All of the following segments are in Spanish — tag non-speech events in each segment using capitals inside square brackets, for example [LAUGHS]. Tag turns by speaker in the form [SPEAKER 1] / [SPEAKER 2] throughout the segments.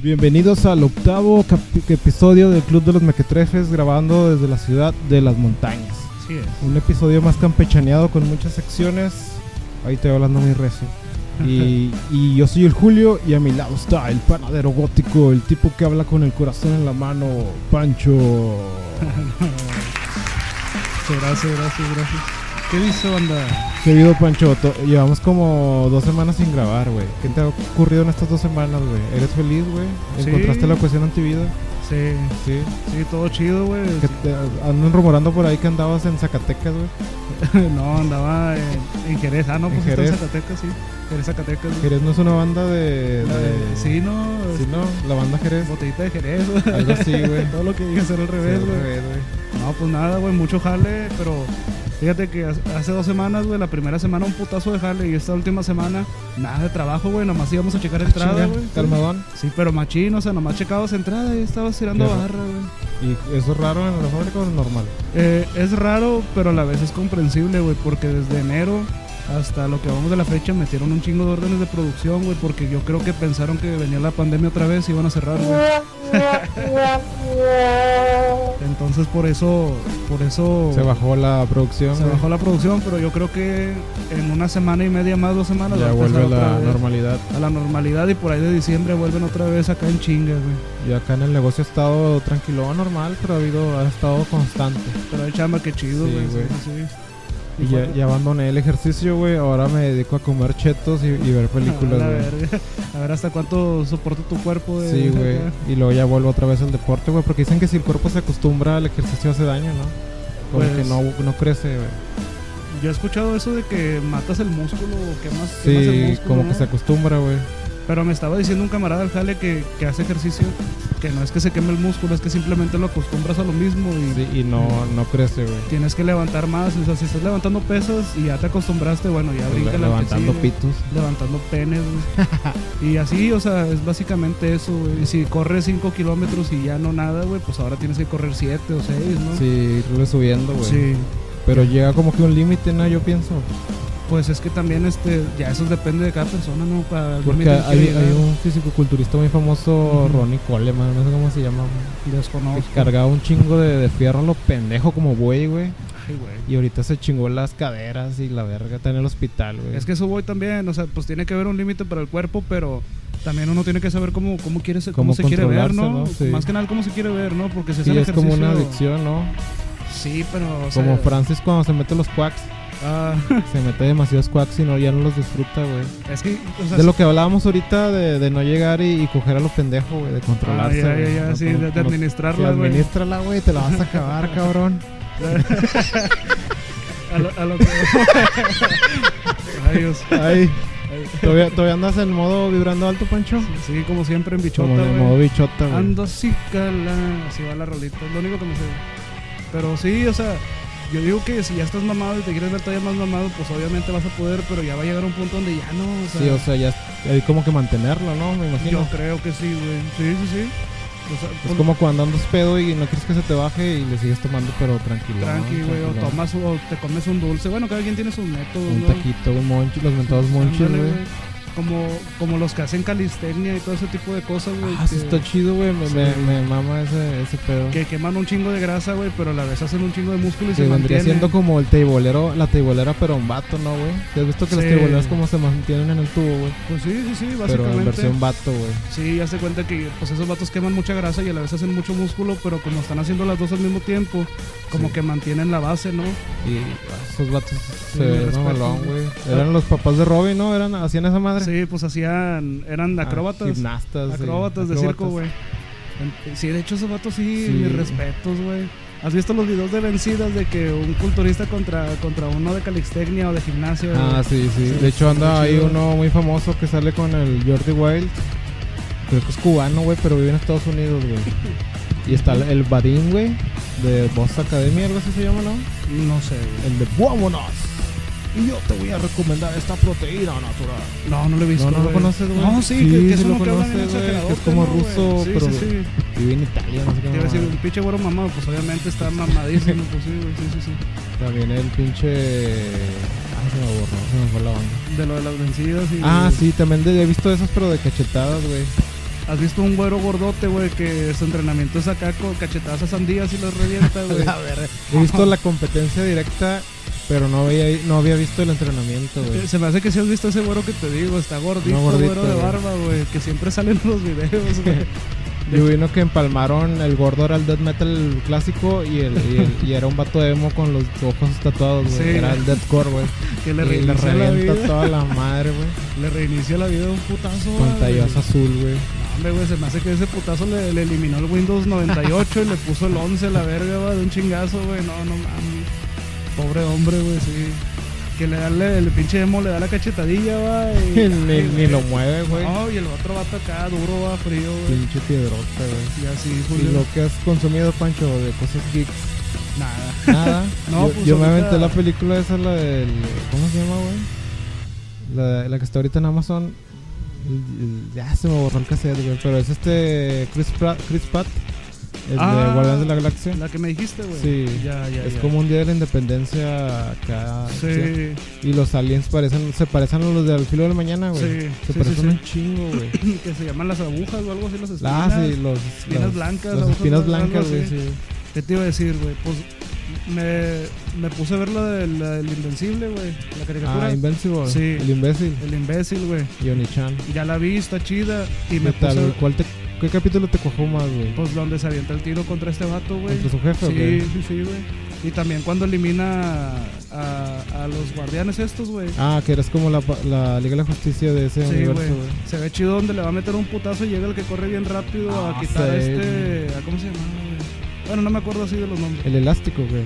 [SPEAKER 1] Bienvenidos al octavo capi- episodio del Club de los Mequetrefes, grabando desde la ciudad de las montañas.
[SPEAKER 2] Así es.
[SPEAKER 1] Un episodio más campechaneado con muchas secciones. Ahí estoy hablando muy recio. Y, y yo soy el Julio y a mi lado está el panadero gótico, el tipo que habla con el corazón en la mano, Pancho.
[SPEAKER 2] Gracias, gracias, gracias. ¿Qué dice, banda?
[SPEAKER 1] Querido Pancho, to- llevamos como dos semanas sin grabar, güey. ¿Qué te ha ocurrido en estas dos semanas, güey? ¿Eres feliz, güey?
[SPEAKER 2] Sí.
[SPEAKER 1] ¿Encontraste la cuestión antivida?
[SPEAKER 2] Sí,
[SPEAKER 1] Sí.
[SPEAKER 2] sí, todo chido, güey.
[SPEAKER 1] Que te- andan rumorando por ahí que andabas en Zacatecas, güey.
[SPEAKER 2] [LAUGHS] No, andaba en, en Jerez. Ah, no,
[SPEAKER 1] En
[SPEAKER 2] pues está en
[SPEAKER 1] Jerez.
[SPEAKER 2] Zacatecas, sí. Jerez, Zacatecas. güey.
[SPEAKER 1] Jerez no es una banda de...
[SPEAKER 2] La de-
[SPEAKER 1] de-
[SPEAKER 2] Sí, no. este,
[SPEAKER 1] Sí, no, la banda Jerez.
[SPEAKER 2] Botellita de Jerez, güey. [LAUGHS]
[SPEAKER 1] Algo así, güey.
[SPEAKER 2] Todo lo que diga ser al revés,
[SPEAKER 1] Sí, al
[SPEAKER 2] güey.
[SPEAKER 1] revés, güey.
[SPEAKER 2] No, pues nada, güey, mucho jale, pero fíjate que hace hace dos semanas, güey, la primera semana un putazo de jale y esta última semana nada de trabajo, güey, nomás íbamos a checar entrada,
[SPEAKER 1] Ah, Chinga,
[SPEAKER 2] güey.
[SPEAKER 1] Calmadón.
[SPEAKER 2] Sí, pero machín, o sea, nomás checabas entrada y estabas tirando
[SPEAKER 1] Claro.
[SPEAKER 2] barra, güey.
[SPEAKER 1] ¿Y eso es raro en la fábrica o es normal?
[SPEAKER 2] Eh, es raro, pero a la vez es comprensible, güey, porque desde enero hasta lo que vamos de la fecha metieron un chingo de órdenes de producción, güey, porque yo creo que pensaron que venía la pandemia otra vez y iban a cerrar, güey.
[SPEAKER 1] [LAUGHS]
[SPEAKER 2] Entonces por eso, por eso
[SPEAKER 1] Se bajó la producción.
[SPEAKER 2] Oh. Se
[SPEAKER 1] güey.
[SPEAKER 2] bajó la producción, pero yo creo que en una semana y media más, dos semanas, va
[SPEAKER 1] Ya
[SPEAKER 2] a empezar
[SPEAKER 1] vuelve
[SPEAKER 2] otra
[SPEAKER 1] la
[SPEAKER 2] vez
[SPEAKER 1] normalidad.
[SPEAKER 2] a la normalidad y por ahí de diciembre vuelven otra vez acá en chingas, güey.
[SPEAKER 1] Y acá en el negocio ha estado tranquilo, normal, pero ha, habido, ha estado constante.
[SPEAKER 2] Pero hay chamba, que chido,
[SPEAKER 1] Sí,
[SPEAKER 2] güey.
[SPEAKER 1] güey.
[SPEAKER 2] sí, sí.
[SPEAKER 1] Y ya,
[SPEAKER 2] fue-
[SPEAKER 1] ya abandoné el ejercicio, güey. Ahora me dedico a comer chetos y, y ver películas,
[SPEAKER 2] A, Ah, la
[SPEAKER 1] güey.
[SPEAKER 2] verga. A ver [LAUGHS] hasta cuánto soporta tu cuerpo. De,
[SPEAKER 1] Sí, güey. Y luego ya vuelvo otra vez al deporte, güey. Porque dicen que si el cuerpo se acostumbra al ejercicio hace daño, ¿no? Como
[SPEAKER 2] Pues-
[SPEAKER 1] que no, no crece, güey.
[SPEAKER 2] Yo he escuchado eso de que matas el músculo, quemas, quemas el
[SPEAKER 1] Sí,
[SPEAKER 2] músculo,
[SPEAKER 1] como
[SPEAKER 2] ¿no?
[SPEAKER 1] que se acostumbra, güey.
[SPEAKER 2] Pero me estaba diciendo un camarada al jale que, que hace ejercicio, que no es que se queme el músculo, es que simplemente lo acostumbras a lo mismo y
[SPEAKER 1] Sí, y no, no crece, güey.
[SPEAKER 2] tienes que levantar más. O sea, si estás levantando pesas y ya te acostumbraste, bueno, ya brinca
[SPEAKER 1] Le-
[SPEAKER 2] la que
[SPEAKER 1] Pues, Levantando
[SPEAKER 2] sigue.
[SPEAKER 1] pitos.
[SPEAKER 2] Levantando penes,
[SPEAKER 1] [LAUGHS]
[SPEAKER 2] güey. y así, o sea, es básicamente eso, güey. Y si corres 5 kilómetros y ya no nada, güey, pues ahora tienes que correr 7 o 6, ¿no?
[SPEAKER 1] Sí, irle subiendo, güey.
[SPEAKER 2] Sí.
[SPEAKER 1] Pero llega como que un límite, ¿no? Yo pienso.
[SPEAKER 2] Pues es que también, este, ya eso depende de cada persona, ¿no? Para algún
[SPEAKER 1] Porque
[SPEAKER 2] límite
[SPEAKER 1] hay,
[SPEAKER 2] que
[SPEAKER 1] hay
[SPEAKER 2] llegar.
[SPEAKER 1] un fisicoculturista muy famoso, Ronnie Coleman, no sé cómo se llama. güey,
[SPEAKER 2] Desconozco.
[SPEAKER 1] Que cargaba un chingo de, de fierro a lo pendejo como buey, güey.
[SPEAKER 2] Ay, güey.
[SPEAKER 1] Y ahorita se chingó las caderas y la verga está en el hospital, güey.
[SPEAKER 2] Es que eso voy también, o sea, pues tiene que haber un límite para el cuerpo, pero también uno tiene que saber cómo, cómo, quiere, ser-
[SPEAKER 1] Cómo
[SPEAKER 2] cómo se quiere ver, ¿no?
[SPEAKER 1] controlarse, ¿no? Sí.
[SPEAKER 2] Más que nada cómo se quiere ver, ¿no? Porque si es
[SPEAKER 1] Sí,
[SPEAKER 2] el
[SPEAKER 1] es como una
[SPEAKER 2] ejercicio-
[SPEAKER 1] adicción, ¿no?
[SPEAKER 2] Sí, pero. o sea,
[SPEAKER 1] Como Francis cuando se mete los
[SPEAKER 2] [LAUGHS]
[SPEAKER 1] quacks.
[SPEAKER 2] ah,
[SPEAKER 1] Se mete demasiados quacks y no, ya no los disfruta, güey.
[SPEAKER 2] es que. O sea,
[SPEAKER 1] De lo que hablábamos ahorita de, de no llegar y, y coger a lo pendejo, güey, de
[SPEAKER 2] ah,
[SPEAKER 1] controlarse.
[SPEAKER 2] ya, ya,
[SPEAKER 1] güey.
[SPEAKER 2] ya,
[SPEAKER 1] No,
[SPEAKER 2] sí,
[SPEAKER 1] no,
[SPEAKER 2] de,
[SPEAKER 1] no-
[SPEAKER 2] de administrarla,
[SPEAKER 1] sí,
[SPEAKER 2] güey.
[SPEAKER 1] administrala, güey, te la vas a acabar,
[SPEAKER 2] [LAUGHS]
[SPEAKER 1] cabrón.
[SPEAKER 2] [LAUGHS] a, lo, a lo que. [LAUGHS] Ay, Dios.
[SPEAKER 1] Ay, ¿todavía, todavía andas en modo vibrando alto, Pancho?
[SPEAKER 2] Sí, como siempre en bichota,
[SPEAKER 1] Como en el modo
[SPEAKER 2] güey.
[SPEAKER 1] bichota, güey.
[SPEAKER 2] Ando así, cala. Así va la rolita. Es lo único que me sé. Pero sí, o sea. Yo digo que si ya estás mamado y te quieres ver todavía más mamado, pues obviamente vas a poder, pero ya va a llegar un punto donde ya no, o sea.
[SPEAKER 1] Sí, o sea, ya hay como que mantenerlo, ¿no? Me imagino.
[SPEAKER 2] yo creo que sí, güey. Sí, sí, sí. O sea,
[SPEAKER 1] Es
[SPEAKER 2] pues,
[SPEAKER 1] como cuando andas pedo y no quieres que se te baje y le sigues tomando, pero tranquilo. ¿no?
[SPEAKER 2] Tranqui, güey, o
[SPEAKER 1] Tranquilón.
[SPEAKER 2] tomas o te comes un dulce. Bueno, cada quien tiene sus métodos,
[SPEAKER 1] Un
[SPEAKER 2] ¿no?
[SPEAKER 1] taquito, un monchi, los mentados monchis,
[SPEAKER 2] Ándale,
[SPEAKER 1] güey.
[SPEAKER 2] güey. Como, como los que hacen calistenia y todo ese tipo de cosas, güey.
[SPEAKER 1] Ah, sí,
[SPEAKER 2] que,
[SPEAKER 1] está chido, güey. Me,
[SPEAKER 2] Sí.
[SPEAKER 1] me, me mama ese, ese pedo.
[SPEAKER 2] que queman un chingo de grasa, güey, pero a la vez hacen un chingo de músculo y
[SPEAKER 1] Se
[SPEAKER 2] se
[SPEAKER 1] vendría
[SPEAKER 2] mantienen.
[SPEAKER 1] siendo como el teibolero, la teibolera, pero un vato, ¿no, güey? ¿Te has visto que los
[SPEAKER 2] Sí.
[SPEAKER 1] teiboleros como se mantienen en el tubo, güey?
[SPEAKER 2] Pues sí, sí, sí,
[SPEAKER 1] Pero en
[SPEAKER 2] básicamente.
[SPEAKER 1] versión vato, güey.
[SPEAKER 2] Sí, ya se cuenta que pues esos vatos queman mucha grasa y a la vez hacen mucho músculo, pero como están haciendo las dos al mismo tiempo, como
[SPEAKER 1] Sí.
[SPEAKER 2] que mantienen la base, ¿no?
[SPEAKER 1] Y ah, esos vatos se
[SPEAKER 2] mi
[SPEAKER 1] ven
[SPEAKER 2] respeto,
[SPEAKER 1] malón,
[SPEAKER 2] güey.
[SPEAKER 1] güey. Eran los papás de Robin, ¿no? Eran, hacían esa madre.
[SPEAKER 2] Sí, pues hacían, eran
[SPEAKER 1] Ah,
[SPEAKER 2] acróbatas.
[SPEAKER 1] gimnastas. sí.
[SPEAKER 2] Acróbatas de circo, güey. En- Sí, de hecho esos vatos sí,
[SPEAKER 1] Sí.
[SPEAKER 2] mis respetos, güey. ¿Has visto los videos de vencidas de que un culturista contra, contra uno de calistecnia o de gimnasia?
[SPEAKER 1] Ah,
[SPEAKER 2] güey?
[SPEAKER 1] sí, sí.
[SPEAKER 2] Sí,
[SPEAKER 1] De hecho, anda
[SPEAKER 2] está
[SPEAKER 1] ahí
[SPEAKER 2] chido.
[SPEAKER 1] uno muy famoso que sale con el Jordi Wild. Creo que es cubano, güey, pero vive en Estados Unidos, güey. Y está el- el Badín, güey, de Boss Academy, algo así se llama, ¿no?
[SPEAKER 2] No sé, güey.
[SPEAKER 1] El de Vámonos. Y yo te voy a recomendar esta proteína natural.
[SPEAKER 2] No, no lo he visto.
[SPEAKER 1] eh, No, no lo
[SPEAKER 2] güey.
[SPEAKER 1] conoces, güey.
[SPEAKER 2] No, sí,
[SPEAKER 1] Sí,
[SPEAKER 2] que, que es
[SPEAKER 1] sí lo
[SPEAKER 2] uno que habla bien
[SPEAKER 1] conoces, güey,
[SPEAKER 2] exagerado.
[SPEAKER 1] que es como ruso,
[SPEAKER 2] sí,
[SPEAKER 1] pero-
[SPEAKER 2] Sí, sí.
[SPEAKER 1] Vive en Italia, no sé qué
[SPEAKER 2] Te iba a decir,
[SPEAKER 1] mamada.
[SPEAKER 2] un pinche güero mamado, pues obviamente está mamadísimo,
[SPEAKER 1] [LAUGHS]
[SPEAKER 2] pues sí, güey, sí, sí, sí.
[SPEAKER 1] También el pinche. Ah, se me borró, se me fue la onda.
[SPEAKER 2] De lo de las vencidas y...
[SPEAKER 1] Ah, sí, también de- he visto esas, pero de cachetadas, güey.
[SPEAKER 2] ¿Has visto un güero gordote, güey, que su entrenamiento es acá con cachetadas a sandías y los revienta,
[SPEAKER 1] [LAUGHS]
[SPEAKER 2] güey?
[SPEAKER 3] La verga.
[SPEAKER 1] He visto la competencia directa, pero no había, no había visto el entrenamiento, güey.
[SPEAKER 2] Eh, Se me hace que si has visto ese güero que te digo, está gordito,
[SPEAKER 1] No, gordito,
[SPEAKER 2] güero de
[SPEAKER 1] güey.
[SPEAKER 2] barba, güey, que siempre salen los videos, güey.
[SPEAKER 1] Yo vino que empalmaron el gordo era el death metal clásico y, el, y, el- y era un vato emo con los ojos tatuados, güey.
[SPEAKER 2] Sí.
[SPEAKER 1] Era el deathcore, güey. [LAUGHS]
[SPEAKER 2] Que
[SPEAKER 1] Y
[SPEAKER 2] le
[SPEAKER 1] le
[SPEAKER 2] reinicia la
[SPEAKER 1] revienta
[SPEAKER 2] vida.
[SPEAKER 1] toda la madre, güey.
[SPEAKER 2] Le reinicia la vida de un putazo.
[SPEAKER 1] Con
[SPEAKER 2] güey.
[SPEAKER 1] tallos azul, güey.
[SPEAKER 2] No, hombre, güey, se me hace que ese putazo le, le eliminó el Windows 98 y le puso el 11 a la verga, güey, de un chingazo, güey. No, no mames. Pobre hombre, güey, sí. Que le da el, el pinche emo, le da la cachetadilla,
[SPEAKER 1] [LAUGHS]
[SPEAKER 2] va. y-
[SPEAKER 1] Ni,
[SPEAKER 2] ay,
[SPEAKER 1] ni
[SPEAKER 2] güey.
[SPEAKER 1] lo mueve, güey.
[SPEAKER 2] No, y el otro vato acá, duro, va, frío, güey.
[SPEAKER 1] Pinche piedrota, güey.
[SPEAKER 2] Y así,
[SPEAKER 1] ¿Y
[SPEAKER 2] Julio.
[SPEAKER 1] lo que has consumido, Pancho, de cosas geeks?
[SPEAKER 2] Nada.
[SPEAKER 1] [LAUGHS] Nada.
[SPEAKER 2] No,
[SPEAKER 1] yo,
[SPEAKER 2] pues,
[SPEAKER 1] yo me
[SPEAKER 2] ahorita-
[SPEAKER 1] aventé la película esa, la del. ¿Cómo se llama, güey? La, la que está ahorita en Amazon. El- el- Ya se me borró el cassette, güey. Pero es este. Chris Pratt. Chris Pratt el
[SPEAKER 2] Ah,
[SPEAKER 1] de Guardianes de la Galaxia.
[SPEAKER 2] La que me dijiste, güey.
[SPEAKER 1] Sí.
[SPEAKER 2] Ya, ya,
[SPEAKER 1] es
[SPEAKER 2] ya.
[SPEAKER 1] como un día de la independencia acá. ¿sí?
[SPEAKER 2] Sí,
[SPEAKER 1] Y los aliens parecen, se parecen a los de Al filo de la mañana, güey.
[SPEAKER 2] Sí,
[SPEAKER 1] se
[SPEAKER 2] sí,
[SPEAKER 1] parecen
[SPEAKER 2] sí, sí.
[SPEAKER 1] un chingo, güey.
[SPEAKER 2] [LAUGHS] que se llaman las agujas o algo así, las
[SPEAKER 1] Ah,
[SPEAKER 2] espinas.
[SPEAKER 1] sí, los.
[SPEAKER 2] espinas
[SPEAKER 1] los-
[SPEAKER 2] blancas,
[SPEAKER 1] Las
[SPEAKER 2] las
[SPEAKER 1] espinas
[SPEAKER 2] hojas blancas,
[SPEAKER 1] blancas, güey,
[SPEAKER 2] sí.
[SPEAKER 1] sí.
[SPEAKER 2] ¿Qué te iba a decir, güey? Pues me, me puse a ver la del, la del Invencible, güey. La caricatura.
[SPEAKER 1] Ah, Invincible.
[SPEAKER 2] Sí.
[SPEAKER 1] El imbécil.
[SPEAKER 2] el imbécil, güey.
[SPEAKER 1] Y Oni-chan.
[SPEAKER 2] Ya la vi, está chida. Y me
[SPEAKER 1] ¿Qué
[SPEAKER 2] puse
[SPEAKER 1] tal?
[SPEAKER 2] a-
[SPEAKER 1] ¿Cuál te- ¿Qué capítulo te cojó más, güey?
[SPEAKER 2] pues donde se avienta el tiro contra este vato, güey.
[SPEAKER 1] ¿Contra su jefe,
[SPEAKER 2] Sí,
[SPEAKER 1] güey?
[SPEAKER 2] sí, sí, güey. Y también cuando elimina a, a los guardianes estos, güey.
[SPEAKER 1] Ah, que eres como la, pa- la Liga de la Justicia de ese
[SPEAKER 2] Sí, güey.
[SPEAKER 1] universo, güey.
[SPEAKER 2] Se ve chido donde le va a meter un putazo y llega el que corre bien rápido a
[SPEAKER 1] Ah,
[SPEAKER 2] quitar a
[SPEAKER 1] sí.
[SPEAKER 2] este. ¿a ¿Cómo se llamaba, güey? Bueno, no me acuerdo así de los nombres.
[SPEAKER 1] El elástico, güey.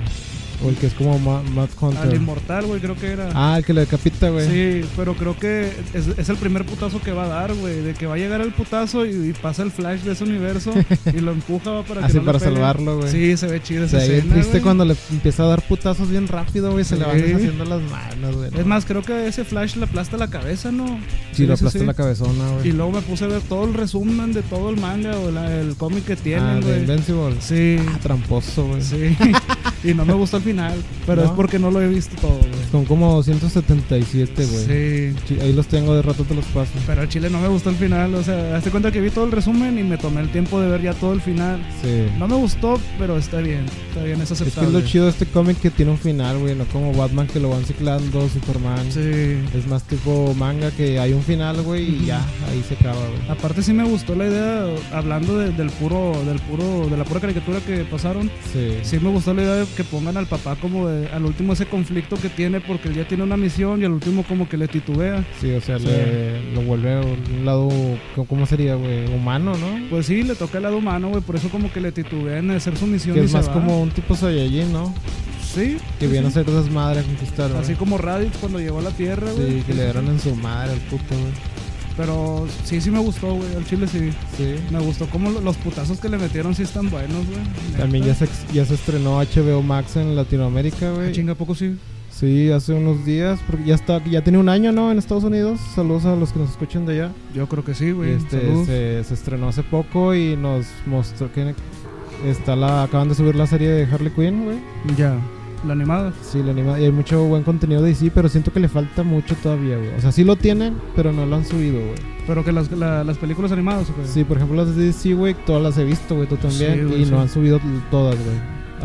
[SPEAKER 1] O el que es como Ma- Matt
[SPEAKER 2] Al
[SPEAKER 1] Hunter.
[SPEAKER 2] inmortal, güey, creo que era.
[SPEAKER 1] Ah, el que le decapita, güey.
[SPEAKER 2] Sí, pero creo que es, es el primer putazo que va a dar, güey. De que va a llegar el putazo y, y pasa el flash de
[SPEAKER 1] [LAUGHS]
[SPEAKER 2] ese universo y lo empuja va, para que
[SPEAKER 1] Así
[SPEAKER 2] no le
[SPEAKER 1] para
[SPEAKER 2] peguen.
[SPEAKER 1] salvarlo, güey.
[SPEAKER 2] Sí, se ve chido
[SPEAKER 1] O sea,
[SPEAKER 2] esa
[SPEAKER 1] ahí es
[SPEAKER 2] escena,
[SPEAKER 1] triste
[SPEAKER 2] güey.
[SPEAKER 1] cuando le empieza a dar putazos bien rápido, güey. Se le van
[SPEAKER 2] Sí.
[SPEAKER 1] deshaciendo las manos, güey.
[SPEAKER 2] Es más, creo que ese flash le aplasta la cabeza, ¿no?
[SPEAKER 1] Si lo
[SPEAKER 2] Sí, sí,
[SPEAKER 1] aplasta
[SPEAKER 2] sí.
[SPEAKER 1] la cabezona,
[SPEAKER 2] Y
[SPEAKER 1] güey.
[SPEAKER 2] luego me puse a ver todo el resumen de todo el manga o la- el cómic que
[SPEAKER 1] Ah,
[SPEAKER 2] tienen,
[SPEAKER 1] de
[SPEAKER 2] güey.
[SPEAKER 1] Invincible.
[SPEAKER 2] sí,
[SPEAKER 1] Ah, tramposo, güey.
[SPEAKER 2] sí. [LAUGHS] y no me gustó el final, pero
[SPEAKER 1] ¿No?
[SPEAKER 2] es porque no lo he visto todo, güey.
[SPEAKER 1] Son como 277, güey.
[SPEAKER 2] Sí.
[SPEAKER 1] Sí, Ahí los tengo, de rato te los paso.
[SPEAKER 2] Pero al Chile no me gustó el final, o sea, hazte cuenta que vi todo el resumen y me tomé el tiempo de ver ya todo el final.
[SPEAKER 1] Sí.
[SPEAKER 2] No me gustó, pero está bien, está bien, es
[SPEAKER 1] es que es
[SPEAKER 2] aceptable.
[SPEAKER 1] lo chido de este cómic que tiene un final, güey. No como Batman que lo van ciclando, Superman.
[SPEAKER 2] Sí.
[SPEAKER 1] Es más tipo manga que hay un final, güey, y
[SPEAKER 2] Ujú.
[SPEAKER 1] ya, ahí se acaba, güey.
[SPEAKER 2] Aparte sí me gustó la idea, hablando de- del puro, del puro, de la pura caricatura que pasaron,
[SPEAKER 1] Sí.
[SPEAKER 2] sí me gustó la idea de que pongan al papá como de- al último ese conflicto que tiene porque él ya tiene una misión y al último como que le titubea.
[SPEAKER 1] Sí, o sea,
[SPEAKER 2] Sí.
[SPEAKER 1] le- lo vuelve a un lado, ¿cómo- ¿cómo sería, güey? Humano, ¿no?
[SPEAKER 2] Pues sí, le toca el lado humano, güey, por eso como que le titubea en hacer su misión.
[SPEAKER 1] Que
[SPEAKER 2] y
[SPEAKER 1] es
[SPEAKER 2] se
[SPEAKER 1] más
[SPEAKER 2] va.
[SPEAKER 1] como un tipo Saiyajin, ¿no?
[SPEAKER 2] Sí.
[SPEAKER 1] Que
[SPEAKER 2] sí,
[SPEAKER 1] viene a
[SPEAKER 2] sí.
[SPEAKER 1] hacer desmadre a conquistar, güey.
[SPEAKER 2] Así como Raditz cuando llegó a la Tierra, güey.
[SPEAKER 1] Sí, que le dieron en su madre al puto, güey.
[SPEAKER 2] Pero sí, sí me gustó, güey, al Chile sí.
[SPEAKER 1] Sí.
[SPEAKER 2] Me gustó como lo- los putazos que le metieron sí están buenos, güey.
[SPEAKER 1] También ya
[SPEAKER 2] Neta.
[SPEAKER 1] se, ex- ya se estrenó HBO Max en Latinoamérica,
[SPEAKER 2] Ah,
[SPEAKER 1] güey.
[SPEAKER 2] Chinga, ¿a poco sí.
[SPEAKER 1] Sí, hace unos días, porque ya está, ya tiene un año, ¿no? En Estados Unidos. Saludos a los que nos escuchan de allá.
[SPEAKER 2] Yo creo que sí, güey.
[SPEAKER 1] Y este,
[SPEAKER 2] Salud.
[SPEAKER 1] se, se estrenó hace poco y nos mostró que está la, acaban de subir la serie de Harley Quinn, güey.
[SPEAKER 2] Ya. La animada.
[SPEAKER 1] Sí, la anima, y hay mucho buen contenido de DC, pero siento que le falta mucho todavía, güey. O sea, sí lo tienen, pero no lo han subido, güey.
[SPEAKER 2] Pero que las, la- las películas animadas, güey.
[SPEAKER 1] Sí, por ejemplo, las de DC, güey, todas las he visto, güey, tú también,
[SPEAKER 2] Sí, güey,
[SPEAKER 1] y
[SPEAKER 2] sí.
[SPEAKER 1] no han subido todas, güey.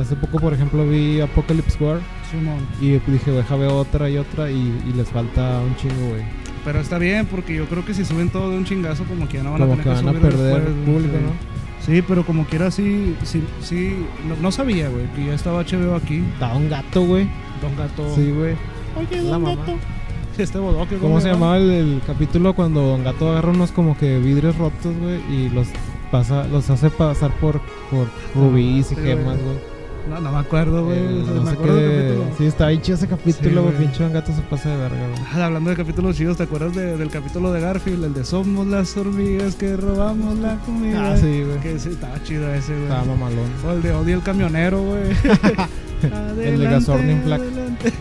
[SPEAKER 1] Hace poco, por ejemplo, vi Apocalypse War
[SPEAKER 2] Simón.
[SPEAKER 1] y pues, dije, güey, deja ver otra y otra y, y les falta un chingo, güey.
[SPEAKER 2] Pero está bien, porque yo creo que si suben todo de un chingazo, como que ya no van a
[SPEAKER 1] Como
[SPEAKER 2] tener
[SPEAKER 1] que van a
[SPEAKER 2] subir
[SPEAKER 1] perder
[SPEAKER 2] después, güey.
[SPEAKER 1] público,
[SPEAKER 2] Sí.
[SPEAKER 1] ¿no?
[SPEAKER 2] Sí, pero como quiera, sí. Sí, sí. No, no sabía, güey, que ya estaba HBO aquí.
[SPEAKER 1] Estaba un gato, güey.
[SPEAKER 2] Don Gato.
[SPEAKER 1] Sí, güey.
[SPEAKER 2] Oye,
[SPEAKER 1] La mamá.
[SPEAKER 2] [LAUGHS] Este bodoque,
[SPEAKER 1] ¿Cómo se llamaba el, el capítulo cuando Don Gato agarra unos como que vidrios rotos, güey, y los pasa, los hace pasar por, por rubíes y
[SPEAKER 2] Sí, güey.
[SPEAKER 1] gemas, güey?
[SPEAKER 2] No, no me acuerdo, güey.
[SPEAKER 1] El-
[SPEAKER 2] O sea,
[SPEAKER 1] Eh, no
[SPEAKER 2] me
[SPEAKER 1] sé
[SPEAKER 2] acuerdo del
[SPEAKER 1] qué-
[SPEAKER 2] capítulo.
[SPEAKER 1] Sí, está bien chido ese
[SPEAKER 2] Sí,
[SPEAKER 1] capítulo, güey.
[SPEAKER 2] güey.
[SPEAKER 1] pinche Don Gato se pasa de verga, güey.
[SPEAKER 2] Ah, hablando de capítulos chidos, ¿te acuerdas de- del capítulo de Garfield? El de Somos las hormigas que robamos la comida.
[SPEAKER 1] Ah, sí, güey.
[SPEAKER 2] Que sí, estaba chido ese, güey.
[SPEAKER 1] Estaba mamalón.
[SPEAKER 2] O el de Odio el
[SPEAKER 1] [LAUGHS]
[SPEAKER 2] camionero, güey.
[SPEAKER 1] El de Gasornin Black.
[SPEAKER 2] adelante.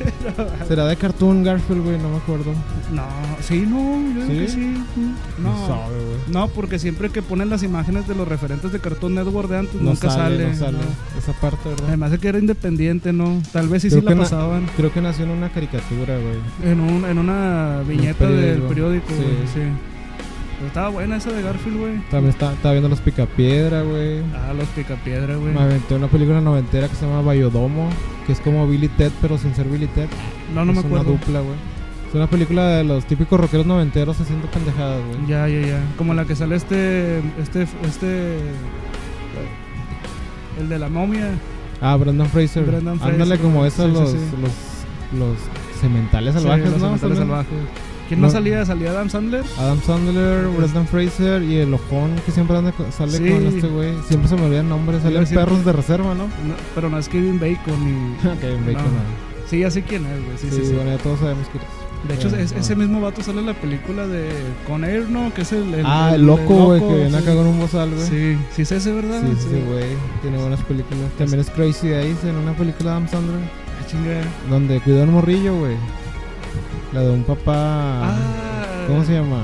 [SPEAKER 1] ¿Será de Cartoon Garfield, güey? No me acuerdo.
[SPEAKER 2] No, sí, no, yo creo que
[SPEAKER 1] ¿Sí?
[SPEAKER 2] sí. No.
[SPEAKER 1] sabe, güey.
[SPEAKER 2] No, porque siempre que ponen las imágenes de los referentes de Cartoon Network de antes,
[SPEAKER 1] No
[SPEAKER 2] nunca sale.
[SPEAKER 1] no sale.
[SPEAKER 2] no.
[SPEAKER 1] Esa parte, ¿verdad?
[SPEAKER 2] Además de que era independiente, ¿no? Tal vez sí, sí
[SPEAKER 1] Creo
[SPEAKER 2] la
[SPEAKER 1] que na-
[SPEAKER 2] pasaban.
[SPEAKER 1] Creo que nació en una caricatura, güey.
[SPEAKER 2] En, un, en una viñeta del
[SPEAKER 1] periódico.
[SPEAKER 2] periódico,
[SPEAKER 1] Sí.
[SPEAKER 2] güey, sí. Pero estaba buena esa de Garfield, güey.
[SPEAKER 1] También está- estaba viendo los picapiedra, güey.
[SPEAKER 2] Ah, los picapiedra, güey.
[SPEAKER 1] Me aventé una película noventera que se llama Bayodomo, que es como Billy Ted, pero sin ser Billy Ted.
[SPEAKER 2] No, no
[SPEAKER 1] es
[SPEAKER 2] me acuerdo.
[SPEAKER 1] una dupla, güey. Es una película de los típicos rockeros noventeros haciendo pendejadas, güey.
[SPEAKER 2] Ya, ya, ya. Como la que sale este. Este. Este. El de la momia.
[SPEAKER 1] Ah, Brendan Fraser.
[SPEAKER 2] Brendan
[SPEAKER 1] Ándale
[SPEAKER 2] Fraser,
[SPEAKER 1] como
[SPEAKER 2] güey.
[SPEAKER 1] esos
[SPEAKER 2] Sí,
[SPEAKER 1] los,
[SPEAKER 2] sí, sí.
[SPEAKER 1] los los cementales salvajes,
[SPEAKER 2] Sí, los
[SPEAKER 1] ¿no?
[SPEAKER 2] cementales
[SPEAKER 1] También.
[SPEAKER 2] salvajes. ¿Quién no,
[SPEAKER 1] No.
[SPEAKER 2] salía? ¿Salía Adam Sandler?
[SPEAKER 1] Adam Sandler,
[SPEAKER 2] Es-
[SPEAKER 1] Brendan Fraser y el ojón que siempre anda co- sale
[SPEAKER 2] Sí.
[SPEAKER 1] con este güey. Siempre se me olvidan nombres.
[SPEAKER 2] Iba a
[SPEAKER 1] Salen
[SPEAKER 2] decir-
[SPEAKER 1] perros de reserva,
[SPEAKER 2] [LAUGHS]
[SPEAKER 1] ¿no?
[SPEAKER 2] No, pero no es Kevin Bacon
[SPEAKER 1] [LAUGHS]
[SPEAKER 2] y.
[SPEAKER 1] Kevin Bacon,
[SPEAKER 2] No.
[SPEAKER 1] ah.
[SPEAKER 2] Sí, ya sé quién es, güey. Sí,
[SPEAKER 1] Sí,
[SPEAKER 2] sí, sí.
[SPEAKER 1] bueno, ya todos sabemos quién es.
[SPEAKER 2] De hecho,
[SPEAKER 1] Bueno,
[SPEAKER 2] es-
[SPEAKER 1] no.
[SPEAKER 2] ese mismo vato sale en la película de Con Air, ¿no? Que es el.
[SPEAKER 1] ah, el loco, güey, que
[SPEAKER 2] loco,
[SPEAKER 1] viene
[SPEAKER 2] sí.
[SPEAKER 1] acá con un bozal, güey.
[SPEAKER 2] Sí, sí es ese, ¿verdad?
[SPEAKER 1] Sí, sí, sí, güey. Tiene buenas películas. También es Crazy Days en una película de Adam Sandler.
[SPEAKER 2] Ah, chinga.
[SPEAKER 1] Donde cuidó a un morrillo, güey. La de un papá.
[SPEAKER 2] Ah,
[SPEAKER 1] ¿Cómo se llama?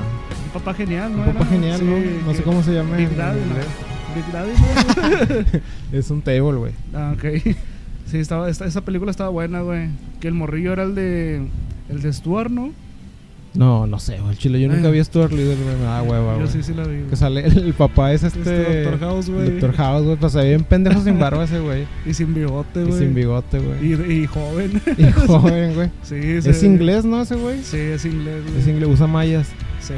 [SPEAKER 2] Un papá genial, ¿no?
[SPEAKER 1] Un papá
[SPEAKER 2] era?
[SPEAKER 1] genial,
[SPEAKER 2] Sí,
[SPEAKER 1] ¿no? No
[SPEAKER 2] que-
[SPEAKER 1] sé cómo se llama.
[SPEAKER 2] Big
[SPEAKER 1] en
[SPEAKER 2] Daddy, ¿no?
[SPEAKER 1] inglés.
[SPEAKER 2] Big Daddy, ¿no?
[SPEAKER 1] [LAUGHS] Es un table, güey.
[SPEAKER 2] Ah, ok. [LAUGHS] Sí, estaba, esta- esa película estaba buena, güey. Que el morrillo era el de. El de Stuart, ¿no?
[SPEAKER 1] No, no sé, güey. El chile, yo
[SPEAKER 2] Eh.
[SPEAKER 1] nunca vi a Stuart Little, güey. Me da hueva,
[SPEAKER 2] Yo
[SPEAKER 1] Ah, güey.
[SPEAKER 2] sí, sí la vi. güey.
[SPEAKER 1] Que sale el, el papá es este.
[SPEAKER 2] Este Dr. House, güey.
[SPEAKER 1] Doctor House, güey. Pues se ve bien pendejo sin barba ese, güey.
[SPEAKER 2] Y sin bigote,
[SPEAKER 1] Y
[SPEAKER 2] Este, güey.
[SPEAKER 1] sin bigote, güey.
[SPEAKER 2] Y, y joven. [LAUGHS]
[SPEAKER 1] [LAUGHS] Y joven, güey.
[SPEAKER 2] sí, sí.
[SPEAKER 1] Es inglés, ¿no, ese güey?
[SPEAKER 2] Sí, es inglés, güey.
[SPEAKER 1] Es inglés, usa mallas.
[SPEAKER 2] Sí.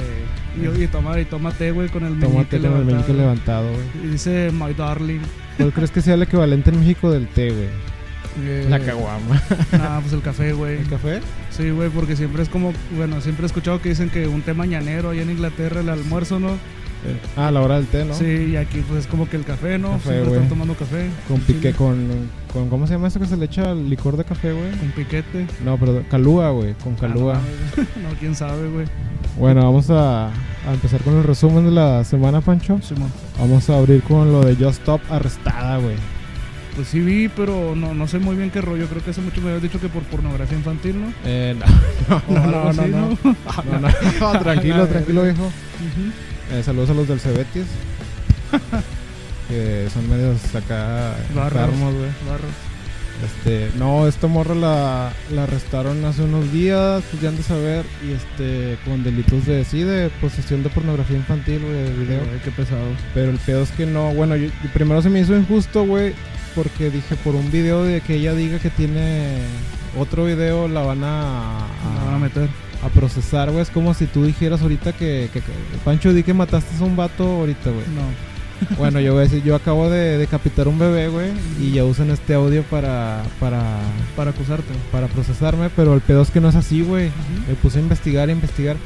[SPEAKER 2] Y, y toma, y toma té, güey, con el meñique
[SPEAKER 1] Tómate con el meñique
[SPEAKER 2] levantado.
[SPEAKER 1] levantado, güey.
[SPEAKER 2] Y dice My Darling.
[SPEAKER 1] ¿Cuál crees que sea el equivalente en México del té, güey?
[SPEAKER 2] Eh, [LAUGHS]
[SPEAKER 1] caguama.
[SPEAKER 2] Ah, pues el café, güey.
[SPEAKER 1] [LAUGHS] ¿El café?
[SPEAKER 2] Sí, güey, porque siempre es como, bueno, siempre he escuchado que dicen que un té mañanero allá en Inglaterra, el almuerzo, ¿no?
[SPEAKER 1] Ah, a la hora del té, ¿no?
[SPEAKER 2] Sí, y aquí pues es como que el café, ¿no?
[SPEAKER 1] Café,
[SPEAKER 2] siempre
[SPEAKER 1] güey.
[SPEAKER 2] están tomando café.
[SPEAKER 1] Con
[SPEAKER 2] En Chile.
[SPEAKER 1] pique, con, con. ¿Cómo se llama eso que se le echa al licor de café, güey?
[SPEAKER 2] Con piquete.
[SPEAKER 1] No, pero calúa, güey. Con calúa.
[SPEAKER 2] Ah, no, [LAUGHS] no, quién sabe, güey.
[SPEAKER 1] Bueno, vamos a, a empezar con el resumen de la semana, Pancho.
[SPEAKER 2] Simón.
[SPEAKER 1] Vamos a abrir con lo de Just Stop arrestada, güey.
[SPEAKER 2] Pues sí vi, pero no, no sé muy bien qué rollo. Creo que hace mucho me habías dicho que por pornografía infantil, ¿no?
[SPEAKER 1] Eh, no. [LAUGHS]
[SPEAKER 2] O algo así,
[SPEAKER 1] No, no, no, [LAUGHS] tranquilo, tranquilo, viejo.
[SPEAKER 2] Ujú.
[SPEAKER 1] Eh, saludos a los del [LAUGHS] Cebetis. que son medios acá
[SPEAKER 2] [LAUGHS] Barros.
[SPEAKER 1] enfermos, güey.
[SPEAKER 2] Barro.
[SPEAKER 1] Este, no, esta morra la, la arrestaron hace unos días, pues ya han de saber, y este, con delitos de sí, de posesión de pornografía infantil, güey, de video.
[SPEAKER 2] Ay, qué pesado.
[SPEAKER 1] Pero el pedo es que no, bueno, yo- yo primero se me hizo injusto, güey, porque dije por un video de que ella diga que tiene otro video, la van a,
[SPEAKER 2] Me van a meter.
[SPEAKER 1] a procesar, güey. Es como si tú dijeras ahorita que, que- que- Pancho, di que mataste a un vato ahorita,
[SPEAKER 2] [LAUGHS]
[SPEAKER 1] güey.
[SPEAKER 2] No.
[SPEAKER 1] Bueno, yo voy a decir, yo acabo de decapitar un bebé, güey, y ya usan este audio para, para,
[SPEAKER 2] Para acusarte.
[SPEAKER 1] para procesarme, pero el pedo es que no es así, güey. Me puse a investigar, a investigar.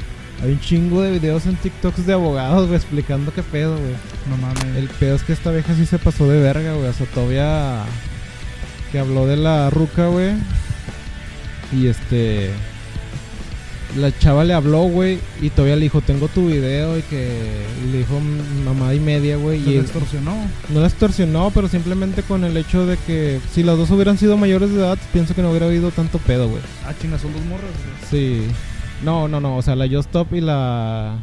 [SPEAKER 1] Hay un chingo de videos en TikToks de abogados, güey, explicando qué pedo, güey.
[SPEAKER 2] No mames.
[SPEAKER 1] El pedo es que esta vieja sí se pasó de verga, güey. O sea, todavía que habló de la ruca, güey. Y este. La chava le habló, güey. Y todavía le dijo, tengo tu video. Y que y le dijo "Mm, mamada y media, güey.
[SPEAKER 2] Te
[SPEAKER 1] Y él-
[SPEAKER 2] extorsionó.
[SPEAKER 1] no la extorsionó, pero simplemente con el hecho de que si las dos hubieran sido mayores de edad, pienso que no hubiera habido tanto pedo, güey.
[SPEAKER 2] Ah, chinga, son dos morras, güey.
[SPEAKER 1] Sí. No, no, no. O sea, la Just Stop y la.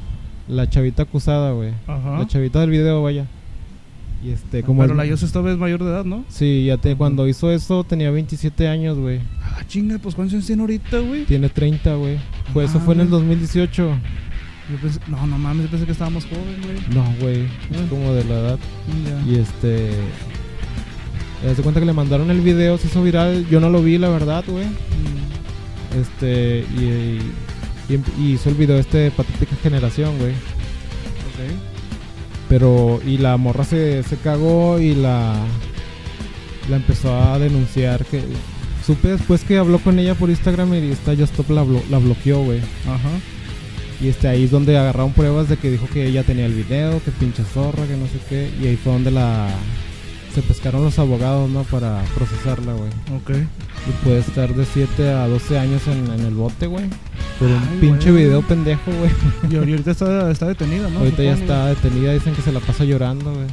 [SPEAKER 1] La chavita acusada, güey.
[SPEAKER 2] Ajá.
[SPEAKER 1] La chavita del video, vaya. Y este, como.
[SPEAKER 2] Pero
[SPEAKER 1] el-
[SPEAKER 2] la Yos esta vez mayor de edad, ¿no?
[SPEAKER 1] Sí, ya te, cuando hizo eso tenía 27 años, güey.
[SPEAKER 2] Ah, chinga, pues ¿cuántos años tiene ahorita, güey?
[SPEAKER 1] Tiene 30, güey. Pues eso
[SPEAKER 2] Ah,
[SPEAKER 1] fue en el
[SPEAKER 2] güey.
[SPEAKER 1] 2018.
[SPEAKER 2] Yo pensé, no, no mames, yo pensé que estábamos jóvenes, güey.
[SPEAKER 1] No, güey. Es
[SPEAKER 2] Ah.
[SPEAKER 1] como de la edad.
[SPEAKER 2] Ya.
[SPEAKER 1] Y este. Se cuenta que le mandaron el video, se hizo viral. Yo no lo vi, la verdad, güey.
[SPEAKER 2] Mm.
[SPEAKER 1] Este. Y, y, y hizo el video este de Patética Generación, güey.
[SPEAKER 2] Ok.
[SPEAKER 1] Pero, y la morra se, se cagó y la, la empezó a denunciar. que Supe después que habló con ella por Instagram y esta Just Stop la, blo- la bloqueó, güey.
[SPEAKER 2] Ajá.
[SPEAKER 1] Y este, ahí es donde agarraron pruebas de que dijo que ella tenía el video, que pinche zorra, que no sé qué. Y ahí fue donde la... Se pescaron los abogados, ¿no? Para procesarla, güey.
[SPEAKER 2] Ok.
[SPEAKER 1] Y puede estar de 7 a 12 años en, en el bote, güey. Por un
[SPEAKER 2] Ay,
[SPEAKER 1] pinche
[SPEAKER 2] güey.
[SPEAKER 1] video pendejo, güey.
[SPEAKER 2] Y ahor- y ahorita está, está detenida, ¿no?
[SPEAKER 1] Ahorita ya
[SPEAKER 2] Supongo.
[SPEAKER 1] está detenida, dicen que se la pasa llorando, güey.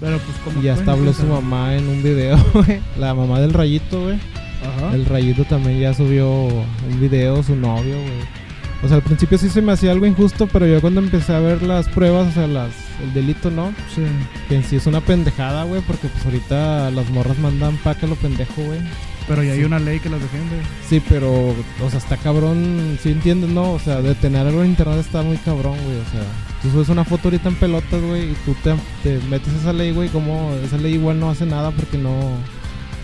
[SPEAKER 2] Pero pues como.
[SPEAKER 1] Y ya
[SPEAKER 2] que,
[SPEAKER 1] hasta habló su
[SPEAKER 2] ¿sabes?
[SPEAKER 1] mamá en un video, [LAUGHS] güey. La mamá del rayito, güey.
[SPEAKER 2] Ajá.
[SPEAKER 1] El rayito también ya subió un video, su novio, güey. O sea, al principio sí se me hacía algo injusto, pero yo cuando empecé a ver las pruebas, o sea, las, el delito, ¿no?
[SPEAKER 2] Sí.
[SPEAKER 1] Que en sí es una pendejada, güey, porque pues ahorita las morras mandan pa' que lo pendejo, güey.
[SPEAKER 2] Pero ya hay
[SPEAKER 1] Sí.
[SPEAKER 2] una ley que las defiende.
[SPEAKER 1] Sí, pero, o sea, está cabrón, sí entiendes, ¿no? O sea, detener algo en internet está muy cabrón, güey, o sea. Tú subes una foto ahorita en pelotas, güey, y tú te, te metes esa ley, güey, como esa ley igual no hace nada porque no.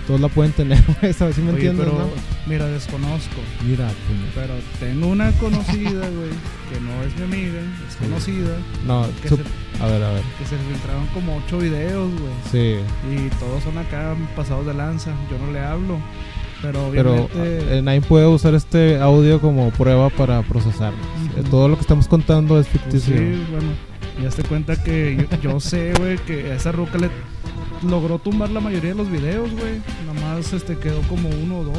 [SPEAKER 1] Todos la pueden tener, [LAUGHS] güey, ¿sabes? ¿Sí me
[SPEAKER 2] Oye,
[SPEAKER 1] entiendes,
[SPEAKER 2] pero
[SPEAKER 1] no?
[SPEAKER 2] mira, desconozco.
[SPEAKER 1] Mira, pues, puñet.
[SPEAKER 2] Pero tengo una conocida, güey, que no es mi amiga, es conocida,
[SPEAKER 1] No,
[SPEAKER 2] que,
[SPEAKER 1] sup-
[SPEAKER 2] se,
[SPEAKER 1] a ver, a ver.
[SPEAKER 2] que se filtraron como ocho videos, güey.
[SPEAKER 1] Sí,
[SPEAKER 2] Y todos son acá pasados de lanza. Yo no le hablo. Pero
[SPEAKER 1] pero
[SPEAKER 2] obviamente.
[SPEAKER 1] eh, nadie puede usar este audio como prueba para procesar.
[SPEAKER 2] Ujú.
[SPEAKER 1] Todo lo que estamos contando es
[SPEAKER 2] pues
[SPEAKER 1] ficticio.
[SPEAKER 2] sí, bueno. Ya te cuenta que yo, yo sé, güey, que a esa ruca le logró tumbar la mayoría de los videos, güey. Nada más este, quedó como uno o dos.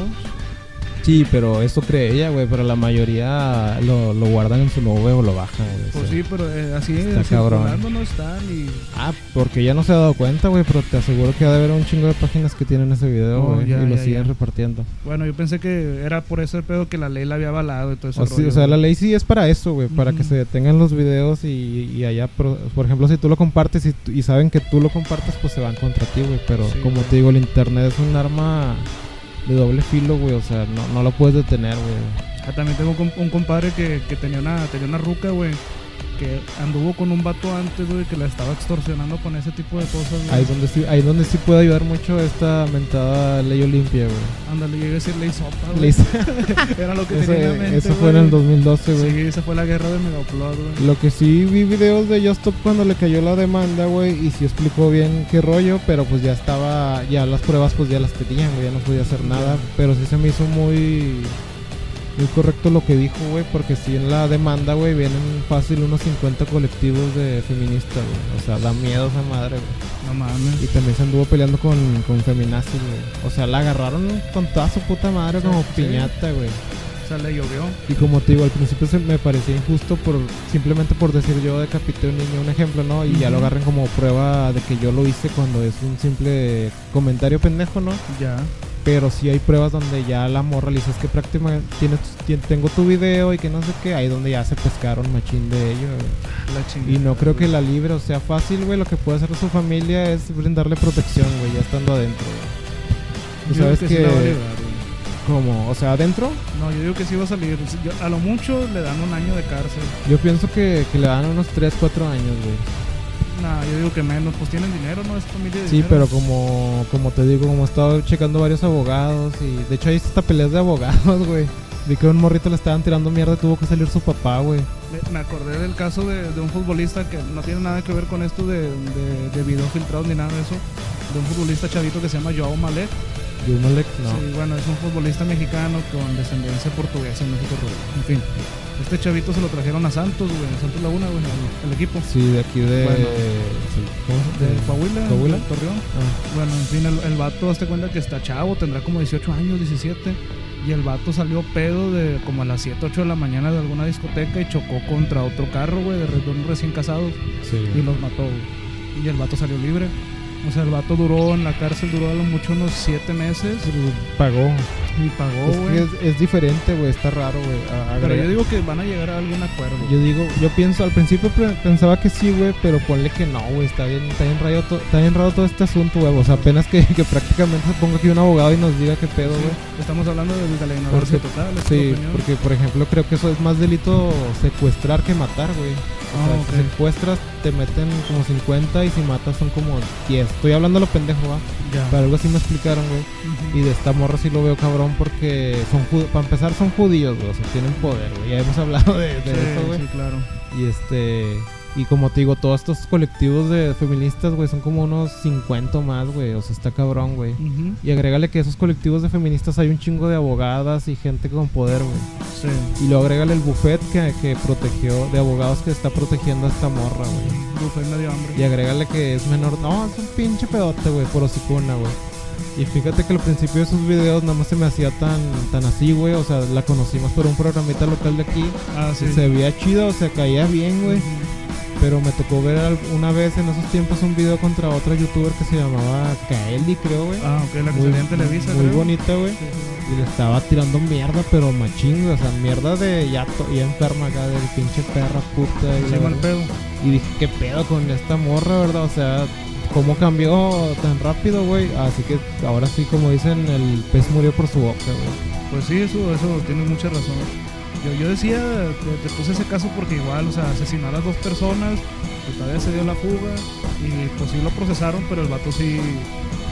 [SPEAKER 1] Sí, pero eso cree ella, güey. Pero la mayoría lo, lo guardan en su nube o lo bajan, güey.
[SPEAKER 2] Pues
[SPEAKER 1] sí.
[SPEAKER 2] sí, pero eh, así
[SPEAKER 1] Está
[SPEAKER 2] circulando
[SPEAKER 1] cabrón.
[SPEAKER 2] no están. Y
[SPEAKER 1] Ah, porque ya no se ha dado cuenta, güey. Pero te aseguro que ha de haber un chingo de páginas que tienen ese video,
[SPEAKER 2] Oh,
[SPEAKER 1] güey.
[SPEAKER 2] ya,
[SPEAKER 1] y lo
[SPEAKER 2] ya,
[SPEAKER 1] siguen
[SPEAKER 2] ya.
[SPEAKER 1] repartiendo.
[SPEAKER 2] bueno, yo pensé que era por ese pedo que la ley la había avalado y todo eso.
[SPEAKER 1] O, Pues sí, o sea, la ley sí es para eso, güey. Para que
[SPEAKER 2] Ujú.
[SPEAKER 1] se detengan los videos y, y allá, por, por ejemplo, si tú lo compartes y, tú- y saben que tú lo compartes, pues se van contra ti, güey. Pero
[SPEAKER 2] Sí,
[SPEAKER 1] como
[SPEAKER 2] güey.
[SPEAKER 1] te digo, el internet es un arma de doble filo, güey. O sea, no, no lo puedes detener, güey.
[SPEAKER 2] Ah, también tengo com- un compadre que, que tenía, una, tenía una ruca, güey. Que anduvo con un vato antes, güey, que la estaba extorsionando con ese tipo de cosas, güey.
[SPEAKER 1] Ahí es donde sí, ahí es donde sí puede ayudar mucho esta mentada ley Olimpia, güey.
[SPEAKER 2] Ándale, llegué a decir ley sopa, güey.
[SPEAKER 1] Le hice- [LAUGHS]
[SPEAKER 2] Era lo que
[SPEAKER 1] Eso,
[SPEAKER 2] tenía en la mente,
[SPEAKER 1] eso fue en
[SPEAKER 2] Pues, güey.
[SPEAKER 1] el 2012, güey.
[SPEAKER 2] Sí, esa fue la guerra de Megaplot, güey.
[SPEAKER 1] Lo que sí vi videos de Justop cuando le cayó la demanda, güey, y sí explicó bien qué rollo, pero pues ya estaba, ya las pruebas pues ya las tenían, güey, ya no podía hacer nada, pero sí se me hizo muy, muy correcto lo que dijo, güey, porque sí en la demanda, güey, vienen fácil unos 50 colectivos de feministas, güey, o sea, da miedo esa madre, güey.
[SPEAKER 2] No mames.
[SPEAKER 1] Y también se anduvo peleando con, con feminazis, güey, o sea, la agarraron con toda su puta madre
[SPEAKER 2] Sí,
[SPEAKER 1] como
[SPEAKER 2] sí.
[SPEAKER 1] piñata, güey.
[SPEAKER 2] O sea, le llovió.
[SPEAKER 1] Y como te digo, al principio se me parecía injusto por simplemente por decir yo decapité a un niño, un ejemplo, ¿no? Y ya lo
[SPEAKER 2] Ujú.
[SPEAKER 1] agarren como prueba de que yo lo hice cuando es un simple comentario pendejo, ¿no?
[SPEAKER 2] Ya.
[SPEAKER 1] Pero sí hay pruebas donde ya la morra le dices que prácticamente tienes, tien- tengo tu video y que no sé qué, ahí donde ya se pescaron machín de ello. güey.
[SPEAKER 2] La chingada.
[SPEAKER 1] Y no creo que
[SPEAKER 2] güey.
[SPEAKER 1] la libre o sea fácil, güey. Lo que puede hacer su familia es brindarle protección, güey, ya estando adentro. güey. Tú
[SPEAKER 2] Yo digo
[SPEAKER 1] sabes
[SPEAKER 2] que
[SPEAKER 1] que,
[SPEAKER 2] sí la va a librar, güey.
[SPEAKER 1] como, o sea, adentro,
[SPEAKER 2] No, yo digo que sí va a salir. Yo- a lo mucho le dan un año de cárcel.
[SPEAKER 1] yo pienso que, que le dan unos 3, 4 años, güey.
[SPEAKER 2] Nah, yo digo que menos. Pues tienen dinero, ¿no? Es familia de
[SPEAKER 1] Sí,
[SPEAKER 2] dinero.
[SPEAKER 1] pero como, como te digo, como he estado checando varios abogados y de hecho hay hasta peleas de abogados, [LAUGHS] güey. Vi que a un morrito le estaban tirando mierda y tuvo que salir su papá, güey.
[SPEAKER 2] Me- Me acordé del caso de, de un futbolista que no tiene nada que ver con esto de, de, de videos filtrados ni nada de eso. De un futbolista chavito que se llama Joao Malek.
[SPEAKER 1] Y un Alex, no.
[SPEAKER 2] Sí, bueno, es un futbolista mexicano con descendencia portuguesa en México. Rubén. En fin, este chavito se lo trajeron a Santos, güey, a Santos Laguna, güey, al- al equipo
[SPEAKER 1] Sí, de aquí de...
[SPEAKER 2] Bueno.
[SPEAKER 1] sí, ¿cómo se-
[SPEAKER 2] de Coahuila,
[SPEAKER 1] Mm. ¿Coahuila?
[SPEAKER 2] de Torreón.
[SPEAKER 1] Ah,
[SPEAKER 2] Bueno, en fin, el, el vato, hazte cuenta que está chavo, tendrá como 18 años, 17. Y el vato salió pedo de como a las 7, 8 de la mañana de alguna discoteca y chocó contra otro carro, güey, de re- de unos recién casados
[SPEAKER 1] sí.
[SPEAKER 2] y los mató. güey. Y el vato salió libre. O sea, el vato duró en la cárcel, duró a lo mucho unos 7 meses
[SPEAKER 1] Pagó.
[SPEAKER 2] y pagó,
[SPEAKER 1] Pues, es,
[SPEAKER 2] güey.
[SPEAKER 1] que es, es diferente, güey. Está raro, güey. a-
[SPEAKER 2] Pero
[SPEAKER 1] agregar-
[SPEAKER 2] yo digo que van a llegar a algún acuerdo.
[SPEAKER 1] Yo digo, yo pienso, al principio pre- pensaba que sí, güey, pero ponle que no, güey, está bien, está bien raro, to- está bien raro todo este asunto, güey. O sea, apenas que, que prácticamente se ponga aquí un abogado y nos diga qué pedo,
[SPEAKER 2] Sí,
[SPEAKER 1] güey.
[SPEAKER 2] Estamos hablando de, de la
[SPEAKER 1] Porque-
[SPEAKER 2] ignorancia total. es tu
[SPEAKER 1] Sí,
[SPEAKER 2] opinión.
[SPEAKER 1] porque por ejemplo creo que eso es más delito secuestrar que matar, güey. O
[SPEAKER 2] Ah,
[SPEAKER 1] sea,
[SPEAKER 2] ok.
[SPEAKER 1] si secuestras te meten como 50 y si matas son como 10. Estoy hablando lo pendejo, va.
[SPEAKER 2] Ya.
[SPEAKER 1] Pero algo así me explicaron, güey.
[SPEAKER 2] Ujú.
[SPEAKER 1] Y de esta morra sí lo veo cabrón porque son ju- para empezar son judíos, güey. O sea, tienen poder, güey. Ya hemos hablado de, de
[SPEAKER 2] Sí,
[SPEAKER 1] eso, güey.
[SPEAKER 2] sí, claro.
[SPEAKER 1] Y este. Y como te digo, todos estos colectivos de feministas, güey, son como unos 50 más, güey. O sea, está cabrón, güey.
[SPEAKER 2] Ujú.
[SPEAKER 1] Y agrégale que esos colectivos de feministas hay un chingo de abogadas y gente con poder, güey.
[SPEAKER 2] Sí.
[SPEAKER 1] Y luego agrégale el buffet que, que protegió, de abogados que está protegiendo a esta morra, güey.
[SPEAKER 2] Buffet medio hambre.
[SPEAKER 1] Y agrégale que es menor. No, es un pinche pedote, güey, por hocicona, güey. Y fíjate que al principio de sus videos nada más se me hacía tan, tan así, güey. O sea, la conocimos por un programita local de aquí.
[SPEAKER 2] Ah, sí.
[SPEAKER 1] Se veía chida, o sea, caía bien, güey.
[SPEAKER 2] Ujú.
[SPEAKER 1] Pero me tocó ver al- una vez en esos tiempos un video contra otra youtuber que se llamaba Kaeli, creo, güey.
[SPEAKER 2] Ah, ok, la que salía en Televisa.
[SPEAKER 1] muy
[SPEAKER 2] creo.
[SPEAKER 1] bonita, güey.
[SPEAKER 2] Sí, sí.
[SPEAKER 1] Y le estaba tirando mierda, pero machín, güey, O sea, mierda de ya, to- ya enferma acá, del pinche perra puta. Y,
[SPEAKER 2] Sí,
[SPEAKER 1] la
[SPEAKER 2] mal
[SPEAKER 1] verga.
[SPEAKER 2] pedo.
[SPEAKER 1] y dije, ¿qué pedo con esta morra, verdad? O sea, ¿cómo cambió tan rápido, güey? Así que ahora sí, como dicen, el pez murió por su boca, güey.
[SPEAKER 2] Pues sí, eso, eso tiene mucha razón. Yo, yo decía, te, te puse ese caso porque igual, o sea, asesinar a dos personas, que todavía se dio la fuga, y pues sí lo procesaron, pero el vato sí,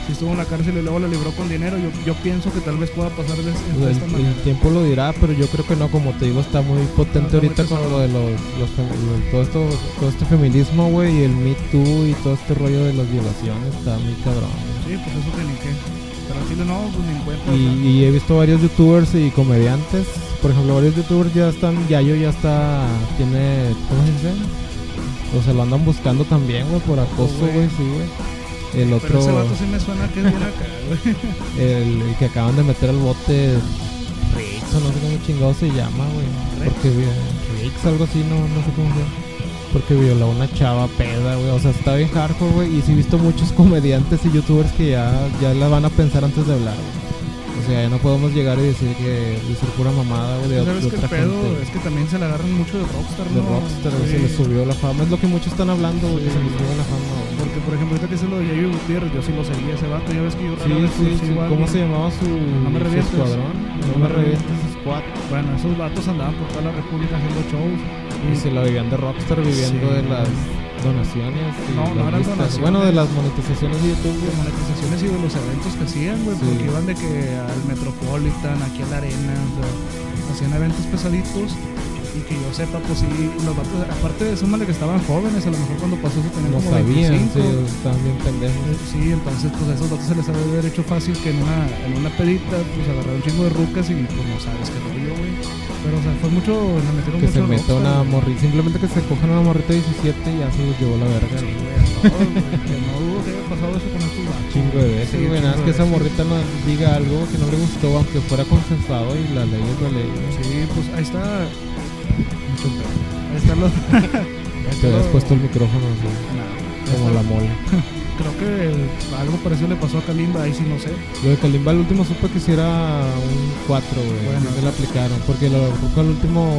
[SPEAKER 2] sí estuvo en la cárcel y luego lo libró con dinero. Yo, yo pienso que tal vez pueda pasar de, de
[SPEAKER 1] El,
[SPEAKER 2] esta
[SPEAKER 1] el
[SPEAKER 2] manera.
[SPEAKER 1] tiempo lo dirá, pero yo creo que no, como te digo, está muy potente
[SPEAKER 2] Está muy
[SPEAKER 1] ahorita con
[SPEAKER 2] pesado.
[SPEAKER 1] lo de los, los fem- lo- todo esto, todo este feminismo, güey, y el Me Too y todo este rollo de las violaciones, está muy cabrón. güey.
[SPEAKER 2] Sí, pues eso que ni qué. Pero al chile no, pues ni en cuenta. o sea.
[SPEAKER 1] Y, y he visto varios youtubers y comediantes, por ejemplo, varios youtubers ya están, Yayo ya está, tiene, ¿cómo se dice? O sea, lo andan buscando también, güey, por acoso,
[SPEAKER 2] Oh, güey.
[SPEAKER 1] güey, sí, güey. El otro,
[SPEAKER 2] Pero ese vato sí me suena que es bien acá,
[SPEAKER 1] [LAUGHS]
[SPEAKER 2] güey.
[SPEAKER 1] el, el que acaban de meter al bote, Rix, o no sé cómo chingado se llama, güey.
[SPEAKER 2] ¿Rex?
[SPEAKER 1] Porque vi- Rix, algo así, no, no sé cómo se llama. Porque violó a una chava peda, güey. O sea, está bien hardcore, güey. Y sí he visto muchos [LAUGHS] comediantes y youtubers que ya, ya la van a pensar antes de hablar, güey. O sea, ya no podemos llegar y decir que decir pura mamada, güey, de, ot-
[SPEAKER 2] Tú Pues, ¿Sabes
[SPEAKER 1] de
[SPEAKER 2] qué
[SPEAKER 1] otra
[SPEAKER 2] pedo?
[SPEAKER 1] gente.
[SPEAKER 2] Es que también se la agarran mucho de Rockstar,
[SPEAKER 1] De
[SPEAKER 2] ¿no?
[SPEAKER 1] Rockstar, güey,
[SPEAKER 2] Sí.
[SPEAKER 1] se le subió la fama. Es lo que muchos están hablando, güey, que se les subió la fama, güey.
[SPEAKER 2] Porque, por ejemplo, ahorita que es lo de Jair Gutiérrez, yo sí lo seguía ese vato. Ya ves que yo rara
[SPEAKER 1] Sí,
[SPEAKER 2] vez
[SPEAKER 1] sí,
[SPEAKER 2] sigo
[SPEAKER 1] sí.
[SPEAKER 2] a
[SPEAKER 1] ¿Cómo
[SPEAKER 2] alguien.
[SPEAKER 1] se llamaba su,
[SPEAKER 2] me
[SPEAKER 1] su
[SPEAKER 2] revientes.
[SPEAKER 1] escuadrón?
[SPEAKER 2] No
[SPEAKER 1] No me
[SPEAKER 2] me
[SPEAKER 1] revientes, squad.
[SPEAKER 2] Bueno, esos vatos andaban por toda la república haciendo shows.
[SPEAKER 1] Y se la vivían de Rockstar viviendo
[SPEAKER 2] Sí.
[SPEAKER 1] de las donaciones. Y
[SPEAKER 2] No,
[SPEAKER 1] las
[SPEAKER 2] no eran
[SPEAKER 1] vistas.
[SPEAKER 2] donaciones.
[SPEAKER 1] Bueno, de las monetizaciones de YouTube.
[SPEAKER 2] de
[SPEAKER 1] güey.
[SPEAKER 2] monetizaciones y de los eventos que hacían, güey,
[SPEAKER 1] Sí.
[SPEAKER 2] porque iban de que al Metropolitan, aquí a la arena, o sea, hacían eventos pesaditos y que yo sepa, pues sí, los vatos, aparte de súmale que estaban jóvenes, a lo mejor cuando pasó eso tenían
[SPEAKER 1] No
[SPEAKER 2] como
[SPEAKER 1] sabían,
[SPEAKER 2] 25.
[SPEAKER 1] sí, estaban bien pendejos.
[SPEAKER 2] Sí, entonces pues a esos datos se les había de haber hecho fácil que en una, en una pedita pues agarrar un chingo de rucas y pues no sabes qué rollo, güey. Pero o sea, fue mucho, le metieron
[SPEAKER 1] Que se
[SPEAKER 2] mucho
[SPEAKER 1] meta
[SPEAKER 2] rockstar,
[SPEAKER 1] una
[SPEAKER 2] güey.
[SPEAKER 1] morrita, simplemente que se cojan una morrita de 17 y ya se los llevó la verga.
[SPEAKER 2] Sí,
[SPEAKER 1] ¿no?
[SPEAKER 2] güey, a todos, güey, que no dudo que haya pasado eso con estos vatos.
[SPEAKER 1] Chingo de veces,
[SPEAKER 2] Sí,
[SPEAKER 1] güey.
[SPEAKER 2] chingo
[SPEAKER 1] nada más
[SPEAKER 2] de
[SPEAKER 1] que esa
[SPEAKER 2] veces.
[SPEAKER 1] morrita no diga algo que no le gustó, aunque fuera consensuado y la ley es la ley. güey.
[SPEAKER 2] Sí, pues ahí está. Mucho pedo. [LAUGHS] Ahí está lo. ahí está
[SPEAKER 1] Te habías
[SPEAKER 2] lo-
[SPEAKER 1] puesto el micrófono así,
[SPEAKER 2] Nah,
[SPEAKER 1] como
[SPEAKER 2] ahí
[SPEAKER 1] la
[SPEAKER 2] está-
[SPEAKER 1] mole.
[SPEAKER 2] Creo que algo parecido le pasó a Kalimba, ahí sí no sé.
[SPEAKER 1] Lo de Kalimba, el último supe que si era un 4, güey.
[SPEAKER 2] Bueno.
[SPEAKER 1] Bueno. Se le aplicaron. Porque lo que el último.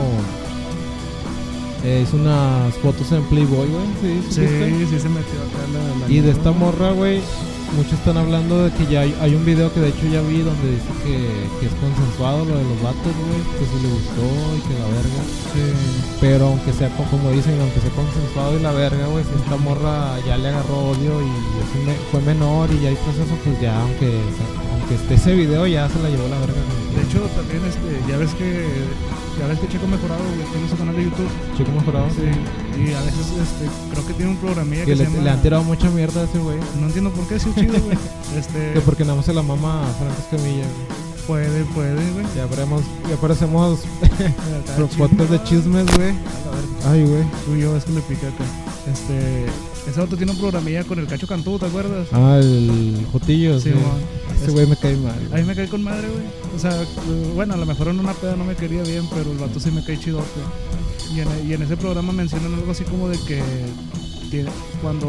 [SPEAKER 1] eh, hizo unas fotos en Playboy, güey. Sí, supiste?
[SPEAKER 2] Sí, sí se metió acá la. la
[SPEAKER 1] Y de
[SPEAKER 2] morra.
[SPEAKER 1] esta morra, güey. Muchos están hablando de que ya hay, hay un video que de hecho ya vi donde dice que, que es consensuado lo de los vatos, güey. Que si le gustó y que la verga.
[SPEAKER 2] Sí.
[SPEAKER 1] Pero aunque sea, co- como dicen, aunque sea consensuado y la verga, güey, si esta morra ya le agarró odio y es un me- fue menor y ya hay proceso, pues ya, aunque, se- aunque esté ese video, ya se la llevó la verga. güey.
[SPEAKER 2] De hecho, también este, ya ves que. Ya ves que Checo Mejorado, güey, tiene su canal de YouTube.
[SPEAKER 1] Chico mejorado.
[SPEAKER 2] Sí. Y a veces, este, creo que tiene un programilla que,
[SPEAKER 1] Que le,
[SPEAKER 2] se llama.
[SPEAKER 1] le han tirado mucha mierda a ese güey.
[SPEAKER 2] No entiendo por qué, sí, es chido,
[SPEAKER 1] [LAUGHS]
[SPEAKER 2] güey. Este.
[SPEAKER 1] Que porque nada más se la mama a Franco Escamilla. güey.
[SPEAKER 2] Puede, puede, güey.
[SPEAKER 1] Ya veremos, ya aparecemos
[SPEAKER 2] [LAUGHS] Acá
[SPEAKER 1] pro-
[SPEAKER 2] chisme,
[SPEAKER 1] podcast de chismes, güey.
[SPEAKER 2] a la verga.
[SPEAKER 1] Ay, güey.
[SPEAKER 2] Uy, yo es que le piqué acá. Este. Ese auto tiene un programilla con el Cacho Cantú, ¿te acuerdas?
[SPEAKER 1] Ah, el Jotillo.
[SPEAKER 2] Sí,
[SPEAKER 1] Sí,
[SPEAKER 2] mon.
[SPEAKER 1] ese güey me cae mal.
[SPEAKER 2] A mí me cae con madre, güey. O sea, eh, bueno, a lo mejor en una peda no me quería bien, pero el vato sí me cae chidote. Y en, y en ese programa mencionan algo así como de que. tiene- cuando.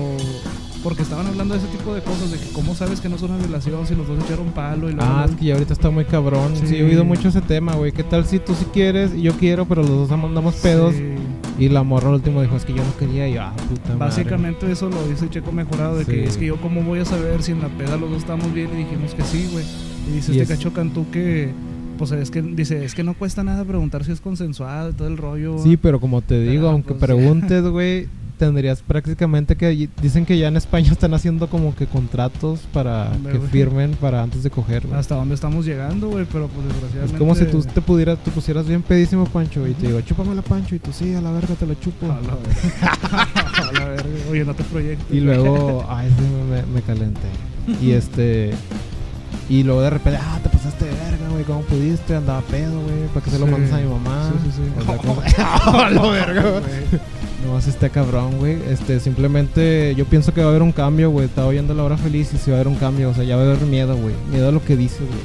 [SPEAKER 2] Porque estaban hablando de ese tipo de cosas, de que cómo sabes que no es una violación si los dos echaron palo y luego.
[SPEAKER 1] Ah, es que ya ahorita está muy cabrón. Sí,
[SPEAKER 2] Sí.
[SPEAKER 1] he oído mucho ese tema, güey. ¿Qué tal si tú sí quieres y yo quiero, pero los dos mandamos pedos?
[SPEAKER 2] Sí.
[SPEAKER 1] Y la morra al último dijo, es que yo no quería. Y yo, ah, puta madre.
[SPEAKER 2] Básicamente eso lo dice Checo Mejorado, de que
[SPEAKER 1] Sí.
[SPEAKER 2] es que yo cómo voy a saber si en la peda los dos estamos bien y dijimos que sí, güey. Y dice
[SPEAKER 1] Y
[SPEAKER 2] este
[SPEAKER 1] es-
[SPEAKER 2] cacho Cantú que, pues es que, dice, es que no cuesta nada preguntar si es consensuado y todo el rollo.
[SPEAKER 1] Sí, pero como te digo,
[SPEAKER 2] Ah,
[SPEAKER 1] aunque
[SPEAKER 2] pues.
[SPEAKER 1] preguntes, güey, tendrías prácticamente que... y- Dicen que ya en España están haciendo como que contratos para
[SPEAKER 2] Hombre,
[SPEAKER 1] que
[SPEAKER 2] güey.
[SPEAKER 1] firmen para antes de coger, güey.
[SPEAKER 2] Hasta dónde estamos llegando, güey, pero pues
[SPEAKER 1] Es
[SPEAKER 2] desgraciadamente...
[SPEAKER 1] como si tú te pudieras, tú pusieras bien pedísimo, Pancho, y te digo, chúpame la Pancho, y tú sí, a la verga te la chupo.
[SPEAKER 2] [LAUGHS] A la verga. [LAUGHS] A la verga. Oye, no te proyectes.
[SPEAKER 1] Y luego, ay, sí, me, me calenté.
[SPEAKER 2] [LAUGHS]
[SPEAKER 1] Y este. Y luego de repente, ah, te pasaste de verga, güey, ¿cómo pudiste? Andaba pedo, güey, para que se lo
[SPEAKER 2] Sí.
[SPEAKER 1] mandes a mi mamá.
[SPEAKER 2] Sí, sí, sí.
[SPEAKER 1] O sea, como- [LAUGHS]
[SPEAKER 2] [LAUGHS]
[SPEAKER 1] No, así está cabrón, güey. Este, simplemente yo pienso que va a haber un cambio, güey. Estaba oyendo la hora feliz y sí va a haber un cambio. O sea, ya va a haber miedo, güey. Miedo a lo que dices, güey.
[SPEAKER 2] [LAUGHS]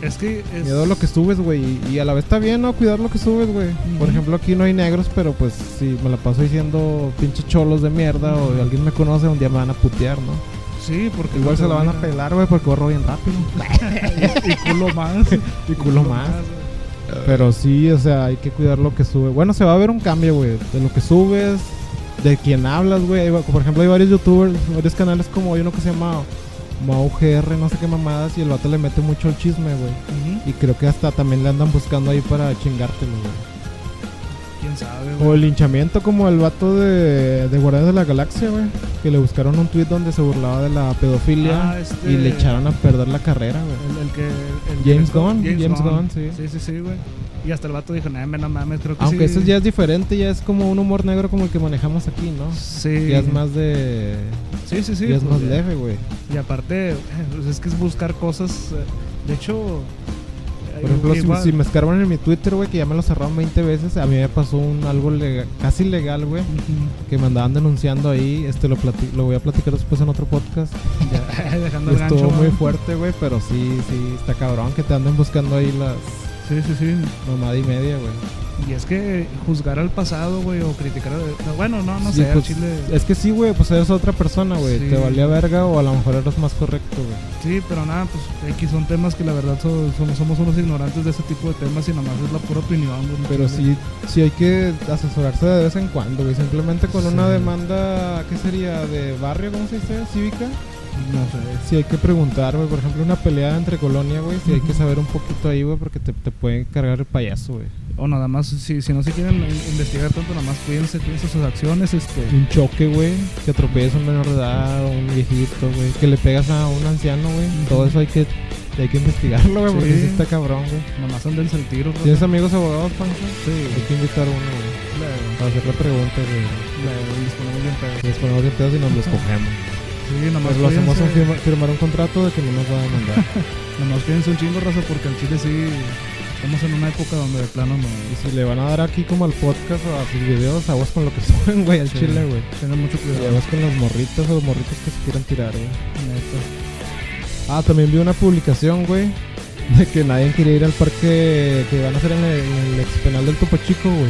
[SPEAKER 2] Es que... Es...
[SPEAKER 1] Miedo a lo que subes, güey. Y, y a la vez está bien, ¿no? Cuidar lo que subes, güey. Por
[SPEAKER 2] Ujú.
[SPEAKER 1] ejemplo, aquí no hay negros, pero pues si me la paso diciendo pinche cholos de mierda o alguien me conoce, un día me van a putear, ¿no?
[SPEAKER 2] Sí, porque...
[SPEAKER 1] Igual
[SPEAKER 2] no
[SPEAKER 1] se la van a
[SPEAKER 2] termina.
[SPEAKER 1] pelar, güey, porque corro bien rápido.
[SPEAKER 2] Y [LAUGHS] culo más.
[SPEAKER 1] Y culo más. Pero sí, o sea, hay que cuidar lo que sube. Bueno, se va a ver un cambio, güey. De lo que subes, de quien hablas, güey. Hay va- Por ejemplo, hay varios youtubers, varios canales como hay uno que se llama MauGR, no sé qué mamadas, y el vato le mete mucho el chisme, güey.
[SPEAKER 2] Ujú.
[SPEAKER 1] Y creo que hasta también le andan buscando ahí para chingártelo, güey.
[SPEAKER 2] sabe,
[SPEAKER 1] O
[SPEAKER 2] güey.
[SPEAKER 1] el linchamiento como el vato de, de Guardianes de la Galaxia, güey. Que le buscaron un tweet donde se burlaba de la pedofilia
[SPEAKER 2] Ah, este-
[SPEAKER 1] y le echaron a perder la carrera, güey.
[SPEAKER 2] El, el que. el que-
[SPEAKER 1] James Gunn, James Gunn, sí.
[SPEAKER 2] Sí, sí, sí, güey. Y hasta el vato dijo, nah, me no mames, creo que
[SPEAKER 1] Aunque
[SPEAKER 2] sí.
[SPEAKER 1] eso ya es diferente, ya es como un humor negro como el que manejamos aquí, ¿no?
[SPEAKER 2] Sí.
[SPEAKER 1] Ya es más de...
[SPEAKER 2] Sí, sí, sí.
[SPEAKER 1] ya es
[SPEAKER 2] pues
[SPEAKER 1] más
[SPEAKER 2] ya.
[SPEAKER 1] leve, güey.
[SPEAKER 2] Y aparte, pues es que es buscar cosas. eh, De hecho. eh,
[SPEAKER 1] Por ejemplo, si,
[SPEAKER 2] igual-
[SPEAKER 1] si me escarban en mi Twitter, güey, que ya me lo cerraron 20 veces, a mí me pasó un algo lega- casi legal, güey,
[SPEAKER 2] Ujú.
[SPEAKER 1] que me andaban denunciando ahí, este lo, plati- lo voy a platicar después en otro podcast.
[SPEAKER 2] [LAUGHS] Ya, [LAUGHS] dejando el
[SPEAKER 1] Estuvo
[SPEAKER 2] gancho.
[SPEAKER 1] muy
[SPEAKER 2] ¿no?
[SPEAKER 1] fuerte, güey, pero sí, sí, está cabrón que te anden buscando ahí las
[SPEAKER 2] Sí, sí, sí.
[SPEAKER 1] mamada y media, güey.
[SPEAKER 2] Y es que juzgar al pasado, güey, o criticar. al- Bueno, no, no
[SPEAKER 1] Sí,
[SPEAKER 2] sé, al
[SPEAKER 1] pues,
[SPEAKER 2] Chile.
[SPEAKER 1] Es que sí, güey, pues eres otra persona, güey,
[SPEAKER 2] Sí.
[SPEAKER 1] te valía verga o a lo mejor eras más correcto, güey.
[SPEAKER 2] Sí, pero nada, pues X son temas que la verdad so- somos, somos unos ignorantes de ese tipo de temas y nomás es la pura opinión, güey.
[SPEAKER 1] Pero sí, sí hay que asesorarse de vez en cuando, güey, simplemente con una
[SPEAKER 2] Sí.
[SPEAKER 1] demanda, ¿qué sería? ¿De barrio, cómo se dice? ¿Cívica?
[SPEAKER 2] No sé.
[SPEAKER 1] Si hay que preguntar, güey, por ejemplo, una pelea entre colonia, güey, si hay que saber un poquito ahí, güey, porque te, te pueden cargar el payaso, güey.
[SPEAKER 2] O nada más, si, si no se quieren in- investigar tanto, nada más cuídense, cuídense sus acciones, este.
[SPEAKER 1] Un choque, güey, que atropelles a un menor de edad, a un viejito, güey, que le pegas a un anciano, güey.
[SPEAKER 2] Ujú.
[SPEAKER 1] Todo eso hay que, hay que investigarlo, güey, porque
[SPEAKER 2] Sí.
[SPEAKER 1] sí está cabrón, güey.
[SPEAKER 2] Nomás andense el tiro, raza.
[SPEAKER 1] ¿Tienes amigos abogados, Pancho? Sí. Hay que invitar a uno, güey,
[SPEAKER 2] Le- le-
[SPEAKER 1] para hacerle preguntas, güey.
[SPEAKER 2] les ponemos bien pedo.
[SPEAKER 1] Les ponemos de pedos y nos los cogemos.
[SPEAKER 2] Sí,
[SPEAKER 1] Pero
[SPEAKER 2] nomás
[SPEAKER 1] Pues lo hacemos un
[SPEAKER 2] cuídense,
[SPEAKER 1] firma- firmar un contrato de que no nos va a demandar.
[SPEAKER 2] [LAUGHS] Nomás cuídense un chingo, raza, porque al Chile sí. Estamos en una época donde de plano no.
[SPEAKER 1] y si le van a dar aquí como al podcast o a sus videos, aguas con lo que [LAUGHS] suben, güey, al
[SPEAKER 2] Sí.
[SPEAKER 1] chile, güey.
[SPEAKER 2] Tengan mucho
[SPEAKER 1] Y
[SPEAKER 2] cuidado.
[SPEAKER 1] además con los morritos o los morritos que se quieran tirar, güey.
[SPEAKER 2] neta.
[SPEAKER 1] Ah, también vi una publicación, güey, de que nadie quería ir al parque que van a hacer en el, en el ex penal del Topo Chico, güey.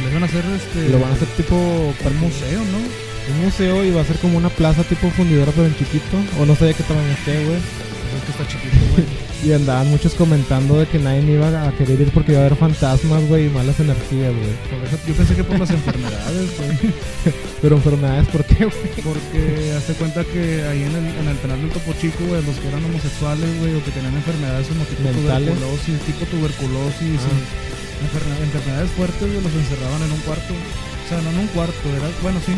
[SPEAKER 2] Y Les van a hacer este.
[SPEAKER 1] Y Lo van a hacer tipo
[SPEAKER 2] al
[SPEAKER 1] parque-
[SPEAKER 2] museo, ¿no?
[SPEAKER 1] un museo y va a ser como una plaza tipo fundidora, pero en chiquito. O no sé de qué tamaño esté, güey.
[SPEAKER 2] Es que está chiquito, güey.
[SPEAKER 1] Y andaban muchos comentando de que nadie iba a querer ir porque iba a haber fantasmas, güey, y malas energías, güey.
[SPEAKER 2] Por eso- Yo pensé que por las enfermedades, güey.
[SPEAKER 1] Pero enfermedades, ¿por qué, güey?
[SPEAKER 2] Porque hace cuenta que ahí en el, en el penal del Topo Chico, güey, los que eran homosexuales, güey, o que tenían enfermedades como tipo
[SPEAKER 1] Mentales.
[SPEAKER 2] tuberculosis, tipo tuberculosis,
[SPEAKER 1] Ah.
[SPEAKER 2] y enferna- enfermedades fuertes, güey, los encerraban en un cuarto. O sea, no en un cuarto, era, bueno, sí,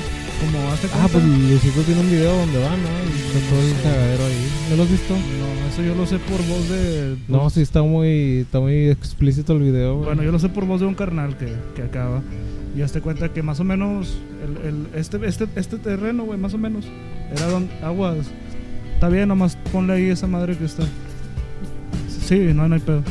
[SPEAKER 2] como hace cuenta.
[SPEAKER 1] Ah, pues Luisito tiene un video donde van, ¿no? Y con todo el
[SPEAKER 2] Sí.
[SPEAKER 1] cagadero ahí. ¿No lo has visto?
[SPEAKER 2] No, eso yo lo sé por voz de...
[SPEAKER 1] No, sí está muy, está muy explícito el video, güey.
[SPEAKER 2] Bueno, yo lo sé por voz de un carnal que, que acaba. Y hazte cuenta que más o menos el, el- este, este, este terreno, güey, más o menos, era donde aguas. Está bien, nomás ponle ahí esa madre que está. Sí, no, no hay pedo.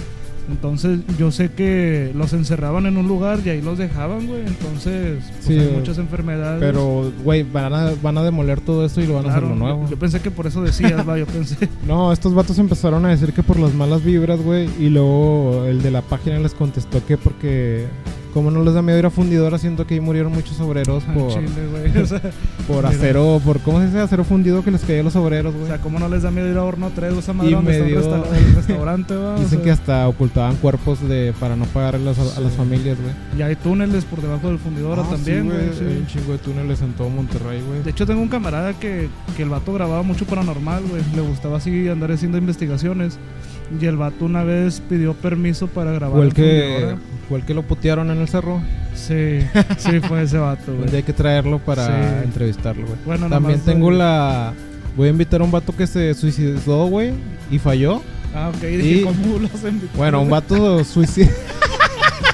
[SPEAKER 2] Entonces, yo sé que los encerraban en un lugar y ahí los dejaban, güey. Entonces, pues,
[SPEAKER 1] Sí,
[SPEAKER 2] hay
[SPEAKER 1] güey.
[SPEAKER 2] muchas enfermedades.
[SPEAKER 1] Pero, güey, van a, van a demoler todo esto y lo van a
[SPEAKER 2] Claro,
[SPEAKER 1] hacer lo nuevo.
[SPEAKER 2] Yo, yo pensé que por eso decías, va, yo
[SPEAKER 1] [LAUGHS]
[SPEAKER 2] pensé. [LAUGHS]
[SPEAKER 1] No, estos vatos empezaron a decir que por las malas vibras, güey. Y luego el de la página les contestó que porque... Como no les da miedo ir a fundidora, siento que ahí murieron muchos obreros
[SPEAKER 2] Al
[SPEAKER 1] por,
[SPEAKER 2] chile, güey. [LAUGHS] O sea,
[SPEAKER 1] por
[SPEAKER 2] Mira.
[SPEAKER 1] acero, por ¿cómo se dice? Acero fundido que les caía a los obreros,
[SPEAKER 2] o
[SPEAKER 1] güey.
[SPEAKER 2] sea, ¿cómo no les da miedo ir a horno 3 o esa madre
[SPEAKER 1] Y
[SPEAKER 2] donde está el,
[SPEAKER 1] medio-
[SPEAKER 2] resta- el restaurante, va?
[SPEAKER 1] [LAUGHS]
[SPEAKER 2] O
[SPEAKER 1] Dicen
[SPEAKER 2] sea,
[SPEAKER 1] que hasta ocultaban cuerpos de para no pagarles a, a las
[SPEAKER 2] Sí.
[SPEAKER 1] familias, güey.
[SPEAKER 2] Y hay túneles por debajo del fundidor
[SPEAKER 1] Ah,
[SPEAKER 2] también,
[SPEAKER 1] sí,
[SPEAKER 2] güey.
[SPEAKER 1] Hay un
[SPEAKER 2] sí.
[SPEAKER 1] chingo de túneles en todo Monterrey, güey.
[SPEAKER 2] De hecho, tengo un camarada que, que el vato grababa mucho paranormal, güey. Le gustaba así andar haciendo investigaciones. Y el vato una vez pidió permiso para grabar.
[SPEAKER 1] Fue el
[SPEAKER 2] en
[SPEAKER 1] que,
[SPEAKER 2] fundidora.
[SPEAKER 1] fue el que lo putearon en el cerro.
[SPEAKER 2] Sí,
[SPEAKER 1] [LAUGHS]
[SPEAKER 2] sí, fue ese vato, güey.
[SPEAKER 1] Donde hay que traerlo para
[SPEAKER 2] Pues, Sí.
[SPEAKER 1] entrevistarlo, güey.
[SPEAKER 2] Bueno,
[SPEAKER 1] También
[SPEAKER 2] nomás eh, de-
[SPEAKER 1] tengo la. Voy a invitar a un vato que se suicidó, güey, y falló.
[SPEAKER 2] Ah, ok.
[SPEAKER 1] Y-
[SPEAKER 2] Dije, ¿cómo los invitó?
[SPEAKER 1] Bueno, un vato suicida. [LAUGHS]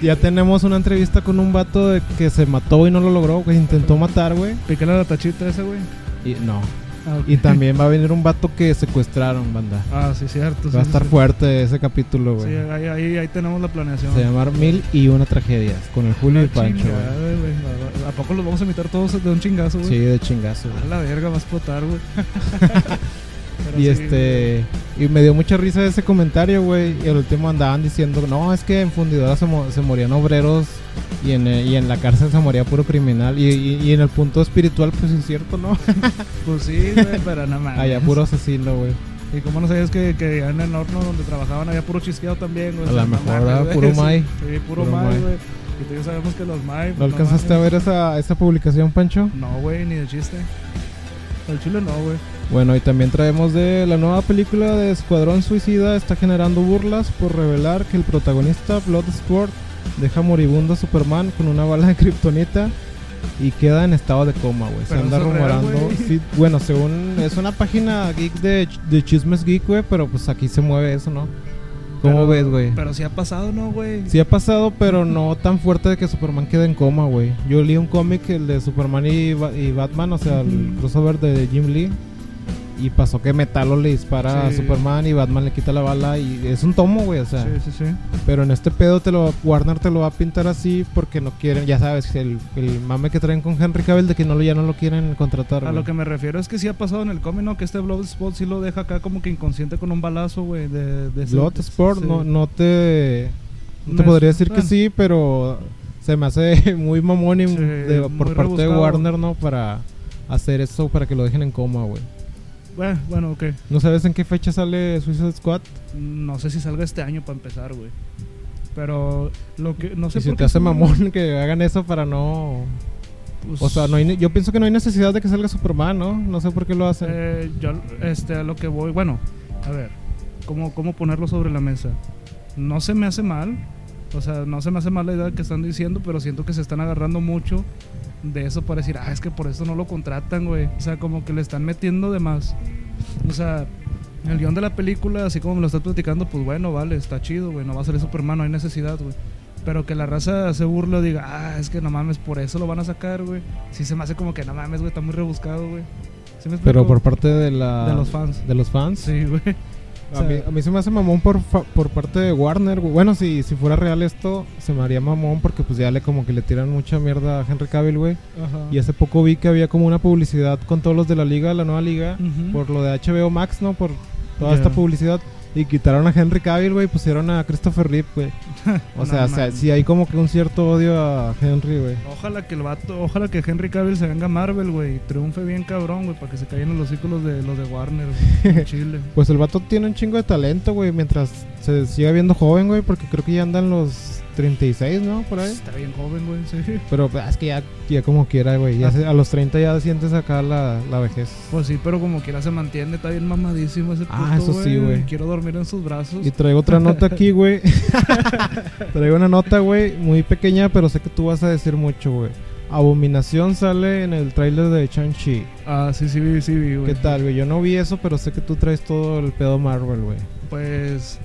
[SPEAKER 1] ya tenemos una entrevista con un vato de que se mató y no lo logró, que intentó matar, güey.
[SPEAKER 2] Pícale a la tachita ese, güey.
[SPEAKER 1] Y no.
[SPEAKER 2] Ah, ok.
[SPEAKER 1] Y también va a venir un vato que secuestraron, banda.
[SPEAKER 2] Ah, sí, cierto.
[SPEAKER 1] Va a
[SPEAKER 2] sí,
[SPEAKER 1] estar
[SPEAKER 2] sí.
[SPEAKER 1] fuerte ese capítulo,
[SPEAKER 2] Sí,
[SPEAKER 1] güey.
[SPEAKER 2] ahí, ahí, ahí tenemos la planeación.
[SPEAKER 1] se llama Mil y una tragedias con el Julio y
[SPEAKER 2] Una
[SPEAKER 1] Pancho,
[SPEAKER 2] chingada,
[SPEAKER 1] güey.
[SPEAKER 2] Ah, güey. ¿A poco los vamos a invitar todos de un chingazo, güey?
[SPEAKER 1] Sí, de chingazo, güey.
[SPEAKER 2] A la verga va a explotar,
[SPEAKER 1] [LAUGHS]
[SPEAKER 2] güey. Pero
[SPEAKER 1] Y
[SPEAKER 2] sí,
[SPEAKER 1] este y me dio mucha risa ese comentario, güey. Y al último andaban diciendo, no, es que en fundidora se, mo- se morían obreros y en, eh, y en la cárcel se moría puro criminal. Y, y- y en el punto espiritual, pues es cierto, ¿no?
[SPEAKER 2] Pues sí, güey, pero nada
[SPEAKER 1] [LAUGHS]
[SPEAKER 2] más.
[SPEAKER 1] Allá puro asesino, güey.
[SPEAKER 2] Y como no sabías que, que allá en el horno donde trabajaban había puro chisqueado también, güey.
[SPEAKER 1] A
[SPEAKER 2] O
[SPEAKER 1] la
[SPEAKER 2] sea, no
[SPEAKER 1] mejor,
[SPEAKER 2] mames,
[SPEAKER 1] ¿verdad?
[SPEAKER 2] güey,
[SPEAKER 1] Puro
[SPEAKER 2] sí.
[SPEAKER 1] may.
[SPEAKER 2] Sí, puro
[SPEAKER 1] Puro may.
[SPEAKER 2] may, güey. Y tú ya sabemos que los may. pues,
[SPEAKER 1] ¿No alcanzaste a ver esa, esa publicación, Pancho?
[SPEAKER 2] No, güey, ni de chiste. El chile no, güey.
[SPEAKER 1] Bueno, y también traemos de la nueva película de Escuadrón Suicida está generando burlas por revelar que el protagonista Bloodsport Deja moribundo a Superman con una bala de kriptonita y queda en estado de coma, güey. Se
[SPEAKER 2] Pero
[SPEAKER 1] anda
[SPEAKER 2] eso es real,
[SPEAKER 1] rumorando.
[SPEAKER 2] güey.
[SPEAKER 1] Sí, bueno, según es una página geek de, ch- de chismes geek, güey, pero pues aquí se mueve eso, ¿no? ¿Cómo
[SPEAKER 2] Pero-
[SPEAKER 1] ves, güey?
[SPEAKER 2] Pero sí ha pasado, ¿no, güey?
[SPEAKER 1] Sí ha pasado, pero no tan fuerte de que Superman quede en coma, güey. Yo leí un cómic, el de Superman y, Ba- y Batman, o sea, el
[SPEAKER 2] Ujú.
[SPEAKER 1] crossover de Jim Lee. Y pasó que Metalo le dispara
[SPEAKER 2] Sí.
[SPEAKER 1] a Superman y Batman le quita la bala y es un tomo, güey, o sea.
[SPEAKER 2] sí, sí, sí.
[SPEAKER 1] Pero en este pedo te lo Warner te lo va a pintar así porque no quieren, ya sabes, el, el mame que traen con Henry Cavill de que no lo, ya no lo quieren contratar.
[SPEAKER 2] A
[SPEAKER 1] güey.
[SPEAKER 2] lo que me refiero es que sí ha pasado en el cómic, ¿no? Que este Bloodsport sí lo deja acá como que inconsciente con un balazo, güey. De, de
[SPEAKER 1] Bloodsport
[SPEAKER 2] sí.
[SPEAKER 1] no, no te no
[SPEAKER 2] No
[SPEAKER 1] te
[SPEAKER 2] es-
[SPEAKER 1] podría decir que
[SPEAKER 2] bueno.
[SPEAKER 1] sí, pero se me hace [LAUGHS] muy mamón y
[SPEAKER 2] Sí,
[SPEAKER 1] de-
[SPEAKER 2] muy
[SPEAKER 1] por parte de
[SPEAKER 2] rebuscado.
[SPEAKER 1] Warner, ¿no? Para hacer eso, para que lo dejen en coma, güey.
[SPEAKER 2] Bueno, bueno, ok.
[SPEAKER 1] ¿No sabes en qué fecha sale Suicide Squad?
[SPEAKER 2] No sé si salga este año para empezar, güey. Pero lo que no sé
[SPEAKER 1] y se
[SPEAKER 2] por
[SPEAKER 1] te
[SPEAKER 2] qué-
[SPEAKER 1] hace mamón [LAUGHS] que hagan eso para no...
[SPEAKER 2] pues,
[SPEAKER 1] O sea, no hay ne- yo pienso que no hay necesidad de que salga Superman, ¿no? No sé por qué lo hacen.
[SPEAKER 2] eh, yo este a lo que voy, bueno, a ver, cómo cómo ponerlo sobre la mesa. No se me hace mal, o sea, no se me hace mal la idea que están diciendo, pero siento que se están agarrando mucho de eso para decir, ah, es que por eso no lo contratan, güey. O sea, como que le están metiendo de más. O sea, el guión de la película, así como me lo estás platicando, pues bueno, vale, está chido, güey. No va a salir Superman, no hay necesidad, güey. Pero que la raza se burla, diga, ah, es que no mames, por eso lo van a sacar, güey. Sí se me hace como que no mames, güey, está muy rebuscado, güey. ¿Sí me
[SPEAKER 1] Pero
[SPEAKER 2] explico?
[SPEAKER 1] por parte de la...
[SPEAKER 2] De los fans.
[SPEAKER 1] De los fans.
[SPEAKER 2] Sí, güey.
[SPEAKER 1] A mí, a mí se me hace mamón por, fa- por parte de Warner. güey. Bueno, si, si fuera real esto, se me haría mamón porque pues ya le como que le tiran mucha mierda a Henry Cavill, güey.
[SPEAKER 2] Ajá.
[SPEAKER 1] Y hace poco vi que había como una publicidad con todos los de la liga, la nueva liga,
[SPEAKER 2] Ujú.
[SPEAKER 1] por lo de HBO Max, ¿no? Por toda
[SPEAKER 2] Ya.
[SPEAKER 1] esta publicidad. Y quitaron a Henry Cavill, güey, y pusieron a Christopher Reeve,
[SPEAKER 2] [LAUGHS]
[SPEAKER 1] güey. O
[SPEAKER 2] No
[SPEAKER 1] sea, o sea,
[SPEAKER 2] mames.
[SPEAKER 1] sí hay como que un cierto odio a Henry, güey.
[SPEAKER 2] Ojalá que el vato, ojalá que Henry Cavill se venga a Marvel, güey, y triunfe bien cabrón, güey, para que se caigan los círculos de los de Warner,
[SPEAKER 1] [LAUGHS]
[SPEAKER 2] güey, en Chile.
[SPEAKER 1] Pues el vato tiene un chingo de talento, güey, mientras se siga viendo joven, güey, porque creo que ya andan los 36, ¿no? Por ahí.
[SPEAKER 2] Está bien joven, güey, sí.
[SPEAKER 1] Pero pues, es que ya, ya como quiera, güey. Ya
[SPEAKER 2] Ah.
[SPEAKER 1] se- a los 30 ya sientes acá la, la vejez.
[SPEAKER 2] Pues sí, pero como quiera se mantiene, está bien mamadísimo ese
[SPEAKER 1] Ah,
[SPEAKER 2] puto,
[SPEAKER 1] eso sí, güey.
[SPEAKER 2] Quiero dormir en sus brazos.
[SPEAKER 1] Y traigo otra
[SPEAKER 2] pues,
[SPEAKER 1] nota aquí,
[SPEAKER 2] [LAUGHS]
[SPEAKER 1] güey. [LAUGHS] traigo una nota, güey, muy pequeña, pero sé que tú vas a decir mucho, güey. Abominación sale en el tráiler de Shang-Chi.
[SPEAKER 2] Ah, sí, sí, vi, sí, vi, güey.
[SPEAKER 1] ¿Qué tal, güey? Yo no vi eso, pero sé que tú traes todo el pedo Marvel, güey.
[SPEAKER 2] Pues,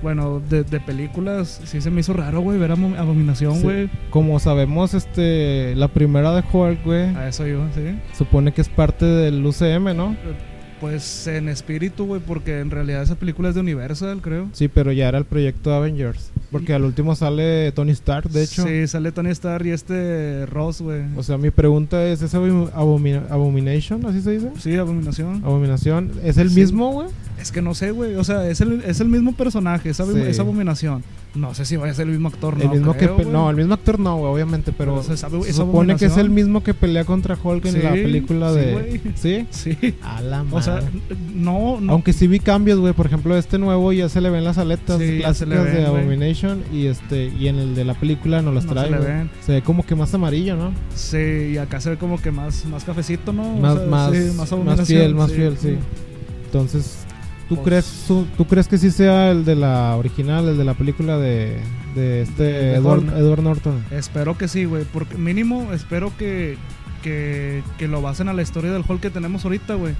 [SPEAKER 2] bueno, de, de películas sí se me hizo raro, güey, ver a Mo- Abominación,
[SPEAKER 1] Sí.
[SPEAKER 2] güey.
[SPEAKER 1] Como sabemos, este, la primera de Hulk, güey,
[SPEAKER 2] A eso iba, sí.
[SPEAKER 1] supone que es parte del UCM, ¿no?
[SPEAKER 2] Pues en espíritu, güey, porque en realidad esa película es de Universal, creo.
[SPEAKER 1] Sí, pero ya era el proyecto Avengers. Porque al último sale Tony Stark, de hecho.
[SPEAKER 2] Sí, sale Tony Stark y este Ross, güey.
[SPEAKER 1] O sea, mi pregunta es, ¿es abomi- abomina- abomination? ¿Así se dice?
[SPEAKER 2] Sí, Abominación.
[SPEAKER 1] oh. Abominación. ¿Es el
[SPEAKER 2] Sí.
[SPEAKER 1] mismo, güey?
[SPEAKER 2] Es que no sé, güey. O sea, es el, es el mismo personaje, es, abomi-
[SPEAKER 1] Sí.
[SPEAKER 2] es Abominación. No sé si vaya a ser el mismo actor,
[SPEAKER 1] el
[SPEAKER 2] no
[SPEAKER 1] mismo
[SPEAKER 2] creo,
[SPEAKER 1] que pe-
[SPEAKER 2] güey.
[SPEAKER 1] no, el mismo actor no, güey, obviamente, pero
[SPEAKER 2] Pero se sabe-
[SPEAKER 1] se
[SPEAKER 2] es
[SPEAKER 1] supone que es
[SPEAKER 2] abominación.
[SPEAKER 1] el mismo que pelea contra Hulk en
[SPEAKER 2] Sí,
[SPEAKER 1] la película
[SPEAKER 2] sí,
[SPEAKER 1] de
[SPEAKER 2] güey.
[SPEAKER 1] ¿Sí?
[SPEAKER 2] Sí.
[SPEAKER 1] A la madre.
[SPEAKER 2] O sea, no, no.
[SPEAKER 1] Aunque sí vi cambios, güey, por ejemplo, este nuevo ya se le ven las aletas
[SPEAKER 2] Sí, ya se
[SPEAKER 1] clásicas
[SPEAKER 2] le ven,
[SPEAKER 1] de
[SPEAKER 2] güey.
[SPEAKER 1] Abomination y este y en el de la película no las
[SPEAKER 2] No se
[SPEAKER 1] trae.
[SPEAKER 2] le
[SPEAKER 1] güey.
[SPEAKER 2] ven.
[SPEAKER 1] se ve como que más amarillo, ¿no?
[SPEAKER 2] Sí, y acá se ve como que más, más cafecito, ¿no? O
[SPEAKER 1] más,
[SPEAKER 2] sea,
[SPEAKER 1] más,
[SPEAKER 2] sí,
[SPEAKER 1] más,
[SPEAKER 2] abominación,
[SPEAKER 1] fiel, más fiel, sí. Entonces, ¿tú,
[SPEAKER 2] Pues-
[SPEAKER 1] crees, su- ¿tú crees que sí sea el de la original, el de la película de, de este
[SPEAKER 2] De
[SPEAKER 1] Edward,
[SPEAKER 2] Horn.
[SPEAKER 1] Edward Norton?
[SPEAKER 2] Espero que sí, güey. Porque mínimo espero que, que, que lo basen a la historia del Hulk que tenemos ahorita, güey.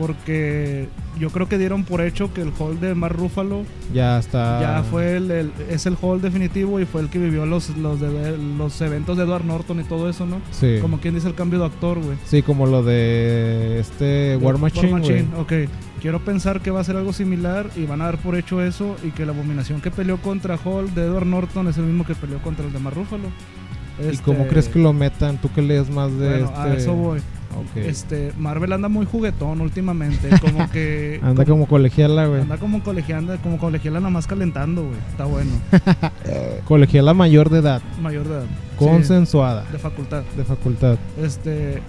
[SPEAKER 2] Porque yo creo que dieron por hecho que el Hulk de Mar Rúfalo
[SPEAKER 1] Ya está.
[SPEAKER 2] ya fue el, el- es el Hulk definitivo y fue el que vivió los, los, de- los eventos de Edward Norton y todo eso, ¿no?
[SPEAKER 1] Sí.
[SPEAKER 2] Como quien dice el cambio de actor, güey.
[SPEAKER 1] Sí, como lo de este War Machine, güey.
[SPEAKER 2] Ok, quiero pensar que va a ser algo similar y van a dar por hecho eso y que la abominación que peleó contra Hulk de Edward Norton es el mismo que peleó contra el de Mar Rúfalo.
[SPEAKER 1] ¿Y cómo crees que lo metan? ¿Tú que lees más de
[SPEAKER 2] Este bueno,
[SPEAKER 1] este?
[SPEAKER 2] a eso voy.
[SPEAKER 1] Ok.
[SPEAKER 2] Este, Marvel anda muy
[SPEAKER 1] [LAUGHS]
[SPEAKER 2] juguetón últimamente, como que
[SPEAKER 1] Anda como colegiala, güey.
[SPEAKER 2] anda como colegianda, como colegiala nada más calentando, güey.
[SPEAKER 1] [LAUGHS]
[SPEAKER 2] Está bueno.
[SPEAKER 1] Colegiala mayor de edad,
[SPEAKER 2] Mayor de edad. Sí,
[SPEAKER 1] consensuada,
[SPEAKER 2] de facultad.
[SPEAKER 1] de facultad.
[SPEAKER 2] Este,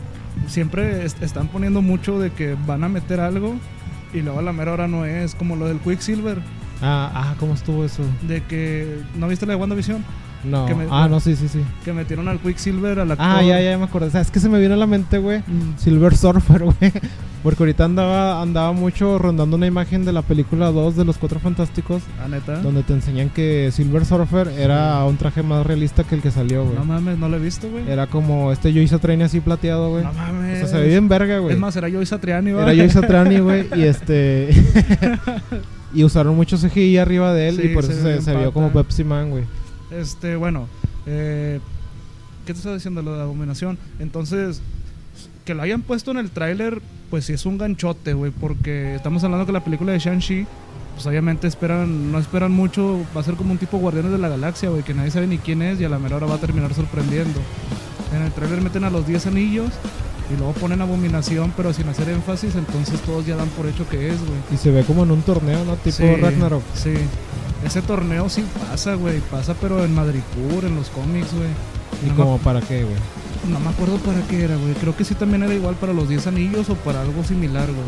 [SPEAKER 2] siempre est- están poniendo mucho de que van a meter algo y luego a la mera hora no es, como lo del Quicksilver,
[SPEAKER 1] Ah, ah, ¿cómo estuvo eso?
[SPEAKER 2] de que no viste la de WandaVision,
[SPEAKER 1] No.
[SPEAKER 2] Que me-
[SPEAKER 1] ah, no, sí, sí, sí.
[SPEAKER 2] que metieron al Mm, Quicksilver a la
[SPEAKER 1] Ah, ya, ya me acordé. O sea, es que se me vino a la mente, güey. Silver Surfer, [LAUGHS] güey. Porque ahorita andaba, andaba mucho rondando una imagen de la película 2 de los Cuatro Fantásticos,
[SPEAKER 2] Ah, neta.
[SPEAKER 1] donde te enseñan que Silver Surfer era un traje más realista que el que salió, güey.
[SPEAKER 2] No mames, no lo he visto, güey.
[SPEAKER 1] Era como este Joey Satriani así plateado, güey.
[SPEAKER 2] No
[SPEAKER 1] o
[SPEAKER 2] mames.
[SPEAKER 1] sea, se ve bien verga, güey.
[SPEAKER 2] Es más, era yo y Satriani,
[SPEAKER 1] Era Joey Satriani, güey,
[SPEAKER 2] [LAUGHS]
[SPEAKER 1] y este... [LAUGHS] y usaron mucho CGI arriba de él
[SPEAKER 2] Sí,
[SPEAKER 1] y por
[SPEAKER 2] se
[SPEAKER 1] eso
[SPEAKER 2] ve
[SPEAKER 1] se,
[SPEAKER 2] bien
[SPEAKER 1] se vio como
[SPEAKER 2] pata.
[SPEAKER 1] Pepsi Man, güey.
[SPEAKER 2] Este, bueno, eh, ¿qué te estaba diciendo lo de abominación? Entonces, que lo hayan puesto en el tráiler, pues sí es un ganchote, güey, porque estamos hablando que la película de Shang-Chi, pues obviamente esperan, no esperan mucho, va a ser como un tipo Guardianes de la Galaxia, güey, que nadie sabe ni quién es y a la mera hora va a terminar sorprendiendo. En el tráiler meten a los 10 anillos y luego ponen abominación, pero sin hacer énfasis, entonces todos ya dan por hecho que es, güey.
[SPEAKER 1] Y se ve como en un torneo, ¿no? Tipo
[SPEAKER 2] Sí,
[SPEAKER 1] Ragnarok.
[SPEAKER 2] Sí. Ese torneo sí pasa, güey. Pasa, pero en Madripoor, en los cómics, güey.
[SPEAKER 1] ¿Y
[SPEAKER 2] No me-
[SPEAKER 1] como para qué, güey?
[SPEAKER 2] No me acuerdo para qué era, güey. Creo que sí también era igual para los 10 anillos o para algo similar, güey.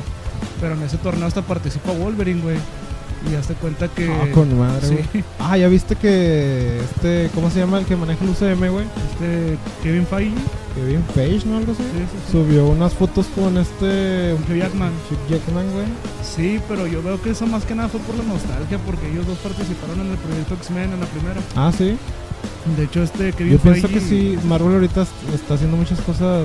[SPEAKER 2] Pero en ese torneo hasta participa Wolverine, güey. Y hazte cuenta que.
[SPEAKER 1] Ah, con madre,
[SPEAKER 2] sí,
[SPEAKER 1] güey. Ah, ya viste que este, ¿cómo se llama el que maneja el UCM, güey?
[SPEAKER 2] este Kevin Feige.
[SPEAKER 1] Que bien Page, ¿no? Algo así.
[SPEAKER 2] Sí, sí, sí.
[SPEAKER 1] Subió unas fotos con este
[SPEAKER 2] Hugh Jackman.
[SPEAKER 1] Hugh Jackman, güey.
[SPEAKER 2] Sí, pero yo veo que eso más que nada fue por la nostalgia, porque ellos dos participaron en el proyecto X-Men en la primera.
[SPEAKER 1] Ah, sí.
[SPEAKER 2] De hecho, este Kevin
[SPEAKER 1] Yo pienso
[SPEAKER 2] Feige-
[SPEAKER 1] que sí, Marvel ahorita est- está haciendo muchas cosas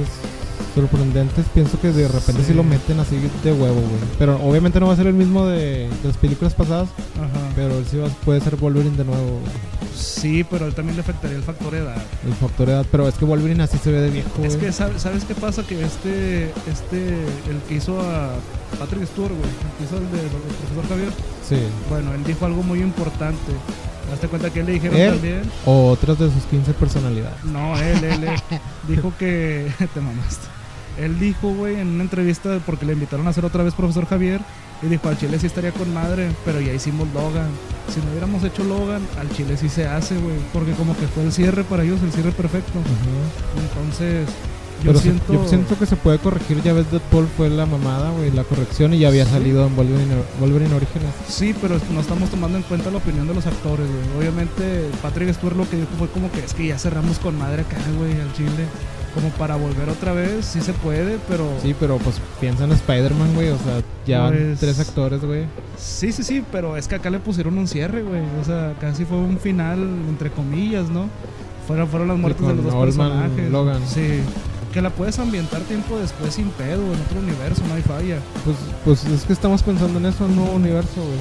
[SPEAKER 1] sorprendentes. Pienso que de repente
[SPEAKER 2] Sí.
[SPEAKER 1] sí, lo meten así de huevo, güey. Pero obviamente no va a ser el mismo de, de las películas pasadas,
[SPEAKER 2] Ajá.
[SPEAKER 1] pero él sí va- puede ser Wolverine de nuevo, güey.
[SPEAKER 2] Sí, pero él también le afectaría el factor edad.
[SPEAKER 1] el factor edad. Pero es que Wolverine así se ve de viejo,
[SPEAKER 2] Es
[SPEAKER 1] güey.
[SPEAKER 2] que sabe- sabes qué pasa que este este el que hizo a Patrick Stewart, güey, el que hizo el de el profesor Javier,
[SPEAKER 1] Sí.
[SPEAKER 2] bueno, él dijo algo muy importante. ¿Hazte cuenta que le dijeron
[SPEAKER 1] ¿Él?
[SPEAKER 2] también?
[SPEAKER 1] O otras de sus 15 personalidades.
[SPEAKER 2] No, él,
[SPEAKER 1] [LAUGHS]
[SPEAKER 2] él, él. dijo que [LAUGHS] te mamaste. Él dijo, güey, en una entrevista porque le invitaron a hacer otra vez profesor Javier y dijo, al Chile sí estaría con madre, pero ya hicimos Logan. Si no hubiéramos hecho Logan, al Chile sí se hace, güey, porque como que fue el cierre para ellos, el cierre perfecto.
[SPEAKER 1] Ajá.
[SPEAKER 2] Entonces, yo
[SPEAKER 1] Pero se-
[SPEAKER 2] siento
[SPEAKER 1] yo siento que se puede corregir. Ya ves, Deadpool fue la mamada, güey, la corrección y ya había
[SPEAKER 2] Sí.
[SPEAKER 1] salido en Wolverine, Wolverine Orígenes.
[SPEAKER 2] Sí, pero no estamos tomando en cuenta la opinión de los actores, güey. Obviamente, Patrick Stewart lo que dijo fue como que es que ya cerramos con madre acá, güey, al chile. Como para volver otra vez, sí se puede, pero. Sí,
[SPEAKER 1] Sí, pero pues piensa en Spider-Man, güey. O sea, ya van
[SPEAKER 2] Pues-
[SPEAKER 1] tres actores, güey.
[SPEAKER 2] sí, sí, pero es que acá le pusieron un cierre, güey. O sea, casi fue un final, entre comillas, ¿no? Fueron, fueron las muertes de
[SPEAKER 1] con
[SPEAKER 2] los dos
[SPEAKER 1] Oldman,
[SPEAKER 2] personajes.
[SPEAKER 1] Logan.
[SPEAKER 2] Sí. Que la puedes ambientar tiempo después sin pedo, en otro universo, no hay falla.
[SPEAKER 1] Pues, pues es que estamos pensando en eso, en un nuevo universo, güey.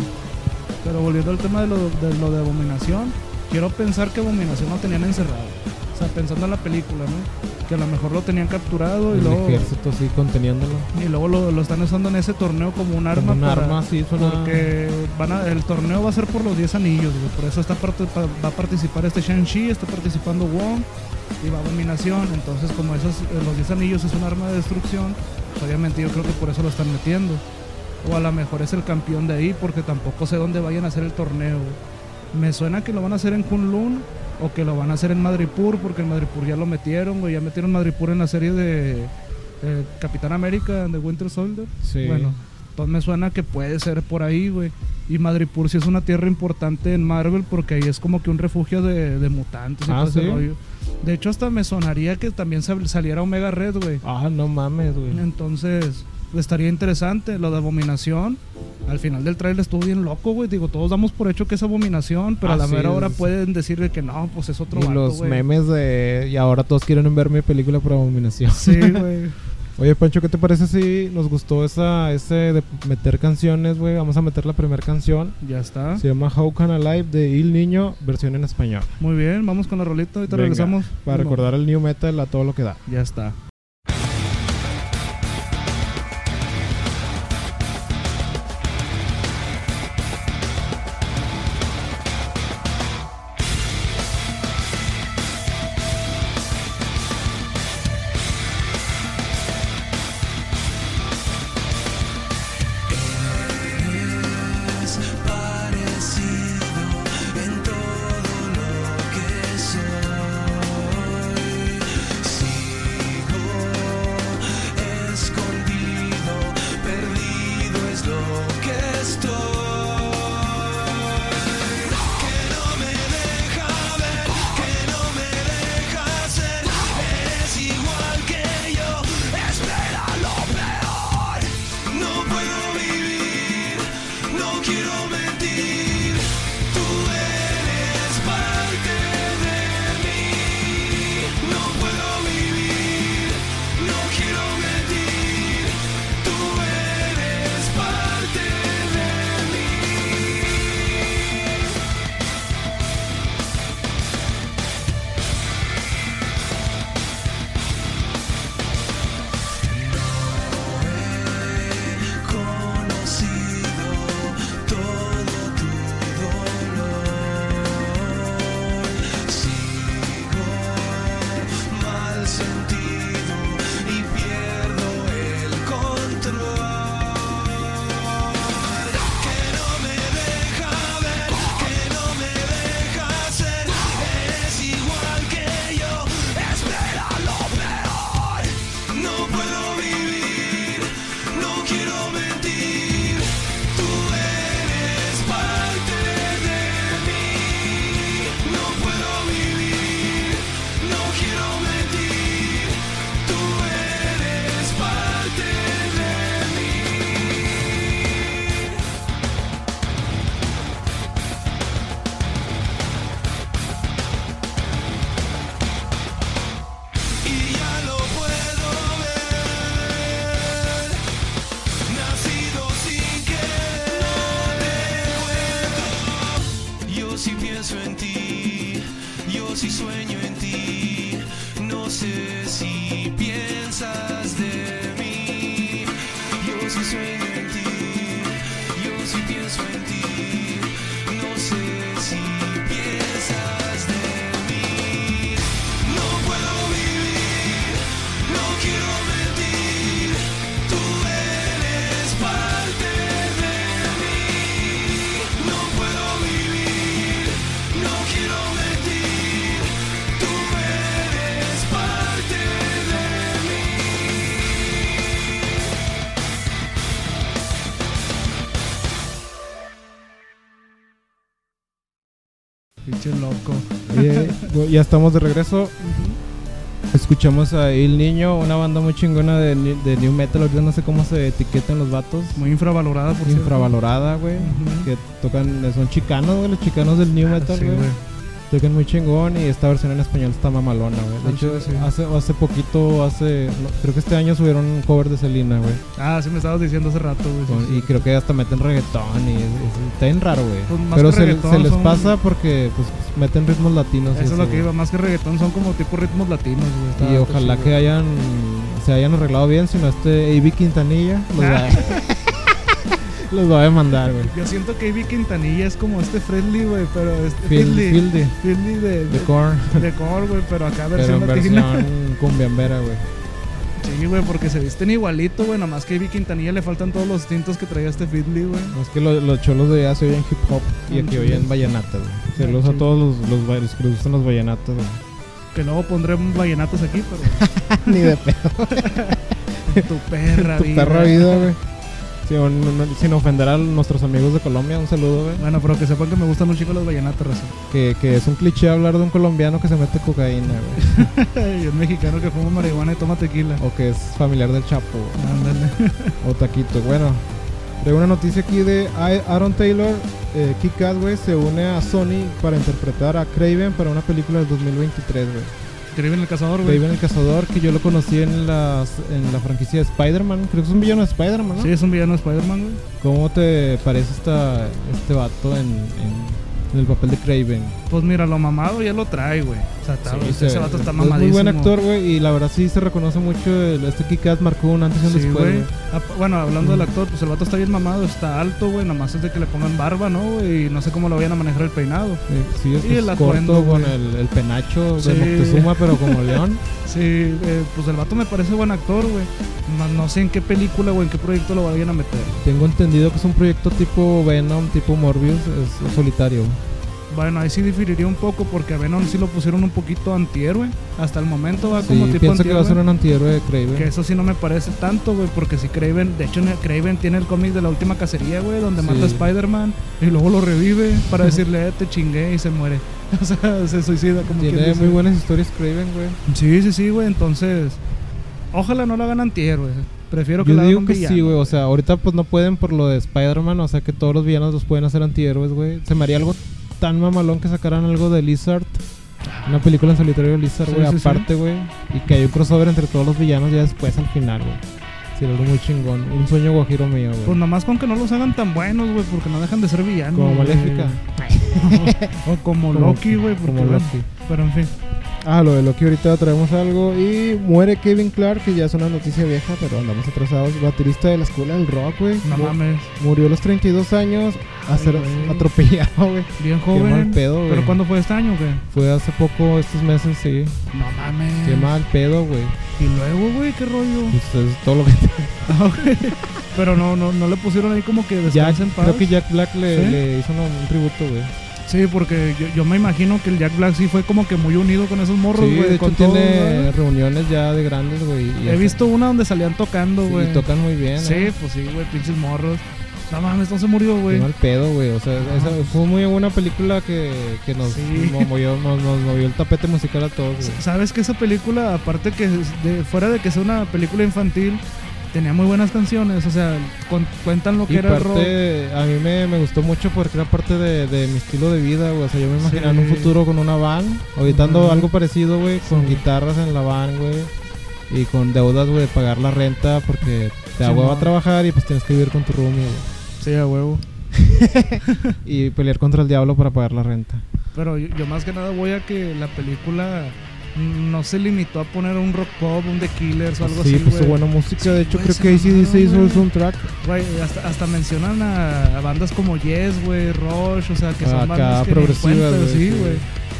[SPEAKER 2] Pero volviendo al tema de lo de, lo de Abominación, quiero pensar que Abominación lo tenían encerrado. O sea, pensando en la película, ¿no? Que a lo mejor lo tenían capturado y
[SPEAKER 1] El
[SPEAKER 2] Pues luego,
[SPEAKER 1] ejército así conteniéndolo.
[SPEAKER 2] y luego lo, lo están usando en ese torneo como un arma.
[SPEAKER 1] Como un
[SPEAKER 2] para-
[SPEAKER 1] arma así suena.
[SPEAKER 2] Porque van a- el torneo va a ser por los 10 anillos, güey. Por eso está parte- pa- va a participar este Shang-Chi, está participando Wong y va Abominación. Entonces, como esos, eh, los 10 anillos es un arma de destrucción, pues, obviamente yo creo que por eso lo están metiendo. O a lo mejor es el campeón de ahí, porque tampoco sé dónde vayan a hacer el torneo. güey. Me suena que lo van a hacer en Kunlun o que lo van a hacer en Madripur, porque en Madripur ya lo metieron, güey. Ya metieron Madripur en la serie de eh, Capitán América, de Winter Soldier.
[SPEAKER 1] Sí.
[SPEAKER 2] Bueno, entonces me suena que puede ser por ahí, güey. Y Madripoor sí es una tierra importante en Marvel porque ahí es como que un refugio de, de mutantes y
[SPEAKER 1] Ah,
[SPEAKER 2] todo ese
[SPEAKER 1] ¿sí?
[SPEAKER 2] rollo. De hecho, hasta me sonaría que también sal- saliera Omega Red, güey.
[SPEAKER 1] Ah, no mames, güey.
[SPEAKER 2] Entonces, estaría interesante lo de Abominación. Al final del trailer estuvo bien loco, güey. Digo, todos damos por hecho que es Abominación, pero a
[SPEAKER 1] Ah,
[SPEAKER 2] la
[SPEAKER 1] sí,
[SPEAKER 2] mera hora
[SPEAKER 1] es-
[SPEAKER 2] pueden decir de que no, pues es otro
[SPEAKER 1] Y
[SPEAKER 2] vato,
[SPEAKER 1] los
[SPEAKER 2] güey.
[SPEAKER 1] memes de. Y ahora todos quieren ver mi película por abominación.
[SPEAKER 2] Sí, güey.
[SPEAKER 1] [LAUGHS] Oye, Pancho, ¿qué te parece si nos gustó esa, ese de meter canciones, güey? Vamos a meter la primera canción. [LAUGHS]
[SPEAKER 2] ya está.
[SPEAKER 1] Se llama How Can I Live de Il Niño, versión en español.
[SPEAKER 2] Muy bien, vamos con la rolita. Ahorita
[SPEAKER 1] Venga,
[SPEAKER 2] regresamos.
[SPEAKER 1] Para
[SPEAKER 2] Uno.
[SPEAKER 1] recordar el new metal a todo lo que
[SPEAKER 2] [LAUGHS]
[SPEAKER 1] da.
[SPEAKER 2] Ya está.
[SPEAKER 4] Sigo
[SPEAKER 5] sueño en ti. No sé si piensas de mí. Yo sí sueño en ti. Yo sí pienso en ti. No sé si piensas de mí. No puedo vivir. No quiero mentir. Tú eres parte de mí. No puedo vivir. No quiero mentir. Tú eres parte de mí.
[SPEAKER 2] Pinche loco.
[SPEAKER 1] Eh, bueno, ya estamos de regreso. Escuchamos a El Niño, una banda muy chingona de, ni- de New Metal. Ahorita no sé cómo se etiquetan los vatos.
[SPEAKER 2] Muy infravalorada, por cierto.
[SPEAKER 1] Infravalorada, güey.
[SPEAKER 2] Ujú.
[SPEAKER 1] Que tocan, son chicanos, güey. Los chicanos del New Metal,
[SPEAKER 2] Ah, Sí,
[SPEAKER 1] güey.
[SPEAKER 2] güey.
[SPEAKER 1] Tocan muy chingón y esta versión en español está mamalona, güey. De
[SPEAKER 2] Ah,
[SPEAKER 1] hecho,
[SPEAKER 2] sí, sí.
[SPEAKER 1] hace, hace poquito, hace. no, creo que este año subieron un cover de Selena, güey.
[SPEAKER 2] Ah, sí me estabas diciendo hace rato, güey. sí,
[SPEAKER 1] Con-
[SPEAKER 2] sí.
[SPEAKER 1] Y creo que hasta meten reggaetón y es- es- está bien raro, güey.
[SPEAKER 2] Pues más
[SPEAKER 1] Pero
[SPEAKER 2] que
[SPEAKER 1] se,
[SPEAKER 2] reggaetón
[SPEAKER 1] se les
[SPEAKER 2] son-
[SPEAKER 1] pasa porque pues, meten ritmos latinos. y
[SPEAKER 2] Eso es lo
[SPEAKER 1] así,
[SPEAKER 2] que
[SPEAKER 1] güey.
[SPEAKER 2] iba, más que reggaetón, son como tipo ritmos latinos, güey. Está-
[SPEAKER 1] Y
[SPEAKER 2] está
[SPEAKER 1] ojalá
[SPEAKER 2] chido.
[SPEAKER 1] que hayan se hayan arreglado bien, si no este Ivy Quintanilla los va,
[SPEAKER 2] Ah.
[SPEAKER 1] [LAUGHS] los va a demandar, güey.
[SPEAKER 2] Yo siento que Ivy Quintanilla es como este Friendly, güey, pero este
[SPEAKER 1] Field-
[SPEAKER 2] Fiddly.
[SPEAKER 1] Fieldy,
[SPEAKER 2] Friendly de,
[SPEAKER 1] The
[SPEAKER 2] de,
[SPEAKER 1] Corn,
[SPEAKER 2] de core, güey, pero acá
[SPEAKER 1] pero
[SPEAKER 2] [LAUGHS] versión
[SPEAKER 1] en
[SPEAKER 2] latina.
[SPEAKER 1] versión cumbiambera, güey.
[SPEAKER 2] [LAUGHS] Sí, güey, porque se visten igualito, güey, nada más que a Ivy Quintanilla le faltan todos los tintos que traía este Fiddly, güey.
[SPEAKER 1] Es que lo- los cholos de allá se oyen hip hop y
[SPEAKER 2] Ah,
[SPEAKER 1] aquí
[SPEAKER 2] sí.
[SPEAKER 1] oyen vallenatas, güey. Saludos
[SPEAKER 2] Ah,
[SPEAKER 1] a
[SPEAKER 2] sí.
[SPEAKER 1] todos los, los, ba- los que les gustan los vallenatas, güey.
[SPEAKER 2] Que luego pondré vallenatos aquí, pero
[SPEAKER 1] [LAUGHS]
[SPEAKER 2] [LAUGHS]
[SPEAKER 1] Ni de pedo.
[SPEAKER 2] tu
[SPEAKER 1] [LAUGHS]
[SPEAKER 2] perra,
[SPEAKER 1] Tu
[SPEAKER 2] vida.
[SPEAKER 1] perra vida, güey. Sin, un- sin ofender a nuestros amigos de Colombia, un saludo, güey.
[SPEAKER 2] Bueno, pero que sepan que me gustan un chico los vallenatos, raza. [LAUGHS]
[SPEAKER 1] Que, que es un cliché hablar de un colombiano que se mete cocaína, güey.
[SPEAKER 2] Y un mexicano que fuma marihuana y toma tequila.
[SPEAKER 1] O que es familiar del Chapo, güey.
[SPEAKER 2] Ándale. [LAUGHS]
[SPEAKER 1] O taquito. Bueno, tengo una noticia aquí de A- Aaron Taylor. Eh, Kick Ass, güey, se une a Sony para interpretar a Craven para una película del 2023, güey.
[SPEAKER 2] Escriben el cazador, güey.
[SPEAKER 1] Craven el Cazador, que yo lo conocí en, las, en la franquicia de Spider-Man. Creo que es un villano de Spider-Man, ¿no?
[SPEAKER 2] Sí, es un villano de Spider-Man, güey.
[SPEAKER 1] ¿Cómo te parece esta, este vato en, en- en el papel de Craven?
[SPEAKER 2] Pues mira, lo mamado ya lo trae, güey. O sea, está-
[SPEAKER 1] Sí,
[SPEAKER 2] ese
[SPEAKER 1] se-
[SPEAKER 2] vato está
[SPEAKER 1] Es muy
[SPEAKER 2] mamadísimo.
[SPEAKER 1] buen actor, güey, y la verdad sí se reconoce mucho. el- este Kick Ass marcó un antes y un
[SPEAKER 2] Sí,
[SPEAKER 1] después,
[SPEAKER 2] güey.
[SPEAKER 1] güey.
[SPEAKER 2] Ap- Bueno, hablando del actor, pues el vato está bien mamado, está alto, güey. Nada más es de que le pongan barba, ¿no? güey? Y no sé cómo lo vayan a manejar el peinado.
[SPEAKER 1] Eh, Sí, es
[SPEAKER 2] Y
[SPEAKER 1] pues,
[SPEAKER 2] el atuendo,
[SPEAKER 1] corto con
[SPEAKER 2] güey.
[SPEAKER 1] el, el penacho
[SPEAKER 2] Sí.
[SPEAKER 1] de Moctezuma, pero como
[SPEAKER 2] [LAUGHS]
[SPEAKER 1] león.
[SPEAKER 2] Sí, eh, pues el vato me parece buen actor, güey. Mas no sé en qué película o en qué proyecto lo vayan a meter.
[SPEAKER 1] Tengo entendido que es un proyecto tipo Venom, tipo Morbius, es solitario.
[SPEAKER 2] Bueno, ahí sí diferiría un poco porque a Venom sí lo pusieron un poquito antihéroe. Hasta el momento va Ah, como
[SPEAKER 1] Sí,
[SPEAKER 2] tipo
[SPEAKER 1] pienso que va a
[SPEAKER 2] antihéroe.
[SPEAKER 1] ser un antihéroe de
[SPEAKER 2] Que
[SPEAKER 1] Craven.
[SPEAKER 2] eso sí no me parece tanto, güey, porque si Craven, de hecho ne- Craven tiene el cómic de la última cacería, güey, donde
[SPEAKER 1] Sí.
[SPEAKER 2] mata a Spider-Man y luego lo revive para decirle, "Eh, te chingué y se muere. [LAUGHS] O sea, se suicida como quien
[SPEAKER 1] Tiene
[SPEAKER 2] dice.
[SPEAKER 1] muy buenas historias Craven, güey.
[SPEAKER 2] Sí, sí, sí, güey, entonces, ojalá no la hagan antihéroe. Prefiero que
[SPEAKER 1] Yo
[SPEAKER 2] la hagan
[SPEAKER 1] digo
[SPEAKER 2] un
[SPEAKER 1] que
[SPEAKER 2] villano.
[SPEAKER 1] sí, güey. O sea, ahorita pues no pueden por lo de Spider-Man, o sea que todos los villanos los pueden hacer antihéroes, güey. Se me haría algo tan mamalón que sacaran algo de Lizard. Una película en solitario de Lizard,
[SPEAKER 2] Sí,
[SPEAKER 1] güey,
[SPEAKER 2] sí, sí.
[SPEAKER 1] aparte, güey. Y que hay un crossover entre todos los villanos ya después al final, güey. Sería algo muy chingón. Un sueño guajiro mío, güey.
[SPEAKER 2] Pues nomás con que no los hagan tan buenos, güey, porque no eh. dejan de ser villanos.
[SPEAKER 1] Como
[SPEAKER 2] güey.
[SPEAKER 1] Maléfica.
[SPEAKER 2] [LAUGHS] o como,
[SPEAKER 1] Como-
[SPEAKER 2] Loki, güey, porque
[SPEAKER 1] como
[SPEAKER 2] bueno,
[SPEAKER 1] Loki.
[SPEAKER 2] Pero en fin,
[SPEAKER 1] Ah, lo de Loki ahorita traemos algo. Y muere Kevin Clark, que ya es una noticia vieja, pero andamos atrasados. Baterista de la escuela del rock, güey.
[SPEAKER 2] no
[SPEAKER 1] Mu-
[SPEAKER 2] mames,
[SPEAKER 1] Murió a los 32 años a ser
[SPEAKER 2] güey.
[SPEAKER 1] atropellado, güey.
[SPEAKER 2] bien
[SPEAKER 1] Qué
[SPEAKER 2] joven.
[SPEAKER 1] mal pedo, güey.
[SPEAKER 2] pero ¿cuándo fue este año, güey?
[SPEAKER 1] Fue hace poco, estos meses, sí.
[SPEAKER 2] No mames.
[SPEAKER 1] Qué mal pedo, güey.
[SPEAKER 2] Y luego, güey, qué rollo.
[SPEAKER 1] Pues es todo lo que... [LAUGHS]
[SPEAKER 2] Pero no, no, no le pusieron ahí como que
[SPEAKER 1] Jack,
[SPEAKER 2] descansen en paz.
[SPEAKER 1] creo que Jack Black le,
[SPEAKER 2] ¿Sí?
[SPEAKER 1] le hizo una- un tributo, güey.
[SPEAKER 2] Sí, porque yo, yo me imagino que el Jack Black sí fue como que muy unido con esos morros,
[SPEAKER 1] Sí,
[SPEAKER 2] güey.
[SPEAKER 1] de hecho
[SPEAKER 2] con
[SPEAKER 1] tiene
[SPEAKER 2] todos, güey.
[SPEAKER 1] reuniones ya de grandes, güey. y
[SPEAKER 2] He
[SPEAKER 1] hacen-
[SPEAKER 2] visto una donde salían tocando,
[SPEAKER 1] sí,
[SPEAKER 2] güey.
[SPEAKER 1] y tocan muy bien,
[SPEAKER 2] Sí,
[SPEAKER 1] ¿eh?
[SPEAKER 2] pues sí, güey, pinches morros. No mames, no se murió,
[SPEAKER 1] Qué
[SPEAKER 2] güey.
[SPEAKER 1] mal pedo, güey. O sea, esa fue muy buena película que, que nos,
[SPEAKER 2] Sí.
[SPEAKER 1] mo- movió, nos, nos movió el tapete musical a todos, güey.
[SPEAKER 2] S- Sabes que esa película, aparte que es de- fuera de que sea una película infantil, tenía muy buenas canciones. O sea, con- cuentan lo que
[SPEAKER 1] Y
[SPEAKER 2] era el rock.
[SPEAKER 1] parte, a mí me, me gustó mucho porque era parte de, de mi estilo de vida, güey. O sea, yo me imaginaba en un
[SPEAKER 2] Sí.
[SPEAKER 1] futuro con una van, habitando
[SPEAKER 2] Ujú.
[SPEAKER 1] algo parecido, güey, con
[SPEAKER 2] Sí.
[SPEAKER 1] guitarras en la van, güey. Y con deudas, güey, de pagar la renta porque te da
[SPEAKER 2] Sí,
[SPEAKER 1] hueva
[SPEAKER 2] no.
[SPEAKER 1] a trabajar y pues tienes que vivir con tu roomie, güey.
[SPEAKER 2] Sí, a huevo.
[SPEAKER 1] Y pelear contra el diablo para pagar la renta.
[SPEAKER 2] Pero yo, yo más que nada voy a que la película no se limitó a poner un rock pop, un The Killers o algo
[SPEAKER 1] pues,
[SPEAKER 6] sí,
[SPEAKER 2] así.
[SPEAKER 6] puso
[SPEAKER 2] güey.
[SPEAKER 6] buena música. De hecho,
[SPEAKER 2] Güey,
[SPEAKER 6] creo
[SPEAKER 2] se
[SPEAKER 6] que ACDC
[SPEAKER 2] mamaron,
[SPEAKER 6] hizo
[SPEAKER 2] güey.
[SPEAKER 6] el soundtrack.
[SPEAKER 2] Güey, hasta, hasta mencionan a, a bandas como Yes, güey, Rush, o sea, que son
[SPEAKER 6] Acá
[SPEAKER 2] bandas que ni
[SPEAKER 6] progresivas,
[SPEAKER 2] cuentas,
[SPEAKER 6] güey,
[SPEAKER 2] sí,
[SPEAKER 6] sí.
[SPEAKER 2] güey.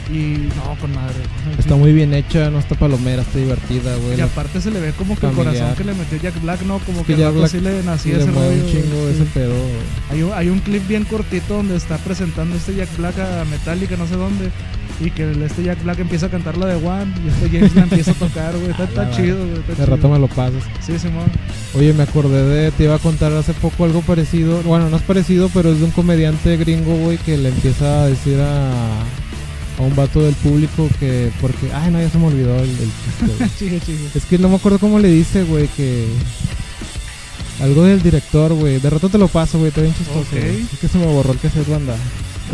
[SPEAKER 2] Y no, con madre.
[SPEAKER 1] Está muy bien hecha, no está palomera, está divertida, güey.
[SPEAKER 2] Y
[SPEAKER 1] La-
[SPEAKER 2] aparte se le ve como que
[SPEAKER 1] Familiar.
[SPEAKER 2] el corazón que le metió Jack Black, ¿no? Como que,
[SPEAKER 1] que Jack
[SPEAKER 2] al vato
[SPEAKER 1] Black
[SPEAKER 2] sí le
[SPEAKER 1] sí,
[SPEAKER 2] nacía
[SPEAKER 1] le
[SPEAKER 2] ese
[SPEAKER 1] mueve
[SPEAKER 2] rollo.
[SPEAKER 1] un chingo
[SPEAKER 2] güey,
[SPEAKER 1] ese
[SPEAKER 2] sí.
[SPEAKER 1] pedo. güey.
[SPEAKER 2] Hay un, hay un clip bien cortito donde está presentando este Jack Black a Metallica, no sé dónde. Y que el- este Jack Black empieza a cantar la de One y este James la empieza a tocar, güey.
[SPEAKER 1] [LAUGHS]
[SPEAKER 2] Está, está
[SPEAKER 1] La
[SPEAKER 2] chido, güey. está
[SPEAKER 1] De rato
[SPEAKER 2] chido.
[SPEAKER 1] me lo pasas.
[SPEAKER 2] Sí, Simón.
[SPEAKER 1] Oye, me acordé de, te iba a contar hace poco algo parecido. Bueno, no es parecido, pero es de un comediante gringo, güey, que le empieza a decir a, a un vato del público que, porque, ay, no, ya se me olvidó el, el chiste, güey.
[SPEAKER 2] Chido, chido.
[SPEAKER 1] Es que no me acuerdo cómo le dice, güey, que. Algo del director, güey. De rato te lo paso, güey, está bien chistoso.
[SPEAKER 2] Ok.
[SPEAKER 1] güey. Es que se me borró el cassette, banda.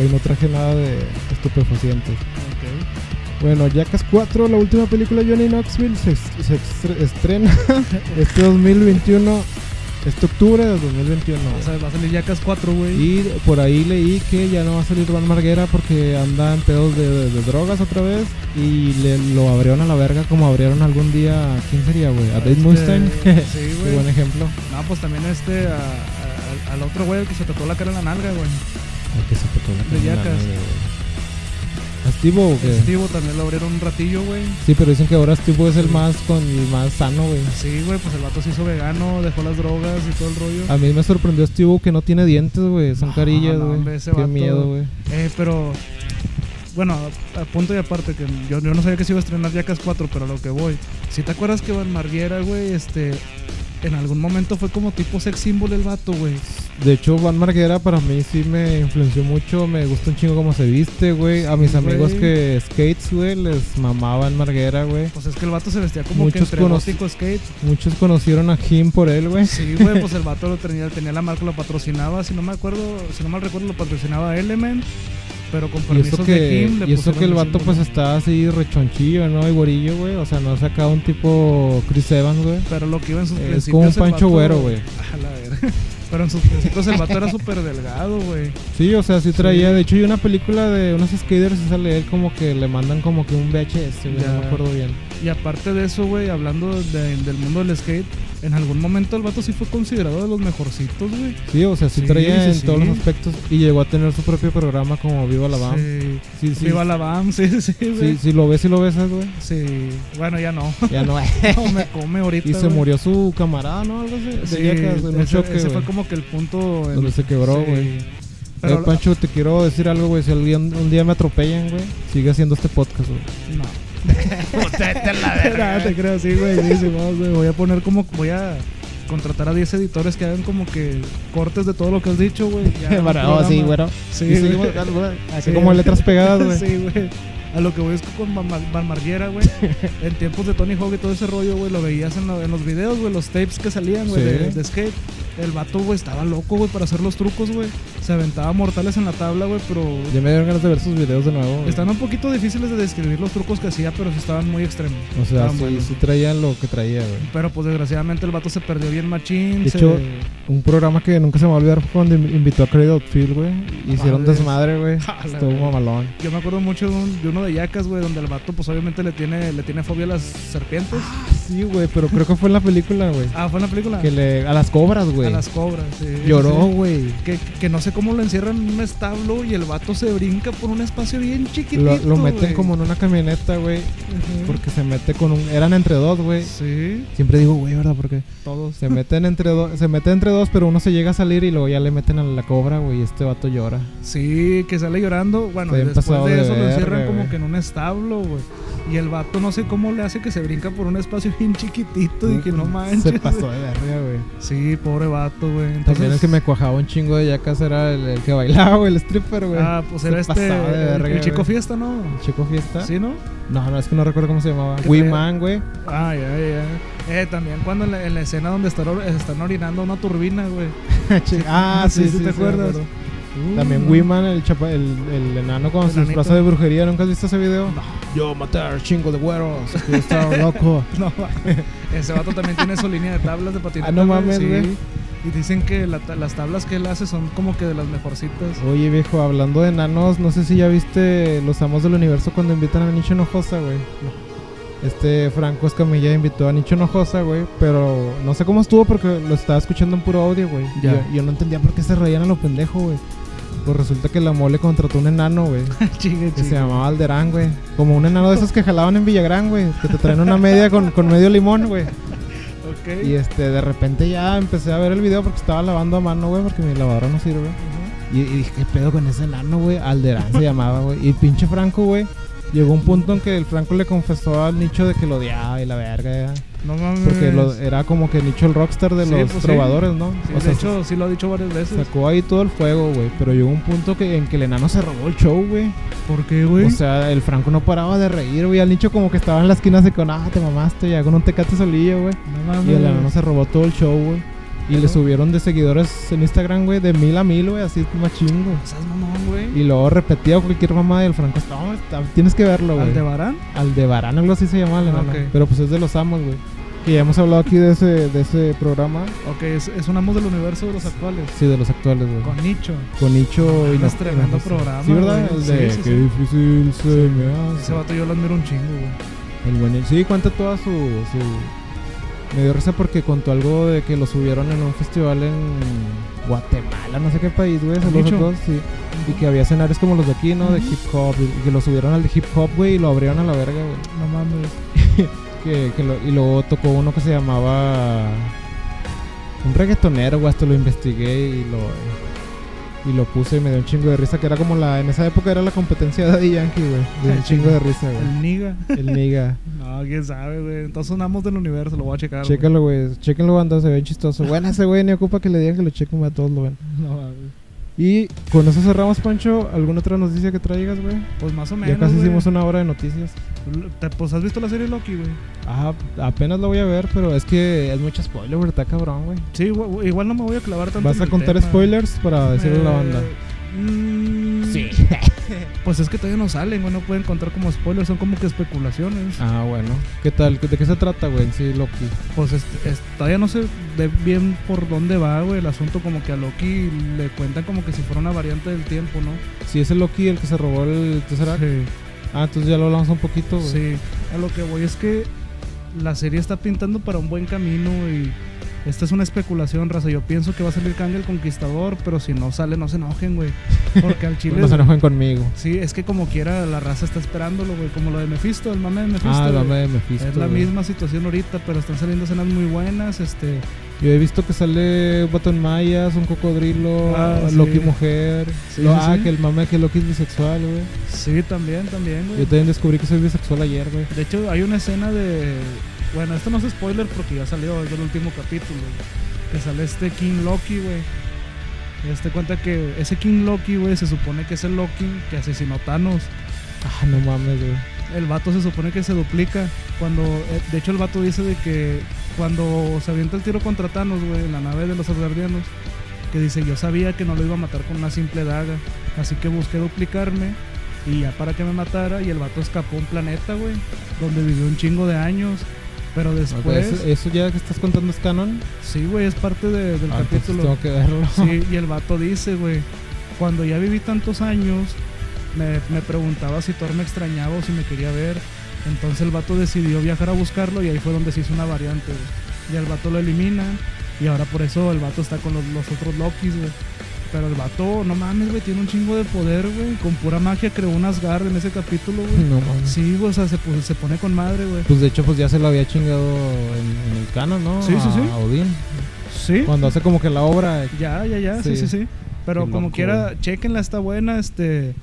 [SPEAKER 1] Hoy no traje nada de estupefacientes.
[SPEAKER 2] Ok.
[SPEAKER 6] Bueno, Jackass 4, la última película de Johnny Knoxville, se, est- se estre- estrena
[SPEAKER 1] [LAUGHS]
[SPEAKER 6] este 2021, este octubre de 2021.
[SPEAKER 2] O sea, va a salir Jackass 4, güey.
[SPEAKER 1] Y por ahí leí que ya no va a salir Van Marguera porque anda en pedos de, de- de drogas otra vez. Y le, lo abrieron a la verga como abrieron algún día. ¿Quién sería, güey? A Dave
[SPEAKER 2] Este,
[SPEAKER 1] Mustaine. [LAUGHS]
[SPEAKER 2] Sí,
[SPEAKER 1] Qué
[SPEAKER 2] güey.
[SPEAKER 1] buen ejemplo.
[SPEAKER 2] No, pues también este a- a- al otro güey el que se tatuó la cara en la nalga, güey.
[SPEAKER 1] Ay, que se tocó la
[SPEAKER 2] De
[SPEAKER 1] cara,
[SPEAKER 2] Jackass.
[SPEAKER 1] güey. ¿A Steve o qué?
[SPEAKER 2] Steve también lo abrieron un ratillo, güey.
[SPEAKER 1] Sí, pero dicen que ahora Steve es el más con el más sano, güey.
[SPEAKER 2] Sí, güey, pues el vato se hizo vegano, dejó las drogas y todo el rollo.
[SPEAKER 1] A mí me sorprendió Steve que no tiene dientes, güey. Son
[SPEAKER 2] Ah,
[SPEAKER 1] carillas,
[SPEAKER 2] no,
[SPEAKER 1] güey.
[SPEAKER 2] hombre, ese
[SPEAKER 1] Qué
[SPEAKER 2] vato.
[SPEAKER 1] miedo, güey.
[SPEAKER 2] Eh, pero bueno, a, a punto y aparte que yo, yo no sabía que se iba a estrenar Jackass 4, pero a lo que voy. Si te acuerdas que Van Marguera, güey, este en algún momento fue como tipo sex symbol el vato, güey.
[SPEAKER 1] De hecho, Van Marguera para mí sí me influenció mucho. Me gusta un chingo cómo se viste, güey. A mis
[SPEAKER 2] Sí,
[SPEAKER 1] amigos
[SPEAKER 2] güey.
[SPEAKER 1] que skates, güey, les mamaba Van Marguera, güey.
[SPEAKER 2] Pues es que el vato se vestía como que
[SPEAKER 1] Muchos
[SPEAKER 2] entre
[SPEAKER 1] conoc-
[SPEAKER 2] gótico skate.
[SPEAKER 1] Muchos conocieron a Jim por él, güey.
[SPEAKER 2] Sí, güey,
[SPEAKER 1] [LAUGHS]
[SPEAKER 2] pues el vato lo tenía, tenía la marca, lo patrocinaba, si no me acuerdo, si no mal recuerdo, lo patrocinaba Element, pero con
[SPEAKER 1] Y
[SPEAKER 2] permisos
[SPEAKER 1] eso
[SPEAKER 2] de
[SPEAKER 1] que,
[SPEAKER 2] Kim le
[SPEAKER 1] y eso que el
[SPEAKER 2] pusieron
[SPEAKER 1] vato pues
[SPEAKER 2] símbolo.
[SPEAKER 1] está así rechonchillo, ¿no? Y gorillo, güey. O sea, no ha sacado un tipo Chris Evans, güey.
[SPEAKER 2] Pero lo que iba en sus
[SPEAKER 1] Es
[SPEAKER 2] principios...
[SPEAKER 1] como un
[SPEAKER 2] el
[SPEAKER 1] Pancho
[SPEAKER 2] vato-
[SPEAKER 1] Güero, güey.
[SPEAKER 2] [LAUGHS] A la verga. Pero en sus principios el vato era súper delgado, güey.
[SPEAKER 1] Sí, o sea, sí traía. De hecho, hay una película de unos skaters y sale él como que le mandan como que un VHS, güey.
[SPEAKER 2] Ya.
[SPEAKER 1] No me acuerdo bien.
[SPEAKER 2] Y aparte de eso, güey, hablando de- del mundo del skate, en algún momento el vato sí fue considerado de los mejorcitos, güey.
[SPEAKER 1] Sí, o sea, sí,
[SPEAKER 2] Sí,
[SPEAKER 1] traía
[SPEAKER 2] sí,
[SPEAKER 1] en
[SPEAKER 2] sí.
[SPEAKER 1] todos los aspectos y llegó a tener su propio programa como Viva la BAM.
[SPEAKER 2] Sí.
[SPEAKER 1] Sí, sí.
[SPEAKER 2] Viva la BAM, [LAUGHS] sí, sí, güey.
[SPEAKER 1] Sí, sí, lo ves y lo ves, güey.
[SPEAKER 2] Sí. Bueno, ya no.
[SPEAKER 1] [LAUGHS]
[SPEAKER 2] [LAUGHS]
[SPEAKER 1] Ya no
[SPEAKER 2] No me come ahorita,
[SPEAKER 1] Y se
[SPEAKER 2] güey.
[SPEAKER 1] murió su camarada, ¿no? Algo así. De
[SPEAKER 2] Sí,
[SPEAKER 1] Jackass, en un
[SPEAKER 2] ese,
[SPEAKER 1] choque,
[SPEAKER 2] ese
[SPEAKER 1] güey.
[SPEAKER 2] fue como que el punto en-
[SPEAKER 1] Donde se quebró,
[SPEAKER 2] sí.
[SPEAKER 1] güey.
[SPEAKER 2] Pero
[SPEAKER 1] Eh, Pancho, te quiero decir algo, güey. Si algún un día me atropellan, güey, sigue haciendo este podcast, güey.
[SPEAKER 2] no. Nada, te creo así, güey. Sí, sí, vamos, güey. Voy a poner como voy a contratar a 10 editores que hagan como que cortes de todo lo que has dicho, güey. y hagan un programa.
[SPEAKER 1] oh, sí, güero.
[SPEAKER 2] Sí,
[SPEAKER 1] Y seguimos- [LAUGHS]
[SPEAKER 2] güey.
[SPEAKER 1] Así como letras
[SPEAKER 2] [LAUGHS]
[SPEAKER 1] pegadas, güey.
[SPEAKER 2] Sí, güey. A lo que voy es que con Van Mar- Van
[SPEAKER 1] [LAUGHS]
[SPEAKER 2] Margiera, güey. en tiempos de Tony Hawk y todo ese rollo, güey, lo veías en, lo- en los videos, güey, los tapes que salían, güey,
[SPEAKER 1] Sí.
[SPEAKER 2] de, de skate. El vato, güey, estaba loco, güey, para hacer los trucos, güey. Se aventaba mortales en la tabla, güey, pero
[SPEAKER 1] Ya me dieron ganas de ver sus videos de nuevo. güey.
[SPEAKER 2] están un poquito difíciles de describir los trucos que hacía, pero sí estaban muy extremos.
[SPEAKER 1] O sea,
[SPEAKER 2] Estaban
[SPEAKER 1] sí,
[SPEAKER 2] buenos.
[SPEAKER 1] sí traía lo que traía, güey.
[SPEAKER 2] Pero pues desgraciadamente el vato se perdió bien machín.
[SPEAKER 1] De
[SPEAKER 2] se-
[SPEAKER 1] hecho, Un programa que nunca se me va a olvidar fue cuando in- invitó a Craig Outfield, güey. Hicieron
[SPEAKER 2] Ah, Madre.
[SPEAKER 1] desmadre, güey.
[SPEAKER 2] [LAUGHS] A la
[SPEAKER 1] Estuvo
[SPEAKER 2] verga.
[SPEAKER 1] mamalón.
[SPEAKER 2] Yo me acuerdo mucho de, un- de uno de Yacas, güey, donde el vato pues obviamente le tiene, le tiene fobia a las serpientes.
[SPEAKER 1] Sí, güey, pero creo que fue en la película, güey.
[SPEAKER 2] Ah, fue en la película.
[SPEAKER 1] Ah. Que le... A las cobras, güey.
[SPEAKER 2] A las cobras, sí.
[SPEAKER 1] Lloró,
[SPEAKER 2] Sí.
[SPEAKER 1] güey.
[SPEAKER 2] Que, que no sé cómo lo encierran en un establo y el vato se brinca por un espacio bien chiquitito.
[SPEAKER 1] Lo, lo meten
[SPEAKER 2] güey.
[SPEAKER 1] como en una camioneta, güey.
[SPEAKER 2] Ujú.
[SPEAKER 1] Porque se mete con un... Eran entre dos, güey.
[SPEAKER 2] Sí,
[SPEAKER 1] Siempre digo, güey, ¿verdad? Porque
[SPEAKER 2] todos. [LAUGHS]
[SPEAKER 1] se meten entre dos, se meten entre dos, pero uno se llega a salir y luego ya le meten a la cobra, güey, y este vato llora.
[SPEAKER 2] Sí, que sale llorando. Bueno,
[SPEAKER 1] Está
[SPEAKER 2] y
[SPEAKER 1] bien
[SPEAKER 2] después
[SPEAKER 1] pasado
[SPEAKER 2] de
[SPEAKER 1] de
[SPEAKER 2] eso lo
[SPEAKER 1] verga,
[SPEAKER 2] encierran como
[SPEAKER 1] güey.
[SPEAKER 2] que en un establo, güey. Y el vato no sé cómo le hace que se brinca por un espacio bien chiquitito y que no manches.
[SPEAKER 1] pues, Se pasó de verga, güey.
[SPEAKER 2] Sí, pobre vato, güey.
[SPEAKER 1] También
[SPEAKER 2] Entonces,
[SPEAKER 1] el que me cuajaba un chingo de yacas era el, el que bailaba, güey, el stripper, güey.
[SPEAKER 2] Ah, pues era
[SPEAKER 1] Se
[SPEAKER 2] este.
[SPEAKER 1] pasaba de
[SPEAKER 2] el-
[SPEAKER 1] verga,
[SPEAKER 2] el chico
[SPEAKER 1] güey. ¿Ah?
[SPEAKER 2] fiesta, ¿no?
[SPEAKER 1] ¿El chico fiesta?
[SPEAKER 2] ¿Sí, no?
[SPEAKER 1] No, no, es que no recuerdo cómo se llamaba.
[SPEAKER 2] Que
[SPEAKER 1] Wee
[SPEAKER 2] traía-
[SPEAKER 1] Man,
[SPEAKER 2] [LAUGHS]
[SPEAKER 1] güey.
[SPEAKER 2] Ah, ya, ya. Eh, también cuando en la, en la escena donde están, or- están orinando una turbina, güey.
[SPEAKER 1] [LAUGHS] ah, sí, sí,
[SPEAKER 2] ¿te
[SPEAKER 1] sí,
[SPEAKER 2] acuerdas?
[SPEAKER 1] me acuerdo.
[SPEAKER 2] Uh,
[SPEAKER 1] También
[SPEAKER 2] no.
[SPEAKER 1] Wee
[SPEAKER 2] [LAUGHS]
[SPEAKER 1] Man, el, chapa- el, el enano con sus
[SPEAKER 2] Enanito.
[SPEAKER 1] brazos de brujería. ¿Nunca has visto ese video?
[SPEAKER 2] No.
[SPEAKER 1] Yo matar chingo de güeros. que estaba loco.
[SPEAKER 2] [LAUGHS] No, ese vato también tiene su línea de tablas de patineta.
[SPEAKER 1] Ah, no mames,
[SPEAKER 2] sí.
[SPEAKER 1] güey.
[SPEAKER 2] Y dicen que la ta- las tablas que él hace son como que de las mejorcitas.
[SPEAKER 1] Oye, viejo, hablando de enanos, no sé si ya viste Los Amos del Universo cuando invitan a Nicho Nojosa, güey. Este Franco Escamilla invitó a Nicho Nojosa, güey, pero no sé cómo estuvo porque lo estaba escuchando en puro audio, güey. Yo,
[SPEAKER 2] Ya.
[SPEAKER 1] yo no entendía por qué se reían a lo pendejo, güey. Pues resulta que la mole contrató un enano, güey,
[SPEAKER 2] [LAUGHS] Chingue,
[SPEAKER 1] que se
[SPEAKER 2] chingue.
[SPEAKER 1] llamaba Alderán, güey. Como un enano de esos que jalaban en Villagrán, güey, que te traen una media con, con medio limón, güey.
[SPEAKER 2] Ok.
[SPEAKER 1] Y este, de repente ya empecé a ver el video porque estaba lavando a mano, güey, porque mi lavadora no sirve. Y, y dije, ¿qué pedo con ese enano, güey? Alderán se [LAUGHS] llamaba, güey. Y pinche Franco, güey. Llegó un punto en que el Franco le confesó al Nicho de que lo odiaba y la verga. ya.
[SPEAKER 2] No mames.
[SPEAKER 1] Porque lo- era como que Nicho el rockstar de
[SPEAKER 2] Mm. Sí,
[SPEAKER 1] los
[SPEAKER 2] pues sí.
[SPEAKER 1] trovadores, ¿no?
[SPEAKER 2] Sí,
[SPEAKER 1] o sea,
[SPEAKER 2] de hecho, sí lo ha dicho varias
[SPEAKER 1] se-
[SPEAKER 2] veces.
[SPEAKER 1] sacó ahí todo el fuego, güey. Pero llegó un punto que, en que el enano se robó el show, güey.
[SPEAKER 2] ¿Por qué, güey?
[SPEAKER 1] O sea, el Franco no paraba de reír, güey. Al Nicho como que estaba en la esquina así con, ah, te mamaste ya con un tecate solillo, güey.
[SPEAKER 2] no mames.
[SPEAKER 1] Y el enano se robó todo el show, güey. Y le
[SPEAKER 2] Ajá.
[SPEAKER 1] subieron de seguidores en Instagram, güey, de mil a mil, güey, así machín, güey.
[SPEAKER 2] ¿Sabes, mamón, güey?
[SPEAKER 1] Y luego repetía cualquier mamá del Franco. Está, hombre, está- tienes que verlo, güey.
[SPEAKER 2] ¿Aldebarán?
[SPEAKER 1] Aldebarán, algo así se llama la enana.
[SPEAKER 2] Ah, Ok.
[SPEAKER 1] Pero pues es de los amos, güey. Que ya hemos hablado aquí de ese, de ese programa.
[SPEAKER 2] Ok, es, es un amo del universo de los actuales.
[SPEAKER 1] Sí, de los actuales, güey.
[SPEAKER 2] Con Nicho.
[SPEAKER 1] Con Nicho y
[SPEAKER 2] Es tremendo programa,
[SPEAKER 1] Sí, ¿verdad?
[SPEAKER 2] güey.
[SPEAKER 1] El
[SPEAKER 2] Sí,
[SPEAKER 1] de
[SPEAKER 2] sí,
[SPEAKER 1] qué
[SPEAKER 2] sí.
[SPEAKER 1] difícil se me
[SPEAKER 2] Ese
[SPEAKER 1] hace.
[SPEAKER 2] vato yo lo admiro un chingo, güey.
[SPEAKER 1] El buen Sí, cuenta toda su, su. Me dio risa porque contó algo de que lo subieron en un festival en Guatemala, no sé qué país, güey. se los
[SPEAKER 2] Nicho?
[SPEAKER 1] dos, sí. Y que había escenarios como los de aquí, ¿no? De hip hop. Y que lo subieron al de hip hop, güey, y lo abrieron a la verga, güey.
[SPEAKER 2] No mames.
[SPEAKER 1] [LAUGHS] que, que lo- y luego tocó uno que se llamaba un reggaetonero, güey, hasta lo investigué y lo y lo puse y me dio un chingo de risa que era como la en esa época era la competencia de Daddy Yankee, güey, de un chingo de risa, güey.
[SPEAKER 2] Ah, El niga.
[SPEAKER 1] El nigga.
[SPEAKER 2] No, quién sabe, güey. Entonces son amos del universo, lo voy a checar. güey.
[SPEAKER 1] Chécalo, güey. Chéquenlo cuando se ve chistoso. Bueno, ese güey ni ocupa que le digan que lo chequen, güey, a todos lo ven.
[SPEAKER 2] No mames.
[SPEAKER 1] Y con eso cerramos, Pancho. ¿Alguna otra noticia que traigas, güey?
[SPEAKER 2] Pues más o menos.
[SPEAKER 1] Ya casi
[SPEAKER 2] güey.
[SPEAKER 1] hicimos una hora de noticias.
[SPEAKER 2] Te- Pues has visto la serie Loki, güey.
[SPEAKER 1] Ah, apenas lo voy a ver, pero es que es mucho spoiler, güey, está cabrón, güey.
[SPEAKER 2] Sí, güey, igual no me voy a clavar tanto.
[SPEAKER 1] ¿Vas
[SPEAKER 2] en
[SPEAKER 1] a
[SPEAKER 2] el
[SPEAKER 1] contar
[SPEAKER 2] tema.
[SPEAKER 1] spoilers para decirle a la
[SPEAKER 2] Eh,
[SPEAKER 1] banda?
[SPEAKER 2] mm, Pues es que todavía no salen, güey. No pueden contar como spoilers, son como que especulaciones.
[SPEAKER 1] [LAUGHS] Ah, bueno. ¿Qué tal? ¿De qué se trata, güey? en Sí, Loki.
[SPEAKER 2] Pues es- es- todavía no sé de bien por dónde va, güey. El asunto como que a Loki le cuentan como que si fuera una variante del tiempo, ¿no?
[SPEAKER 1] Si es el Loki el que se robó el Tesseract.
[SPEAKER 2] Sí.
[SPEAKER 1] Ah, entonces ya lo hablamos un poquito, güey.
[SPEAKER 2] Sí, a lo que voy es que la serie está pintando para un buen camino y esta es una especulación, raza. Yo pienso que va a salir Kang el Conquistador, pero si no sale, no se enojen, güey. Porque al chile.
[SPEAKER 1] [LAUGHS] No se enojen conmigo.
[SPEAKER 2] sí, es que como quiera, la raza está esperándolo, güey. Como lo de Mephisto, el mame de Mephisto.
[SPEAKER 1] Ah, el
[SPEAKER 2] güey.
[SPEAKER 1] hombre de Mephisto.
[SPEAKER 2] Es la
[SPEAKER 1] güey.
[SPEAKER 2] misma situación ahorita, pero están saliendo escenas muy buenas. Este,
[SPEAKER 1] Yo he visto que sale Botón Mayas, un cocodrilo,
[SPEAKER 2] Ah, sí.
[SPEAKER 1] Loki mujer.
[SPEAKER 2] Sí,
[SPEAKER 1] Lo-
[SPEAKER 2] sí,
[SPEAKER 1] ah,
[SPEAKER 2] sí.
[SPEAKER 1] que el mame que Loki es bisexual, güey.
[SPEAKER 2] sí, también, también,
[SPEAKER 1] Yo
[SPEAKER 2] güey.
[SPEAKER 1] también descubrí que soy bisexual ayer, güey.
[SPEAKER 2] De hecho, hay una escena de. Bueno, esto no es spoiler porque ya salió es del último capítulo. güey. Que sale este King Loki, güey. Y hazte cuenta que ese King Loki, güey, se supone que es el Loki que asesinó Thanos.
[SPEAKER 1] Ah, no mames, güey.
[SPEAKER 2] El vato se supone que se duplica. Cuando. eh, De hecho, el vato dice de que cuando se avienta el tiro contra Thanos, güey, en la nave de los Asgardianos. Que dice, yo sabía que no lo iba a matar con una simple daga. Así que busqué duplicarme. Y ya para que me matara. Y el vato escapó a un planeta, güey. Donde vivió un chingo de años. Pero
[SPEAKER 1] Ok,
[SPEAKER 2] después.
[SPEAKER 1] eso, eso ya que estás contando es canon.
[SPEAKER 2] Sí, güey, es parte de- del
[SPEAKER 1] Ah, entonces
[SPEAKER 2] capítulo.
[SPEAKER 1] tengo que verlo.
[SPEAKER 2] [LAUGHS] Sí, y el vato dice, güey, cuando ya viví tantos años, me, me preguntaba si Thor me extrañaba o si me quería ver. Entonces el vato decidió viajar a buscarlo y ahí fue donde se hizo una variante, güey. Y el vato lo elimina y ahora por eso el vato está con los, los otros Lokis, güey. Pero el vato, no mames, güey, tiene un chingo de poder, güey. Con pura magia creó un Asgard en ese capítulo, güey.
[SPEAKER 1] No mames.
[SPEAKER 2] Sí, güey, o sea, se, pu- se pone con madre, güey.
[SPEAKER 1] Pues de hecho, pues ya se lo había chingado en, en el canon, ¿no?
[SPEAKER 2] Sí, sí, sí.
[SPEAKER 1] A Odín.
[SPEAKER 2] Sí.
[SPEAKER 1] Cuando hace como que la obra.
[SPEAKER 2] Ya, ya, ya, sí,
[SPEAKER 1] Sí.
[SPEAKER 2] sí, sí. Pero
[SPEAKER 1] Qué
[SPEAKER 2] como
[SPEAKER 1] loco,
[SPEAKER 2] quiera,
[SPEAKER 1] güey.
[SPEAKER 2] chequenla, está buena, este...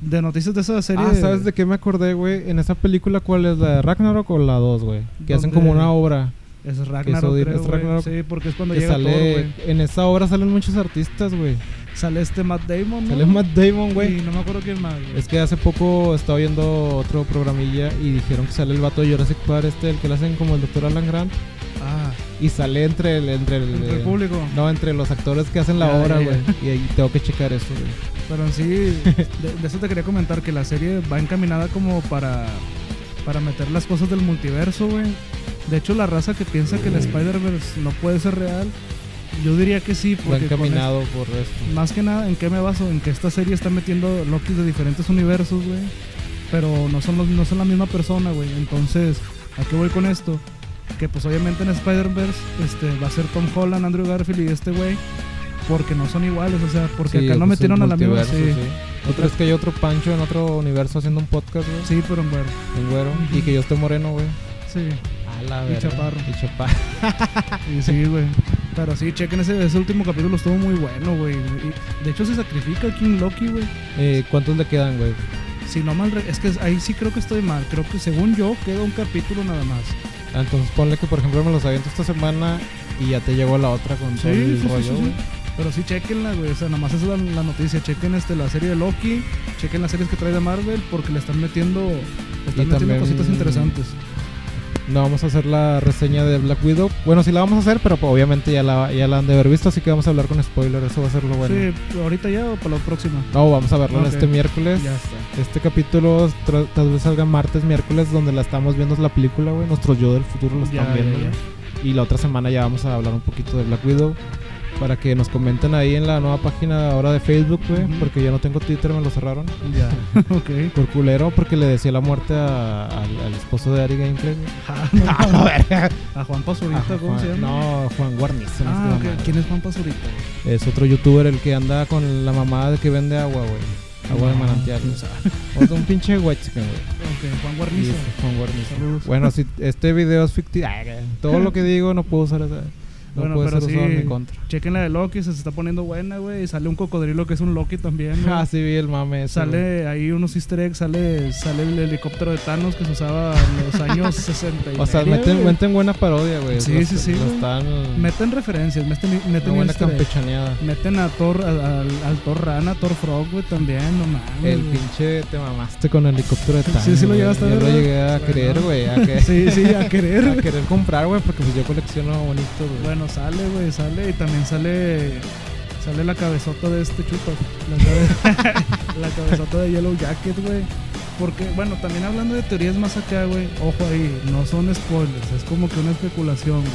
[SPEAKER 2] De noticias de esa serie...
[SPEAKER 1] Ah, ¿sabes de qué me acordé, güey? En esa película, ¿cuál es la de Ragnarok o la 2, güey? Que hacen
[SPEAKER 2] ¿Dónde?
[SPEAKER 1] como una obra.
[SPEAKER 2] Es
[SPEAKER 1] Eso
[SPEAKER 2] Ragnarok,
[SPEAKER 1] de-
[SPEAKER 2] creo,
[SPEAKER 1] es
[SPEAKER 2] güey.
[SPEAKER 1] Ragnarok.
[SPEAKER 2] Sí, porque es cuando
[SPEAKER 1] Que
[SPEAKER 2] llega Thor,
[SPEAKER 1] sale.
[SPEAKER 2] güey.
[SPEAKER 1] en esa obra salen muchos artistas, güey.
[SPEAKER 2] Sale este Matt Damon, ¿no?
[SPEAKER 1] Sale Matt Damon, güey.
[SPEAKER 2] Y no me acuerdo quién más, güey.
[SPEAKER 1] Es que hace poco estaba viendo otro programilla y dijeron que sale el vato de Jurassic Park, este, el que le hacen como el doctor Alan Grant.
[SPEAKER 2] Ah,
[SPEAKER 1] Y sale entre el. Entre el,
[SPEAKER 2] entre el
[SPEAKER 1] eh,
[SPEAKER 2] público.
[SPEAKER 1] No, entre los actores que hacen la
[SPEAKER 2] Ya,
[SPEAKER 1] obra,
[SPEAKER 2] ya,
[SPEAKER 1] güey.
[SPEAKER 2] ya.
[SPEAKER 1] Y ahí tengo que checar eso, güey.
[SPEAKER 2] Pero
[SPEAKER 1] [LAUGHS]
[SPEAKER 2] en sí, de, de eso te quería comentar, que la serie va encaminada como para, para meter las cosas del multiverso, güey. De hecho, la raza que piensa que el Spider-Verse no puede ser real, Yo diría que sí, porque
[SPEAKER 1] han
[SPEAKER 2] con este-
[SPEAKER 1] caminado por esto.
[SPEAKER 2] es- más que nada, ¿en qué me baso? En que esta serie está metiendo Lokis de diferentes universos, güey. Pero no son, los, no son la misma persona, güey. Entonces, ¿a qué voy con esto? Que pues obviamente en Spider-Verse este, va a ser Tom Holland, Andrew Garfield y este güey. Porque no son iguales, o sea, porque
[SPEAKER 1] Sí,
[SPEAKER 2] acá no
[SPEAKER 1] pues,
[SPEAKER 2] metieron
[SPEAKER 1] un
[SPEAKER 2] a la misma.
[SPEAKER 1] multiverso,
[SPEAKER 2] Sí,
[SPEAKER 1] ¿No crees que hay otro Pancho en otro universo haciendo un podcast, güey?
[SPEAKER 2] sí, pero bueno,
[SPEAKER 1] El güero. Y que yo esté moreno, güey.
[SPEAKER 2] sí.
[SPEAKER 1] A la
[SPEAKER 2] Y chaparro.
[SPEAKER 1] Y chaparro. [LAUGHS]
[SPEAKER 2] Y sí, güey. Pero sí, chequen ese, ese último capítulo, estuvo muy bueno, güey. Y, De hecho, se sacrifica King Loki, güey.
[SPEAKER 1] Eh, ¿Cuántos le quedan, güey?
[SPEAKER 2] Si no mal, re- es que ahí sí creo que estoy mal. Creo que según yo queda un capítulo nada más.
[SPEAKER 1] Ah, Entonces ponle que, por ejemplo, me los aviento esta semana y ya te llegó la otra con todo el rollo, güey.
[SPEAKER 2] Pero sí, chequenla, güey. O sea, nada más esa es la, la noticia. Chequen este, la serie de Loki. Chequen las series que trae de Marvel porque le están metiendo, le están
[SPEAKER 1] Y
[SPEAKER 2] metiendo
[SPEAKER 1] también-
[SPEAKER 2] cositas interesantes.
[SPEAKER 1] No vamos a hacer la reseña de Black Widow. Bueno, sí la vamos a hacer, pero pues, obviamente ya la, ya la han de haber visto, así que vamos a hablar con spoiler. Eso va a ser lo bueno.
[SPEAKER 2] Sí, ahorita ya o para la próxima.
[SPEAKER 1] No, vamos a verlo
[SPEAKER 2] Ok.
[SPEAKER 1] este miércoles.
[SPEAKER 2] Ya está.
[SPEAKER 1] Este capítulo tra- tal vez salga martes, miércoles, donde la estamos viendo es la película, güey. Nuestro yo del futuro lo
[SPEAKER 2] Ya,
[SPEAKER 1] están
[SPEAKER 2] ya,
[SPEAKER 1] viendo.
[SPEAKER 2] ya.
[SPEAKER 1] güey. Y la otra semana ya vamos a hablar un poquito de Black Widow. Para que nos comenten ahí en la nueva página ahora de Facebook, güey.
[SPEAKER 2] Ujú.
[SPEAKER 1] Porque yo no tengo Twitter, me lo cerraron. [LAUGHS]
[SPEAKER 2] Ya. ok.
[SPEAKER 1] Por culero, porque le decía la muerte a- al, al esposo de Ari Gameplay. güey.
[SPEAKER 2] [LAUGHS] Ah, no, A Juan
[SPEAKER 1] Ah,
[SPEAKER 2] Pazurita, ¿cómo
[SPEAKER 1] Juan-
[SPEAKER 2] se llama?
[SPEAKER 1] no, Juan Guarniz. no
[SPEAKER 2] Ah,
[SPEAKER 1] es que
[SPEAKER 2] ok.
[SPEAKER 1] mamá.
[SPEAKER 2] ¿quién es Juan Pazurita?
[SPEAKER 1] Es otro youtuber el que anda con la mamá de que vende agua, güey. Agua de
[SPEAKER 2] No,
[SPEAKER 1] manantial.
[SPEAKER 2] no
[SPEAKER 1] güey. Otro un pinche guachican, güey.
[SPEAKER 2] [LAUGHS] Ok, Juan
[SPEAKER 1] Y
[SPEAKER 2] Guarnizo.
[SPEAKER 1] es Juan Guarnizo.
[SPEAKER 2] Saludos.
[SPEAKER 1] Bueno, si este video es ficticio, todo lo que digo no puedo usar esa- no
[SPEAKER 2] Bueno,
[SPEAKER 1] puede
[SPEAKER 2] pero
[SPEAKER 1] ser usado en
[SPEAKER 2] sí.
[SPEAKER 1] mi contra. [LAUGHS]
[SPEAKER 2] Chequen la de Loki, se está poniendo buena, güey. Y sale un cocodrilo que es un Loki también.
[SPEAKER 1] [LAUGHS]
[SPEAKER 2] güey.
[SPEAKER 1] Ah, sí vi el mame. ese, güey.
[SPEAKER 2] Sale ahí unos easter eggs, sale, sale el helicóptero de Thanos que se usaba en los
[SPEAKER 1] [LAUGHS]
[SPEAKER 2] años 60. y
[SPEAKER 1] O sea,
[SPEAKER 2] media,
[SPEAKER 1] meten,
[SPEAKER 2] güey.
[SPEAKER 1] meten buena parodia, güey.
[SPEAKER 2] Sí,
[SPEAKER 1] Lo-
[SPEAKER 2] sí, sí,
[SPEAKER 1] lo
[SPEAKER 2] güey.
[SPEAKER 1] están
[SPEAKER 2] meten referencias, meten, meten
[SPEAKER 1] una buena
[SPEAKER 2] easter egg.
[SPEAKER 1] campechaneada.
[SPEAKER 2] Meten a Thor, a- al, al Thor Rana, Thor Frog, güey, también, no mames.
[SPEAKER 1] El
[SPEAKER 2] güey.
[SPEAKER 1] pinche te mamaste con el helicóptero de
[SPEAKER 2] Mm. [LAUGHS] Sí,
[SPEAKER 1] Thanos.
[SPEAKER 2] sí lo
[SPEAKER 1] güey.
[SPEAKER 2] llegaste a
[SPEAKER 1] Yo
[SPEAKER 2] ver,
[SPEAKER 1] lo
[SPEAKER 2] ¿verdad?
[SPEAKER 1] llegué a
[SPEAKER 2] Bueno.
[SPEAKER 1] querer, güey. A, que-
[SPEAKER 2] [LAUGHS] Sí, sí, a
[SPEAKER 1] [LAUGHS]
[SPEAKER 2] querer,
[SPEAKER 1] a
[SPEAKER 2] güey.
[SPEAKER 1] querer comprar, güey, porque pues yo colecciono bonito, güey.
[SPEAKER 2] Bueno, sale, güey, sale y también sale sale la cabezota de este chupa. La,
[SPEAKER 1] [LAUGHS]
[SPEAKER 2] cabe- la cabezota de Yellow Jacket, güey. Porque, bueno, también hablando de teorías más acá, güey, ojo ahí, no son spoilers, es como que una especulación, güey.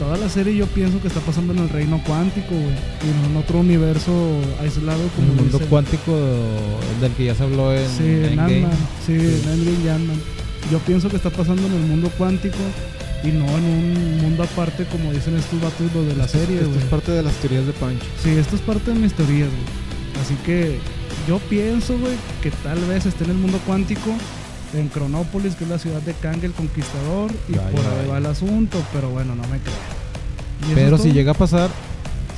[SPEAKER 2] Toda la serie yo pienso que está pasando en el reino cuántico, güey, y no en otro universo aislado
[SPEAKER 1] En
[SPEAKER 2] como
[SPEAKER 1] el mundo
[SPEAKER 2] dice-
[SPEAKER 1] cuántico del que ya se habló en,
[SPEAKER 2] Sí, en
[SPEAKER 1] Endgame.
[SPEAKER 2] Ant-Man. Sí, en Endgame y Ant-Man. Yo pienso que está pasando en el mundo cuántico y no en un mundo aparte como dicen estos vatos lo de la serie,
[SPEAKER 1] Esto es
[SPEAKER 2] güey.
[SPEAKER 1] parte de las teorías de Pancho.
[SPEAKER 2] Sí, esto es parte de mis teorías, güey. Así que yo pienso, güey, que tal vez esté en el mundo cuántico, en Cronópolis, que es la ciudad de Kang el Conquistador, y
[SPEAKER 1] Vaya,
[SPEAKER 2] por ahí
[SPEAKER 1] vaya.
[SPEAKER 2] va el asunto, pero bueno, no me creo. Y eso
[SPEAKER 1] Pero
[SPEAKER 2] es
[SPEAKER 1] si
[SPEAKER 2] todo.
[SPEAKER 1] llega a pasar,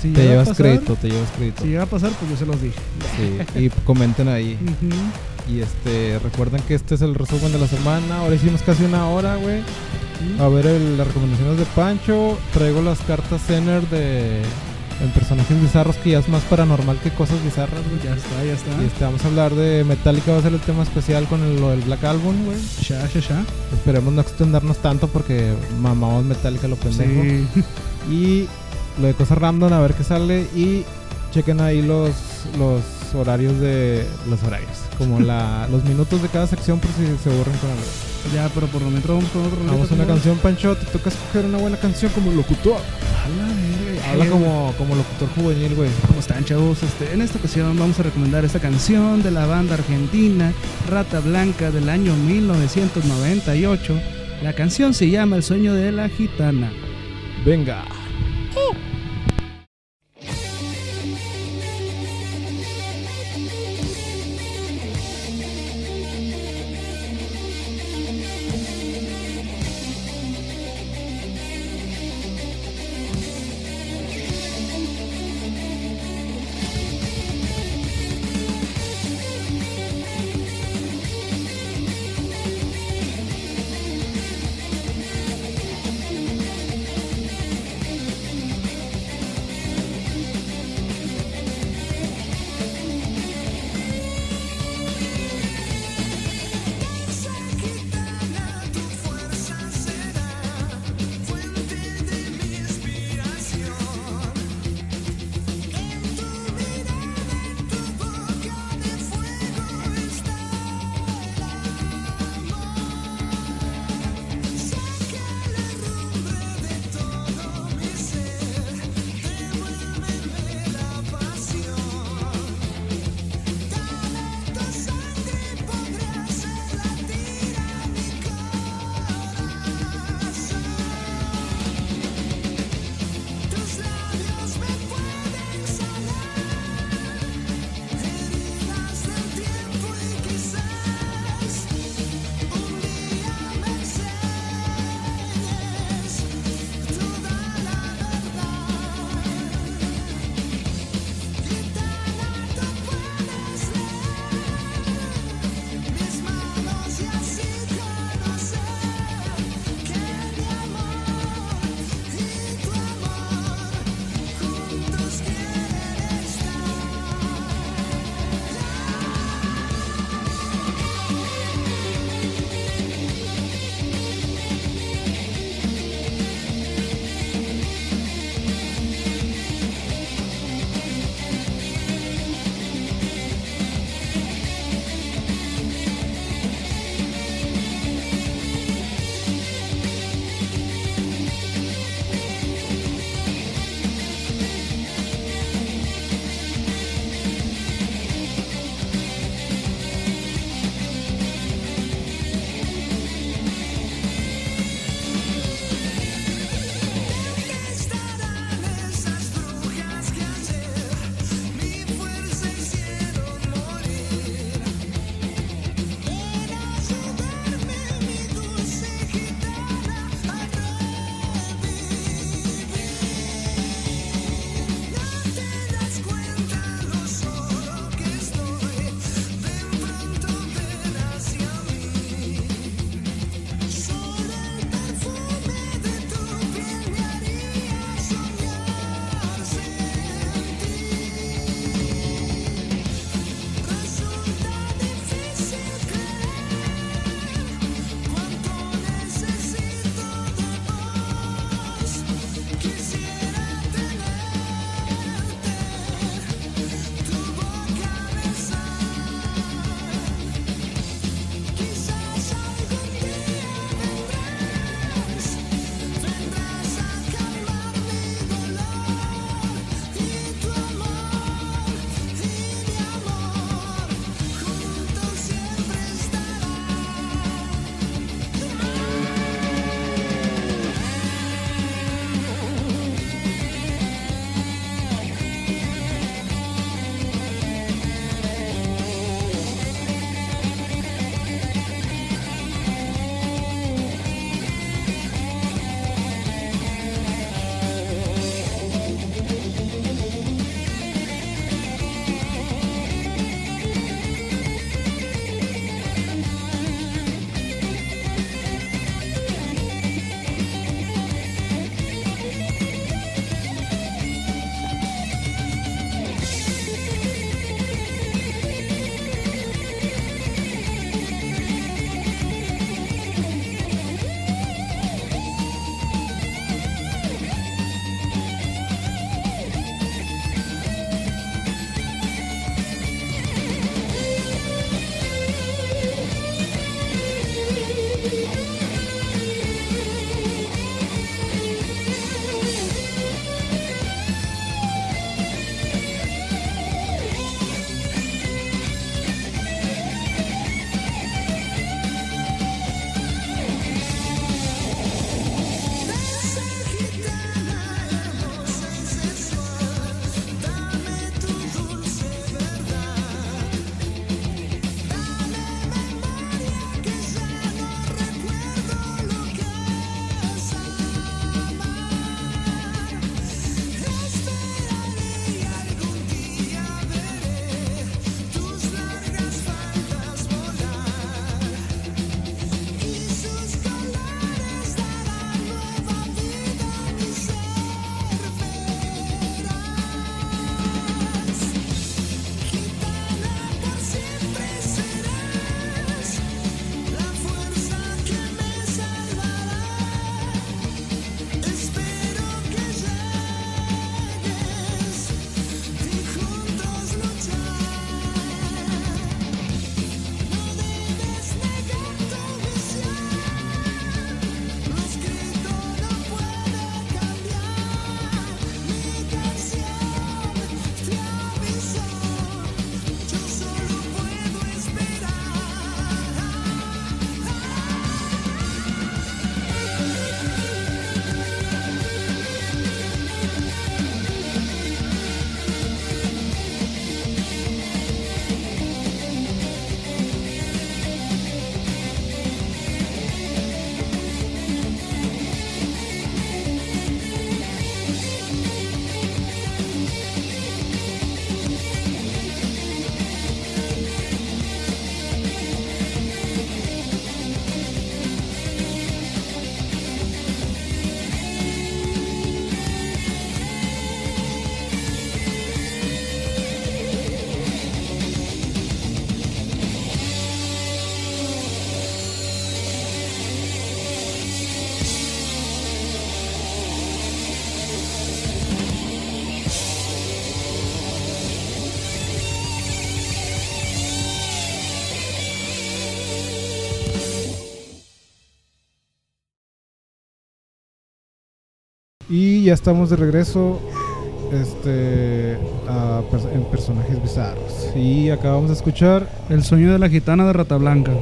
[SPEAKER 2] Si
[SPEAKER 1] te
[SPEAKER 2] llega a
[SPEAKER 1] llevas
[SPEAKER 2] pasar,
[SPEAKER 1] crédito, te llevas crédito.
[SPEAKER 2] Si llega a pasar, pues yo se los dije.
[SPEAKER 1] Sí, Y comenten ahí.
[SPEAKER 2] Ujú.
[SPEAKER 1] Y este, recuerden que este es el resumen de la semana. Ahora hicimos casi una hora, güey.
[SPEAKER 2] Ujú.
[SPEAKER 1] A ver el- las recomendaciones de Pancho. Traigo las cartas Zener de en personajes bizarros que ya es más paranormal que cosas bizarras, güey.
[SPEAKER 2] Pues Ya está, ya está.
[SPEAKER 1] Y este, vamos a hablar de Metallica, va a ser el tema especial con el, lo del Black Album, güey.
[SPEAKER 2] Ya, ya, ya.
[SPEAKER 1] Esperemos no extendernos tanto porque mamamos Metallica lo pendejo.
[SPEAKER 2] Sí. [LAUGHS]
[SPEAKER 1] Y lo de cosas random, a ver qué sale. Y chequen ahí los, los horarios de. Los horarios. Como
[SPEAKER 2] [LAUGHS]
[SPEAKER 1] la, los minutos de cada sección por si se borran con algo.
[SPEAKER 2] Ya, pero por lo menos vamos con otro
[SPEAKER 1] Vamos a una canción, Pancho. Te toca escoger una buena canción como locutor. Habla como, como locutor juvenil, güey.
[SPEAKER 2] ¿Cómo están, chavos? Este, en esta ocasión vamos a recomendar esta canción de la banda argentina Rata Blanca del año 1998. La canción se llama El sueño de la gitana.
[SPEAKER 1] Venga.
[SPEAKER 7] Thank
[SPEAKER 1] Y ya estamos de regreso este, a pers- en personajes bizarros. Y acabamos de escuchar,
[SPEAKER 2] El sueño de la gitana de Rata Blanca.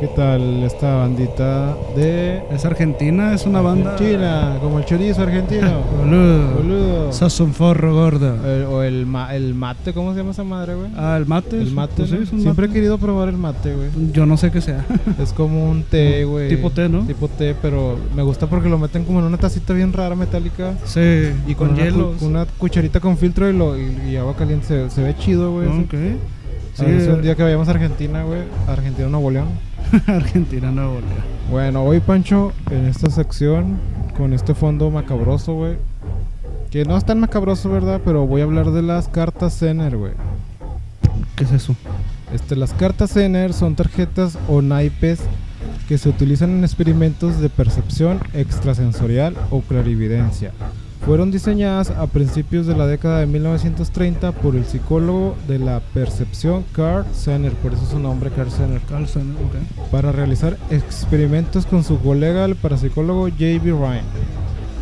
[SPEAKER 1] ¿qué tal esta bandita de
[SPEAKER 2] Es argentina, es una banda.
[SPEAKER 1] Argentina? Como el chorizo
[SPEAKER 2] [LAUGHS]
[SPEAKER 1] argentino.
[SPEAKER 2] Boludo.
[SPEAKER 1] Boludo.
[SPEAKER 2] Sos un forro gordo.
[SPEAKER 1] El- o el, ma- el mate, ¿cómo se llama esa madre, güey?
[SPEAKER 2] Ah, el mate.
[SPEAKER 1] El mate.
[SPEAKER 2] pues sí,
[SPEAKER 1] ¿no?
[SPEAKER 2] es un
[SPEAKER 1] Siempre he
[SPEAKER 2] mate.
[SPEAKER 1] querido probar el mate, güey.
[SPEAKER 2] Yo no sé qué sea. [LAUGHS]
[SPEAKER 1] Es como un té, güey.
[SPEAKER 2] Tipo té, ¿no?
[SPEAKER 1] Tipo té, pero me gusta porque lo meten como en una tacita bien rara metálica.
[SPEAKER 2] sí.
[SPEAKER 1] Y con, una,
[SPEAKER 2] hielo.
[SPEAKER 1] cu- con una cucharita con filtro y, lo, y, y agua caliente se, se ve chido, güey. eso.
[SPEAKER 2] Ah, Ok.
[SPEAKER 1] A
[SPEAKER 2] Sí, eh.
[SPEAKER 1] ver si un día que vayamos a Argentina, güey. Argentina, Nuevo León.
[SPEAKER 2] [LAUGHS] Argentina, Nuevo León.
[SPEAKER 1] Bueno, hoy, Pancho, en esta sección, con este fondo macabroso, güey. Que no es tan macabroso, ¿verdad? Pero voy a hablar de las cartas Zener, güey.
[SPEAKER 2] ¿Qué es eso?
[SPEAKER 1] Este, las cartas Zener son tarjetas o naipes que se utilizan en experimentos de percepción extrasensorial o clarividencia. Fueron diseñadas a principios de la década de 1930 por el psicólogo de la percepción Carl Zener, por eso su nombre Carl Zener,
[SPEAKER 2] Carlson, ok.
[SPEAKER 1] para realizar experimentos con su colega el parapsicólogo J.B. Ryan.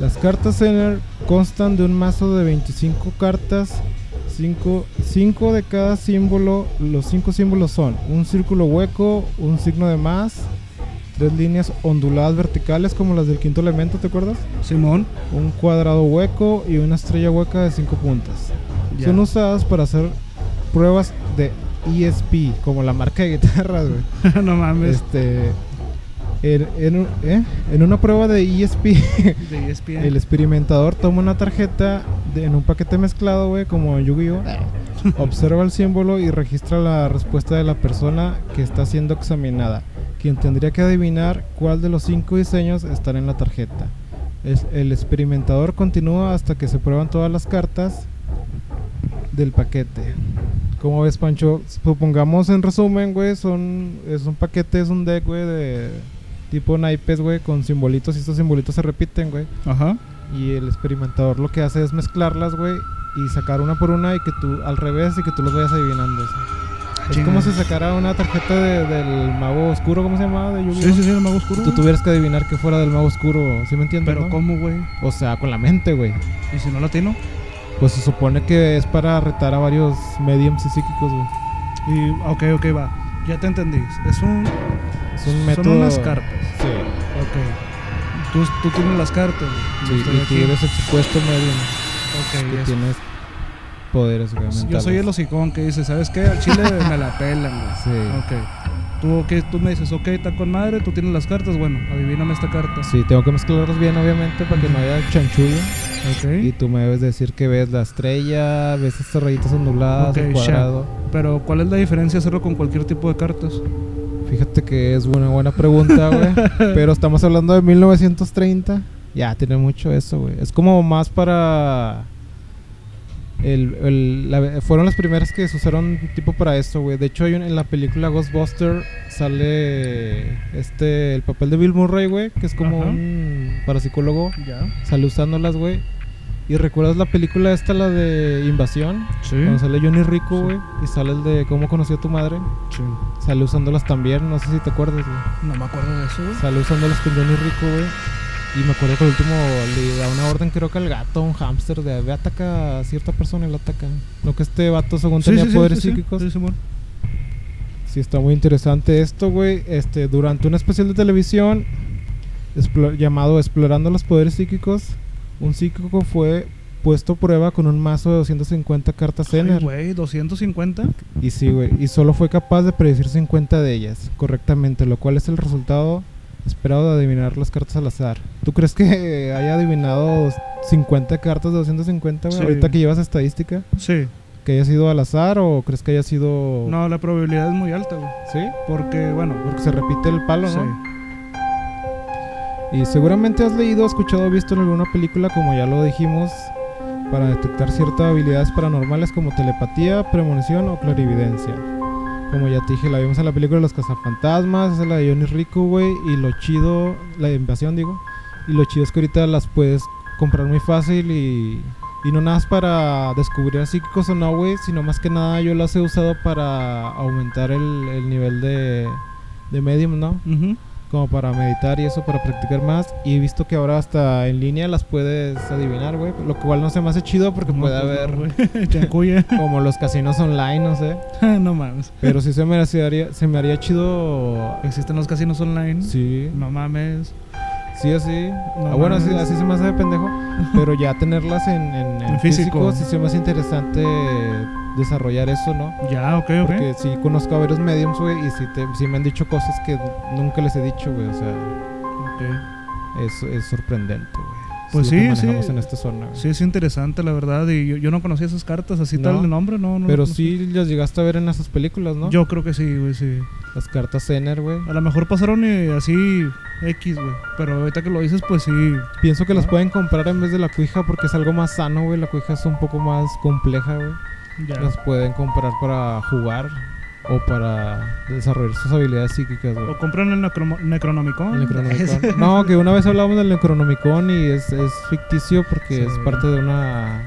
[SPEAKER 1] Las cartas Zener constan de un mazo de 25 cartas, 5, de cada símbolo. Los 5 símbolos son un círculo hueco, un signo de más, dos líneas onduladas verticales como las del quinto elemento, ¿te acuerdas?
[SPEAKER 2] Simón.
[SPEAKER 1] Un cuadrado hueco y una estrella hueca de 5 puntas.
[SPEAKER 2] Ya. [LAUGHS]
[SPEAKER 1] Son usadas para hacer pruebas de ESP, como la marca de guitarras, güey.
[SPEAKER 2] no mames.
[SPEAKER 1] Este, en, en un- ¿eh? en una prueba de E ESP,
[SPEAKER 2] De E ESPN.
[SPEAKER 1] el experimentador toma una tarjeta de- en un paquete mezclado, güey, como en Yu-Gi-Oh! Observa el símbolo y registra la respuesta de la persona que está siendo examinada, quien tendría que adivinar cuál de los cinco diseños están en la tarjeta. Es- el experimentador continúa hasta que se prueban todas las cartas del paquete. ¿Cómo ves, Pancho? Supongamos en resumen, güey, son, es un paquete, es un deck, güey, de tipo naipes, güey, con simbolitos y estos simbolitos se repiten, güey.
[SPEAKER 2] Ajá.
[SPEAKER 1] Y el experimentador lo que hace es mezclarlas, güey, y sacar una por una y que tú, al revés, y que tú los vayas adivinando. o sea. Es
[SPEAKER 2] Chinga.
[SPEAKER 1] como si sacara una tarjeta de- del mago oscuro, ¿cómo se llamaba? De Yu-Gi-Oh.
[SPEAKER 2] Sí, sí, sí, el mago oscuro.
[SPEAKER 1] Tú
[SPEAKER 2] güey.
[SPEAKER 1] tuvieras que adivinar que fuera del mago oscuro, ¿sí me entiendes?
[SPEAKER 2] Pero
[SPEAKER 1] no?
[SPEAKER 2] ¿cómo, güey?
[SPEAKER 1] O sea, con la mente, güey.
[SPEAKER 2] ¿Y si no latino?
[SPEAKER 1] Pues se supone que es para retar a varios mediums y psíquicos, güey.
[SPEAKER 2] Y, ok, ok, va. Ya te entendí. Es un,
[SPEAKER 1] Es un método.
[SPEAKER 2] Son unas cartas.
[SPEAKER 1] Sí.
[SPEAKER 2] Ok. Tú, tú tienes las cartas. güey.
[SPEAKER 1] Sí,
[SPEAKER 2] Yo estoy
[SPEAKER 1] y tú
[SPEAKER 2] aquí.
[SPEAKER 1] eres el supuesto medium
[SPEAKER 2] Ok,
[SPEAKER 1] que
[SPEAKER 2] eso.
[SPEAKER 1] tienes poderes, güey.
[SPEAKER 2] Yo
[SPEAKER 1] mentales.
[SPEAKER 2] soy el hocicón que dice, ¿sabes qué? Al chile me la pelan, güey.
[SPEAKER 1] Sí.
[SPEAKER 2] Ok. Tú, ok, tú me dices, ok, está con madre, tú tienes las cartas, bueno, adivíname esta carta.
[SPEAKER 1] Sí, tengo que mezclarlos bien, obviamente, para que no haya chanchullo. Y
[SPEAKER 2] Ok.
[SPEAKER 1] tú me debes decir que ves la estrella, ves estas rayitas onduladas,
[SPEAKER 2] Ok,
[SPEAKER 1] el
[SPEAKER 2] ya.
[SPEAKER 1] cuadrado.
[SPEAKER 2] Pero, ¿cuál es la diferencia hacerlo con cualquier tipo de cartas?
[SPEAKER 1] Fíjate que es una buena pregunta,
[SPEAKER 2] [LAUGHS]
[SPEAKER 1] güey. pero estamos hablando de 1930. Ya, tiene mucho eso, güey. Es como más para... El, el- la- fueron las primeras que se usaron tipo para eso, güey. De hecho, hay un- en la película Ghostbuster sale este el papel de Bill Murray, güey, que es como
[SPEAKER 2] Ajá.
[SPEAKER 1] un parapsicólogo.
[SPEAKER 2] Ya.
[SPEAKER 1] Sale usándolas, güey. ¿Y recuerdas la película esta, la de Invasión?
[SPEAKER 2] Sí.
[SPEAKER 1] Cuando sale Johnny Rico,
[SPEAKER 2] Sí.
[SPEAKER 1] güey. Y sale el de Cómo conocí a tu madre.
[SPEAKER 2] Sí.
[SPEAKER 1] Sale usándolas también, no sé si te acuerdas, güey.
[SPEAKER 2] No me acuerdo de eso, güey.
[SPEAKER 1] Sale usándolas con Johnny Rico, güey. Y me acuerdo que el último le da una orden, creo que al gato, a un hámster, de ve ataca a cierta persona y lo ataca. Lo que este vato, según tenía poderes psíquicos.
[SPEAKER 2] Sí,
[SPEAKER 1] Sí,
[SPEAKER 2] Simón.
[SPEAKER 1] está muy interesante esto, güey. Este, durante un especial de televisión explo- llamado Explorando los poderes psíquicos, un psíquico fue puesto a prueba con un mazo de 250 cartas
[SPEAKER 2] Ay,
[SPEAKER 1] Zener.
[SPEAKER 2] Güey, 250.
[SPEAKER 1] Y sí, güey. Y solo fue capaz de predecir 50 de ellas correctamente, lo cual es el resultado esperado de adivinar las cartas al azar. ¿Tú crees que haya adivinado 50 cartas de 250, güey?
[SPEAKER 2] Sí.
[SPEAKER 1] Ahorita que llevas estadística,
[SPEAKER 2] Sí.
[SPEAKER 1] que haya sido al azar o crees que haya sido.
[SPEAKER 2] No, la probabilidad es muy alta, güey.
[SPEAKER 1] ¿Sí?
[SPEAKER 2] Porque, bueno,
[SPEAKER 1] Porque se repite el palo,
[SPEAKER 2] sí.
[SPEAKER 1] ¿no? Y seguramente has leído, escuchado o visto en alguna película, como ya lo dijimos, para detectar ciertas habilidades paranormales como telepatía, premonición o clarividencia. Como ya te dije, la vimos en la película de Los Cazafantasmas, esa es la de Johnny Rico, güey, y lo chido, la de invasión, digo, y lo chido es que ahorita las puedes comprar muy fácil y, y no nada es para descubrir a psíquicos o no, güey, sino más que nada yo las he usado para aumentar el, el nivel de, de medium, ¿no?
[SPEAKER 2] Ujú.
[SPEAKER 1] como para meditar y eso, para practicar más. Y he visto que ahora hasta en línea las puedes adivinar, güey. Lo cual no se me hace chido porque
[SPEAKER 2] No,
[SPEAKER 1] puede
[SPEAKER 2] pues,
[SPEAKER 1] haber
[SPEAKER 2] no, güey. [LAUGHS] Chancuya.
[SPEAKER 1] [LAUGHS] como los casinos online, no sé.
[SPEAKER 2] no mames.
[SPEAKER 1] Pero sí se me haría, se me haría chido.
[SPEAKER 2] ¿Existen los casinos online?
[SPEAKER 1] Sí,
[SPEAKER 2] No mames.
[SPEAKER 1] sí, así.
[SPEAKER 2] No
[SPEAKER 1] Ah, bueno, así,
[SPEAKER 2] mames.
[SPEAKER 1] así se me hace de pendejo. Pero ya tenerlas en, en, en
[SPEAKER 2] En físico.
[SPEAKER 1] físico, sí se me hace interesante desarrollar eso, ¿no?
[SPEAKER 2] Ya, ok, ok.
[SPEAKER 1] Porque sí conozco a varios mediums, güey, y sí, te- sí me han dicho cosas que nunca les he dicho, güey. O sea,
[SPEAKER 2] Ok.
[SPEAKER 1] es, es sorprendente, güey.
[SPEAKER 2] Pues
[SPEAKER 1] lo que
[SPEAKER 2] sí,
[SPEAKER 1] manejamos
[SPEAKER 2] sí.
[SPEAKER 1] en esta zona, güey.
[SPEAKER 2] Sí, es interesante, la verdad. Y yo, yo no conocía esas cartas así
[SPEAKER 1] No,
[SPEAKER 2] tal de nombre, no, no.
[SPEAKER 1] Pero
[SPEAKER 2] no.
[SPEAKER 1] sí las llegaste a ver en esas películas, ¿no?
[SPEAKER 2] Yo Ah. creo que sí, güey, sí.
[SPEAKER 1] Las cartas Zener, güey.
[SPEAKER 2] A lo mejor pasaron eh, así X, güey. Pero ahorita que lo dices, pues sí.
[SPEAKER 1] Pienso que las
[SPEAKER 2] Ah.
[SPEAKER 1] pueden comprar en vez de la cuija porque es algo más sano, güey. La cuija es un poco más compleja, güey.
[SPEAKER 2] Ya.
[SPEAKER 1] Las pueden comprar para jugar o para desarrollar sus habilidades psíquicas, güey.
[SPEAKER 2] Lo compran en el Necromo- Necronomicon.
[SPEAKER 1] El
[SPEAKER 2] [LAUGHS]
[SPEAKER 1] Necronomicon. No, que una vez hablamos del Necronomicon y es, es ficticio porque
[SPEAKER 2] Sí.
[SPEAKER 1] es parte de una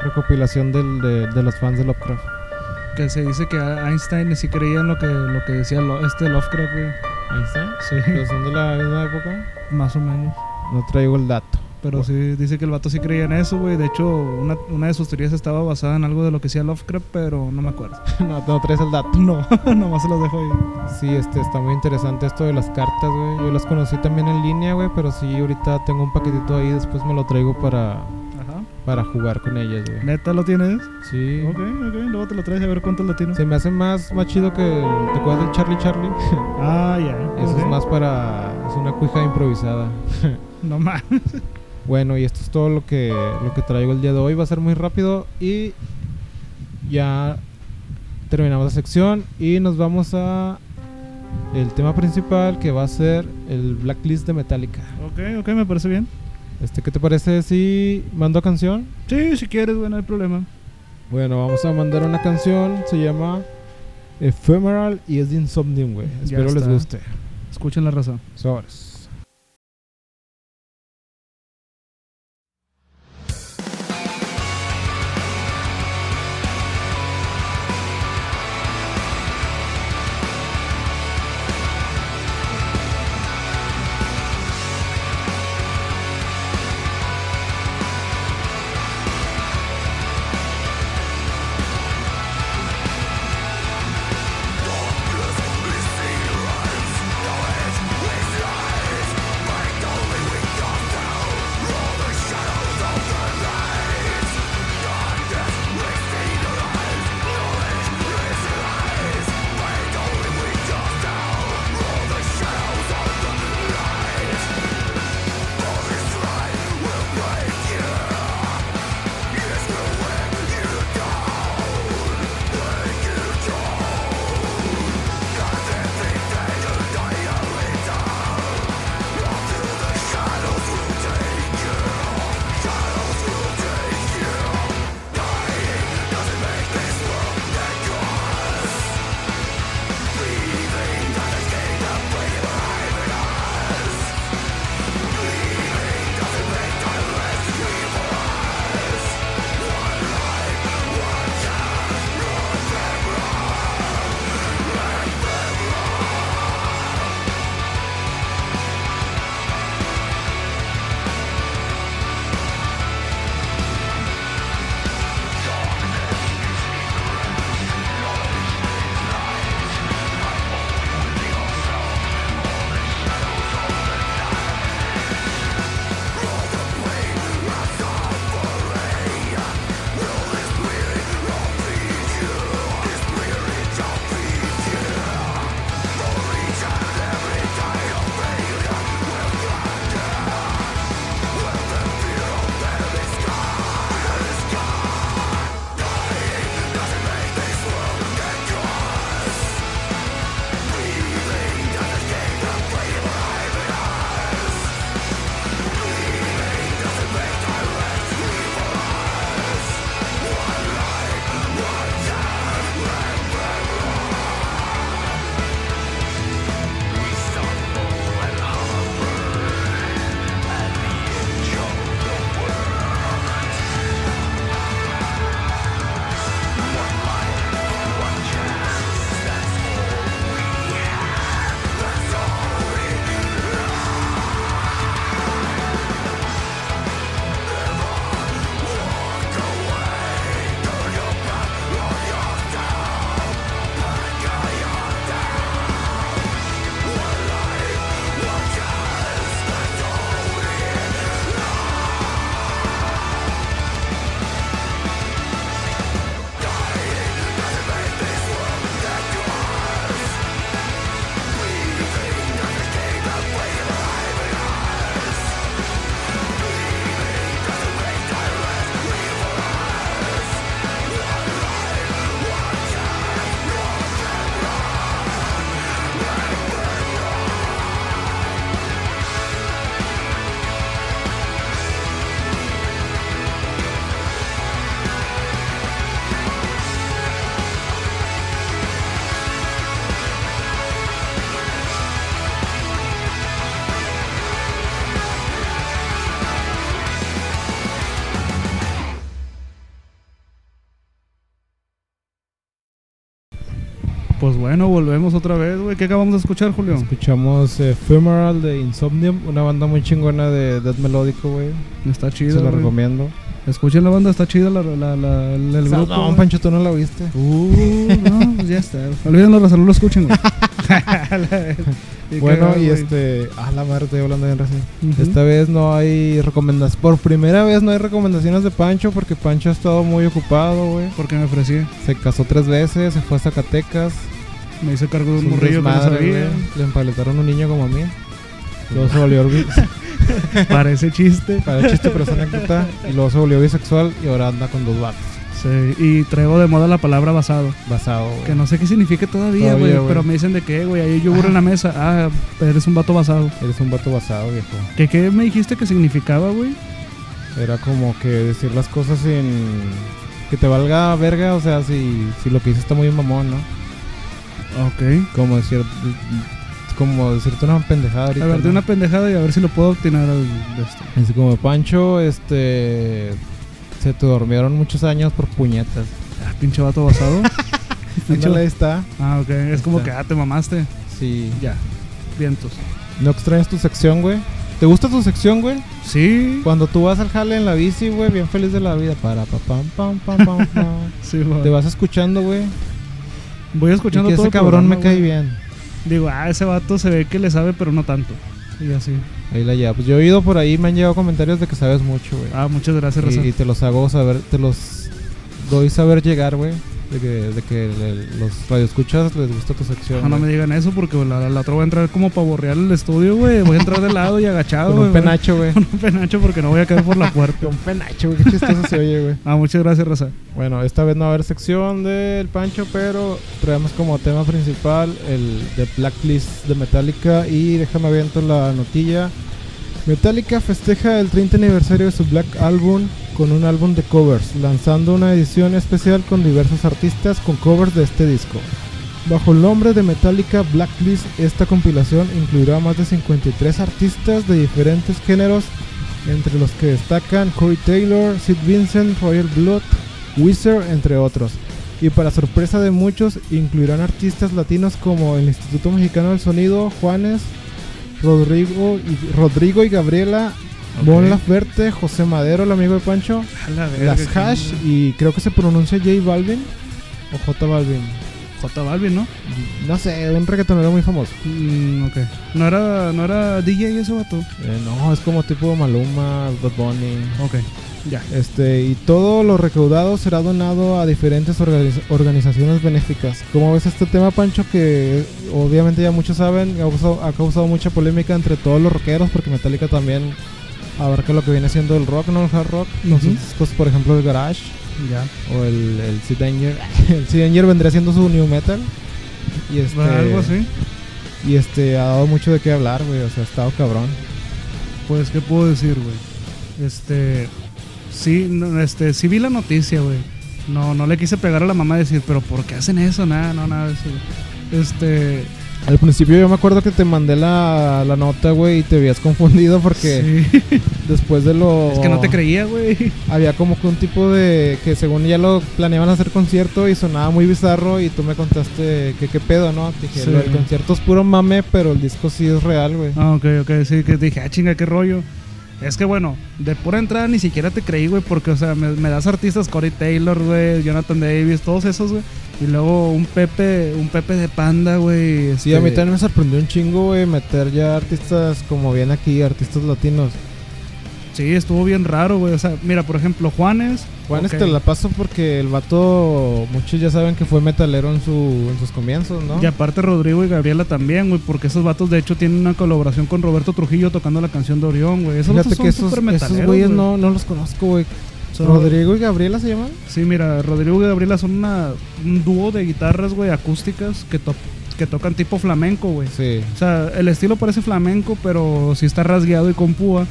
[SPEAKER 1] recopilación del- de, de los fans de Lovecraft.
[SPEAKER 2] que se dice que Einstein ni si creía en lo que, lo que decía Lo- este Lovecraft, güey.
[SPEAKER 1] Ahí está.
[SPEAKER 2] Sí,
[SPEAKER 1] Pero son de la misma época.
[SPEAKER 2] [LAUGHS] más o menos.
[SPEAKER 1] No traigo el dato. [LAUGHS]
[SPEAKER 2] Pero sí, dice que el vato sí creía en eso, güey. De hecho, una, una de sus teorías estaba basada en algo de lo que decía Lovecraft, pero no me acuerdo. [LAUGHS]
[SPEAKER 1] no, no traes el dato.
[SPEAKER 2] No, [LAUGHS] nomás se los dejo ahí.
[SPEAKER 1] Sí, este, está muy interesante esto de las cartas, güey. Yo las conocí también en línea, güey, pero sí, ahorita tengo un paquetito ahí, después me lo traigo para,
[SPEAKER 2] Ajá.
[SPEAKER 1] para jugar con ellas, güey.
[SPEAKER 2] ¿Neta lo tienes?
[SPEAKER 1] Sí.
[SPEAKER 2] Ok, ok, luego te lo traes a ver cuánto le tienes.
[SPEAKER 1] Se me hace más, más chido que... ¿Te acuerdas del Charlie Charlie? [LAUGHS]
[SPEAKER 2] Ah, ya.
[SPEAKER 1] Eso es
[SPEAKER 2] ok.
[SPEAKER 1] más para... Es una cuija improvisada.
[SPEAKER 2] No más. [LAUGHS]
[SPEAKER 1] Bueno, y esto es todo lo que, lo que traigo el día de hoy. Va a ser muy rápido y ya terminamos la sección y nos vamos a el tema principal que va a ser el blacklist de Metallica.
[SPEAKER 2] Ok, ok, me parece bien.
[SPEAKER 1] Este, ¿qué te parece si mando canción?
[SPEAKER 2] Sí, si quieres, güey, no hay problema.
[SPEAKER 1] Bueno, vamos a mandar una canción, se llama Ephemeral y es de Insomnium, güey.
[SPEAKER 2] Ya
[SPEAKER 1] Espero les
[SPEAKER 2] está.
[SPEAKER 1] guste.
[SPEAKER 2] Escuchen la razón.
[SPEAKER 1] Sobres.
[SPEAKER 4] Darkness,
[SPEAKER 2] Pues bueno, volvemos otra vez, güey. ¿Qué acabamos de escuchar, Julio?
[SPEAKER 1] Escuchamos eh, Femoral de Insomnium, una banda muy chingona de death melódico, güey.
[SPEAKER 2] Está
[SPEAKER 1] Se
[SPEAKER 2] chido.
[SPEAKER 1] la
[SPEAKER 2] güey.
[SPEAKER 1] recomiendo.
[SPEAKER 2] Escuchen la banda, está chida la, la, la- la- el grupo.
[SPEAKER 1] No,
[SPEAKER 2] güey.
[SPEAKER 1] Pancho, tú no la viste.
[SPEAKER 2] Uh, no, pues ya está. Olvídenlo, la salud lo
[SPEAKER 1] [LAUGHS]
[SPEAKER 2] escuchen, güey.
[SPEAKER 1] Bueno,
[SPEAKER 2] qué,
[SPEAKER 1] y
[SPEAKER 2] güey?
[SPEAKER 1] este. Ah, la madre, estoy hablando bien recién.
[SPEAKER 2] Ujú.
[SPEAKER 1] Esta vez no hay recomendaciones. Por primera vez no hay recomendaciones de Pancho porque Pancho ha estado muy ocupado, güey.
[SPEAKER 2] Porque me ofrecí.
[SPEAKER 1] Se casó tres veces, se fue a Zacatecas.
[SPEAKER 2] Me hice cargo de
[SPEAKER 1] es
[SPEAKER 2] un
[SPEAKER 1] un
[SPEAKER 2] morrillo que no
[SPEAKER 1] desmadre,
[SPEAKER 2] sabía.
[SPEAKER 1] güey. Le empaletaron un niño como a mí. Luego se volvió bi- [LAUGHS]
[SPEAKER 2] Parece chiste.
[SPEAKER 1] para el chiste pero es anécdota. Y luego se volvió bisexual y ahora anda con dos vatos.
[SPEAKER 2] Sí, y traigo de moda la palabra basado.
[SPEAKER 1] Basado, güey.
[SPEAKER 2] Que no sé qué significa todavía,
[SPEAKER 1] Todavía,
[SPEAKER 2] güey.
[SPEAKER 1] güey.
[SPEAKER 2] Pero me dicen de qué, güey. Ahí hay yogur en la mesa. Ah, eres un vato basado.
[SPEAKER 1] Eres un vato basado, viejo.
[SPEAKER 2] ¿Qué, qué me dijiste que significaba, güey?
[SPEAKER 1] Era como que decir las cosas sin. Que te valga verga, o sea, si, si lo que dices está muy mamón, ¿no?
[SPEAKER 2] Ok.
[SPEAKER 1] Como decir. Como decirte una pendejada ahorita.
[SPEAKER 2] A ver, de
[SPEAKER 1] ¿no?
[SPEAKER 2] una pendejada y a ver si lo puedo obtener al- de este. esto.
[SPEAKER 1] Así como Pancho, este. Se te durmieron muchos años por
[SPEAKER 2] [LAUGHS]
[SPEAKER 1] puñetas.
[SPEAKER 2] Ah, pinche vato basado.
[SPEAKER 1] [LAUGHS] Ándale,
[SPEAKER 2] Pinche vato.
[SPEAKER 1] ahí está.
[SPEAKER 2] Ah, ok. Es como
[SPEAKER 1] está.
[SPEAKER 2] que, ah, te mamaste.
[SPEAKER 1] Sí.
[SPEAKER 2] Ya. Vientos.
[SPEAKER 1] ¿No extrañas tu sección, güey? ¿Te gusta tu sección, güey?
[SPEAKER 2] Sí.
[SPEAKER 1] Cuando tú vas al jale en la bici, güey, bien feliz de la vida. Para, pa, pam, pam, pam, pam,
[SPEAKER 2] [LAUGHS]
[SPEAKER 1] pam.
[SPEAKER 2] Sí, güey.
[SPEAKER 1] Te vas escuchando, güey.
[SPEAKER 2] Voy
[SPEAKER 1] Y
[SPEAKER 2] escuchando
[SPEAKER 1] que
[SPEAKER 2] todo
[SPEAKER 1] ese
[SPEAKER 2] el
[SPEAKER 1] cabrón
[SPEAKER 2] programa,
[SPEAKER 1] me cae
[SPEAKER 2] güey.
[SPEAKER 1] bien.
[SPEAKER 2] Digo, ah, ese vato se ve que le sabe, pero no tanto. Y así.
[SPEAKER 1] Ahí la lleva. Pues yo he ido por ahí, me han llegado comentarios de que sabes mucho, güey.
[SPEAKER 2] Ah, muchas gracias, Raza.
[SPEAKER 1] y, y te los hago saber, te los doy saber llegar, güey. De que, de que le- los radioescuchas les gusta tu sección.
[SPEAKER 2] Ah, no
[SPEAKER 1] güey.
[SPEAKER 2] me digan eso porque la, la otra voy a entrar como para borrear el estudio, güey. Voy a entrar de lado y agachado.
[SPEAKER 1] Con
[SPEAKER 2] güey,
[SPEAKER 1] un
[SPEAKER 2] güey.
[SPEAKER 1] penacho, güey.
[SPEAKER 2] [LAUGHS] Con un penacho porque no voy a caer por la puerta.
[SPEAKER 1] [LAUGHS] Con penacho, güey. Qué chistoso se oye, güey.
[SPEAKER 2] Ah, muchas gracias, Raza.
[SPEAKER 1] Bueno, esta vez no va a haber sección del Pancho, pero traemos como tema principal el de Blacklist de Metallica y déjame aviento la notilla. Metallica festeja el 30 aniversario de su Black Album con un álbum de covers, lanzando una edición especial con diversos artistas con covers de este disco. Bajo el nombre de Metallica Blacklist, esta compilación incluirá más de 53 artistas de diferentes géneros, entre los que destacan Corey Taylor, Sid Vincent, Royal Blood, Wizard, entre otros. Y para sorpresa de muchos, incluirán artistas latinos como el Instituto Mexicano del Sonido, Juanes, Rodrigo y, Rodrigo y Gabriela, Bon Laferte, José Madero, el amigo de Pancho,
[SPEAKER 2] A la verga,
[SPEAKER 1] Las
[SPEAKER 2] qué-
[SPEAKER 1] Hash y creo que se pronuncia J Balvin o J Balvin.
[SPEAKER 2] J Balvin, ¿no?
[SPEAKER 1] No sé, un reggaetonero muy famoso.
[SPEAKER 2] Mm, ok. No era, no era DJ ese vato.
[SPEAKER 1] Eh, no, es como tipo Maluma, Bad Bunny.
[SPEAKER 2] Ok. Ya.
[SPEAKER 1] Este, y todo lo recaudado será donado a diferentes organiz- organizaciones benéficas. Como ves este tema, Pancho, que obviamente ya muchos saben, ha causado, ha causado mucha polémica entre todos los rockeros, porque Metallica también abarca lo que viene siendo el rock, no el hard rock. Entonces, pues, por ejemplo, el garage
[SPEAKER 2] Ya.
[SPEAKER 1] o el, el Sid Danger. [LAUGHS] El Sid Danger vendría siendo su new metal. Y este,
[SPEAKER 2] Bueno, Algo así.
[SPEAKER 1] Y este, ha dado mucho de qué hablar, güey. O sea, ha estado cabrón.
[SPEAKER 2] Pues, ¿qué puedo decir, güey? Este. Sí, no, este, sí vi la noticia, güey. No, no le quise pegar a la mamá y decir, pero ¿por qué hacen eso? Nada, no, nada de eso. güey. Este.
[SPEAKER 1] Al principio yo me acuerdo que te mandé la, la nota, güey, y te habías confundido porque
[SPEAKER 2] Sí.
[SPEAKER 1] [LAUGHS] después de lo...
[SPEAKER 2] Es que no te creía, güey.
[SPEAKER 1] Había como que un tipo de... que según ya lo planeaban hacer concierto y sonaba muy bizarro y tú me contaste que qué pedo, ¿no? Te dije,
[SPEAKER 2] Sí.
[SPEAKER 1] "Lo del concierto es puro mame, pero el disco sí es real, güey.
[SPEAKER 2] Ah, ok, ok, sí, que dije, ah, chinga, qué rollo. Es que bueno, de pura entrada ni siquiera te creí, güey, porque, o sea, me, me das artistas, Corey Taylor, güey, Jonathan Davis, todos esos, güey. Y luego un Pepe, un Pepe de Panda, güey.
[SPEAKER 1] Sí,
[SPEAKER 2] este,
[SPEAKER 1] a mí también me sorprendió un chingo, güey, meter ya artistas como bien aquí, artistas latinos.
[SPEAKER 2] Sí, estuvo bien raro, güey. O sea, mira, por ejemplo, Juanes.
[SPEAKER 1] Juanes
[SPEAKER 2] ok,
[SPEAKER 1] te la paso porque el vato, muchos ya saben que fue metalero en, su, en sus comienzos, ¿no?
[SPEAKER 2] Y aparte Rodrigo y Gabriela también, güey, porque esos vatos de hecho tienen una colaboración con Roberto Trujillo tocando la canción de Orión, güey. Esos
[SPEAKER 1] Fíjate
[SPEAKER 2] vatos
[SPEAKER 1] que
[SPEAKER 2] son
[SPEAKER 1] esos,
[SPEAKER 2] súper metaleros,
[SPEAKER 1] esos güeyes
[SPEAKER 2] güey.
[SPEAKER 1] no, no los conozco, güey.
[SPEAKER 2] Son-
[SPEAKER 1] ¿Rodrigo y Gabriela se llaman?
[SPEAKER 2] Sí, mira, Rodrigo y Gabriela son una- un dúo de guitarras, güey, acústicas que, to- que tocan tipo flamenco, güey.
[SPEAKER 1] Sí.
[SPEAKER 2] O sea, el estilo parece flamenco, pero sí está rasgueado y con púa.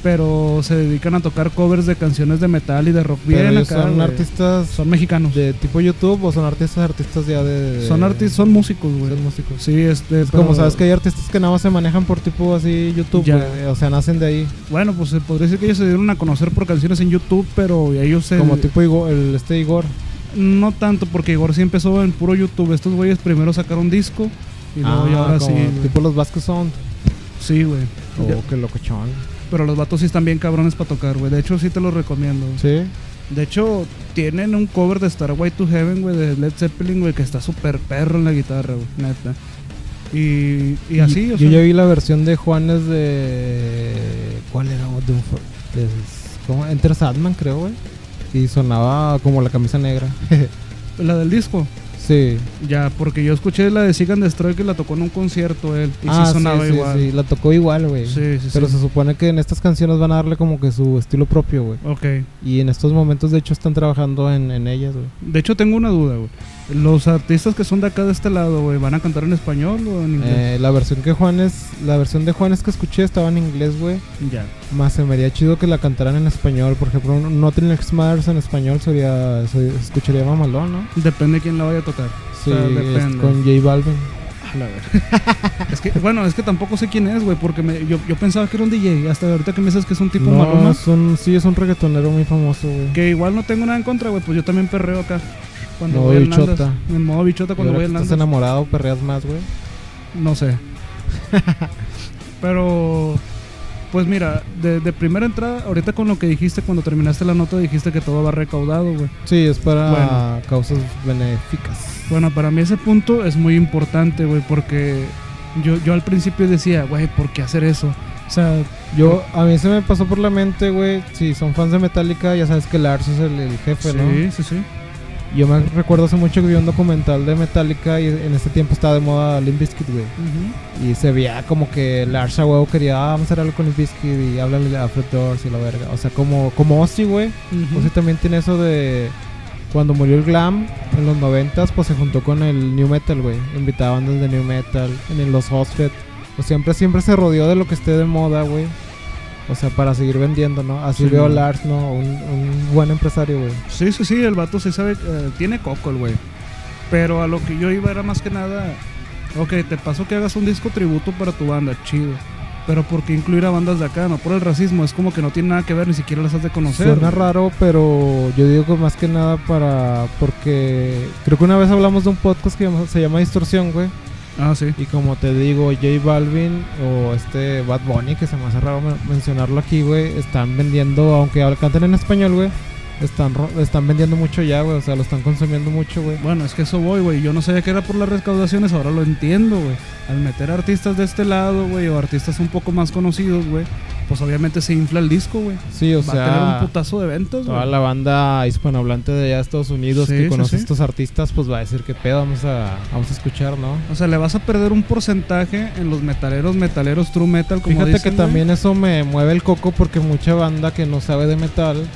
[SPEAKER 2] Pero se dedican a tocar covers de canciones de metal y de rock
[SPEAKER 1] Pero
[SPEAKER 2] bien
[SPEAKER 1] ellos
[SPEAKER 2] acá,
[SPEAKER 1] son
[SPEAKER 2] güey.
[SPEAKER 1] artistas
[SPEAKER 2] Son mexicanos.
[SPEAKER 1] de tipo YouTube o son artistas artistas ya de...
[SPEAKER 2] son artistas, son músicos, güey.
[SPEAKER 1] son músicos.
[SPEAKER 2] Sí, este.
[SPEAKER 1] Es como
[SPEAKER 2] pero-
[SPEAKER 1] sabes que hay artistas que nada más se manejan por tipo así YouTube,
[SPEAKER 2] Ya.
[SPEAKER 1] güey, o sea, nacen de ahí.
[SPEAKER 2] Bueno, pues se podría decir que ellos se dieron a conocer por canciones en YouTube, pero ellos se.
[SPEAKER 1] Como tipo Igor, el, este Igor.
[SPEAKER 2] No tanto, porque Igor sí empezó en puro YouTube. Estos güeyes primero sacaron disco y luego ya ahora Ah,
[SPEAKER 1] Ah,
[SPEAKER 2] sí.
[SPEAKER 1] como
[SPEAKER 2] güey.
[SPEAKER 1] Tipo los Vasco Sound.
[SPEAKER 2] Sí, güey. Ya-
[SPEAKER 1] Oh, qué locochón.
[SPEAKER 2] Pero los vatos sí están bien cabrones para tocar, güey. De hecho, sí te los recomiendo. güey.
[SPEAKER 1] Sí.
[SPEAKER 2] De hecho, tienen un cover de Starway to Heaven, güey, de Led Zeppelin, güey, que está súper perro en la guitarra, güey, neta. Y, y así, o
[SPEAKER 1] Yo
[SPEAKER 2] sea,
[SPEAKER 1] ya vi la versión de Juanes de. ¿Cuál era? De un for- de- ¿cómo? Enter Sadman, creo, güey. Y sonaba como la camisa negra. [LAUGHS]
[SPEAKER 2] la del disco.
[SPEAKER 1] sí.
[SPEAKER 2] Ya, porque yo escuché la de Seek and Destroy que la tocó en un concierto él. Y sí sonaba
[SPEAKER 1] Ah, sí,
[SPEAKER 2] igual.
[SPEAKER 1] sí, la tocó igual, güey.
[SPEAKER 2] Sí, sí,
[SPEAKER 1] Pero
[SPEAKER 2] sí.
[SPEAKER 1] se supone que en estas canciones van a darle como que su estilo propio, güey.
[SPEAKER 2] Ok.
[SPEAKER 1] Y en estos momentos, de hecho, están trabajando en, en ellas, güey.
[SPEAKER 2] De hecho, tengo una duda, güey. ¿Los artistas que son de acá de este lado, güey, van a cantar en español o en inglés?
[SPEAKER 1] Eh, la versión que Juanes, la versión de Juanes que escuché estaba en inglés, güey.
[SPEAKER 2] ya.
[SPEAKER 1] Más se me haría chido que la cantaran en español. Por ejemplo, un Nothing Next Matters en español sería, se escucharía mamalón, ¿no?
[SPEAKER 2] Depende de quién la vaya a tocar.
[SPEAKER 1] Sí,
[SPEAKER 2] O sea,
[SPEAKER 1] es
[SPEAKER 2] depende.
[SPEAKER 1] con J Balvin.
[SPEAKER 2] Es que, bueno, es que tampoco sé quién es, güey, porque me- yo, yo pensaba que era un DJ. Hasta ahorita que me dices que es un tipo
[SPEAKER 1] No,
[SPEAKER 2] maloma.
[SPEAKER 1] es un- sí, es un reggaetonero muy famoso, güey.
[SPEAKER 2] Que igual no tengo nada en contra, güey, pues yo también perreo acá. Cuando
[SPEAKER 1] Modo
[SPEAKER 2] voy al
[SPEAKER 1] bichota.
[SPEAKER 2] Nandas. En modo bichota
[SPEAKER 1] Y
[SPEAKER 2] cuando
[SPEAKER 1] ahora
[SPEAKER 2] voy
[SPEAKER 1] que
[SPEAKER 2] al
[SPEAKER 1] estás
[SPEAKER 2] Nandas.
[SPEAKER 1] enamorado, perreas más, güey.
[SPEAKER 2] No sé. [LAUGHS] Pero, pues mira, de, de primera entrada, ahorita con lo que dijiste, cuando terminaste la nota, dijiste que todo va recaudado, güey.
[SPEAKER 1] Sí, es para
[SPEAKER 2] Bueno.
[SPEAKER 1] causas benéficas.
[SPEAKER 2] Bueno, para mí ese punto es muy importante, güey, porque yo, yo al principio decía, güey, ¿por qué hacer eso? O sea,
[SPEAKER 1] Yo, a mí se me pasó por la mente, güey. Si son fans de Metallica, ya sabes que Lars es el, el jefe, ¿no?
[SPEAKER 2] sí, sí, sí.
[SPEAKER 1] Yo me recuerdo hace mucho que vi un documental de Metallica y en ese tiempo estaba de moda Limp Bizkit, güey. Y se veía como que Lars a huevo quería, "Ah, vamos a hacer algo con Limp Bizkit y háblale a Fred Doors y la verga. O sea, como, como Ozzy, güey.
[SPEAKER 2] Ujú.
[SPEAKER 1] Ozzy Pues también tiene eso de... Cuando murió el glam en los noventas, pues se juntó con el new metal, güey. Invitaba bandas de new metal, en el- los Hosted. O siempre, siempre se rodeó de lo que esté de moda, güey. O sea, para seguir vendiendo, ¿no? Así
[SPEAKER 2] Sí,
[SPEAKER 1] veo a
[SPEAKER 2] no.
[SPEAKER 1] Lars, ¿no? Un, un buen empresario, güey.
[SPEAKER 2] Sí, sí, sí, el vato sí sabe, eh, tiene coco el güey. Pero a lo que yo iba era más que nada, ok, te paso que hagas un disco tributo para tu banda, chido. Pero ¿por qué incluir a bandas de acá? No por el racismo, es como que no tiene nada que ver, ni siquiera las has de conocer.
[SPEAKER 1] Suena raro, pero yo digo que más que nada para. Porque creo que una vez hablamos de un podcast que llama- se llama Distorsión, güey.
[SPEAKER 2] Ah, sí.
[SPEAKER 1] Y como te digo, J Balvin o este Bad Bunny, que se me hace raro men- mencionarlo aquí, güey, están vendiendo, aunque ahora canten en español, güey, están, ro- están vendiendo mucho ya, güey. O sea, lo están consumiendo mucho, güey.
[SPEAKER 2] Bueno, es que eso voy, güey. Yo no sabía que era por las recaudaciones, ahora lo entiendo, güey. Al meter artistas de este lado, güey, o artistas un poco más conocidos, güey, pues obviamente se infla el disco, güey.
[SPEAKER 1] Sí, o
[SPEAKER 2] Va a tener un
[SPEAKER 1] sea.
[SPEAKER 2] putazo de ventas,
[SPEAKER 1] Toda
[SPEAKER 2] güey.
[SPEAKER 1] la banda hispanohablante de allá de Estados Unidos
[SPEAKER 2] Sí,
[SPEAKER 1] que
[SPEAKER 2] sí,
[SPEAKER 1] conoce
[SPEAKER 2] sí.
[SPEAKER 1] a estos artistas, pues va a decir qué pedo, vamos a, vamos a escuchar, ¿no?
[SPEAKER 2] O sea, le vas a perder un porcentaje en los metaleros, metaleros, true metal, como
[SPEAKER 1] Fíjate
[SPEAKER 2] dicen,
[SPEAKER 1] que
[SPEAKER 2] güey.
[SPEAKER 1] también eso me mueve el coco porque mucha banda que no sabe de metal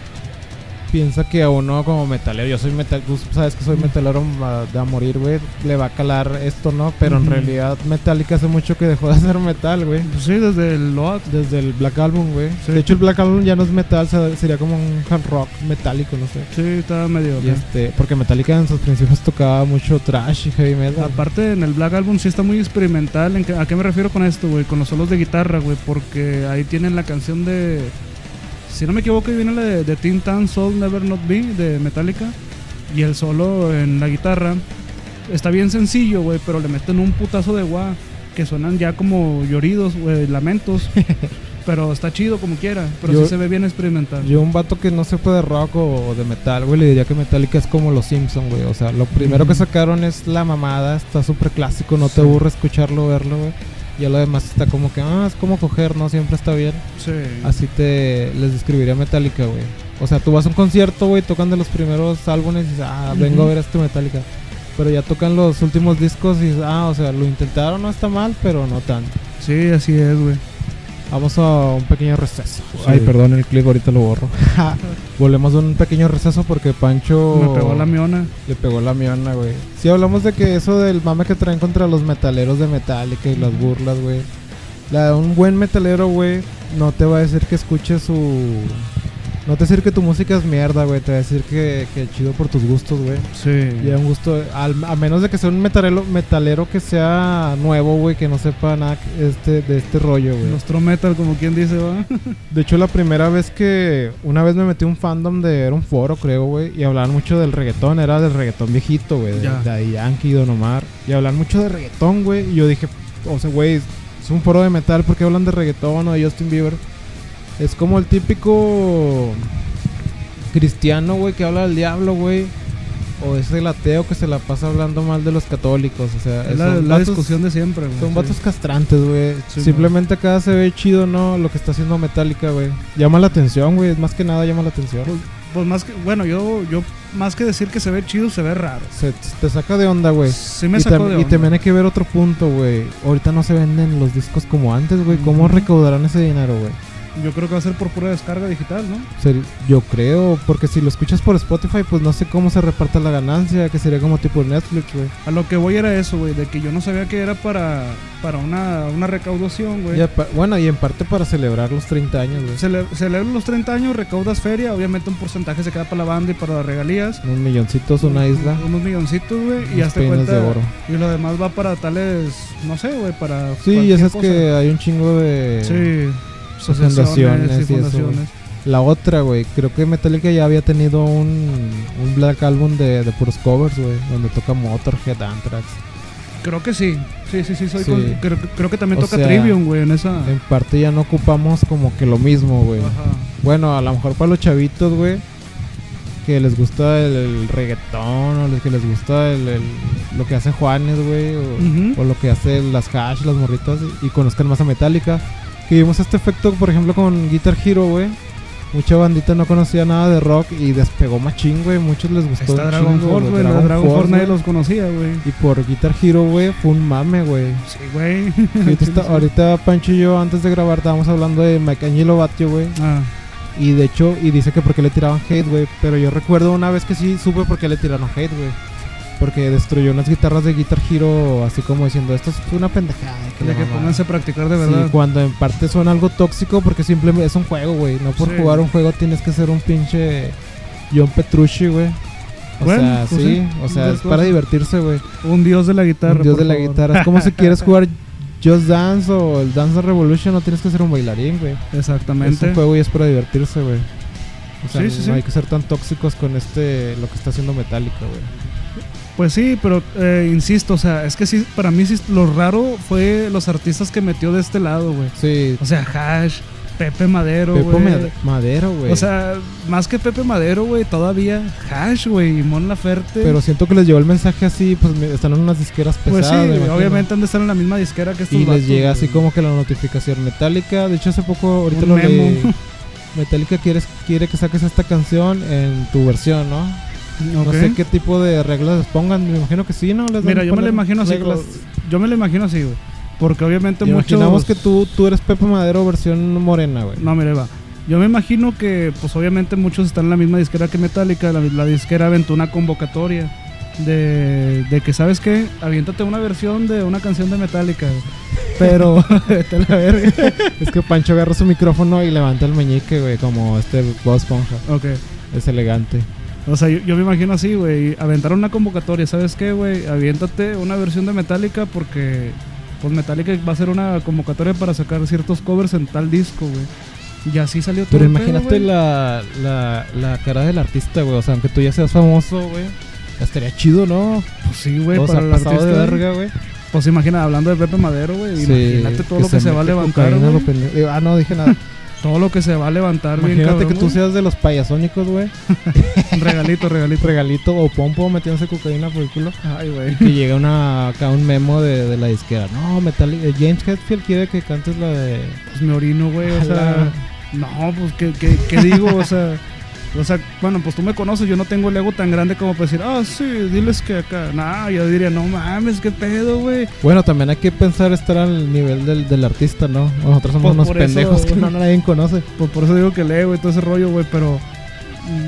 [SPEAKER 1] piensa que a uno como metalero, yo soy metal, tú sabes que soy
[SPEAKER 2] Mm.
[SPEAKER 1] metalero ma- de a morir, güey, le va a calar esto, ¿no? Pero en
[SPEAKER 2] Ujú.
[SPEAKER 1] realidad Metallica hace mucho que dejó de [LAUGHS] hacer metal, güey.
[SPEAKER 2] Pues sí, desde el Load.
[SPEAKER 1] Desde el Black Album, güey.
[SPEAKER 2] Sí.
[SPEAKER 1] De hecho, el Black Album ya no es metal, se- sería como un hard rock metálico, no sé.
[SPEAKER 2] Sí, estaba medio.
[SPEAKER 1] Y
[SPEAKER 2] acá.
[SPEAKER 1] este, porque Metallica en sus principios tocaba mucho trash y heavy metal.
[SPEAKER 2] Aparte, en el Black Album sí está muy experimental. ¿En qué- ¿A qué me refiero con esto, güey? Con los solos de guitarra, güey. Porque ahí tienen la canción de. Si no me equivoco, ahí viene la de, de Tin Tan Soul Never Not Be de Metallica. Y el solo en la guitarra está bien sencillo, güey. Pero le meten un putazo de guá que suenan ya como lloridos,
[SPEAKER 6] [LAUGHS]
[SPEAKER 2] güey, lamentos. pero está chido como quiera. Pero
[SPEAKER 1] Yo-
[SPEAKER 2] sí se ve bien experimental.
[SPEAKER 1] Yo un vato que no sepa de rock o o de metal, güey, le diría que Metallica es como los Simpson, güey. O sea, lo primero que
[SPEAKER 2] Ujú.
[SPEAKER 1] sacaron es la mamada, está súper clásico, no te
[SPEAKER 2] Sí.
[SPEAKER 1] aburre escucharlo, verlo, güey. Y lo demás está como que, ah, es como coger, ¿no? Siempre está bien.
[SPEAKER 2] sí.
[SPEAKER 1] Así te les describiría Metallica, güey. O sea, tú vas a un concierto, güey, tocan de los primeros álbumes y dices, ah, vengo a
[SPEAKER 2] Ujú.
[SPEAKER 1] ver este Metallica. Pero ya tocan los últimos discos y dices, ah, o sea, lo intentaron, no está mal, pero no tanto.
[SPEAKER 2] Sí, así es, güey.
[SPEAKER 1] Vamos a un pequeño receso.
[SPEAKER 6] Ay, perdón, el clic ahorita lo borro.
[SPEAKER 1] Volvemos a un pequeño receso porque Pancho...
[SPEAKER 2] Me pegó la miona.
[SPEAKER 1] Le pegó la miona, güey. Si hablamos de que eso del mame que traen contra los metaleros de Metallica y las burlas, güey. La un buen metalero, güey, no te va a decir que escuche su No te decir que tu música es mierda, güey. Te voy a decir que, que chido por tus gustos, güey.
[SPEAKER 2] Sí.
[SPEAKER 1] Y a un gusto, al- a menos de que sea un metalero, metalero que sea nuevo, güey, que no sepa nada que- este, de este rollo, güey.
[SPEAKER 2] Nuestro metal, como quien
[SPEAKER 1] [LAUGHS]
[SPEAKER 2] dice, va.
[SPEAKER 1] De hecho, la primera vez que. Una vez me metí a un fandom de. Era un foro, creo, güey. Y hablaban mucho del reggaetón. Era del reggaetón viejito, güey. De,
[SPEAKER 2] Ya.
[SPEAKER 1] de Daddy Yankee, Don Omar. Y hablaban mucho de reggaetón, güey. Y yo dije, o sea, güey, es un foro de metal. ¿Por qué hablan de reggaetón o de Justin Bieber? Es como el típico. Cristiano, güey, que habla del diablo, güey. O es el ateo que se la pasa hablando mal de los católicos. O sea,
[SPEAKER 2] Es la,
[SPEAKER 1] son
[SPEAKER 2] la
[SPEAKER 1] vatos-
[SPEAKER 2] discusión de siempre, güey.
[SPEAKER 1] son
[SPEAKER 2] Sí.
[SPEAKER 1] vatos castrantes, güey.
[SPEAKER 2] Sí,
[SPEAKER 1] Simplemente acá se ve chido, ¿no? Lo que está haciendo Metallica, güey. Llama la atención, güey. Más que nada llama la atención.
[SPEAKER 2] Pues más que, bueno, yo, yo más que decir que se ve chido, se ve raro.
[SPEAKER 1] Se, te saca de onda, güey.
[SPEAKER 2] Sí me
[SPEAKER 1] y,
[SPEAKER 2] sacó
[SPEAKER 1] tam-
[SPEAKER 2] de
[SPEAKER 1] y
[SPEAKER 2] onda.
[SPEAKER 1] también hay que ver otro punto, güey. Ahorita no se venden los discos como antes, güey. ¿Cómo
[SPEAKER 2] Ujú.
[SPEAKER 1] recaudarán ese dinero, güey?
[SPEAKER 2] Yo creo que va a ser por pura descarga digital, ¿no?
[SPEAKER 1] Ser- Yo creo, porque si lo escuchas por Spotify, pues no sé cómo se reparta la ganancia, que sería como tipo Netflix, güey.
[SPEAKER 2] A lo que voy era eso, güey, de que yo no sabía que era para, para una, una recaudación, güey.
[SPEAKER 1] Y apa- Bueno, y en parte para celebrar los 30 años, güey.
[SPEAKER 2] Cele- celebras los 30 años, recaudas feria, obviamente un porcentaje se queda para la banda y para las regalías.
[SPEAKER 1] Unos milloncitos, una isla.
[SPEAKER 2] Unos milloncitos, güey, y
[SPEAKER 1] unos
[SPEAKER 2] hazte
[SPEAKER 1] peines
[SPEAKER 2] cuenta.
[SPEAKER 1] de oro.
[SPEAKER 2] Y lo demás va para tales, no sé, güey, para.
[SPEAKER 1] Sí,
[SPEAKER 2] cualquier
[SPEAKER 1] ya sabes
[SPEAKER 2] cosa.
[SPEAKER 1] que hay un chingo de...
[SPEAKER 2] Sí, asociaciones
[SPEAKER 1] fundaciones y
[SPEAKER 2] y
[SPEAKER 1] eso, güey.
[SPEAKER 2] fundaciones.
[SPEAKER 1] La otra, güey, creo que Metallica ya había tenido un, un Black Album de, de puros covers, güey, donde toca Motorhead, Anthrax.
[SPEAKER 2] Creo que sí. Sí, sí, sí, soy
[SPEAKER 1] Sí.
[SPEAKER 2] con- creo, creo que también
[SPEAKER 1] O
[SPEAKER 2] toca
[SPEAKER 1] sea,
[SPEAKER 2] Trivium, güey, en esa.
[SPEAKER 1] En parte ya no ocupamos como que lo mismo, güey.
[SPEAKER 2] Ah. Ajá.
[SPEAKER 1] Bueno, a lo mejor para los chavitos, güey, que les gusta el, el reggaetón o los que les gusta el, el- lo que hace Juanes, güey, o,
[SPEAKER 2] Ujú.
[SPEAKER 1] o lo que hace las hash, las morritas, y, y conozcan más a Metallica. Que vimos este efecto, por ejemplo, con Guitar Hero, güey. Mucha bandita no conocía nada de rock y despegó machín, güey. Muchos les gustó.
[SPEAKER 2] Está
[SPEAKER 1] un
[SPEAKER 2] Dragon
[SPEAKER 1] chingo,
[SPEAKER 2] Force, güey. Dragon, Dragon Force nadie los conocía, güey.
[SPEAKER 1] Y por Guitar Hero, güey, fue un mame,
[SPEAKER 2] [LAUGHS]
[SPEAKER 1] güey.
[SPEAKER 2] Sí, güey. [LAUGHS]
[SPEAKER 1] Y ahorita, está- ahorita Pancho y yo, antes de grabar, estábamos hablando de Michelangelo Batio, güey.
[SPEAKER 2] Ah,
[SPEAKER 1] Y de hecho, y dice que porque le tiraban hate, güey. Pero yo recuerdo una vez que sí supe por qué le tiraron hate, güey. Porque destruyó unas guitarras de Guitar Hero, así como diciendo, esto es una pendejada. que
[SPEAKER 2] ya
[SPEAKER 1] la
[SPEAKER 2] que
[SPEAKER 1] mamada".
[SPEAKER 2] pónganse a practicar de
[SPEAKER 1] Sí,
[SPEAKER 2] verdad.
[SPEAKER 1] cuando en parte suena algo tóxico porque simplemente es un juego, güey. No por
[SPEAKER 2] Sí.
[SPEAKER 1] jugar un juego tienes que ser un pinche John Petrucci, güey. O
[SPEAKER 2] Bueno,
[SPEAKER 1] sea,
[SPEAKER 2] pues
[SPEAKER 1] sí,
[SPEAKER 2] sí,
[SPEAKER 1] o sea,
[SPEAKER 2] de
[SPEAKER 1] es para
[SPEAKER 2] cosas.
[SPEAKER 1] divertirse, güey.
[SPEAKER 2] Un dios de la guitarra.
[SPEAKER 1] Un Dios
[SPEAKER 2] por
[SPEAKER 1] de la
[SPEAKER 2] favor.
[SPEAKER 1] guitarra. Es como
[SPEAKER 2] [LAUGHS]
[SPEAKER 1] si quieres jugar Just Dance o el Dance Revolution, no tienes que ser un bailarín, güey. Es
[SPEAKER 2] Exactamente.
[SPEAKER 1] un juego y es para divertirse, güey. O sea,
[SPEAKER 2] Sí, sí,
[SPEAKER 1] no
[SPEAKER 2] sí.
[SPEAKER 1] hay que ser tan tóxicos con este lo que está haciendo Metallica, güey.
[SPEAKER 2] Pues sí, pero eh, insisto, o sea, es que sí, para mí sí, lo raro fue los artistas que metió de este lado, güey.
[SPEAKER 1] Sí,
[SPEAKER 2] O sea, Hash, Pepe Madero,
[SPEAKER 1] Pepo
[SPEAKER 2] güey.
[SPEAKER 1] Mad- Madero, güey.
[SPEAKER 2] O sea, más que Pepe Madero, güey, todavía Hash, güey, y Mon Laferte.
[SPEAKER 1] pero siento que les llevó el mensaje así, pues me- están en unas disqueras
[SPEAKER 2] pues
[SPEAKER 1] pesadas.
[SPEAKER 2] sí,
[SPEAKER 1] me imagino.
[SPEAKER 2] obviamente han de estar en la misma disquera que estos
[SPEAKER 1] Y les
[SPEAKER 2] vatos,
[SPEAKER 1] llega
[SPEAKER 2] güey.
[SPEAKER 1] así como que la notificación Metallica. De hecho, hace poco, ahorita
[SPEAKER 2] Un
[SPEAKER 1] lo
[SPEAKER 2] memo.
[SPEAKER 1] leí. Metallica quieres, quiere que saques esta canción en tu versión, ¿no? No
[SPEAKER 2] Ok.
[SPEAKER 1] sé qué tipo de reglas les pongan. Me imagino que sí, ¿no? Les van
[SPEAKER 2] Mira,
[SPEAKER 1] a
[SPEAKER 2] yo me lo
[SPEAKER 1] poner
[SPEAKER 2] imagino así.
[SPEAKER 1] reglas.
[SPEAKER 2] como- Yo me lo imagino así, güey. Porque obviamente muchos.
[SPEAKER 1] Imaginamos que tú, tú eres Pepe Madero versión morena, güey.
[SPEAKER 2] No, mire, va. Yo me imagino que, pues obviamente muchos están en la misma disquera que Metallica. La, la disquera aventó una convocatoria de, de que, ¿sabes qué? Aviéntate una versión de una canción de Metallica. güey. [LAUGHS] Pero, vete a la verga.
[SPEAKER 1] Es que Pancho agarra su micrófono y levanta el meñique, güey, como este Bob Esponja.
[SPEAKER 2] Ok.
[SPEAKER 1] Es elegante.
[SPEAKER 2] O sea, yo, yo me imagino así, güey. Aventaron una convocatoria, ¿sabes qué, güey? Aviéntate una versión de Metallica porque, pues Metallica va a ser una convocatoria para sacar ciertos covers en tal disco, güey. Y así salió todo.
[SPEAKER 1] Pero
[SPEAKER 2] el pedo,
[SPEAKER 1] imagínate
[SPEAKER 2] güey.
[SPEAKER 1] la, la, la cara del artista, güey. O sea, aunque tú ya seas famoso, güey. Estaría chido, ¿no?
[SPEAKER 2] Pues sí, güey,
[SPEAKER 1] o
[SPEAKER 2] para
[SPEAKER 1] sea,
[SPEAKER 2] el
[SPEAKER 1] pasado
[SPEAKER 2] artista,
[SPEAKER 1] de
[SPEAKER 2] güey.
[SPEAKER 1] verga, güey.
[SPEAKER 2] Pues imagina, hablando de Pepe Madero, güey,
[SPEAKER 1] Sí,
[SPEAKER 2] imagínate todo lo que se, va a
[SPEAKER 1] mete
[SPEAKER 2] levantar,
[SPEAKER 1] cocaína,
[SPEAKER 2] güey.
[SPEAKER 1] lo pendejo. Digo, Ah, no, dije nada.
[SPEAKER 2] Todo lo que se va a levantar, bien
[SPEAKER 1] Imagínate que
[SPEAKER 2] cabrón,
[SPEAKER 1] tú seas de los payasónicos, güey.
[SPEAKER 2] güey. Regalito, regalito.
[SPEAKER 1] Regalito o pompo metiéndose cocaína por el culo.
[SPEAKER 2] Ay, güey.
[SPEAKER 1] Que llega una, acá un memo de, de la disquera. No, Metallica. eh, James Hetfield quiere que cantes la de.
[SPEAKER 2] Pues me orino, güey, o
[SPEAKER 1] A
[SPEAKER 2] sea...
[SPEAKER 1] la-
[SPEAKER 2] No, pues, ¿qué, qué, qué digo? O sea... O sea, bueno, pues tú me conoces, yo no tengo el ego tan grande como para decir, ah, sí, diles que acá. Nah, yo diría, no mames, qué pedo, güey.
[SPEAKER 1] Bueno, también hay que pensar estar al nivel del, del artista, ¿no? Nosotros somos
[SPEAKER 2] Pues
[SPEAKER 1] unos
[SPEAKER 2] por eso,
[SPEAKER 1] pendejos que
[SPEAKER 2] [LAUGHS] güey.
[SPEAKER 1] no nadie conoce.
[SPEAKER 2] Pues por eso digo que el ego y todo ese rollo, güey, pero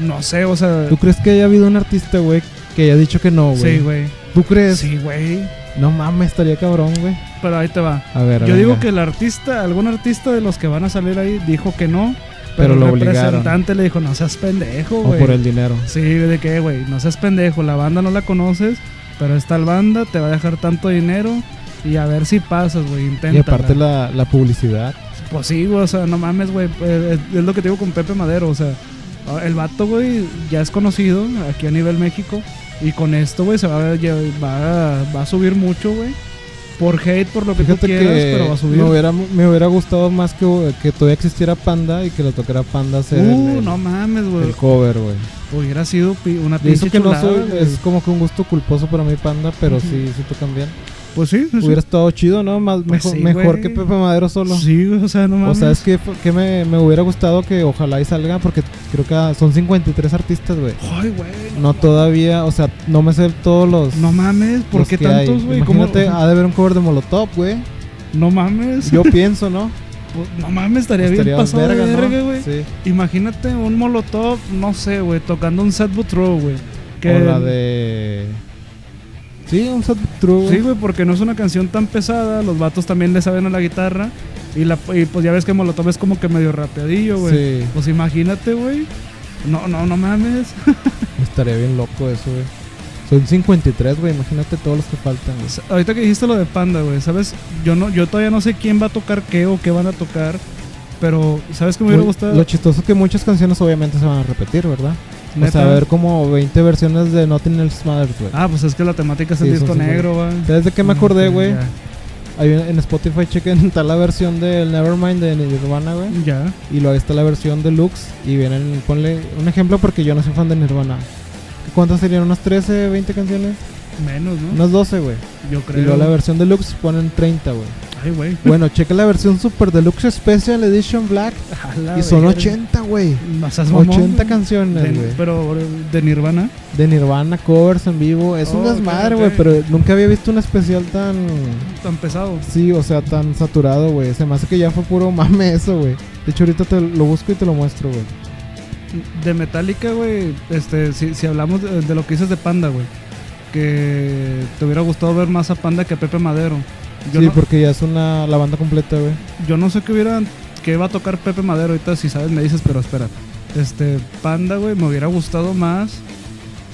[SPEAKER 2] no sé, o sea.
[SPEAKER 1] ¿Tú crees que haya habido un artista, güey, que haya dicho que no, güey?
[SPEAKER 2] sí, güey.
[SPEAKER 1] ¿Tú crees?
[SPEAKER 2] Sí, güey.
[SPEAKER 1] No mames, estaría cabrón, güey.
[SPEAKER 2] Pero ahí te va.
[SPEAKER 1] A ver,
[SPEAKER 2] Yo digo que el artista, algún artista de los que van a salir ahí dijo que no,
[SPEAKER 1] Pero lo
[SPEAKER 2] el
[SPEAKER 1] obligaron.
[SPEAKER 2] representante le dijo, no seas pendejo,
[SPEAKER 1] O
[SPEAKER 2] güey.
[SPEAKER 1] por el dinero.
[SPEAKER 2] Sí, de que, güey, no seas pendejo, la banda no la conoces, pero esta banda te va a dejar tanto dinero y a ver si pasas, güey, intenta.
[SPEAKER 1] Y aparte la, la publicidad.
[SPEAKER 2] Pues sí, güey, o sea, no mames, güey, eh, es, es lo que te digo con Pepe Madero, o sea, a- el vato, güey, ya es conocido aquí a nivel México y con esto, güey, se va a, lle- va a, va a subir mucho, güey. Por hate, por lo que tú
[SPEAKER 1] Fíjate
[SPEAKER 2] quieras,
[SPEAKER 1] que
[SPEAKER 2] pero va a subir.
[SPEAKER 1] me hubiera, me hubiera gustado más que, que todavía existiera Panda y que le tocara a Panda hacer el,
[SPEAKER 2] Uh,
[SPEAKER 1] el-
[SPEAKER 2] no mames, güey.
[SPEAKER 1] el cover, güey.
[SPEAKER 2] Hubiera sido pi- una
[SPEAKER 1] Y eso
[SPEAKER 2] pinche
[SPEAKER 1] que no
[SPEAKER 2] chulada,
[SPEAKER 1] soy,
[SPEAKER 2] güey.
[SPEAKER 1] es como que un gusto culposo para mí Panda, pero sí, sí tocan bien.
[SPEAKER 2] Pues sí, sí, sí.
[SPEAKER 1] Hubiera estado chido, ¿no? Más,
[SPEAKER 2] Pues
[SPEAKER 1] mejor
[SPEAKER 2] sí,
[SPEAKER 1] mejor
[SPEAKER 2] güey.
[SPEAKER 1] que Pepe Madero solo.
[SPEAKER 2] Sí, güey, o sea, no
[SPEAKER 1] O
[SPEAKER 2] mames.
[SPEAKER 1] sea, es que, que me, me hubiera gustado que ojalá y salga porque creo que ah, son 53 artistas, güey.
[SPEAKER 2] Ay, güey.
[SPEAKER 1] No todavía, o sea, no me sé todos los...
[SPEAKER 2] No mames, ¿por
[SPEAKER 1] los
[SPEAKER 2] qué
[SPEAKER 1] que hay.
[SPEAKER 2] tantos, güey? ¿Cómo-
[SPEAKER 1] Imagínate, ha de haber un cover de Molotov, güey.
[SPEAKER 2] No mames. [LAUGHS]
[SPEAKER 1] Yo pienso, ¿no?
[SPEAKER 2] Pues, No mames, estaría,
[SPEAKER 1] Estaría
[SPEAKER 2] bien pasado
[SPEAKER 1] verga,
[SPEAKER 2] de
[SPEAKER 1] ¿no?
[SPEAKER 2] verga, güey.
[SPEAKER 1] Sí.
[SPEAKER 2] Imagínate un molotov, no sé, güey, tocando un Sad But True, güey. Que-
[SPEAKER 1] O la de... Sí, un set true.
[SPEAKER 2] Sí, güey, porque no es una canción tan pesada. Los vatos también le saben a la guitarra. Y, la, y pues ya ves que Molotov es como que medio rapeadillo, güey.
[SPEAKER 1] Sí.
[SPEAKER 2] Pues imagínate, güey. No, no, no mames. [LAUGHS]
[SPEAKER 1] Estaría bien loco eso, güey. Son 53, güey. Imagínate todos los que faltan. güey.
[SPEAKER 2] S- Ahorita que dijiste lo de Panda, güey, ¿sabes? Yo no yo todavía no sé quién va a tocar qué o qué van a tocar, pero ¿sabes qué me hubiera
[SPEAKER 1] Muy-
[SPEAKER 2] gustado?
[SPEAKER 1] Lo chistoso es que muchas canciones obviamente se van a repetir, ¿verdad? O
[SPEAKER 2] Neta.
[SPEAKER 1] sea, ver como 20 versiones de Nothing Else Matters, güey.
[SPEAKER 2] Ah, pues es que la temática es el
[SPEAKER 1] Sí,
[SPEAKER 2] disco
[SPEAKER 1] son
[SPEAKER 2] negro, va.
[SPEAKER 1] ¿Sabes de qué me acordé,
[SPEAKER 2] Mm,
[SPEAKER 1] güey?
[SPEAKER 2] ya.
[SPEAKER 1] Hay una- en Spotify chequen [LAUGHS] está la versión del Nevermind de Nirvana, güey.
[SPEAKER 2] Ya.
[SPEAKER 1] Y luego está la versión deluxe. Y vienen, ponle un ejemplo porque yo no soy fan de Nirvana. ¿Cuántas serían? ¿Unas 13, 20 canciones?
[SPEAKER 2] Menos, ¿no?
[SPEAKER 1] Unas 12, güey.
[SPEAKER 2] Yo
[SPEAKER 1] Y luego
[SPEAKER 2] creo.
[SPEAKER 1] la versión deluxe ponen 30,
[SPEAKER 2] [LAUGHS]
[SPEAKER 1] güey.
[SPEAKER 2] Ay, güey.
[SPEAKER 1] Bueno, checa la versión Super Deluxe Special Edition Black.
[SPEAKER 2] A la
[SPEAKER 1] Y son
[SPEAKER 2] verga.
[SPEAKER 1] 80, güey.
[SPEAKER 2] No seas mamón,
[SPEAKER 1] 80
[SPEAKER 2] güey.
[SPEAKER 1] canciones,
[SPEAKER 2] De-
[SPEAKER 1] güey.
[SPEAKER 2] pero de Nirvana.
[SPEAKER 1] De Nirvana, covers en vivo. Es un
[SPEAKER 2] Oh, ok,
[SPEAKER 1] desmadre,
[SPEAKER 2] ok.
[SPEAKER 1] güey. Pero nunca había visto un especial tan.
[SPEAKER 2] Tan pesado.
[SPEAKER 1] Sí, o sea, tan saturado, güey. Se me hace que ya fue puro mame eso, güey. De hecho, ahorita te lo busco y te lo muestro, güey.
[SPEAKER 2] De Metallica, güey, este, si, si hablamos de, de lo que dices de Panda, güey, que te hubiera gustado ver más a Panda que a Pepe Madero. Yo,
[SPEAKER 1] Sí,
[SPEAKER 2] no,
[SPEAKER 1] porque ya es una, la banda completa, güey.
[SPEAKER 2] yo no sé qué hubiera, qué va a tocar Pepe Madero ahorita, si sabes me dices, pero espera. Este, Panda, güey, me hubiera gustado más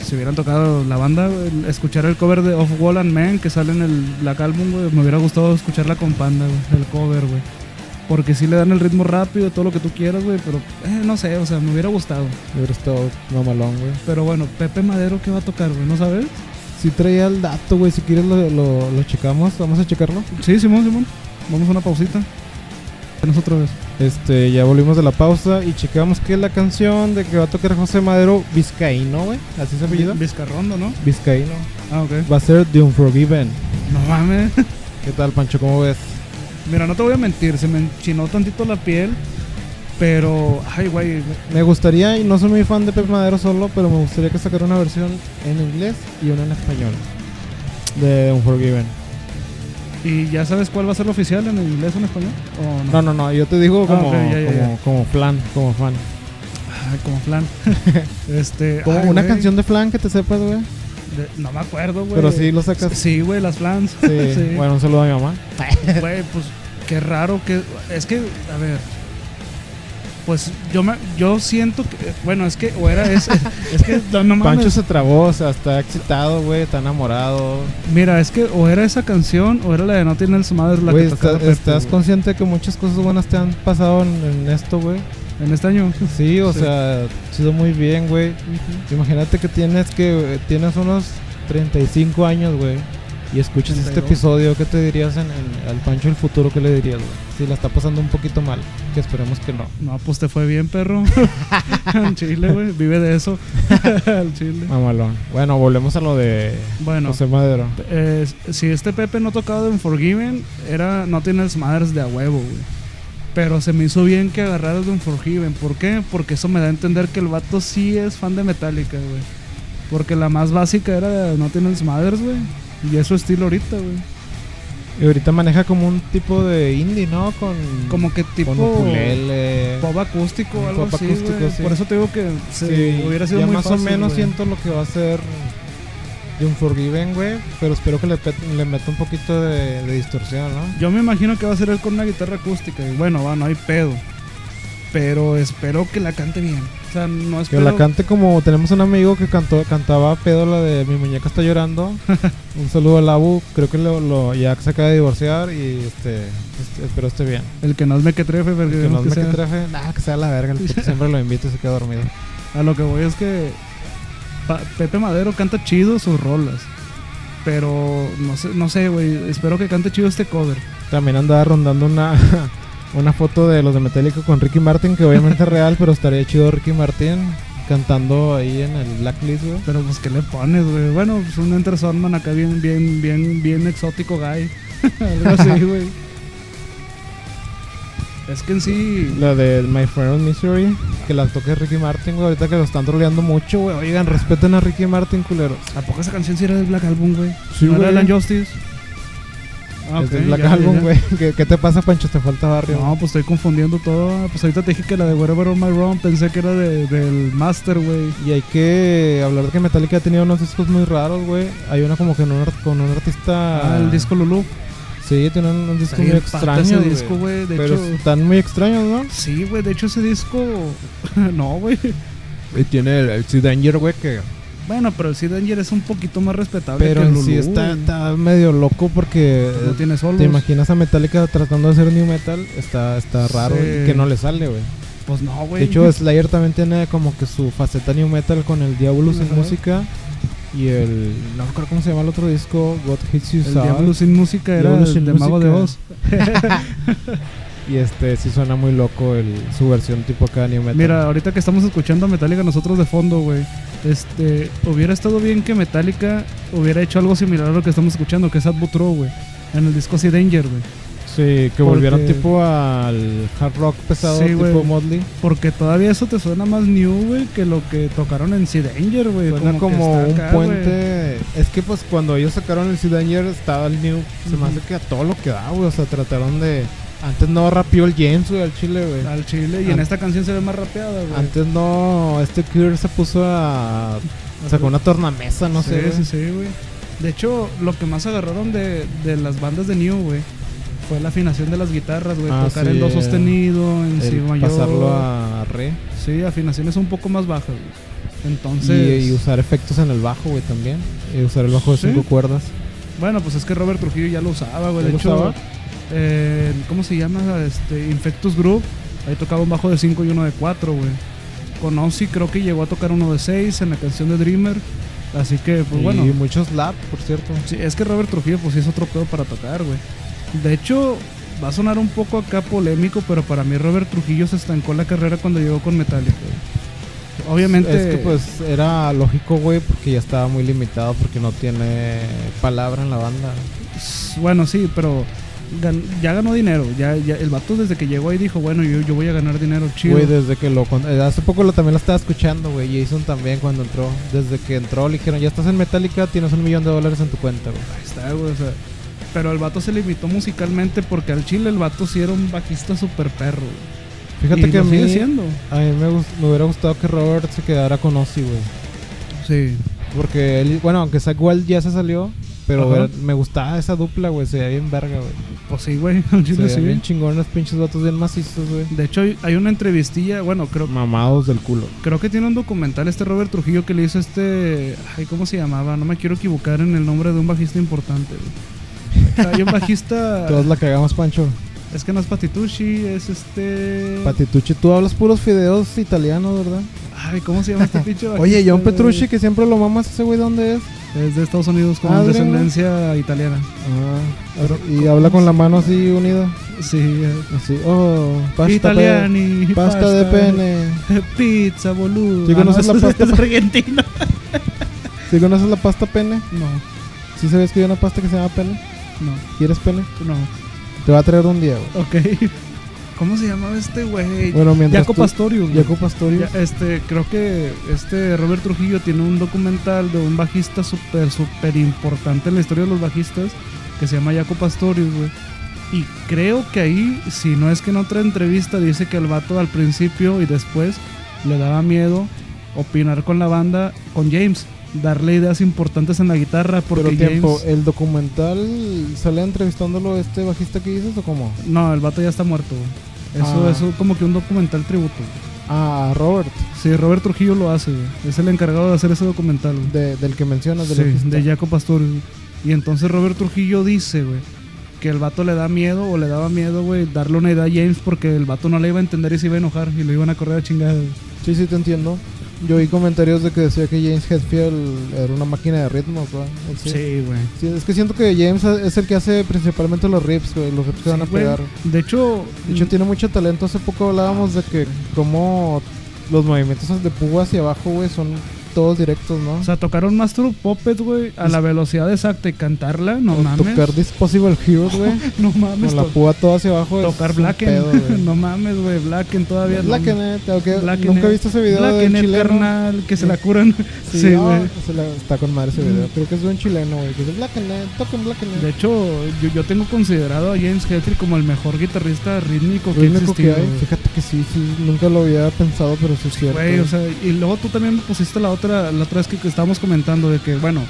[SPEAKER 2] si hubieran tocado la banda, güey, escuchar el cover de Off Wall and Man que sale en el Black Album, güey, me hubiera gustado escucharla con Panda, güey, el cover, güey. Porque sí le dan el ritmo rápido, todo lo que tú quieras, güey, pero eh, no sé, o sea, me hubiera gustado.
[SPEAKER 1] Hubiera estado mamalón, güey.
[SPEAKER 2] Pero bueno, Pepe Madero, ¿qué va a tocar, güey? ¿No sabes?
[SPEAKER 1] Sí traía el dato, güey. Si quieres lo, lo, lo checamos. Vamos a checarlo.
[SPEAKER 2] Sí, Simón, Simón. Vamos a una pausita. Tenemos otra vez.
[SPEAKER 1] Este, ya volvimos de la pausa y checamos que es la canción de que va a tocar José Madero Vizcaíno, güey. Así se apellida.
[SPEAKER 2] Vizcarrondo, ¿no?
[SPEAKER 1] Vizcaíno.
[SPEAKER 2] Ah, ok.
[SPEAKER 1] Va a ser The Unforgiven.
[SPEAKER 2] No mames.
[SPEAKER 1] ¿Qué tal, Pancho? ¿Cómo ves?
[SPEAKER 2] Mira, no te voy a mentir, se me enchinó tantito la piel. Pero, ay, güey.
[SPEAKER 1] Me gustaría, y no soy muy fan de Pepe Madero solo, pero me gustaría que sacara una versión en inglés y una en español. De Unforgiven.
[SPEAKER 2] ¿Y ya sabes cuál va a ser la oficial en inglés o en español? ¿O no?
[SPEAKER 1] No, no, no, yo te digo
[SPEAKER 2] Ah,
[SPEAKER 1] como,
[SPEAKER 2] ok, ya, ya,
[SPEAKER 1] como, como flan, como fan.
[SPEAKER 2] Ay, como
[SPEAKER 1] [LAUGHS]
[SPEAKER 2] plan. este.
[SPEAKER 1] Como
[SPEAKER 2] ay,
[SPEAKER 1] una
[SPEAKER 2] güey,
[SPEAKER 1] canción de flan que te sepas, güey.
[SPEAKER 2] de- no me acuerdo, güey.
[SPEAKER 1] Pero sí lo sacas.
[SPEAKER 2] Sí, güey, las flans. [LAUGHS]
[SPEAKER 1] Sí. Bueno, un saludo a mi mamá.
[SPEAKER 2] Güey, pues qué raro que. Es que, a ver. Pues yo me, yo siento que. Bueno, es que. O era
[SPEAKER 1] [LAUGHS]
[SPEAKER 2] ese. es que. No, no mames.
[SPEAKER 1] Pancho se trabó, o sea, está excitado, güey, está enamorado.
[SPEAKER 2] Mira, es que o era esa canción o era la de No tiene el su madre la
[SPEAKER 1] Güey,
[SPEAKER 2] que
[SPEAKER 1] está-
[SPEAKER 2] tocaba Pepe,
[SPEAKER 1] estás
[SPEAKER 2] güey.
[SPEAKER 1] consciente de que muchas cosas buenas te han pasado en, en esto, güey.
[SPEAKER 2] En este año.
[SPEAKER 1] Sí, o
[SPEAKER 2] Sí.
[SPEAKER 1] sea, chido muy bien, güey. Imagínate que tienes que eh, tienes unos 35 años, güey, y escuchas este
[SPEAKER 2] 32.
[SPEAKER 1] episodio, ¿qué te dirías en, en- al Pancho del futuro? ¿Qué le dirías, güey? Si la está pasando un poquito mal, que esperemos que no.
[SPEAKER 2] No, pues te fue
[SPEAKER 1] [LAUGHS]
[SPEAKER 2] bien, perro. Al chile, güey. Vive de eso. Al chile.
[SPEAKER 1] Mamalón. Bueno, volvemos a lo de
[SPEAKER 2] Bueno.
[SPEAKER 1] Ah, José Madero.
[SPEAKER 2] eh, si este Pepe no tocaba de Unforgiven, era No tienes madres de a huevo, güey. Pero se me hizo bien que agarraras de Unforgiven. ¿Por qué? Porque eso me da a entender que el vato sí es fan de Metallica, güey. Porque la más básica era No tienes madres, güey. Y es su estilo ahorita, güey.
[SPEAKER 1] Y ahorita maneja como un tipo de indie, ¿no? Con
[SPEAKER 2] Como que tipo.
[SPEAKER 1] con ukulele.
[SPEAKER 2] Pop acústico o
[SPEAKER 1] Un
[SPEAKER 2] algo
[SPEAKER 1] pop
[SPEAKER 2] así.
[SPEAKER 1] acústico,
[SPEAKER 2] güey.
[SPEAKER 1] sí.
[SPEAKER 2] Por eso te digo que se
[SPEAKER 1] Sí,
[SPEAKER 2] hubiera sido
[SPEAKER 1] ya
[SPEAKER 2] muy
[SPEAKER 1] más
[SPEAKER 2] fácil,
[SPEAKER 1] o menos
[SPEAKER 2] güey.
[SPEAKER 1] siento lo que va a ser de Unforgiven, güey, pero espero que le, pet- le meta un poquito de, de distorsión, ¿no?
[SPEAKER 2] Yo me imagino que va a ser él con una guitarra acústica. Y bueno, va, no hay pedo. Pero espero que la cante bien. O sea, no
[SPEAKER 1] Que
[SPEAKER 2] espero.
[SPEAKER 1] la cante como tenemos un amigo que cantó, cantaba pedo la de Mi muñeca está [LAUGHS] llorando. un saludo al Abu, creo que lo, lo- ya se acaba de divorciar y este, este, espero esté bien.
[SPEAKER 2] El que no es mequetrefe, pero
[SPEAKER 1] Que no
[SPEAKER 2] que
[SPEAKER 1] me que
[SPEAKER 2] sea-
[SPEAKER 1] traje, nah, que sea la verga, el [LAUGHS] puto siempre lo invito y se queda dormido.
[SPEAKER 2] A lo que voy es que Pa- Pepe Madero canta chido sus rolas. Pero no sé, no sé, güey. Espero que cante chido este cover.
[SPEAKER 1] También andaba rondando una, [LAUGHS] una foto de los de Metallica con Ricky Martin, que obviamente es
[SPEAKER 2] [LAUGHS]
[SPEAKER 1] real, pero estaría chido Ricky Martin cantando ahí en el Blacklist, güey.
[SPEAKER 2] Pero pues, ¿qué le pones, güey? Bueno, pues un Enter Sandman acá bien, bien, bien, bien exótico, guy. [LAUGHS] Algo así, güey. Es que en sí.
[SPEAKER 1] La de My Friend on Misery, que la toque Ricky Martin, güey. Ahorita que lo están troleando mucho, güey. Oigan, respeten a Ricky Martin, culero.
[SPEAKER 2] ¿A poco esa canción sí era del Black Album, güey?
[SPEAKER 1] Sí,
[SPEAKER 2] ¿No era
[SPEAKER 1] güey.
[SPEAKER 2] del Injustice? Ah,
[SPEAKER 1] Es
[SPEAKER 2] ok,
[SPEAKER 1] del Black
[SPEAKER 2] ya, ya,
[SPEAKER 1] Album,
[SPEAKER 2] ya.
[SPEAKER 1] güey. [LAUGHS] ¿Qué, qué te pasa, Pancho? Te falta barrio.
[SPEAKER 2] No, pues estoy confundiendo todo. Pues ahorita te dije que la de Wherever on My Run pensé que era de- del Master, güey.
[SPEAKER 1] Y hay que hablar de que Metallica ha tenido unos discos muy raros, güey. Hay una como que en un ar- con un artista.
[SPEAKER 2] Ah, el disco Lulu.
[SPEAKER 1] Sí, tiene un, un disco
[SPEAKER 2] Está
[SPEAKER 1] muy
[SPEAKER 2] bien pata
[SPEAKER 1] extraño.
[SPEAKER 2] ese
[SPEAKER 1] güey.
[SPEAKER 2] disco, güey. De
[SPEAKER 1] Pero
[SPEAKER 2] hecho,
[SPEAKER 1] están muy extraños, ¿no?
[SPEAKER 2] sí, güey. De hecho, ese disco. [LAUGHS] no, güey.
[SPEAKER 1] Y tiene el, Sea Danger, güey, que.
[SPEAKER 2] Bueno, pero el Sea Danger es un poquito más respetable
[SPEAKER 1] Pero
[SPEAKER 2] que el
[SPEAKER 1] en
[SPEAKER 2] Lulu. Pues
[SPEAKER 1] sí está, está medio loco porque. eh,
[SPEAKER 2] No tiene solos.
[SPEAKER 1] ¿Te imaginas a Metallica tratando de hacer new metal? Está, está raro
[SPEAKER 2] Sí.
[SPEAKER 1] y que no le sale, güey.
[SPEAKER 2] Pues no, güey.
[SPEAKER 1] De hecho, Slayer también tiene como que su faceta new metal con el Diabolus en
[SPEAKER 2] Ajá.
[SPEAKER 1] música y el no creo cómo se llama el otro disco, God Hits You
[SPEAKER 2] el
[SPEAKER 1] Soul.
[SPEAKER 2] Diablo sin música era
[SPEAKER 1] Diablo
[SPEAKER 2] el
[SPEAKER 1] sin
[SPEAKER 2] de Mago de
[SPEAKER 1] música.
[SPEAKER 2] Oz.
[SPEAKER 1] Y este sí suena muy loco el su versión tipo acá new metal.
[SPEAKER 2] Mira, ahorita que estamos escuchando a Metallica nosotros de fondo, güey. Este, hubiera estado bien que Metallica hubiera hecho algo similar a lo que estamos escuchando, que es Adbo Throw, güey. En el disco Sea Danger, güey.
[SPEAKER 1] sí, que
[SPEAKER 2] porque-
[SPEAKER 1] volvieron tipo al hard rock pesado
[SPEAKER 2] Sí,
[SPEAKER 1] tipo
[SPEAKER 2] güey.
[SPEAKER 1] Motley.
[SPEAKER 2] Porque todavía eso te suena más new, güey, que lo que tocaron en Sea Danger, güey.
[SPEAKER 1] Suena
[SPEAKER 2] que
[SPEAKER 1] Pues como
[SPEAKER 2] está
[SPEAKER 1] un
[SPEAKER 2] acá, güey.
[SPEAKER 1] puente. Es que pues cuando ellos sacaron el Sea Danger estaba el new, se me
[SPEAKER 2] Ujú.
[SPEAKER 1] hace que a todo lo que da, güey, o sea, trataron de antes no rapió el James, güey, al chile, güey.
[SPEAKER 2] Al chile, y en
[SPEAKER 1] An-
[SPEAKER 2] esta canción se ve más rapeada, güey.
[SPEAKER 1] Antes no, este Cure se puso a. sacó una tornamesa, no
[SPEAKER 2] Sí,
[SPEAKER 1] sé. güey.
[SPEAKER 2] sí, sí, güey. De hecho, lo que más agarraron de, de las bandas de New, güey, fue la afinación de las guitarras, güey.
[SPEAKER 1] Ah,
[SPEAKER 2] Tocar
[SPEAKER 1] sí,
[SPEAKER 2] en do
[SPEAKER 1] eh,
[SPEAKER 2] sostenido, en si
[SPEAKER 1] El
[SPEAKER 2] mayor.
[SPEAKER 1] pasarlo a re.
[SPEAKER 2] Sí, afinaciones un poco más bajas, güey. Entonces.
[SPEAKER 1] Y, y usar efectos en el bajo, güey, también. Y usar el bajo de
[SPEAKER 2] Sí.
[SPEAKER 1] cinco cuerdas.
[SPEAKER 2] Bueno, pues es que Robert Trujillo ya lo usaba, güey.
[SPEAKER 1] ¿Ya
[SPEAKER 2] De
[SPEAKER 1] lo
[SPEAKER 2] hecho,
[SPEAKER 1] usaba?
[SPEAKER 2] eh, ¿cómo se llama? Este, Infectus Group. Ahí tocaba un bajo de 5 y uno de 4, güey. Con Ozzy creo que llegó a tocar uno de 6 en la canción de Dreamer. Así que, pues
[SPEAKER 1] y
[SPEAKER 2] bueno.
[SPEAKER 1] muchos lap, por cierto.
[SPEAKER 2] Sí, es que Robert Trujillo pues sí es otro pedo para tocar, güey. De hecho, va a sonar un poco acá polémico, pero para mí Robert Trujillo se estancó la carrera cuando llegó con Metallica. güey. Obviamente,
[SPEAKER 1] Es que pues era lógico, güey, porque ya estaba muy limitado porque no tiene palabra en la banda.
[SPEAKER 2] s- bueno, sí, pero gan- ya ganó dinero. Ya, ya- el vato desde que llegó ahí dijo, bueno, yo, yo voy a ganar dinero chido.
[SPEAKER 1] Güey, desde que lo... con- eh, Hace poco lo, también lo estaba escuchando, güey. Jason también cuando entró. Desde que entró le dijeron, ya estás en Metallica, tienes un millón de dólares en tu cuenta, güey.
[SPEAKER 2] Ahí está, güey, o sea, pero el vato se limitó musicalmente porque al chile el vato sí era un bajista super perro. güey.
[SPEAKER 1] Fíjate
[SPEAKER 2] Y
[SPEAKER 1] que a
[SPEAKER 2] lo
[SPEAKER 1] mí...
[SPEAKER 2] sigue siendo.
[SPEAKER 1] A mí me, gust- me hubiera gustado que Robert se quedara con Ozzy, güey.
[SPEAKER 2] Sí.
[SPEAKER 1] Porque él, bueno, aunque Zach Wild ya se salió, pero
[SPEAKER 2] Ajá.
[SPEAKER 1] era- me gustaba esa dupla, güey. Se veía bien verga, güey.
[SPEAKER 2] Pues sí, güey, [LAUGHS] al
[SPEAKER 1] Se
[SPEAKER 2] chile
[SPEAKER 1] veían
[SPEAKER 2] sí.
[SPEAKER 1] bien chingones, pinches vatos bien macizos, güey.
[SPEAKER 2] De hecho, hay- hay una entrevistilla, bueno, creo,
[SPEAKER 1] Mm. Mamados del culo.
[SPEAKER 2] creo que tiene un documental este Robert Trujillo que le hizo este... Ay, ¿cómo se llamaba? No me quiero equivocar en el nombre de un bajista importante. güey. Hay un
[SPEAKER 1] [LAUGHS]
[SPEAKER 2] bajista...
[SPEAKER 1] Todos la cagamos, Pancho.
[SPEAKER 2] Es que no es Patitucci, es este...
[SPEAKER 1] Patitucci, tú hablas puros fideos italianos, ¿verdad?
[SPEAKER 2] Ay, ¿cómo se llama
[SPEAKER 1] [LAUGHS]
[SPEAKER 2] este pinche bajista?
[SPEAKER 1] Oye, John
[SPEAKER 2] güey?
[SPEAKER 1] Petrucci, que siempre lo mamas ese güey, ¿dónde es?
[SPEAKER 2] Es de Estados Unidos con
[SPEAKER 1] Madre,
[SPEAKER 2] descendencia italiana.
[SPEAKER 1] Ah, y habla con la mano así unida.
[SPEAKER 2] Sí. eh,
[SPEAKER 1] Así, oh, pasta,
[SPEAKER 2] Italiani.
[SPEAKER 1] pe- pasta de pene.
[SPEAKER 2] Pizza, boludo. Ah,
[SPEAKER 1] Sí, conoces
[SPEAKER 2] no,
[SPEAKER 1] la
[SPEAKER 2] eso
[SPEAKER 1] pasta- [LAUGHS]
[SPEAKER 2] es argentino.
[SPEAKER 1] ¿Sí conoces la pasta pene?
[SPEAKER 2] No,
[SPEAKER 1] ¿Sí sabes que hay una pasta que se llama pene?
[SPEAKER 2] no,
[SPEAKER 1] ¿Quieres pene?
[SPEAKER 2] no.
[SPEAKER 1] Te va a traer un día, güey.
[SPEAKER 2] Ok. ¿Cómo se llamaba este güey?
[SPEAKER 1] Bueno, mientras
[SPEAKER 2] Jaco
[SPEAKER 1] tú-
[SPEAKER 2] Pastorius. güey.
[SPEAKER 1] Jaco Pastorius.
[SPEAKER 2] Ya, este, creo que este Robert Trujillo tiene un documental de un bajista súper, súper importante en la historia de los bajistas que se llama Jaco Pastorius, güey. Y creo que ahí, si no es que en otra entrevista dice que el vato al principio y después le daba miedo opinar con la banda, con James, darle ideas importantes en la guitarra porque
[SPEAKER 1] Pero tiempo,
[SPEAKER 2] James...
[SPEAKER 1] ¿el documental sale entrevistándolo este bajista que dices o cómo?
[SPEAKER 2] No, el vato ya está muerto, güey. Eso
[SPEAKER 6] Ah.
[SPEAKER 2] es como que un documental tributo. güey.
[SPEAKER 1] Ah,
[SPEAKER 6] A Robert,
[SPEAKER 2] Sí, Robert Trujillo lo hace, güey. Es el encargado de hacer ese documental, güey.
[SPEAKER 6] de- del que mencionas, del
[SPEAKER 2] Sí,
[SPEAKER 6] que está-
[SPEAKER 2] de Jaco Pastor. güey. Y entonces Robert Trujillo dice, güey, que el vato le da miedo o le daba miedo, güey, darle una idea a James porque el vato no le iba a entender y se iba a enojar y lo iban a correr a chingada. güey.
[SPEAKER 6] Sí, sí, te entiendo. Yo vi comentarios de que decía que James Hetfield era una máquina de ritmos, ¿verdad? Él sí.
[SPEAKER 2] güey.
[SPEAKER 6] Sí, es que siento que James es el que hace principalmente los riffs, güey, los riffs que van a
[SPEAKER 2] Sí, güey. Mm.
[SPEAKER 6] pegar.
[SPEAKER 2] De hecho,
[SPEAKER 6] De hecho, tiene mucho talento. Hace poco hablábamos de que como los movimientos de Pugo hacia abajo, güey, son todos directos, ¿no?
[SPEAKER 2] o sea, tocaron Master Puppet, güey, a
[SPEAKER 6] Es-
[SPEAKER 2] la velocidad exacta y cantarla, no
[SPEAKER 6] O
[SPEAKER 2] mames.
[SPEAKER 6] Tocar Disposable Heroes, güey,
[SPEAKER 2] [LAUGHS] no mames.
[SPEAKER 6] con la
[SPEAKER 2] to-
[SPEAKER 6] púa toda hacia abajo. es
[SPEAKER 2] tocar
[SPEAKER 6] un
[SPEAKER 2] Blacken.
[SPEAKER 6] pedo, güey.
[SPEAKER 2] [LAUGHS] no mames, güey, Blacken todavía. no-
[SPEAKER 6] Blackenet, ok,
[SPEAKER 2] Blackenet.
[SPEAKER 6] nunca he visto ese video de un
[SPEAKER 2] Blackenet,
[SPEAKER 6] chileno.
[SPEAKER 2] carnal, que se la curan.
[SPEAKER 6] Sí,
[SPEAKER 2] Sí,
[SPEAKER 6] ah,
[SPEAKER 2] güey. Mm.
[SPEAKER 6] se la- está con madre ese video. Creo que es de un chileno, güey. Que dice Blackenet, toquen Blackenet.
[SPEAKER 2] De hecho, yo, yo tengo considerado a James Hetfield como el mejor guitarrista rítmico que ha
[SPEAKER 6] Rítmico que
[SPEAKER 2] existido.
[SPEAKER 6] hay.
[SPEAKER 2] güey.
[SPEAKER 6] Fíjate que sí, sí, nunca lo había pensado, pero sí es cierto.
[SPEAKER 2] Güey, o sea, y luego tú también me pusiste la otra, la otra vez que, que estábamos comentando de que, bueno,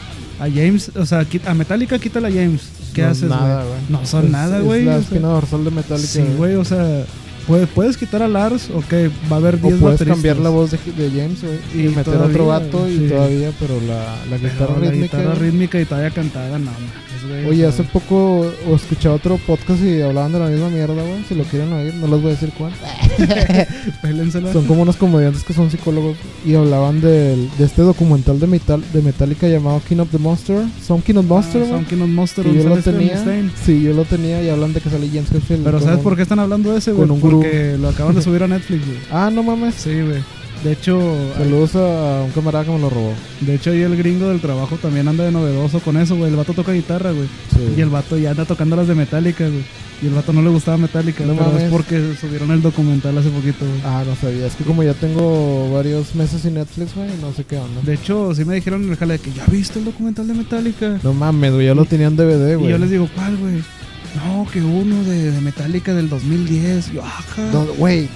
[SPEAKER 2] a James, o sea, qui- a Metallica quítala a James. ¿Qué
[SPEAKER 6] No es
[SPEAKER 2] haces,
[SPEAKER 6] nada,
[SPEAKER 2] güey?
[SPEAKER 6] güey.
[SPEAKER 2] No son
[SPEAKER 6] Es-
[SPEAKER 2] nada,
[SPEAKER 6] es
[SPEAKER 2] güey.
[SPEAKER 6] la
[SPEAKER 2] o sea,
[SPEAKER 6] espina dorsal de Metallica.
[SPEAKER 2] sí, güey, o sea, puedes, puedes quitar a Lars, ok, va a haber
[SPEAKER 6] O
[SPEAKER 2] 10
[SPEAKER 6] puedes
[SPEAKER 2] bateristas.
[SPEAKER 6] cambiar la voz de, de James, güey. Y,
[SPEAKER 2] Y
[SPEAKER 6] meter
[SPEAKER 2] todavía,
[SPEAKER 6] otro vato y
[SPEAKER 2] sí.
[SPEAKER 6] todavía, pero la, la
[SPEAKER 2] Pero
[SPEAKER 6] guitarra
[SPEAKER 2] la
[SPEAKER 6] rítmica.
[SPEAKER 2] guitarra
[SPEAKER 6] güey.
[SPEAKER 2] rítmica y todavía cantada, no mames, güey.
[SPEAKER 6] Oye,
[SPEAKER 2] o
[SPEAKER 6] hace
[SPEAKER 2] sea,
[SPEAKER 6] poco o escuché otro podcast y hablaban de la misma mierda, güey. Si lo quieren oír, no les voy a decir cuál.
[SPEAKER 2] Ah, [LAUGHS] pélensela.
[SPEAKER 6] Son como unos comediantes que son psicólogos y hablaban del- de, este documental de, metal, de Metallica llamado King of the Monster. Son King of
[SPEAKER 2] Ah,
[SPEAKER 6] Monster, güey.
[SPEAKER 2] son King of Monster,
[SPEAKER 6] que yo lo
[SPEAKER 2] González
[SPEAKER 6] tenía.
[SPEAKER 2] Stein.
[SPEAKER 6] Sí, yo lo tenía y hablan de que sale James Hetfield.
[SPEAKER 2] Pero
[SPEAKER 6] con
[SPEAKER 2] ¿sabes
[SPEAKER 6] un-
[SPEAKER 2] por qué están hablando de ese, güey?
[SPEAKER 6] con un gurú.
[SPEAKER 2] Porque lo acaban de subir a Netflix, güey.
[SPEAKER 6] Ah, no mames.
[SPEAKER 2] Sí, güey. De hecho,
[SPEAKER 6] Saludos a un camarada que me lo robó.
[SPEAKER 2] de hecho ahí el gringo del trabajo también anda de novedoso con eso, güey. El vato toca guitarra, güey.
[SPEAKER 6] Sí.
[SPEAKER 2] Y el vato ya anda tocando las de Metallica, güey. Y el vato no le gustaba Metallica,
[SPEAKER 6] No
[SPEAKER 2] pero
[SPEAKER 6] mames.
[SPEAKER 2] es porque subieron el documental hace poquito, güey.
[SPEAKER 6] Ah, no sabía. Es que como ya tengo varios meses sin Netflix, güey, no sé qué onda.
[SPEAKER 2] De hecho, sí me dijeron en el jale de que ya viste el documental de Metallica.
[SPEAKER 6] No mames, güey, ya lo tenía en DVD,
[SPEAKER 2] y
[SPEAKER 6] güey.
[SPEAKER 2] yo les digo, ¿cuál, güey? No, que uno de, de Metallica del 2010. Yo, ajá.
[SPEAKER 6] No,
[SPEAKER 1] [LAUGHS]
[SPEAKER 6] Güey,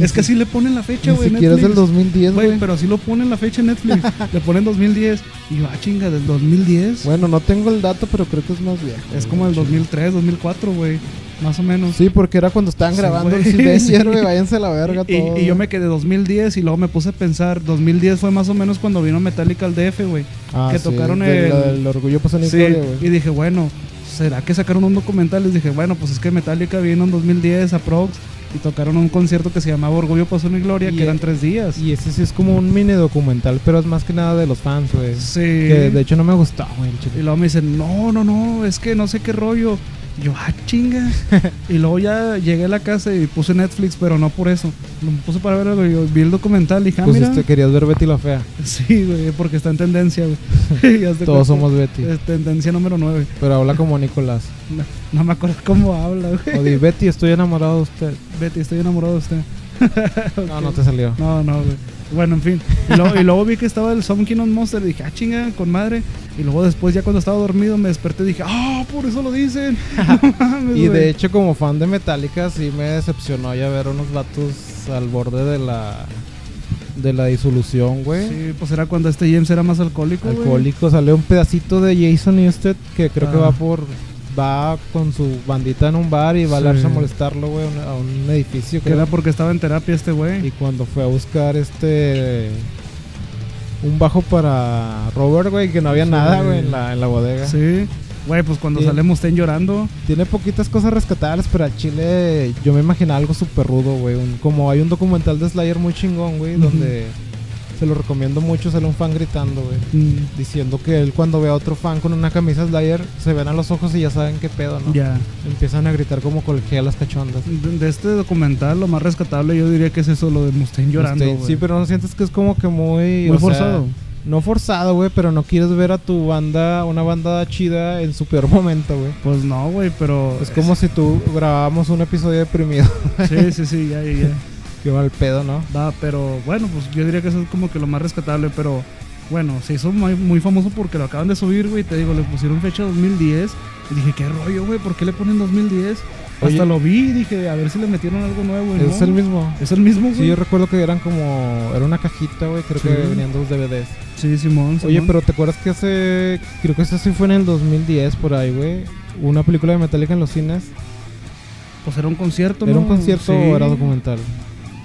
[SPEAKER 2] es que así le ponen la fecha,
[SPEAKER 6] ni
[SPEAKER 2] güey.
[SPEAKER 6] siquiera es del
[SPEAKER 2] Netflix.
[SPEAKER 6] 2010,
[SPEAKER 2] Güey,
[SPEAKER 6] güey.
[SPEAKER 2] pero así lo ponen la fecha en Netflix. le ponen 2010. Y yo, ah, chinga, del 2010.
[SPEAKER 6] Bueno, no tengo el dato, pero creo que es más viejo.
[SPEAKER 2] Es
[SPEAKER 6] güey,
[SPEAKER 2] como el
[SPEAKER 6] chido.
[SPEAKER 2] 2003, 2004, güey. Más o menos.
[SPEAKER 6] Sí, porque era cuando estaban
[SPEAKER 2] Sí,
[SPEAKER 6] grabando el
[SPEAKER 2] güey.
[SPEAKER 6] Silvenger,
[SPEAKER 2] Sí.
[SPEAKER 1] [LAUGHS]
[SPEAKER 6] güey. Váyanse a la verga
[SPEAKER 2] Y,
[SPEAKER 6] todo.
[SPEAKER 2] y yo me quedé 2010 y luego me puse a pensar, 2010 fue más o menos cuando vino Metallica al DF, güey.
[SPEAKER 6] Ah,
[SPEAKER 2] que
[SPEAKER 6] sí,
[SPEAKER 2] tocaron
[SPEAKER 6] de la-
[SPEAKER 2] el-
[SPEAKER 6] del orgullo pasó en
[SPEAKER 2] Sí,
[SPEAKER 6] historia, güey.
[SPEAKER 2] y dije, bueno, ¿será que sacaron un documental? Les dije, bueno, pues es que Metallica vino en 2010 a Prox y tocaron un concierto que se llamaba Orgullo, Pasión y Gloria,
[SPEAKER 1] Y-
[SPEAKER 2] que
[SPEAKER 6] e
[SPEAKER 2] eran tres días.
[SPEAKER 1] Y ese sí es como un mini documental, pero es más que nada de los fans, güey.
[SPEAKER 2] sí.
[SPEAKER 1] Que de hecho no me gustó, güey. el
[SPEAKER 2] Y
[SPEAKER 1] chile.
[SPEAKER 2] luego me dicen, no, no, no, es que no sé qué rollo. Yo, ah,
[SPEAKER 1] [LAUGHS]
[SPEAKER 2] chinga. y luego ya llegué a la casa y puse Netflix, pero no por eso. Lo puse para ver algo. Yo vi el documental y dije, ah,
[SPEAKER 1] Pues
[SPEAKER 2] mira.
[SPEAKER 1] este, querías ver Betty la Fea.
[SPEAKER 2] [LAUGHS] Sí, güey, porque está en
[SPEAKER 1] [LAUGHS]
[SPEAKER 2] tendencia, güey. [LAUGHS] Y haz de
[SPEAKER 1] Todos
[SPEAKER 2] cuenta,
[SPEAKER 1] somos Betty.
[SPEAKER 2] Es tendencia número 9.
[SPEAKER 1] Pero habla como Nicolás.
[SPEAKER 2] No, no me acuerdo [LAUGHS] cómo habla, güey.
[SPEAKER 1] O di, Betty, estoy enamorado de usted.
[SPEAKER 2] Betty, estoy enamorado de usted.
[SPEAKER 1] No, no te salió.
[SPEAKER 2] No, no, güey. Bueno, en fin. Y luego, y luego vi que estaba el Some King on Monster. Dije, ah, chinga, con madre. Y luego después, ya cuando estaba dormido, me desperté y dije, ah, por eso lo dicen. [LAUGHS] No
[SPEAKER 1] [LAUGHS]
[SPEAKER 2] mames,
[SPEAKER 1] Y
[SPEAKER 2] güey.
[SPEAKER 1] de hecho, como fan de Metallica, sí me decepcionó ya ver unos vatos al borde de la de la disolución, güey.
[SPEAKER 2] Sí, pues era cuando este James era más alcohólico. güey.
[SPEAKER 1] Alcohólico, salió un pedacito de Jason Newsted que creo que
[SPEAKER 2] Ah.
[SPEAKER 1] va por va con su bandita en un bar y va a
[SPEAKER 2] Sí.
[SPEAKER 1] darse a molestarlo, güey, a un- a un edificio.
[SPEAKER 2] Que
[SPEAKER 1] creo.
[SPEAKER 2] era porque estaba en terapia este
[SPEAKER 1] Y
[SPEAKER 2] güey.
[SPEAKER 1] cuando fue a buscar este un bajo para Robert, güey, que no había
[SPEAKER 2] Sí.
[SPEAKER 1] nada, güey, en la, en la bodega.
[SPEAKER 2] Sí. Güey, pues cuando
[SPEAKER 1] Sí.
[SPEAKER 2] salimos estén llorando.
[SPEAKER 1] Tiene poquitas cosas rescatables, pero al Chile yo me imaginaba algo súper rudo, güey. Un- Como hay un documental de Slayer muy chingón, güey,
[SPEAKER 2] Ujú.
[SPEAKER 1] donde se lo recomiendo mucho, sale un fan gritando, güey. Diciendo que él cuando ve a otro fan con una camisa Slayer, se ven a los ojos y ya saben qué pedo, ¿no?
[SPEAKER 2] Ya.
[SPEAKER 1] Empiezan a gritar como colegialas las cachondas.
[SPEAKER 2] De, de este documental, lo más rescatable yo diría que es eso, lo de Mustaine llorando.
[SPEAKER 1] Este,
[SPEAKER 2] güey.
[SPEAKER 1] sí, pero no sientes que es como que muy...
[SPEAKER 2] Muy
[SPEAKER 1] o sea,
[SPEAKER 2] forzado.
[SPEAKER 1] no forzado, güey, pero no quieres ver a tu banda, una banda chida en su peor momento, güey.
[SPEAKER 2] Pues no, güey, pero.
[SPEAKER 1] Es como si tú grabábamos un episodio deprimido. [LAUGHS]
[SPEAKER 2] Sí, sí, sí, ya, ya, ya.
[SPEAKER 1] Qué mal pedo, ¿no?
[SPEAKER 2] Va, pero bueno, pues yo diría que eso es como que lo más rescatable, pero bueno, se hizo muy, muy famoso porque lo acaban de subir, güey, te digo, le pusieron fecha 2010 y dije, qué rollo, güey, ¿por qué le ponen 2010?
[SPEAKER 1] Oye.
[SPEAKER 2] Hasta lo vi y dije, a ver si le metieron algo nuevo. y
[SPEAKER 1] Es
[SPEAKER 2] no.
[SPEAKER 1] el mismo.
[SPEAKER 2] Es el mismo, güey.
[SPEAKER 1] Sí, yo recuerdo que eran como... Era una cajita, güey, creo que
[SPEAKER 2] Sí.
[SPEAKER 1] venían dos DVDs.
[SPEAKER 2] Sí, Simón.
[SPEAKER 1] Oye,
[SPEAKER 2] Simón.
[SPEAKER 1] pero ¿te acuerdas que hace... Creo que eso sí fue en el 2010, por ahí, güey. Una película de Metallica en los cines.
[SPEAKER 2] Pues era un concierto,
[SPEAKER 1] ¿Era
[SPEAKER 2] ¿no?
[SPEAKER 1] un concierto
[SPEAKER 2] Sí,
[SPEAKER 1] o era documental?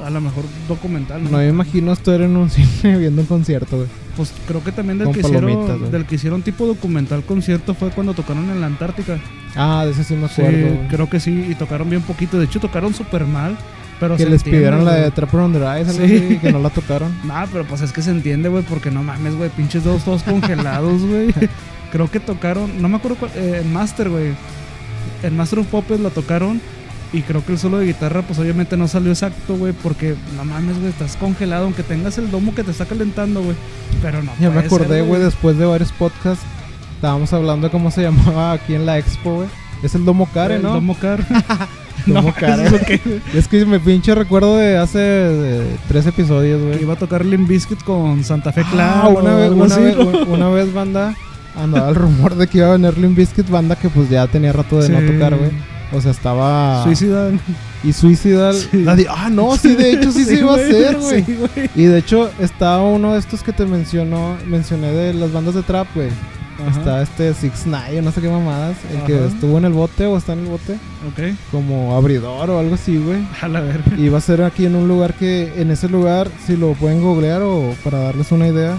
[SPEAKER 2] A lo mejor documental, ¿no?
[SPEAKER 1] No, yo imagino estar en un [LAUGHS] cine viendo un concierto, güey.
[SPEAKER 2] Pues creo que también del
[SPEAKER 1] Con
[SPEAKER 2] que, hicieron,
[SPEAKER 1] palomitas, güey.
[SPEAKER 2] del que hicieron tipo documental concierto fue cuando tocaron en la Antártica.
[SPEAKER 1] Ah, de ese sí me
[SPEAKER 2] Sí,
[SPEAKER 1] acuerdo. güey.
[SPEAKER 2] creo que sí, y tocaron bien poquito. De hecho, tocaron súper mal, pero
[SPEAKER 1] que
[SPEAKER 2] se
[SPEAKER 1] les
[SPEAKER 2] entiende,
[SPEAKER 1] pidieron la
[SPEAKER 2] güey.
[SPEAKER 1] de Trapper on the Rise, algo
[SPEAKER 2] Sí.
[SPEAKER 1] así, que no la
[SPEAKER 2] [LAUGHS]
[SPEAKER 1] tocaron.
[SPEAKER 2] Nah, pero pues es que se entiende, güey, porque no mames, güey, pinches dedos todos congelados,
[SPEAKER 1] [LAUGHS]
[SPEAKER 2] güey. Creo que tocaron, no me acuerdo cuál, eh, en Master, güey. En Master of Puppets la tocaron y creo que el solo de guitarra, pues obviamente no salió exacto, güey, porque no mames, güey, estás congelado, aunque tengas el domo que te está calentando, güey. Pero no.
[SPEAKER 1] Ya me
[SPEAKER 2] puede ser,
[SPEAKER 1] acordé, güey, después de varios podcasts, estábamos hablando de cómo se llamaba aquí en la expo, güey. Es el Domo Care,
[SPEAKER 2] El
[SPEAKER 1] ¿eh, ¿no?
[SPEAKER 2] domo
[SPEAKER 1] [LAUGHS]
[SPEAKER 2] car.
[SPEAKER 1] Domo
[SPEAKER 2] no,
[SPEAKER 1] Care.
[SPEAKER 2] eso [LAUGHS]
[SPEAKER 1] [LAUGHS]
[SPEAKER 2] es lo que-
[SPEAKER 1] Es que me pinche recuerdo de hace eh, tres episodios,
[SPEAKER 2] que
[SPEAKER 1] güey.
[SPEAKER 2] iba a tocar Limp Bizkit con Santa Fe
[SPEAKER 1] Ah,
[SPEAKER 2] Clan.
[SPEAKER 1] una,
[SPEAKER 2] o
[SPEAKER 1] vez,
[SPEAKER 2] algo
[SPEAKER 1] una,
[SPEAKER 2] así,
[SPEAKER 1] vez,
[SPEAKER 2] ¿no?
[SPEAKER 1] un- una vez banda andaba el rumor de que iba a venir Limp Bizkit, banda que pues ya tenía rato de no
[SPEAKER 2] Sí.
[SPEAKER 1] tocar, güey. O sea, estaba...
[SPEAKER 2] Suicida.
[SPEAKER 1] Y Suicidal...
[SPEAKER 2] Sí.
[SPEAKER 1] la di- ah, no, sí, de hecho
[SPEAKER 2] [LAUGHS]
[SPEAKER 1] sí, se iba a hacer, güey.
[SPEAKER 2] Sí, güey.
[SPEAKER 1] Y de hecho está uno de estos que te mencionó, mencioné de las bandas de trap, güey.
[SPEAKER 2] Ajá,
[SPEAKER 1] Está este Six Nine, no sé qué mamadas, el que
[SPEAKER 2] Ajá.
[SPEAKER 1] estuvo en el bote o está en el bote
[SPEAKER 2] Ok.
[SPEAKER 1] como abridor o algo así, güey.
[SPEAKER 2] A la verga.
[SPEAKER 1] Y va a ser aquí en un lugar que, en ese lugar, si lo pueden googlear o para darles una idea,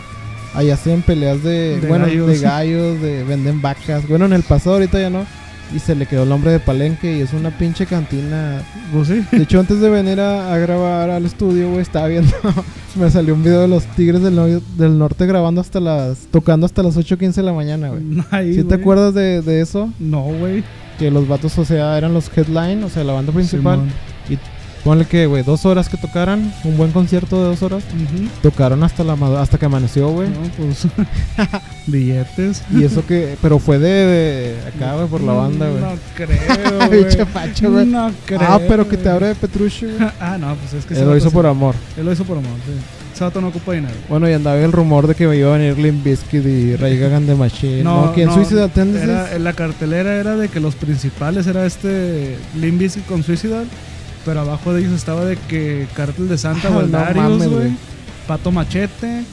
[SPEAKER 1] ahí hacen peleas de,
[SPEAKER 2] De
[SPEAKER 1] bueno,
[SPEAKER 2] gallos.
[SPEAKER 1] de gallos, de venden vacas. Bueno, en el pasado ahorita ya no. Y se le quedó el nombre de Palenque y es una pinche cantina. [LAUGHS]
[SPEAKER 2] Pues sí. [LAUGHS]
[SPEAKER 1] De hecho, antes de venir a, a grabar al estudio, güey, estaba viendo, [LAUGHS] me salió un video de los Tigres del, Nor- del Norte grabando hasta las, tocando hasta las 8.15 de la mañana, güey.
[SPEAKER 2] Ay,
[SPEAKER 1] ¿Sí te
[SPEAKER 2] güey.
[SPEAKER 1] acuerdas de, de eso?
[SPEAKER 2] No, güey.
[SPEAKER 1] Que los vatos, o sea, eran los headline, o sea, la banda principal.
[SPEAKER 2] Simón.
[SPEAKER 1] Ponle que, güey, dos horas que tocaran, un buen concierto de dos horas.
[SPEAKER 2] Ujú.
[SPEAKER 1] Tocaron hasta la madu- hasta que amaneció, güey.
[SPEAKER 2] No, pues. [LAUGHS] Billetes.
[SPEAKER 1] Y eso que, pero fue de, de acá, güey, por la banda, güey.
[SPEAKER 2] No creo.
[SPEAKER 1] [LAUGHS]
[SPEAKER 2] güey.
[SPEAKER 1] Pinche facho, güey.
[SPEAKER 2] No creo.
[SPEAKER 1] ah, pero que te
[SPEAKER 2] güey.
[SPEAKER 1] abre de Petrucci, güey.
[SPEAKER 2] [LAUGHS] ah, no, pues es que. ese
[SPEAKER 1] Él lo
[SPEAKER 2] vato
[SPEAKER 1] hizo
[SPEAKER 2] sí-
[SPEAKER 1] por amor.
[SPEAKER 2] Él lo hizo por amor, sí. Ese vato no ocupa dinero.
[SPEAKER 1] Bueno, y andaba el rumor de que me iba a venir Limp Bizkit y Ray Gagan de Machine. No, que en Suicide Tendencies.
[SPEAKER 2] era- en La cartelera era de que los principales era este Limp Bizkit con Suicidal. Pero abajo de ellos estaba de que Cártel de Santa
[SPEAKER 1] Ah, [LAUGHS] no
[SPEAKER 2] Gualdarios,
[SPEAKER 1] mames,
[SPEAKER 2] güey.
[SPEAKER 1] güey.
[SPEAKER 2] Pato Machete.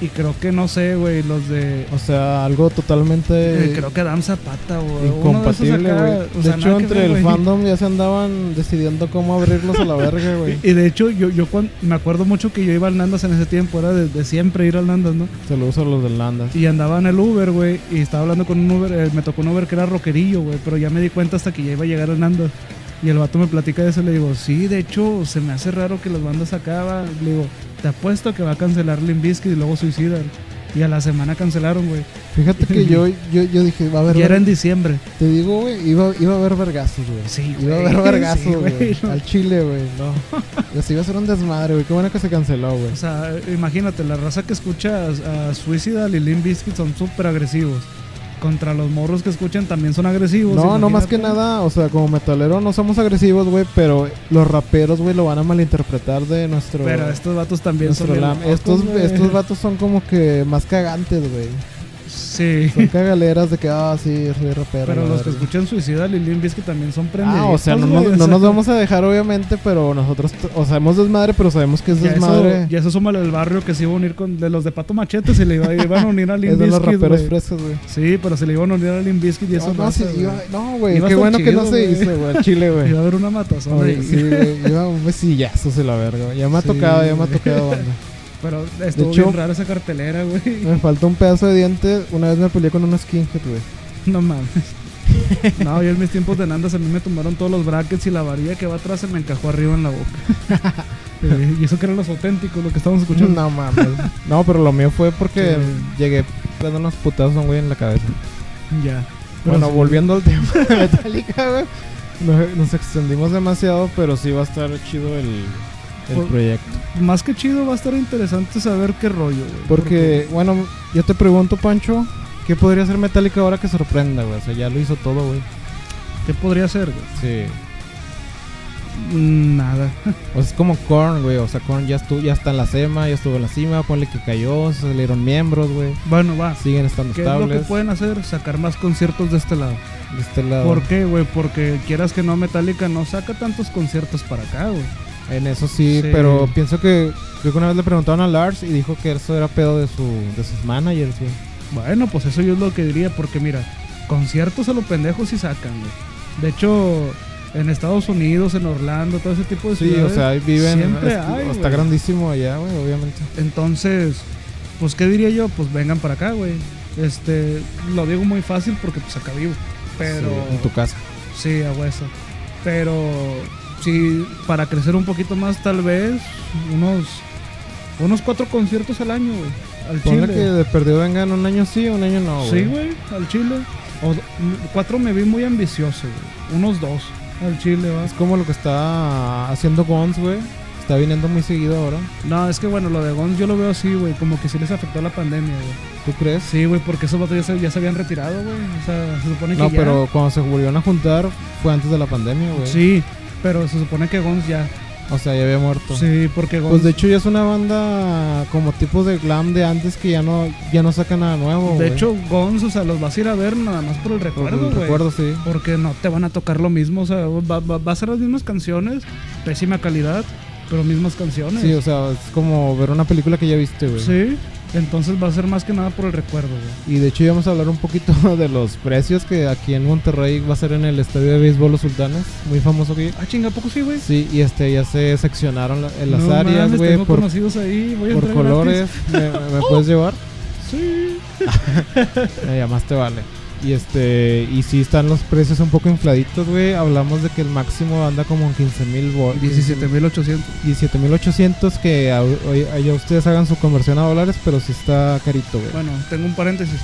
[SPEAKER 2] Y creo que, no sé, güey, los de.
[SPEAKER 1] O sea, algo totalmente
[SPEAKER 2] Eh, creo que Adam Zapata, güey.
[SPEAKER 1] incompatible, güey.
[SPEAKER 2] O
[SPEAKER 1] de
[SPEAKER 2] sea,
[SPEAKER 1] hecho,
[SPEAKER 2] nada que
[SPEAKER 1] entre
[SPEAKER 2] ver,
[SPEAKER 1] el
[SPEAKER 2] güey.
[SPEAKER 1] fandom ya se andaban decidiendo cómo abrirlos a la verga,
[SPEAKER 2] [LAUGHS]
[SPEAKER 1] güey.
[SPEAKER 2] Y, y de hecho, yo, yo cuan- me acuerdo mucho que yo iba al Nandas en ese tiempo, era de, de siempre ir al Nandas, ¿no?
[SPEAKER 1] Saludos a los del Landas.
[SPEAKER 2] Y andaba en el Uber, güey, y estaba hablando con un Uber, eh, me tocó un Uber que era rockerillo, güey, pero ya me di cuenta hasta que ya iba a llegar al Nandas. Y el vato me platica de eso, le digo, sí, de hecho, se me hace raro que las bandas acaba. Le digo, te apuesto que va a cancelar Limp Bizkit y luego suicidan. Y a la semana cancelaron, güey.
[SPEAKER 1] Fíjate que yo, yo, yo dije, va a haber.
[SPEAKER 2] Y era en diciembre.
[SPEAKER 1] Te digo, güey, iba, iba a haber vergazos, güey.
[SPEAKER 2] Sí,
[SPEAKER 1] Iba a
[SPEAKER 2] güey,
[SPEAKER 1] haber
[SPEAKER 2] sí,
[SPEAKER 1] vergazos,
[SPEAKER 2] güey,
[SPEAKER 1] güey.
[SPEAKER 2] no.
[SPEAKER 1] Al chile, güey.
[SPEAKER 2] [LAUGHS]
[SPEAKER 1] No. Y así iba a ser un desmadre, güey. Qué bueno que se canceló, güey.
[SPEAKER 2] O sea, imagínate, la raza que escucha a, a Suicidal y Limp Bizkit son súper agresivos. Contra los morros que escuchan también son agresivos.
[SPEAKER 1] No, no más que
[SPEAKER 2] imagínate.
[SPEAKER 1] nada, o sea, como metalero no somos agresivos, güey, pero los raperos, güey, lo van a malinterpretar de nuestro...
[SPEAKER 2] Pero estos vatos también
[SPEAKER 1] nuestro
[SPEAKER 2] son. bien
[SPEAKER 1] lam-
[SPEAKER 2] locos,
[SPEAKER 1] estos,
[SPEAKER 2] güey.
[SPEAKER 1] estos vatos son como que más cagantes, güey.
[SPEAKER 2] Sí. [LAUGHS]
[SPEAKER 1] Son cagaleras de que, ah, sí, soy rapero.
[SPEAKER 2] Pero
[SPEAKER 1] la
[SPEAKER 2] los que
[SPEAKER 1] verga".
[SPEAKER 2] escuchan Suicidal y Limp Bizkit también son prendidos.
[SPEAKER 1] Ah, o sea, no, nos- no nos vamos a dejar, obviamente, pero nosotros, t- o sea, hemos desmadre, pero sabemos que es
[SPEAKER 2] ya
[SPEAKER 1] desmadre.
[SPEAKER 2] eso, ya eso súmale el barrio que se iba a unir con de los de Pato Machete, se le iba, iban
[SPEAKER 1] [LAUGHS]
[SPEAKER 2] a unir a Limp
[SPEAKER 1] es de los
[SPEAKER 2] Bizkit,
[SPEAKER 1] raperos
[SPEAKER 2] güey.
[SPEAKER 1] frescos, güey.
[SPEAKER 2] Sí, pero se le iban a unir a Limp Bizkit y eso
[SPEAKER 1] No, no, sí, iba- no, güey.
[SPEAKER 2] Iba a
[SPEAKER 1] Qué
[SPEAKER 2] estar
[SPEAKER 1] bueno que
[SPEAKER 2] chido,
[SPEAKER 1] no se
[SPEAKER 2] güey.
[SPEAKER 1] hizo, güey. al Chile, güey.
[SPEAKER 2] [LAUGHS] Iba a haber una matazón.
[SPEAKER 1] Oye,
[SPEAKER 2] ahí.
[SPEAKER 1] sí, güey, iba un vesillazo se la verga. Ya me ha
[SPEAKER 2] Sí,
[SPEAKER 1] tocado, ya me ha
[SPEAKER 2] güey.
[SPEAKER 1] tocado, banda.
[SPEAKER 2] Pero estuvo
[SPEAKER 1] hecho-
[SPEAKER 2] bien rara esa cartelera, güey.
[SPEAKER 1] Me faltó un pedazo de diente. Una vez me peleé con un skinhead, güey.
[SPEAKER 2] No mames. [LAUGHS] No, yo en mis tiempos de Nandas a mí me tumbaron todos los brackets y la varilla que va atrás se me encajó arriba en la boca.
[SPEAKER 1] [LAUGHS]
[SPEAKER 2] Eh, y eso que eran los auténticos, lo que estamos escuchando.
[SPEAKER 1] No mames. No, pero lo mío fue porque
[SPEAKER 2] Sí.
[SPEAKER 1] llegué dando unos putazos a un güey en la cabeza.
[SPEAKER 2] Ya.
[SPEAKER 1] bueno,
[SPEAKER 2] sí.
[SPEAKER 1] volviendo al [LAUGHS] tema de Metallica, güey. Nos, nos extendimos demasiado, pero sí va a estar chido el, el
[SPEAKER 2] Por-
[SPEAKER 1] proyecto.
[SPEAKER 2] Más que chido, va a estar interesante saber qué rollo, güey.
[SPEAKER 1] Porque, bueno, yo te pregunto, Pancho, ¿qué podría hacer Metallica ahora que sorprenda, güey? O sea, ya lo hizo todo, güey.
[SPEAKER 2] ¿Qué podría ser, güey?
[SPEAKER 1] Sí.
[SPEAKER 2] Mm, Nada. [LAUGHS]
[SPEAKER 1] O sea, es como Korn, güey. O sea, Korn ya, estuvo, ya está en la cima, ya estuvo en la cima. Ponle que cayó, se salieron miembros, güey.
[SPEAKER 2] Bueno, va.
[SPEAKER 1] Siguen estando
[SPEAKER 2] ¿Qué es
[SPEAKER 1] estables.
[SPEAKER 2] lo que pueden hacer? Sacar más conciertos de este lado.
[SPEAKER 1] De este lado.
[SPEAKER 2] ¿Por qué, güey? Porque quieras que no, Metallica no saca tantos conciertos para acá, güey.
[SPEAKER 1] En eso sí,
[SPEAKER 2] Sí.
[SPEAKER 1] pero pienso que. Creo que una vez le preguntaron a Lars y dijo que eso era pedo de, su, de sus managers, güey.
[SPEAKER 2] Bueno, pues eso yo es lo que diría, porque mira, conciertos a los pendejos sí sacan, güey. De hecho, en Estados Unidos, en Orlando, todo ese tipo de
[SPEAKER 1] Sí, o
[SPEAKER 2] ciudades.
[SPEAKER 1] sea, ahí viven.
[SPEAKER 2] Siempre
[SPEAKER 1] es-
[SPEAKER 2] hay,
[SPEAKER 1] está
[SPEAKER 2] güey.
[SPEAKER 1] grandísimo allá, güey, obviamente.
[SPEAKER 2] Entonces, pues, ¿qué diría yo? Pues vengan para acá, güey. Este, lo digo muy fácil porque pues acá vivo. Pero.
[SPEAKER 1] Sí, en tu casa.
[SPEAKER 2] Sí, a hueso. Pero sí, para crecer un poquito más, tal vez unos unos cuatro conciertos al año, güey. Al
[SPEAKER 1] Ponle
[SPEAKER 2] Chile.
[SPEAKER 1] que de perdido vengan un año sí, un año no, güey.
[SPEAKER 2] sí, güey, al Chile. O do- m- cuatro me vi muy ambicioso, güey. Unos dos al Chile, va.
[SPEAKER 1] Es como lo que está haciendo Gons, güey. Está viniendo muy seguido ahora.
[SPEAKER 2] No, es que bueno, lo de Gons yo lo veo así, güey. Como que sí les afectó la pandemia, güey.
[SPEAKER 1] ¿Tú crees?
[SPEAKER 2] Sí, güey, porque esos vatos ya se, ya se habían retirado, güey. O sea, se supone que
[SPEAKER 1] No,
[SPEAKER 2] ya-
[SPEAKER 1] pero cuando se volvieron a juntar fue antes de la pandemia, güey.
[SPEAKER 2] Sí, pero se supone que Gons ya.
[SPEAKER 1] O sea, ya había muerto.
[SPEAKER 2] Sí, porque Gons...
[SPEAKER 1] Pues de hecho ya es una banda como tipo de glam de antes que ya no ya no saca nada nuevo.
[SPEAKER 2] De
[SPEAKER 1] güey.
[SPEAKER 2] hecho, Gons, o sea, los vas a ir a ver nada más por el
[SPEAKER 1] Por el
[SPEAKER 2] recuerdo, güey.
[SPEAKER 1] recuerdo sí.
[SPEAKER 2] Porque no te van a tocar lo mismo, o sea, va, va- va a ser las mismas canciones, pésima calidad, pero mismas canciones.
[SPEAKER 1] Sí, o sea, es como ver una película que ya viste, güey.
[SPEAKER 2] Sí, entonces va a ser más que nada por el recuerdo, güey.
[SPEAKER 1] Y de hecho íbamos a hablar un poquito [LAUGHS] de los precios que aquí en Monterrey va a ser en el estadio de béisbol Los Sultanes, muy famoso aquí.
[SPEAKER 2] Ah, chinga, ¿a poco sí, güey?
[SPEAKER 1] Sí, y este ya se seccionaron la- en las
[SPEAKER 2] No
[SPEAKER 1] áreas,
[SPEAKER 2] mames,
[SPEAKER 1] güey,
[SPEAKER 2] tengo
[SPEAKER 1] por,
[SPEAKER 2] conocidos ahí, voy a
[SPEAKER 1] por
[SPEAKER 2] entrar
[SPEAKER 1] colores. ¿Me, [LAUGHS]
[SPEAKER 2] [LAUGHS]
[SPEAKER 1] me puedes llevar?
[SPEAKER 2] gratis. Sí.
[SPEAKER 1] Eh, ya más te vale. Y este, y sí están los precios un poco infladitos, güey. Hablamos de que el máximo anda como en 15 mil
[SPEAKER 2] 17.800.
[SPEAKER 1] 17.800 que a- oye, allá ustedes hagan su conversión a dólares, pero sí está carito, güey.
[SPEAKER 2] Bueno, tengo un paréntesis.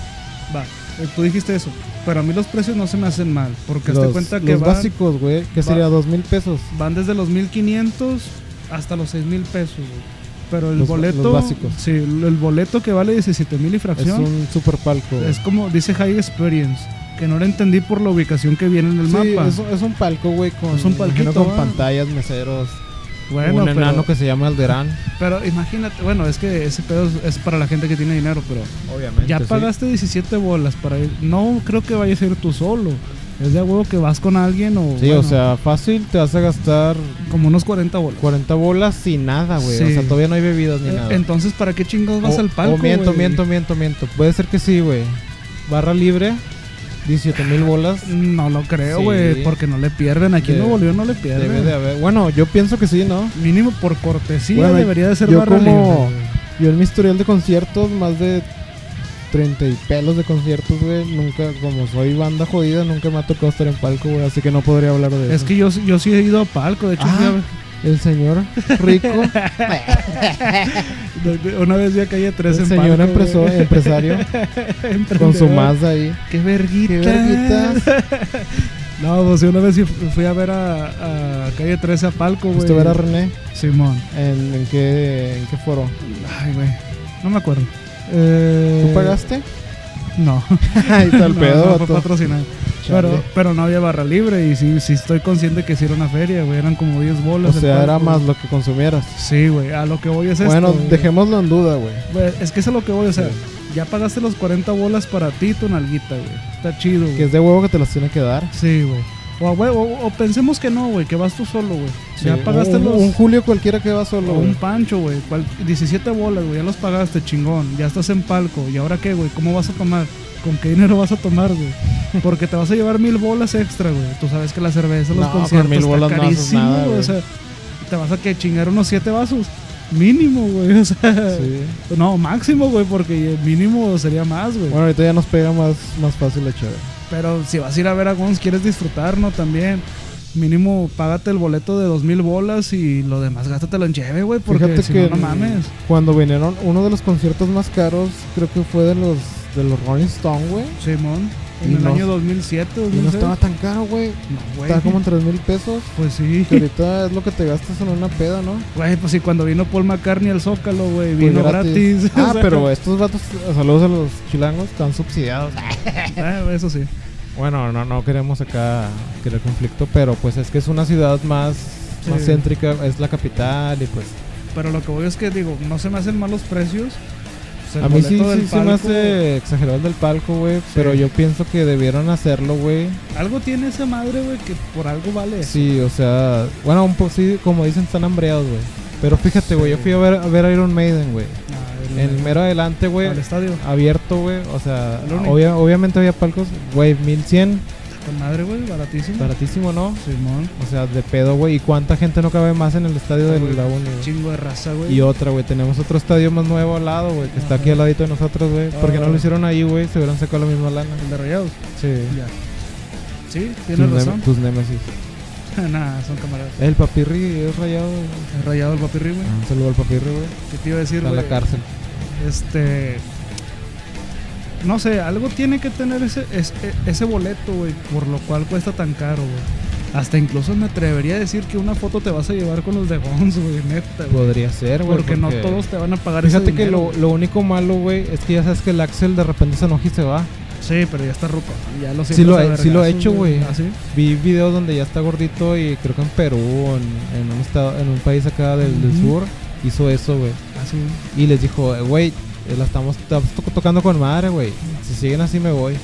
[SPEAKER 2] Va, eh, tú dijiste eso, pero a mí los precios no se me hacen mal, porque hazte
[SPEAKER 1] los
[SPEAKER 2] cuenta que
[SPEAKER 1] los
[SPEAKER 2] van,
[SPEAKER 1] básicos, güey, que sería 2 mil pesos.
[SPEAKER 2] van desde los 1.500 hasta los 6.000 pesos, güey. Pero el
[SPEAKER 1] Los-
[SPEAKER 2] boleto.
[SPEAKER 1] los básicos.
[SPEAKER 2] Sí, el boleto que vale 17.000 y
[SPEAKER 1] Es
[SPEAKER 2] fracción.
[SPEAKER 1] un super palco. güey.
[SPEAKER 2] Es como dice High Experience, que no lo entendí por la ubicación que viene en el
[SPEAKER 1] Sí,
[SPEAKER 2] mapa.
[SPEAKER 1] es, es un palco, güey, con,
[SPEAKER 2] Es un
[SPEAKER 1] me
[SPEAKER 2] palquito,
[SPEAKER 1] imagino con
[SPEAKER 2] ah.
[SPEAKER 1] pantallas, meseros.
[SPEAKER 2] bueno,
[SPEAKER 1] un
[SPEAKER 2] pero,
[SPEAKER 1] enano que se llama Alderán.
[SPEAKER 2] pero imagínate, bueno, es que ese pedo es- es para la gente que tiene dinero, pero
[SPEAKER 1] Obviamente.
[SPEAKER 2] ya pagaste 17 bolas para ir. No creo que vayas a ir tú solo. Es de a huevo que vas con alguien o.
[SPEAKER 1] Sí,
[SPEAKER 2] bueno,
[SPEAKER 1] o sea, fácil, te vas a gastar
[SPEAKER 2] Como unos 40 bolas.
[SPEAKER 1] 40 bolas sin nada, güey. O
[SPEAKER 2] Sí.
[SPEAKER 1] sea, todavía no hay bebidas ni
[SPEAKER 2] Eh,
[SPEAKER 1] nada.
[SPEAKER 2] Entonces, ¿para qué chingados vas
[SPEAKER 1] O-
[SPEAKER 2] al palco?
[SPEAKER 1] O miento,
[SPEAKER 2] güey?
[SPEAKER 1] miento, miento, miento. Puede ser que sí, güey. Barra libre, 17 mil bolas.
[SPEAKER 2] No lo creo,
[SPEAKER 1] Sí.
[SPEAKER 2] güey, porque no le pierden. Aquí en
[SPEAKER 1] De-
[SPEAKER 2] Nuevo León no le pierden.
[SPEAKER 1] Debe de haber. Bueno, yo pienso que sí, ¿no?
[SPEAKER 2] Mínimo por cortesía
[SPEAKER 1] Bueno,
[SPEAKER 2] debería de ser
[SPEAKER 1] yo
[SPEAKER 2] barra
[SPEAKER 1] como-
[SPEAKER 2] libre, güey.
[SPEAKER 1] Yo en mi historial de conciertos, más de 30 y pelos de conciertos, güey. Nunca, como soy banda jodida, nunca me ha tocado estar en palco, güey. Así que no podría hablar de
[SPEAKER 2] Es
[SPEAKER 1] eso.
[SPEAKER 2] que yo, yo sí he ido a palco, de hecho,
[SPEAKER 1] Ah.
[SPEAKER 2] fui a-
[SPEAKER 1] El señor
[SPEAKER 2] [LAUGHS]
[SPEAKER 1] rico,
[SPEAKER 2] De- de- Una vez vi a calle 3
[SPEAKER 1] el
[SPEAKER 2] en
[SPEAKER 1] señor
[SPEAKER 2] Palco,
[SPEAKER 1] empreso-
[SPEAKER 2] güey. [LAUGHS]
[SPEAKER 1] empresario, con su Mazda ahí.
[SPEAKER 2] Qué verguita.
[SPEAKER 1] Qué verguitas.
[SPEAKER 2] No, pues yo una vez sí fu- fui a ver a, a calle 13 a Palco, güey.
[SPEAKER 1] Pues, Esto era René.
[SPEAKER 2] Simón.
[SPEAKER 1] ¿En, en qué, ¿En qué foro?
[SPEAKER 2] Ay, güey. No me acuerdo. Eh,
[SPEAKER 1] ¿Tú
[SPEAKER 2] [LAUGHS]
[SPEAKER 1] pagaste? [LAUGHS]
[SPEAKER 2] No.
[SPEAKER 1] Ahí está el
[SPEAKER 2] [LAUGHS] No,
[SPEAKER 1] pedo,
[SPEAKER 2] no, fue
[SPEAKER 1] vato.
[SPEAKER 2] patrocinado.
[SPEAKER 1] Chale.
[SPEAKER 2] Pero, pero no había barra libre y sí, sí estoy consciente que sí era una feria, güey. Eran como 10
[SPEAKER 1] O
[SPEAKER 2] bolas. el
[SPEAKER 1] sea, era
[SPEAKER 2] Palco.
[SPEAKER 1] más lo que consumieras.
[SPEAKER 2] Sí, güey. A lo que voy pues, es
[SPEAKER 1] bueno,
[SPEAKER 2] esto, güey.
[SPEAKER 1] dejémoslo en duda, güey.
[SPEAKER 2] Güey, Es que es a lo que voy, o sea,
[SPEAKER 1] Sí.
[SPEAKER 2] ya pagaste los 40 bolas para ti, y tu nalguita, güey. Está chido, güey.
[SPEAKER 1] Que es de huevo que te las tiene que dar.
[SPEAKER 2] Sí, güey. O, güey, o- o pensemos que no, güey, que vas tú solo, güey.
[SPEAKER 1] Sí.
[SPEAKER 2] Ya pagaste
[SPEAKER 1] un,
[SPEAKER 2] los.
[SPEAKER 1] un Julio cualquiera que va
[SPEAKER 2] o
[SPEAKER 1] solo.
[SPEAKER 2] un
[SPEAKER 1] güey.
[SPEAKER 2] pancho, güey. cual- 17 bolas, güey. Ya los pagaste, chingón. Ya estás en palco. ¿Y ahora qué, güey? ¿Cómo vas a tomar? ¿Con qué dinero vas a tomar, güey?
[SPEAKER 1] [LAUGHS]
[SPEAKER 2] Porque te vas a llevar mil bolas extra, güey. Tú sabes que la cerveza, los
[SPEAKER 1] No, con
[SPEAKER 2] conciertos,
[SPEAKER 1] mil
[SPEAKER 2] está
[SPEAKER 1] bolas no haces
[SPEAKER 2] carísimo,
[SPEAKER 1] nada,
[SPEAKER 2] güey.
[SPEAKER 1] güey.
[SPEAKER 2] O sea, te vas a que chingar unos 7 vasos. Mínimo, güey. [LAUGHS] O sea,
[SPEAKER 1] Sí.
[SPEAKER 2] no, máximo, güey, porque mínimo sería más, güey.
[SPEAKER 1] Bueno, ahorita ya nos pega más, más fácil la chévere.
[SPEAKER 2] Pero si vas a ir a ver a Gons, quieres disfrutar, ¿no? También. Mínimo, págate el boleto de dos mil bolas y lo demás gástatelo en lleve, güey, porque
[SPEAKER 1] Fíjate
[SPEAKER 2] si
[SPEAKER 1] que
[SPEAKER 2] no, no mames.
[SPEAKER 1] cuando vinieron uno de los conciertos más caros, creo que fue de los de los Rolling Stone, güey.
[SPEAKER 2] Simón, en
[SPEAKER 1] Y
[SPEAKER 2] el
[SPEAKER 1] no-
[SPEAKER 2] año 2007,
[SPEAKER 1] Y no
[SPEAKER 2] 2006.
[SPEAKER 1] estaba tan caro, güey.
[SPEAKER 2] No, güey.
[SPEAKER 1] Estaba como en 3 mil pesos. [LAUGHS]
[SPEAKER 2] Pues sí.
[SPEAKER 1] Que
[SPEAKER 2] [LAUGHS]
[SPEAKER 1] ahorita es lo que te gastas en una peda, ¿no?
[SPEAKER 2] Güey, pues sí, cuando vino Paul McCartney al Zócalo, güey,
[SPEAKER 1] Pues
[SPEAKER 2] vino gratis.
[SPEAKER 1] [LAUGHS] Ah,
[SPEAKER 2] [LAUGHS] O sea,
[SPEAKER 1] pero estos vatos, saludos a los chilangos, están subsidiados.
[SPEAKER 2] ah, eso sí.
[SPEAKER 1] Bueno, no, no queremos acá crear conflicto, pero pues es que es una ciudad más,
[SPEAKER 2] Sí.
[SPEAKER 1] más céntrica, es la capital y pues...
[SPEAKER 2] Pero lo que voy es que digo, no se me hacen malos precios. Pues, el
[SPEAKER 1] a mí sí,
[SPEAKER 2] boleto del
[SPEAKER 1] sí, sí me
[SPEAKER 2] palco,
[SPEAKER 1] hace exagerado el del palco, güey, pero yo pienso que debieron hacerlo, güey.
[SPEAKER 2] Algo tiene esa madre, güey, que por algo vale.
[SPEAKER 1] Sí, o sea, bueno, un po sí, como dicen, están hambreados, güey. Pero fíjate, güey, yo
[SPEAKER 2] Sí.
[SPEAKER 1] fui a ver, a ver a Iron Maiden, güey.
[SPEAKER 2] Ah, el-
[SPEAKER 1] En mero adelante, güey,
[SPEAKER 2] al estadio.
[SPEAKER 1] abierto, güey, o sea,
[SPEAKER 2] Al único.
[SPEAKER 1] obvia- obviamente había palcos, güey, 1100,
[SPEAKER 2] ah, Con madre, güey, baratísimo.
[SPEAKER 1] Baratísimo, ¿no?
[SPEAKER 2] Simón.
[SPEAKER 1] O sea, de pedo, güey. ¿Y cuánta gente no cabe más en el estadio de
[SPEAKER 2] Güey,
[SPEAKER 1] la uni? güey?
[SPEAKER 2] Chingo de raza, güey.
[SPEAKER 1] Y otra, güey, tenemos otro estadio más nuevo al lado, güey, que está
[SPEAKER 2] Ajá.
[SPEAKER 1] aquí al ladito de nosotros, güey. ¿Por qué no lo
[SPEAKER 2] Ah.
[SPEAKER 1] hicieron ahí, güey? Se hubieran sacado la misma lana.
[SPEAKER 2] El de rayados.
[SPEAKER 1] Sí. Pues
[SPEAKER 2] Ya. Sí,
[SPEAKER 1] Tus,
[SPEAKER 2] tienes
[SPEAKER 1] nem-
[SPEAKER 2] razón.
[SPEAKER 1] tus némesis.
[SPEAKER 2] [LAUGHS] Nada, son camaradas.
[SPEAKER 1] El papirri es rayado, güey.
[SPEAKER 2] Es Rayado el papirri, güey.
[SPEAKER 1] Un saludo al papirri, güey.
[SPEAKER 2] ¿Qué te iba a decir,
[SPEAKER 1] Ah. Está en la
[SPEAKER 2] güey?
[SPEAKER 1] cárcel.
[SPEAKER 2] Este. No sé, algo tiene que tener ese, ese, ese boleto, güey, por lo cual cuesta tan caro, güey. Hasta incluso me atrevería a decir que una foto te vas a llevar con los de Gons, güey, neta, güey.
[SPEAKER 1] Podría ser, güey.
[SPEAKER 2] Porque no todos te van a pagar ese
[SPEAKER 1] Fíjate que
[SPEAKER 2] dinero,
[SPEAKER 1] lo,
[SPEAKER 2] güey.
[SPEAKER 1] lo único malo, güey, es que ya sabes que el Axel de repente se enoja y se va.
[SPEAKER 2] Sí, pero ya está ruco. Ya lo
[SPEAKER 1] Sí lo
[SPEAKER 2] sientas a
[SPEAKER 1] he- sí lo he
[SPEAKER 2] vergazos,
[SPEAKER 1] hecho, güey.
[SPEAKER 2] ¿Ah, sí?
[SPEAKER 1] Vi videos donde ya está gordito y creo que en Perú o en, en un, estado, en un país acá del, del
[SPEAKER 2] Ujú.
[SPEAKER 1] sur hizo eso, güey.
[SPEAKER 2] Así.
[SPEAKER 1] Y les dijo, "Eh, güey, eh, la estamos, estamos to- tocando con madre, güey. Si siguen así me voy.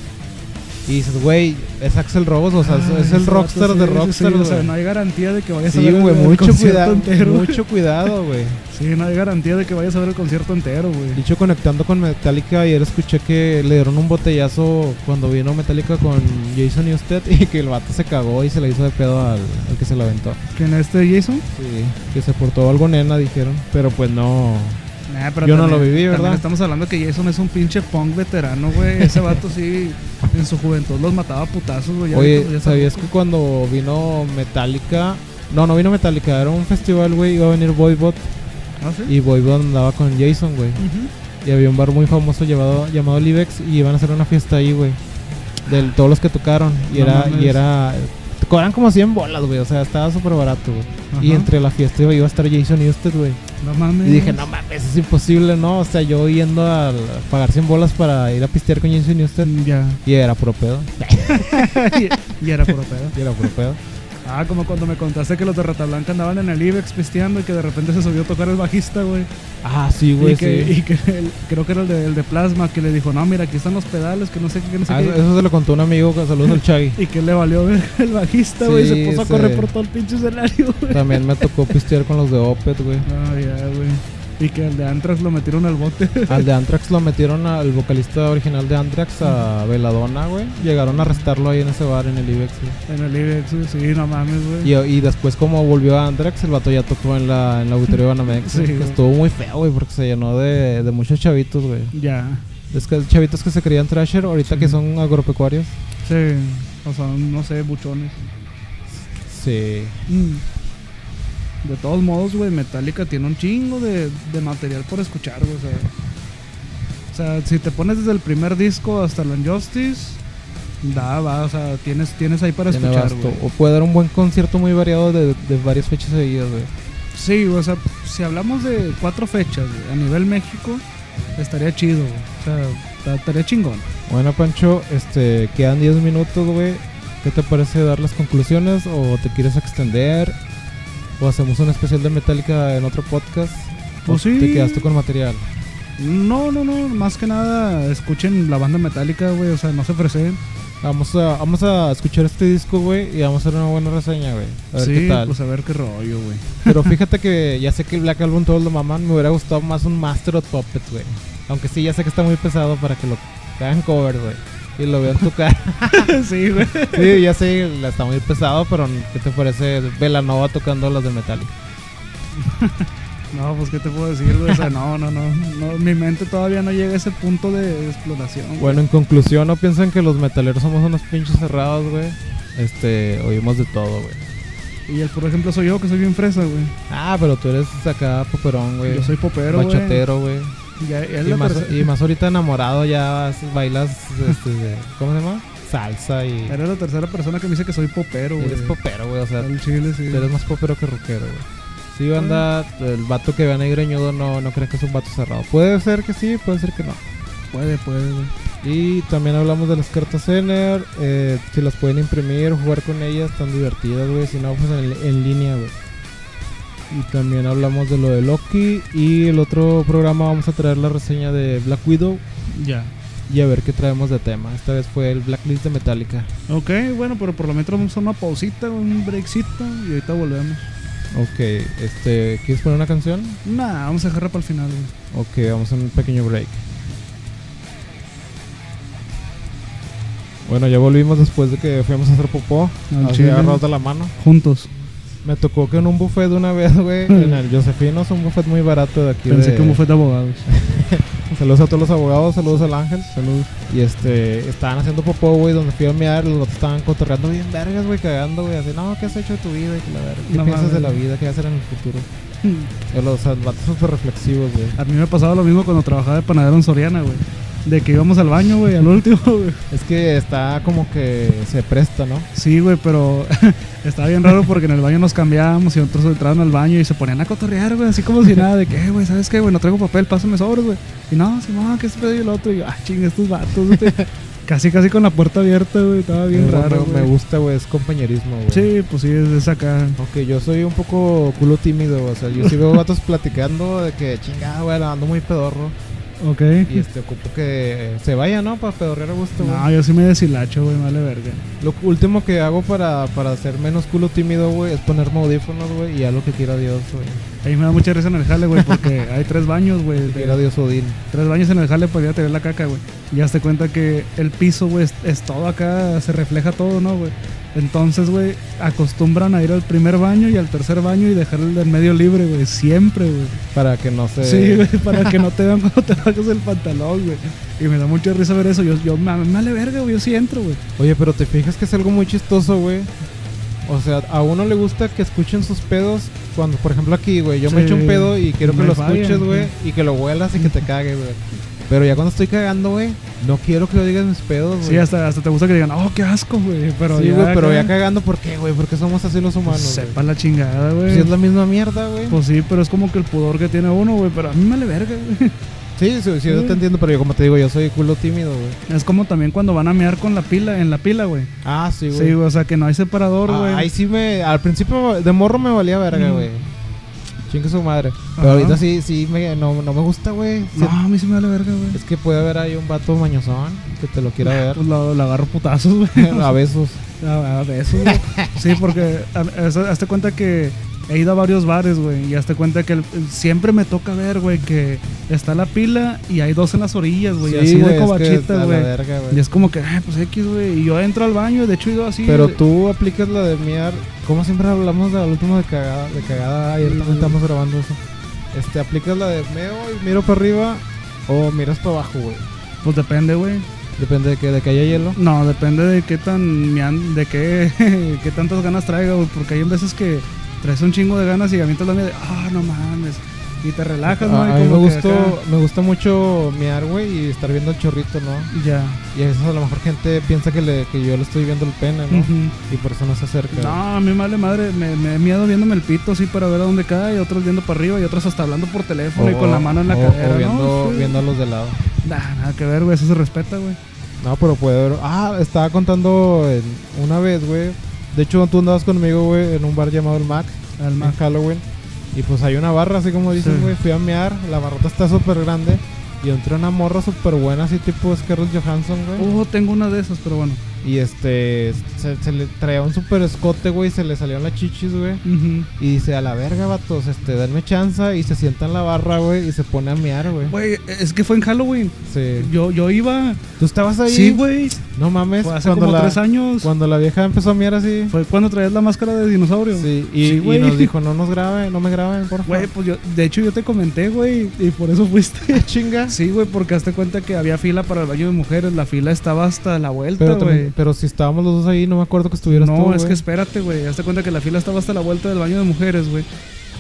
[SPEAKER 1] Y dices, güey, es Axel Robos, o sea, es- es el rockstar de rockstar,
[SPEAKER 2] rockstar o sea,
[SPEAKER 1] güey".
[SPEAKER 2] no hay garantía de que vayas a
[SPEAKER 1] Sí,
[SPEAKER 2] ver el-
[SPEAKER 1] güey,
[SPEAKER 2] el
[SPEAKER 1] mucho
[SPEAKER 2] concierto
[SPEAKER 1] cuidado,
[SPEAKER 2] entero.
[SPEAKER 1] mucho cuidado,
[SPEAKER 2] [LAUGHS]
[SPEAKER 1] güey.
[SPEAKER 2] Sí, no hay garantía de que vayas a ver el concierto entero, güey.
[SPEAKER 1] Dicho conectando con Metallica, ayer escuché que le dieron un botellazo cuando vino Metallica con Jason Newsted [LAUGHS] y que el vato se cagó y se le hizo de pedo al, al que se lo aventó.
[SPEAKER 2] ¿Quién es este Jason?
[SPEAKER 1] Sí, que se portó algo nena, dijeron. Pero pues no.
[SPEAKER 2] Nah, pero
[SPEAKER 1] Yo no lo viví,
[SPEAKER 2] también
[SPEAKER 1] ¿verdad?
[SPEAKER 2] Estamos hablando que Jason es un pinche punk veterano, güey. Ese vato sí, en su juventud los mataba a putazos, güey. Ya
[SPEAKER 1] Oye,
[SPEAKER 2] ahorita, pues, ya
[SPEAKER 1] ¿sabías
[SPEAKER 2] está
[SPEAKER 1] que cuando vino Metallica? No, no vino Metallica, era un festival, güey, iba a venir Boybot
[SPEAKER 2] ruco. ¿Ah, sí?
[SPEAKER 1] y Boybot andaba con Jason, güey.
[SPEAKER 2] Ujú.
[SPEAKER 1] Y había un bar muy famoso llevado, llamado Libex y iban a hacer una fiesta ahí, güey. De todos los que tocaron. Y
[SPEAKER 2] No
[SPEAKER 1] era,
[SPEAKER 2] mames.
[SPEAKER 1] y era. Cobran como 100 bolas, güey. O sea, estaba súper barato, güey. Y
[SPEAKER 2] Ajá. Mm.
[SPEAKER 1] entre la fiesta iba iba a estar Jason y usted, güey.
[SPEAKER 2] No mames.
[SPEAKER 1] Y dije, no mames, es imposible, ¿no? O sea, yo yendo a pagar 100 bolas para ir a pistear con Jason y usted.
[SPEAKER 2] Ya.
[SPEAKER 1] Y era puro pedo. este-".
[SPEAKER 2] [LAUGHS] y, y era puro pedo.
[SPEAKER 1] Y era puro pedo.
[SPEAKER 2] Ah, como cuando me contaste que los de Rata Blanca andaban en el IBEX pisteando y que de repente se subió a tocar el bajista, güey.
[SPEAKER 1] ah, sí,
[SPEAKER 2] Y
[SPEAKER 1] güey.
[SPEAKER 2] que,
[SPEAKER 1] sí.
[SPEAKER 2] y que el- creo que era el de, el de Plasma que le dijo, no, mira, aquí están los pedales, que no sé qué, que no sé
[SPEAKER 1] Ah,
[SPEAKER 2] qué.
[SPEAKER 1] eso, eso se lo contó un amigo. que- Saludos al
[SPEAKER 2] [LAUGHS]
[SPEAKER 1] Chavi.
[SPEAKER 2] Y que le valió ver el bajista, güey.
[SPEAKER 1] Sí,
[SPEAKER 2] se puso a
[SPEAKER 1] sí.
[SPEAKER 2] correr por todo el pinche escenario, güey.
[SPEAKER 1] También me tocó pistear con los de Opet, güey.
[SPEAKER 2] No, ya, güey. Y que el de Antrax lo metieron al bote. [LAUGHS]
[SPEAKER 1] Al de Anthrax lo metieron al vocalista original de Anthrax a Veladona, güey. Llegaron a arrestarlo ahí en ese bar en el Ibex, güey.
[SPEAKER 2] En el IBEX, güey. Sí, no mames, güey.
[SPEAKER 1] Y, y después como volvió a Anthrax, el vato ya tocó en la en el auditorio de Banamex.
[SPEAKER 2] Sí,
[SPEAKER 1] güey, que
[SPEAKER 2] güey.
[SPEAKER 1] estuvo muy feo, güey, porque se llenó de, de muchos chavitos, güey.
[SPEAKER 2] Ya.
[SPEAKER 1] Es que chavitos que se creían Thrasher, ahorita
[SPEAKER 2] Sí.
[SPEAKER 1] que son agropecuarios.
[SPEAKER 2] Sí. O sea, no sé, buchones. Mm.
[SPEAKER 1] Sí.
[SPEAKER 2] De todos modos, güey, Metallica tiene un chingo de, de material por escuchar, güey. O sea, o sea, si te pones desde el primer disco hasta el Injustice, da, va, o sea, tienes, tienes ahí para
[SPEAKER 1] tiene
[SPEAKER 2] escuchar,
[SPEAKER 1] abasto.
[SPEAKER 2] güey.
[SPEAKER 1] O puede dar un buen concierto muy variado de, de varias fechas seguidas, güey.
[SPEAKER 2] Sí, o sea, si hablamos de cuatro fechas güey, a nivel México, estaría chido, güey. O sea, ta- estaría chingón.
[SPEAKER 1] Bueno, Pancho, este, quedan 10 minutos, güey. ¿Qué te parece dar las conclusiones? ¿O te quieres extender? ¿O hacemos un especial de Metallica en otro podcast? ¿O
[SPEAKER 2] Pues sí.
[SPEAKER 1] te quedaste con material?
[SPEAKER 2] No, no, no, más que nada escuchen la banda metálica, güey, o sea, no se ofrecen.
[SPEAKER 1] Vamos a, vamos a escuchar este disco, güey, y vamos a hacer una buena reseña, güey. A ver
[SPEAKER 2] sí,
[SPEAKER 1] qué tal.
[SPEAKER 2] pues a ver qué rollo, güey.
[SPEAKER 1] Pero fíjate que ya sé que el Black Album todos lo maman. Me hubiera gustado más un Master of Puppets, güey. Aunque sí, ya sé que está muy pesado para que lo hagan cover, güey. Y lo vean
[SPEAKER 2] [LAUGHS]
[SPEAKER 1] tocar.
[SPEAKER 2] sí, güey.
[SPEAKER 1] sí, ya sé, la está muy pesado, pero ¿qué te parece Velanova tocando las de Metallica?
[SPEAKER 2] No, pues qué te puedo decir, güey, o sea, no, no, no, no, mi mente todavía no llega a ese punto de exploración. güey.
[SPEAKER 1] Bueno, en conclusión, no piensen que los metaleros somos unos pinches cerrados, güey. Este, oímos de todo, güey.
[SPEAKER 2] Y el, por ejemplo, soy yo que soy bien fresa, güey.
[SPEAKER 1] Ah, pero tú eres acá poperón, güey.
[SPEAKER 2] Yo soy popero, güey.
[SPEAKER 1] bachatero, güey.
[SPEAKER 2] Ya- ya es
[SPEAKER 1] Y
[SPEAKER 2] la
[SPEAKER 1] más,
[SPEAKER 2] tercera-
[SPEAKER 1] y
[SPEAKER 2] [LAUGHS]
[SPEAKER 1] más ahorita enamorado ya haces- bailas, este, de- ¿cómo se llama? Salsa y...
[SPEAKER 2] Eres la tercera persona que me dice que soy popero, güey.
[SPEAKER 1] Eres popero, güey, o sea,
[SPEAKER 2] Al chile, sí.
[SPEAKER 1] tú eres más popero que rockero, güey. Sí,
[SPEAKER 2] Ah.
[SPEAKER 1] banda, el vato que vean ahí greñudo no, no creen que es un vato cerrado. Puede ser que sí, puede ser que no.
[SPEAKER 2] Puede, puede, güey.
[SPEAKER 1] Y también hablamos de las cartas Zener, eh, si las pueden imprimir, jugar con ellas, tan divertidas, güey, si no, pues en, en línea, güey. Y también hablamos de lo de Loki y el otro programa vamos a traer la reseña de Black Widow
[SPEAKER 2] Ya.
[SPEAKER 1] y a ver qué traemos de tema. Esta vez fue el Blacklist de Metallica.
[SPEAKER 2] Ok, bueno, pero por lo menos vamos a una pausita, un breakcito y ahorita volvemos.
[SPEAKER 1] Ok, este, ¿quieres poner una canción?
[SPEAKER 2] Nah, vamos a dejarla para el final, güey.
[SPEAKER 1] Ok, vamos a un pequeño break. Bueno, ya volvimos después de que fuimos a hacer popó.
[SPEAKER 2] Al
[SPEAKER 1] Así
[SPEAKER 2] chile.
[SPEAKER 1] agarrados de la mano.
[SPEAKER 2] Juntos.
[SPEAKER 1] Me tocó que en un buffet de una vez,
[SPEAKER 2] [LAUGHS]
[SPEAKER 1] güey, en el Josefinos, un buffet muy barato de aquí.
[SPEAKER 2] Pensé
[SPEAKER 1] de-
[SPEAKER 2] que un bufete de abogados.
[SPEAKER 1] Saludos a todos los abogados, saludos al Ángel.
[SPEAKER 2] Saludos.
[SPEAKER 1] Y este, estaban haciendo popó, güey, donde fui a mirar, los otros estaban cotorreando bien vergas, güey, cagando, güey, así, no, ¿qué has hecho de tu vida? Y que la verga, ¿Qué
[SPEAKER 2] No
[SPEAKER 1] piensas
[SPEAKER 2] mames.
[SPEAKER 1] de la vida? ¿Qué vas a hacer en el
[SPEAKER 2] [LAUGHS]
[SPEAKER 1] futuro? Y Los vatos súper reflexivos, güey.
[SPEAKER 2] A mí me pasaba lo mismo cuando trabajaba de panadero en Soriana, güey. De que íbamos al baño, güey, al último, [LAUGHS] güey.
[SPEAKER 1] Es que está como que se presta, ¿no?
[SPEAKER 2] Sí, güey, pero [LAUGHS] estaba bien raro porque en el baño nos cambiábamos y otros entraban al baño y se ponían a cotorrear, güey, así como si nada, de que, "Eh, güey, ¿sabes qué, güey? No traigo papel, pásame sobres, güey. Y no, Simón, que es pedo y el otro. Y yo, ah, ching, estos vatos,
[SPEAKER 1] [LAUGHS]
[SPEAKER 2] güey. casi, casi con la puerta abierta, güey, estaba bien
[SPEAKER 1] Me-
[SPEAKER 2] raro.
[SPEAKER 1] me, me
[SPEAKER 2] güey.
[SPEAKER 1] gusta, güey, es compañerismo, güey.
[SPEAKER 2] Sí, pues sí, es, es acá.
[SPEAKER 1] Aunque yo soy un poco culo tímido, o sea, yo sí veo vatos [LAUGHS] platicando de que chingada, güey, ando muy pedorro.
[SPEAKER 2] Ok.
[SPEAKER 1] Y este, ocupo que se vaya, ¿no? Para pedorrear a gusto, güey.
[SPEAKER 2] No, yo sí me deshilacho, güey, me vale verga.
[SPEAKER 1] Lo último que hago para, para ser menos culo tímido, güey, es ponerme audífonos, güey, y a lo que quiera Dios, güey.
[SPEAKER 2] A mí me da mucha risa en el jale, güey,
[SPEAKER 1] [LAUGHS]
[SPEAKER 2] porque hay tres baños, güey.
[SPEAKER 1] Que
[SPEAKER 2] de-
[SPEAKER 1] quiera Dios Odín.
[SPEAKER 2] tres baños en el jale para ir a tirar la caca, güey. Y ya te cuenta que el piso, güey, es, es todo acá, se refleja todo, ¿no, güey? Entonces, güey, acostumbran a ir al primer baño y al tercer baño y dejar el del medio libre, güey, siempre, güey.
[SPEAKER 1] Para que no se.
[SPEAKER 2] Sí, güey, para que no te vean cuando te bajas el pantalón, güey. Y me da mucha risa ver eso. Yo, yo me, me vale verga, güey, yo sí entro, güey.
[SPEAKER 1] Oye, pero te fijas que es algo muy chistoso, güey. O sea, a uno le gusta que escuchen sus pedos cuando, por ejemplo, aquí, güey, yo me
[SPEAKER 2] Sí.
[SPEAKER 1] echo un pedo y quiero que
[SPEAKER 2] Me
[SPEAKER 1] lo
[SPEAKER 2] vayan,
[SPEAKER 1] escuches, güey, y que lo huelas y que te cague, güey. Pero ya cuando estoy cagando, güey, no quiero que lo digas mis pedos, güey.
[SPEAKER 2] Sí, hasta, hasta te gusta que digan, oh, qué asco, güey. Pero
[SPEAKER 1] Sí,
[SPEAKER 2] ya Pues
[SPEAKER 1] güey, pero
[SPEAKER 2] acá-
[SPEAKER 1] ya cagando, ¿por qué, güey? Porque somos así los humanos. güey.
[SPEAKER 2] Sepa la chingada, güey.
[SPEAKER 1] Pues es la misma mierda, güey.
[SPEAKER 2] Pues sí, pero es como que el pudor que tiene uno, güey. Pero a mí me vale verga, güey. [LAUGHS]
[SPEAKER 1] sí, sí, sí, yo te entiendo, pero yo como te digo, yo soy culo tímido, güey.
[SPEAKER 2] Es como también cuando van a mear con la pila, en la pila, güey.
[SPEAKER 1] Ah, sí,
[SPEAKER 2] Sí,
[SPEAKER 1] güey.
[SPEAKER 2] güey, o sea que no hay separador, güey.
[SPEAKER 1] Ah, Ahí sí me. Al principio de morro me valía verga,
[SPEAKER 2] Mm.
[SPEAKER 1] güey. Chingue su madre. Pero
[SPEAKER 2] Ajá.
[SPEAKER 1] ahorita sí, sí, me, no, no me gusta, güey.
[SPEAKER 2] No, a mí sí me vale verga, güey.
[SPEAKER 1] Es que puede haber ahí un vato mañosón que te lo quiera ver.
[SPEAKER 2] Pues la, la agarro putazos,
[SPEAKER 1] [LAUGHS]
[SPEAKER 2] güey. [LAUGHS]
[SPEAKER 1] a besos.
[SPEAKER 2] A, a besos, güey. Sí, porque a- a- hazte cuenta que he ido a varios bares, güey. Y hazte cuenta que el- siempre me toca ver, güey, que está la pila y hay dos en las orillas, güey.
[SPEAKER 1] güey, es
[SPEAKER 2] así de
[SPEAKER 1] que está
[SPEAKER 2] cobachitas,
[SPEAKER 1] la
[SPEAKER 2] güey.
[SPEAKER 1] verga, güey.
[SPEAKER 2] Y es como que, ah, pues X, güey. Y yo entro al baño, de hecho, he ido así.
[SPEAKER 1] Pero
[SPEAKER 2] de-
[SPEAKER 1] tú aplicas la de miar. Como siempre hablamos de la última de cagada, de cagada ayer también estamos grabando eso. Este, aplicas la de meo y miro para arriba o miras para abajo, güey.
[SPEAKER 2] Pues depende, güey.
[SPEAKER 1] Depende de que, de que haya hielo.
[SPEAKER 2] No, depende de qué tan me han- de qué, qué [LAUGHS] tantas ganas traiga, güey, porque hay veces que traes un chingo de ganas y avientas la mía de, ah, no mames, y te relajas, ¿no? Y
[SPEAKER 1] a a mí me,
[SPEAKER 2] como que
[SPEAKER 1] gustó,
[SPEAKER 2] acá-
[SPEAKER 1] me gusta mucho miar, güey, y estar viendo el chorrito, ¿no?
[SPEAKER 2] Ya.
[SPEAKER 1] Y a veces a lo mejor gente piensa que, le, que yo le estoy viendo el pene, ¿no?
[SPEAKER 2] Ujú.
[SPEAKER 1] Y por eso no se acerca.
[SPEAKER 2] No, a mí me vale madre, me, me da miedo viéndome el pito así para ver a dónde cae, y otros viendo para arriba y otros hasta hablando por teléfono y con la mano en la
[SPEAKER 1] o-
[SPEAKER 2] cadera,
[SPEAKER 1] O viendo,
[SPEAKER 2] ¿no? Sí.
[SPEAKER 1] viendo a los de lado.
[SPEAKER 2] Nah, nada que ver, güey, eso se respeta, güey.
[SPEAKER 1] No, pero puede haber. Ah, estaba contando en- una vez, güey. De hecho, tú andabas conmigo, güey, en un bar llamado El Mac,
[SPEAKER 2] Al
[SPEAKER 1] en
[SPEAKER 2] más.
[SPEAKER 1] Halloween. Y pues hay una barra, así como dices,
[SPEAKER 2] Sí.
[SPEAKER 1] güey. Fui a mear, la barrota está súper grande. Y entré una morra súper buena, así tipo Scarlett Johansson, güey.
[SPEAKER 2] Oh, tengo una de esas, pero bueno.
[SPEAKER 1] Y este, se, se le traía un súper escote, güey, y se le salieron las chichis, güey.
[SPEAKER 2] Ujú.
[SPEAKER 1] Y dice, a la verga, vatos, este, denme chanza. Y se sienta en la barra, güey, y se pone a mear, güey.
[SPEAKER 2] Güey, es que fue en Halloween.
[SPEAKER 1] Sí.
[SPEAKER 2] Yo, yo iba.
[SPEAKER 1] ¿Tú estabas ahí?
[SPEAKER 2] Sí, güey.
[SPEAKER 1] No mames,
[SPEAKER 2] Fue hace
[SPEAKER 1] cuando
[SPEAKER 2] como
[SPEAKER 1] la,
[SPEAKER 2] tres años.
[SPEAKER 1] cuando la vieja empezó a mirar así.
[SPEAKER 2] Fue cuando traías la máscara de dinosaurio.
[SPEAKER 1] Sí, y,
[SPEAKER 2] Sí,
[SPEAKER 1] y
[SPEAKER 2] güey.
[SPEAKER 1] nos dijo, no nos graben, no me graben, por favor.
[SPEAKER 2] Güey, pues yo, de hecho yo te comenté, güey, y por
[SPEAKER 1] [LAUGHS]
[SPEAKER 2] eso fuiste.
[SPEAKER 1] chinga.
[SPEAKER 2] Sí, güey, porque hazte cuenta que había fila para el baño de mujeres, la fila estaba hasta la vuelta,
[SPEAKER 1] Pero,
[SPEAKER 2] güey.
[SPEAKER 1] también- pero si estábamos los dos ahí, no me acuerdo que estuvieras
[SPEAKER 2] No,
[SPEAKER 1] tú,
[SPEAKER 2] es
[SPEAKER 1] güey.
[SPEAKER 2] que espérate, güey, hazte cuenta que la fila estaba hasta la vuelta del baño de mujeres, güey.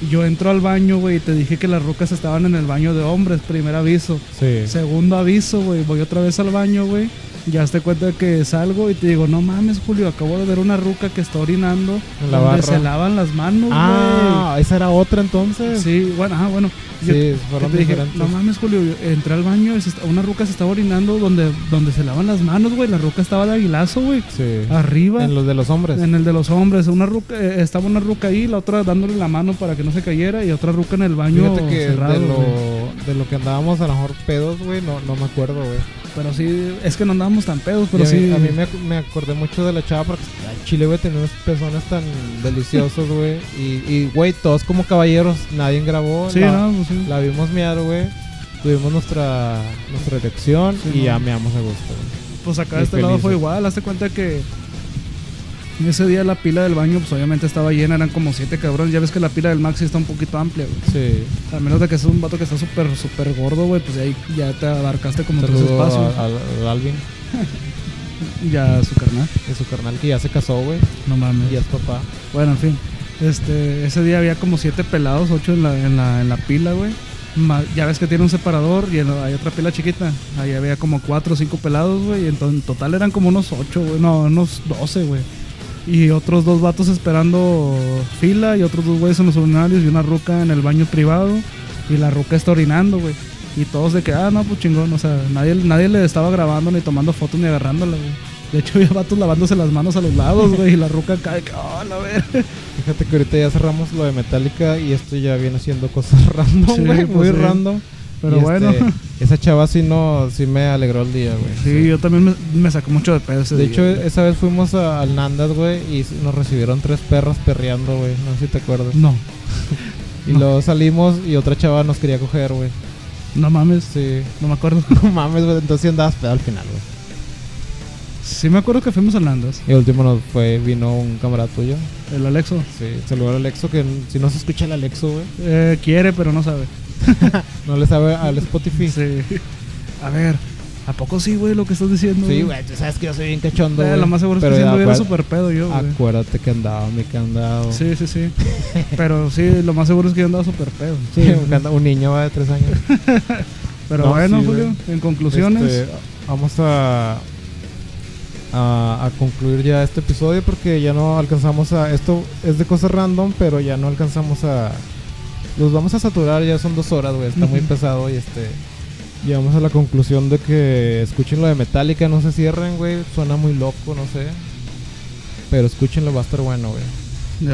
[SPEAKER 2] Y Yo entro al baño, güey, y te dije que las rocas estaban en el baño de hombres, primer aviso.
[SPEAKER 1] Sí.
[SPEAKER 2] Segundo aviso, güey, voy otra vez al baño, güey. Ya te cuenta que salgo y te digo, no mames, Julio, acabo de ver una ruca que está orinando
[SPEAKER 1] En la
[SPEAKER 2] donde
[SPEAKER 1] barra.
[SPEAKER 2] se lavan las manos, güey.
[SPEAKER 1] Ah, esa era otra entonces.
[SPEAKER 2] Sí, bueno, ah, bueno. Yo
[SPEAKER 1] Mm. Sí,
[SPEAKER 2] yo
[SPEAKER 1] fueron
[SPEAKER 2] te dije,
[SPEAKER 1] diferentes.
[SPEAKER 2] no mames, Julio, yo entré al baño, y se est- una ruca se estaba orinando donde, donde se lavan las manos, güey. La ruca estaba de aguilazo, güey.
[SPEAKER 1] Sí.
[SPEAKER 2] Arriba,
[SPEAKER 1] En
[SPEAKER 2] en,
[SPEAKER 1] los de los hombres.
[SPEAKER 2] el de los hombres. Una ruca, eh, estaba una ruca ahí, la otra dándole la mano para que no se cayera y otra ruca en el baño
[SPEAKER 1] Fíjate que
[SPEAKER 2] cerrado.
[SPEAKER 1] de,
[SPEAKER 2] güey.
[SPEAKER 1] lo, de lo que andábamos a lo mejor pedos, güey, no, no me acuerdo, güey.
[SPEAKER 2] Pero sí, es que no andábamos tan pedos, pero
[SPEAKER 1] Y a
[SPEAKER 2] sí.
[SPEAKER 1] mí- a mí me, ac- me acordé mucho de la chava porque al Chile, güey, tenía unos personas tan
[SPEAKER 2] [LAUGHS]
[SPEAKER 1] deliciosos, güey. Y, y, güey, todos como caballeros, nadie grabó.
[SPEAKER 2] Sí,
[SPEAKER 1] la,
[SPEAKER 2] no, pues sí.
[SPEAKER 1] la vimos mear, güey. Tuvimos nuestra nuestra elección
[SPEAKER 2] Sí,
[SPEAKER 1] y
[SPEAKER 2] no.
[SPEAKER 1] ya meamos a gusto, güey.
[SPEAKER 2] Pues acá de
[SPEAKER 1] Y
[SPEAKER 2] este lado
[SPEAKER 1] felices.
[SPEAKER 2] fue igual. Hazte cuenta que ese día la pila del baño, pues obviamente estaba llena, eran como siete cabrones. Ya ves que la pila del Maxi está un poquito amplia, güey.
[SPEAKER 1] Sí.
[SPEAKER 2] A menos de que seas un vato que está súper, súper gordo, güey, pues ahí ya te abarcaste como tres
[SPEAKER 1] Saludo
[SPEAKER 2] espacios.
[SPEAKER 1] a- a- a Alvin
[SPEAKER 2] Y ya su carnal.
[SPEAKER 1] y su carnal que ya se casó, güey.
[SPEAKER 2] No mames.
[SPEAKER 1] Y es papá.
[SPEAKER 2] Bueno, en fin. Este, ese día había como siete pelados, ocho en la, en la, en la pila, güey. Ma- Ya ves que tiene un separador y en la- hay otra pila chiquita. Ahí había como cuatro o cinco pelados, güey. y En, to- en total eran como unos ocho, güey. No, unos doce, güey. Y otros dos vatos esperando fila y otros dos güeyes en los urinarios y una ruca en el baño privado. Y la ruca está orinando, güey. Y todos de que, ah, no, pues chingón. O sea, nadie, nadie le estaba grabando ni tomando fotos ni agarrándola, güey. De hecho, [LAUGHS] había vatos lavándose las manos a los lados, güey. Y la ruca cae, que, oh, la ver.
[SPEAKER 1] Fíjate que ahorita ya cerramos lo de Metallica y esto ya viene siendo cosas [LAUGHS] random,
[SPEAKER 2] Sí,
[SPEAKER 1] güey.
[SPEAKER 2] pues
[SPEAKER 1] muy
[SPEAKER 2] sí.
[SPEAKER 1] random.
[SPEAKER 2] Pero
[SPEAKER 1] Y, este,
[SPEAKER 2] bueno.
[SPEAKER 1] [LAUGHS] esa chava sí, no, sí me alegró el día, güey.
[SPEAKER 2] [LAUGHS] Sí, yo también me, me sacó mucho de pedo ese
[SPEAKER 1] De
[SPEAKER 2] día,
[SPEAKER 1] hecho,
[SPEAKER 2] güey.
[SPEAKER 1] esa vez fuimos a- al Nandas, güey, y s- nos recibieron tres perros perreando, güey. No sé si te acuerdas.
[SPEAKER 2] No,
[SPEAKER 1] Y
[SPEAKER 2] no.
[SPEAKER 1] luego salimos y otra chava nos quería coger, güey. [LAUGHS]
[SPEAKER 2] no mames,
[SPEAKER 1] Sí.
[SPEAKER 2] no me acuerdo. [LAUGHS]
[SPEAKER 1] No mames, güey. Entonces sí andabas pedo al final, güey.
[SPEAKER 2] Sí me acuerdo que fuimos a Landas,
[SPEAKER 1] Y el último nos fue, vino un camarada tuyo.
[SPEAKER 2] el Alexo.
[SPEAKER 1] Sí. Saludar al Alexo, que n- si no se escucha el Alexo, güey.
[SPEAKER 2] Eh, quiere, pero no sabe.
[SPEAKER 1] No le sabe al Spotify. Sí,
[SPEAKER 2] Sí. [LAUGHS] A ver, ¿a poco sí, güey, lo que estás diciendo?
[SPEAKER 1] güey. Tú sabes que yo soy bien cachondo,
[SPEAKER 2] Eh,
[SPEAKER 1] güey.
[SPEAKER 2] lo más seguro es
[SPEAKER 1] Pero
[SPEAKER 2] que siendo
[SPEAKER 1] acuérdate-
[SPEAKER 2] era súper pedo yo, güey.
[SPEAKER 1] Acuérdate que andaba mi candado.
[SPEAKER 2] Sí,
[SPEAKER 1] [LAUGHS]
[SPEAKER 2] sí, sí. Pero sí, lo más seguro es que yo andaba súper pedo.
[SPEAKER 1] Sí, un, candado- un niño va de tres años.
[SPEAKER 2] Pero
[SPEAKER 1] No,
[SPEAKER 2] bueno,
[SPEAKER 1] sí,
[SPEAKER 2] Julio,
[SPEAKER 1] güey.
[SPEAKER 2] en [LAUGHS] conclusiones.
[SPEAKER 1] Este, vamos a, a a concluir ya este episodio porque ya no alcanzamos a esto es de cosas random pero ya no alcanzamos a los vamos a saturar ya son dos horas güey está muy
[SPEAKER 2] Ujú.
[SPEAKER 1] pesado y este llegamos a la conclusión de que escuchen lo de Metallica no se cierren güey suena muy loco no sé pero escúchenlo va a estar bueno güey Este-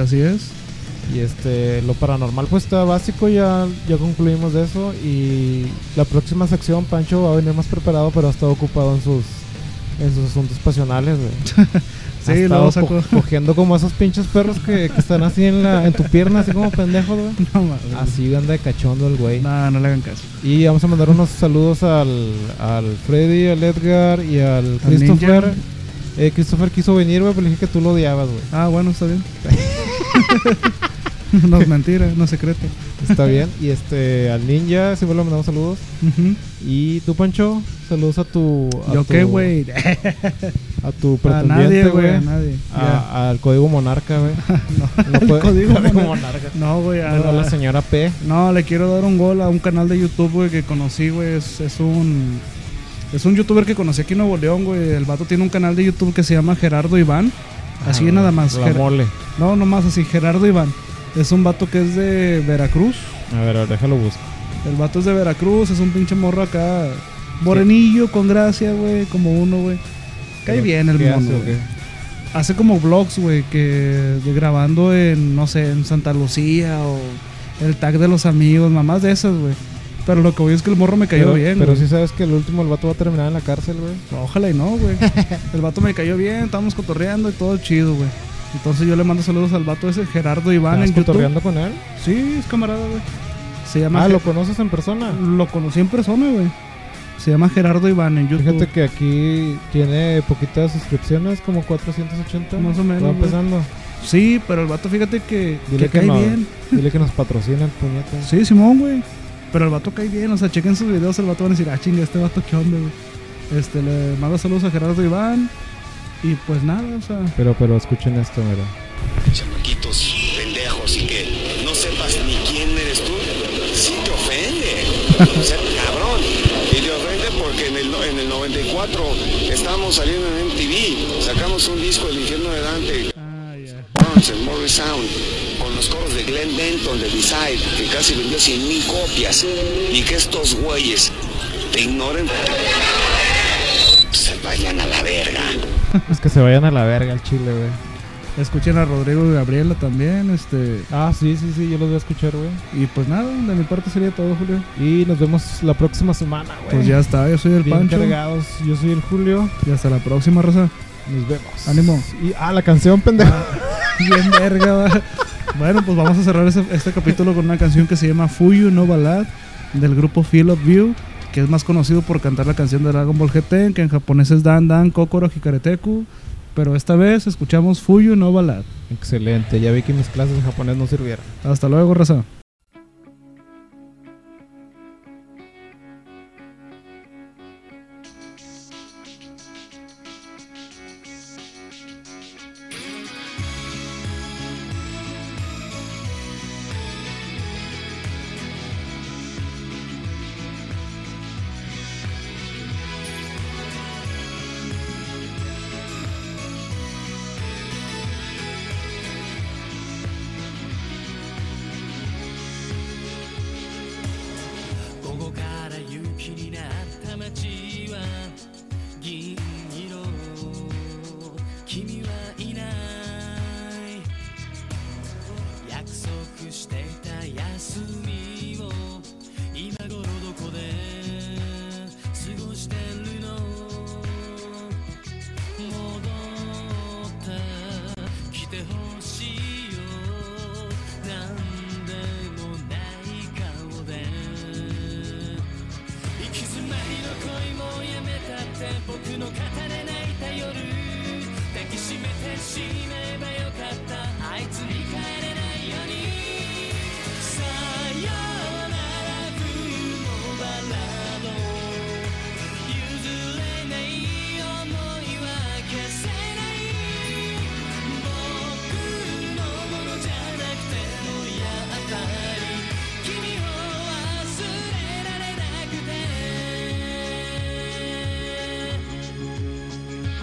[SPEAKER 2] Así es. [LAUGHS]
[SPEAKER 1] y este, lo paranormal pues está básico, ya, ya concluimos de eso. Y la próxima sección, Pancho va a venir más preparado, pero ha estado ocupado en sus, en sus asuntos pasionales, güey. Ha
[SPEAKER 2] [LAUGHS] Sí,
[SPEAKER 1] estado
[SPEAKER 2] luego sacó.
[SPEAKER 1] co- cogiendo como esos pinches perros que, que están así en, la, en tu pierna, así como pendejos, güey.
[SPEAKER 2] No mames.
[SPEAKER 1] Así anda de cachondo el güey.
[SPEAKER 2] No, no le hagan caso.
[SPEAKER 1] Y vamos a mandar unos saludos al, al Freddy, al Edgar y al
[SPEAKER 2] Al Ninja.
[SPEAKER 1] Christopher. Eh, Christopher quiso venir, güey, pero le dije que tú lo odiabas, güey.
[SPEAKER 2] Ah, bueno,
[SPEAKER 1] [LAUGHS]
[SPEAKER 2] está bien. no es mentira, no es secreto. [LAUGHS]
[SPEAKER 1] Está bien. Y este, al Ninja, siempre le mandamos saludos.
[SPEAKER 2] Ujú.
[SPEAKER 1] Y tú, Pancho, saludos a tu. A
[SPEAKER 2] Yo
[SPEAKER 1] tu-
[SPEAKER 2] qué, güey. [LAUGHS]
[SPEAKER 1] A tu
[SPEAKER 2] A nadie,
[SPEAKER 1] pretendiente,
[SPEAKER 2] güey. A
[SPEAKER 1] güey. Ah.
[SPEAKER 2] nadie. Ya.
[SPEAKER 1] A- Al código monarca,
[SPEAKER 2] [LAUGHS]
[SPEAKER 1] güey. [LAUGHS] no
[SPEAKER 2] Al
[SPEAKER 1] puede-
[SPEAKER 2] código
[SPEAKER 1] código
[SPEAKER 2] monarca. No, güey. a
[SPEAKER 1] a
[SPEAKER 2] la-
[SPEAKER 1] la señora P.
[SPEAKER 2] No, le quiero dar un gol a un canal de YouTube, güey, que conocí, güey. Es, es un. Es un youtuber que conocí aquí en Nuevo León, güey. El vato tiene un canal de YouTube que se llama Gerardo Iván. Así
[SPEAKER 1] Ah,
[SPEAKER 2] nada más.
[SPEAKER 1] La
[SPEAKER 2] Ger-
[SPEAKER 1] mole.
[SPEAKER 2] no, nomás así, Gerardo Iván. Es un vato que es de Veracruz.
[SPEAKER 1] A ver, a ver, déjalo buscar.
[SPEAKER 2] El vato es de Veracruz, es un pinche morro acá. Morenillo, con gracia, güey, como uno, güey. Cae
[SPEAKER 1] Pero,
[SPEAKER 2] bien el
[SPEAKER 1] ¿qué hace
[SPEAKER 2] mono,
[SPEAKER 1] o
[SPEAKER 2] güey.
[SPEAKER 1] qué?
[SPEAKER 2] Hace como vlogs, güey, que de- grabando en, no sé, en Santa Lucía o el tag de los amigos, mamás de esas, güey. Pero lo que voy es que el morro me cayó
[SPEAKER 1] pero,
[SPEAKER 2] bien,
[SPEAKER 1] Pero
[SPEAKER 2] güey.
[SPEAKER 1] sí sabes que el último el vato va a terminar en la cárcel, güey.
[SPEAKER 2] Ojalá y no,
[SPEAKER 1] [LAUGHS]
[SPEAKER 2] güey. El vato me cayó bien, estábamos cotorreando y todo chido, güey. Entonces yo le mando saludos al vato ese, Gerardo Iván,
[SPEAKER 1] ¿Estás
[SPEAKER 2] en YouTube.
[SPEAKER 1] cotorreando con él?
[SPEAKER 2] Sí, es camarada, güey. Se llama...
[SPEAKER 1] Ah,
[SPEAKER 2] Ge-
[SPEAKER 1] ¿lo conoces en persona?
[SPEAKER 2] Lo conocí en persona, güey. Se llama Gerardo Iván en YouTube.
[SPEAKER 1] Fíjate que aquí tiene poquitas suscripciones, como 480.
[SPEAKER 2] Más o menos,
[SPEAKER 1] Va
[SPEAKER 2] güey.
[SPEAKER 1] empezando.
[SPEAKER 2] Sí, pero el vato, fíjate que,
[SPEAKER 1] Dile
[SPEAKER 2] que eh.
[SPEAKER 1] que
[SPEAKER 2] cae
[SPEAKER 1] no.
[SPEAKER 2] bien.
[SPEAKER 1] Dile que nos patrocina el puñete.
[SPEAKER 2] Sí, Simón, güey. Pero el vato cae bien, o sea, chequen sus videos, el vato van a decir, ah, chinga, este vato, ¿qué onda, güey? Este, le mando saludos a Gerardo Iván. Y pues nada, o sea,
[SPEAKER 1] Pero, pero escuchen esto, mira.
[SPEAKER 7] chamaquitos pendejos y que no sepas ni quién eres tú, sí te ofende. O sea, cabrón. Y te ofende porque en el, no- en el 94 estábamos saliendo en MTV, sacamos un disco El infierno de Dante,
[SPEAKER 2] ah, ya.
[SPEAKER 7] Burns and Morris Sound, con los coros de Glenn Denton de Decide, que casi vendió 100 mil copias, y que estos güeyes te ignoren, se vayan a la verga.
[SPEAKER 1] Es que se vayan a la verga al chile, güey.
[SPEAKER 2] Escuchen a Rodrigo y Gabriela también, este.
[SPEAKER 1] Ah, sí, sí, sí, yo los voy a escuchar, güey.
[SPEAKER 2] Y pues nada, de mi parte sería todo, Julio.
[SPEAKER 1] Y nos vemos la próxima semana, güey.
[SPEAKER 2] Pues ya está, yo soy el
[SPEAKER 1] Bien
[SPEAKER 2] Pancho.
[SPEAKER 1] cargados. Yo soy el Julio.
[SPEAKER 2] Y hasta la próxima, raza.
[SPEAKER 1] Nos vemos.
[SPEAKER 2] Ánimo.
[SPEAKER 1] Y, ah, la canción, pendejo.
[SPEAKER 2] Bien verga. va. Bueno, pues vamos a cerrar ese- este capítulo con una canción que se llama Fuyu No Balad del grupo Field of View, que es más conocido por cantar la canción de Dragon Ball GT, que en japonés es Dan Dan Kokoro Hikareteku, pero esta vez escuchamos Fuyu no Balad.
[SPEAKER 1] Excelente, ya vi que mis clases de japonés no sirvieron.
[SPEAKER 2] Hasta luego, raza.
[SPEAKER 4] 「午後から雪になった街は銀色」「君はいない」「約束してた休みを今頃どこで過ごしてるの」「戻ってきてほしいよ」「なんでもない顔で」「行き詰まりの恋もやめたって僕の語れないた夜」「抱きしめて死ねばよかったあいつに帰れないように」「さよなら冬のバラード」「譲れない想いは消せない」「僕のものじゃなくてもやっぱり」「君を忘れられなくて」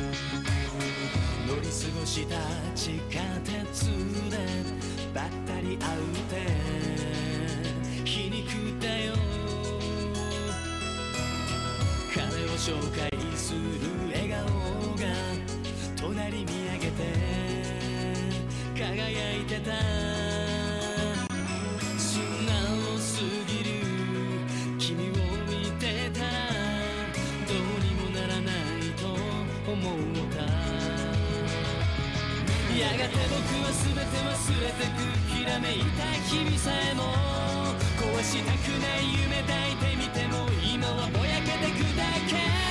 [SPEAKER 4] 「乗り過ごした地下鉄でばったり会うて皮肉だよ」「彼を紹介する笑顔が隣見上げて輝いてた」素直すぎる君を見てたらどうにもならないと思ったやがて僕は全て忘れてくひらめいた君さえも壊したくない夢抱いてみても今はぼやけてくだけ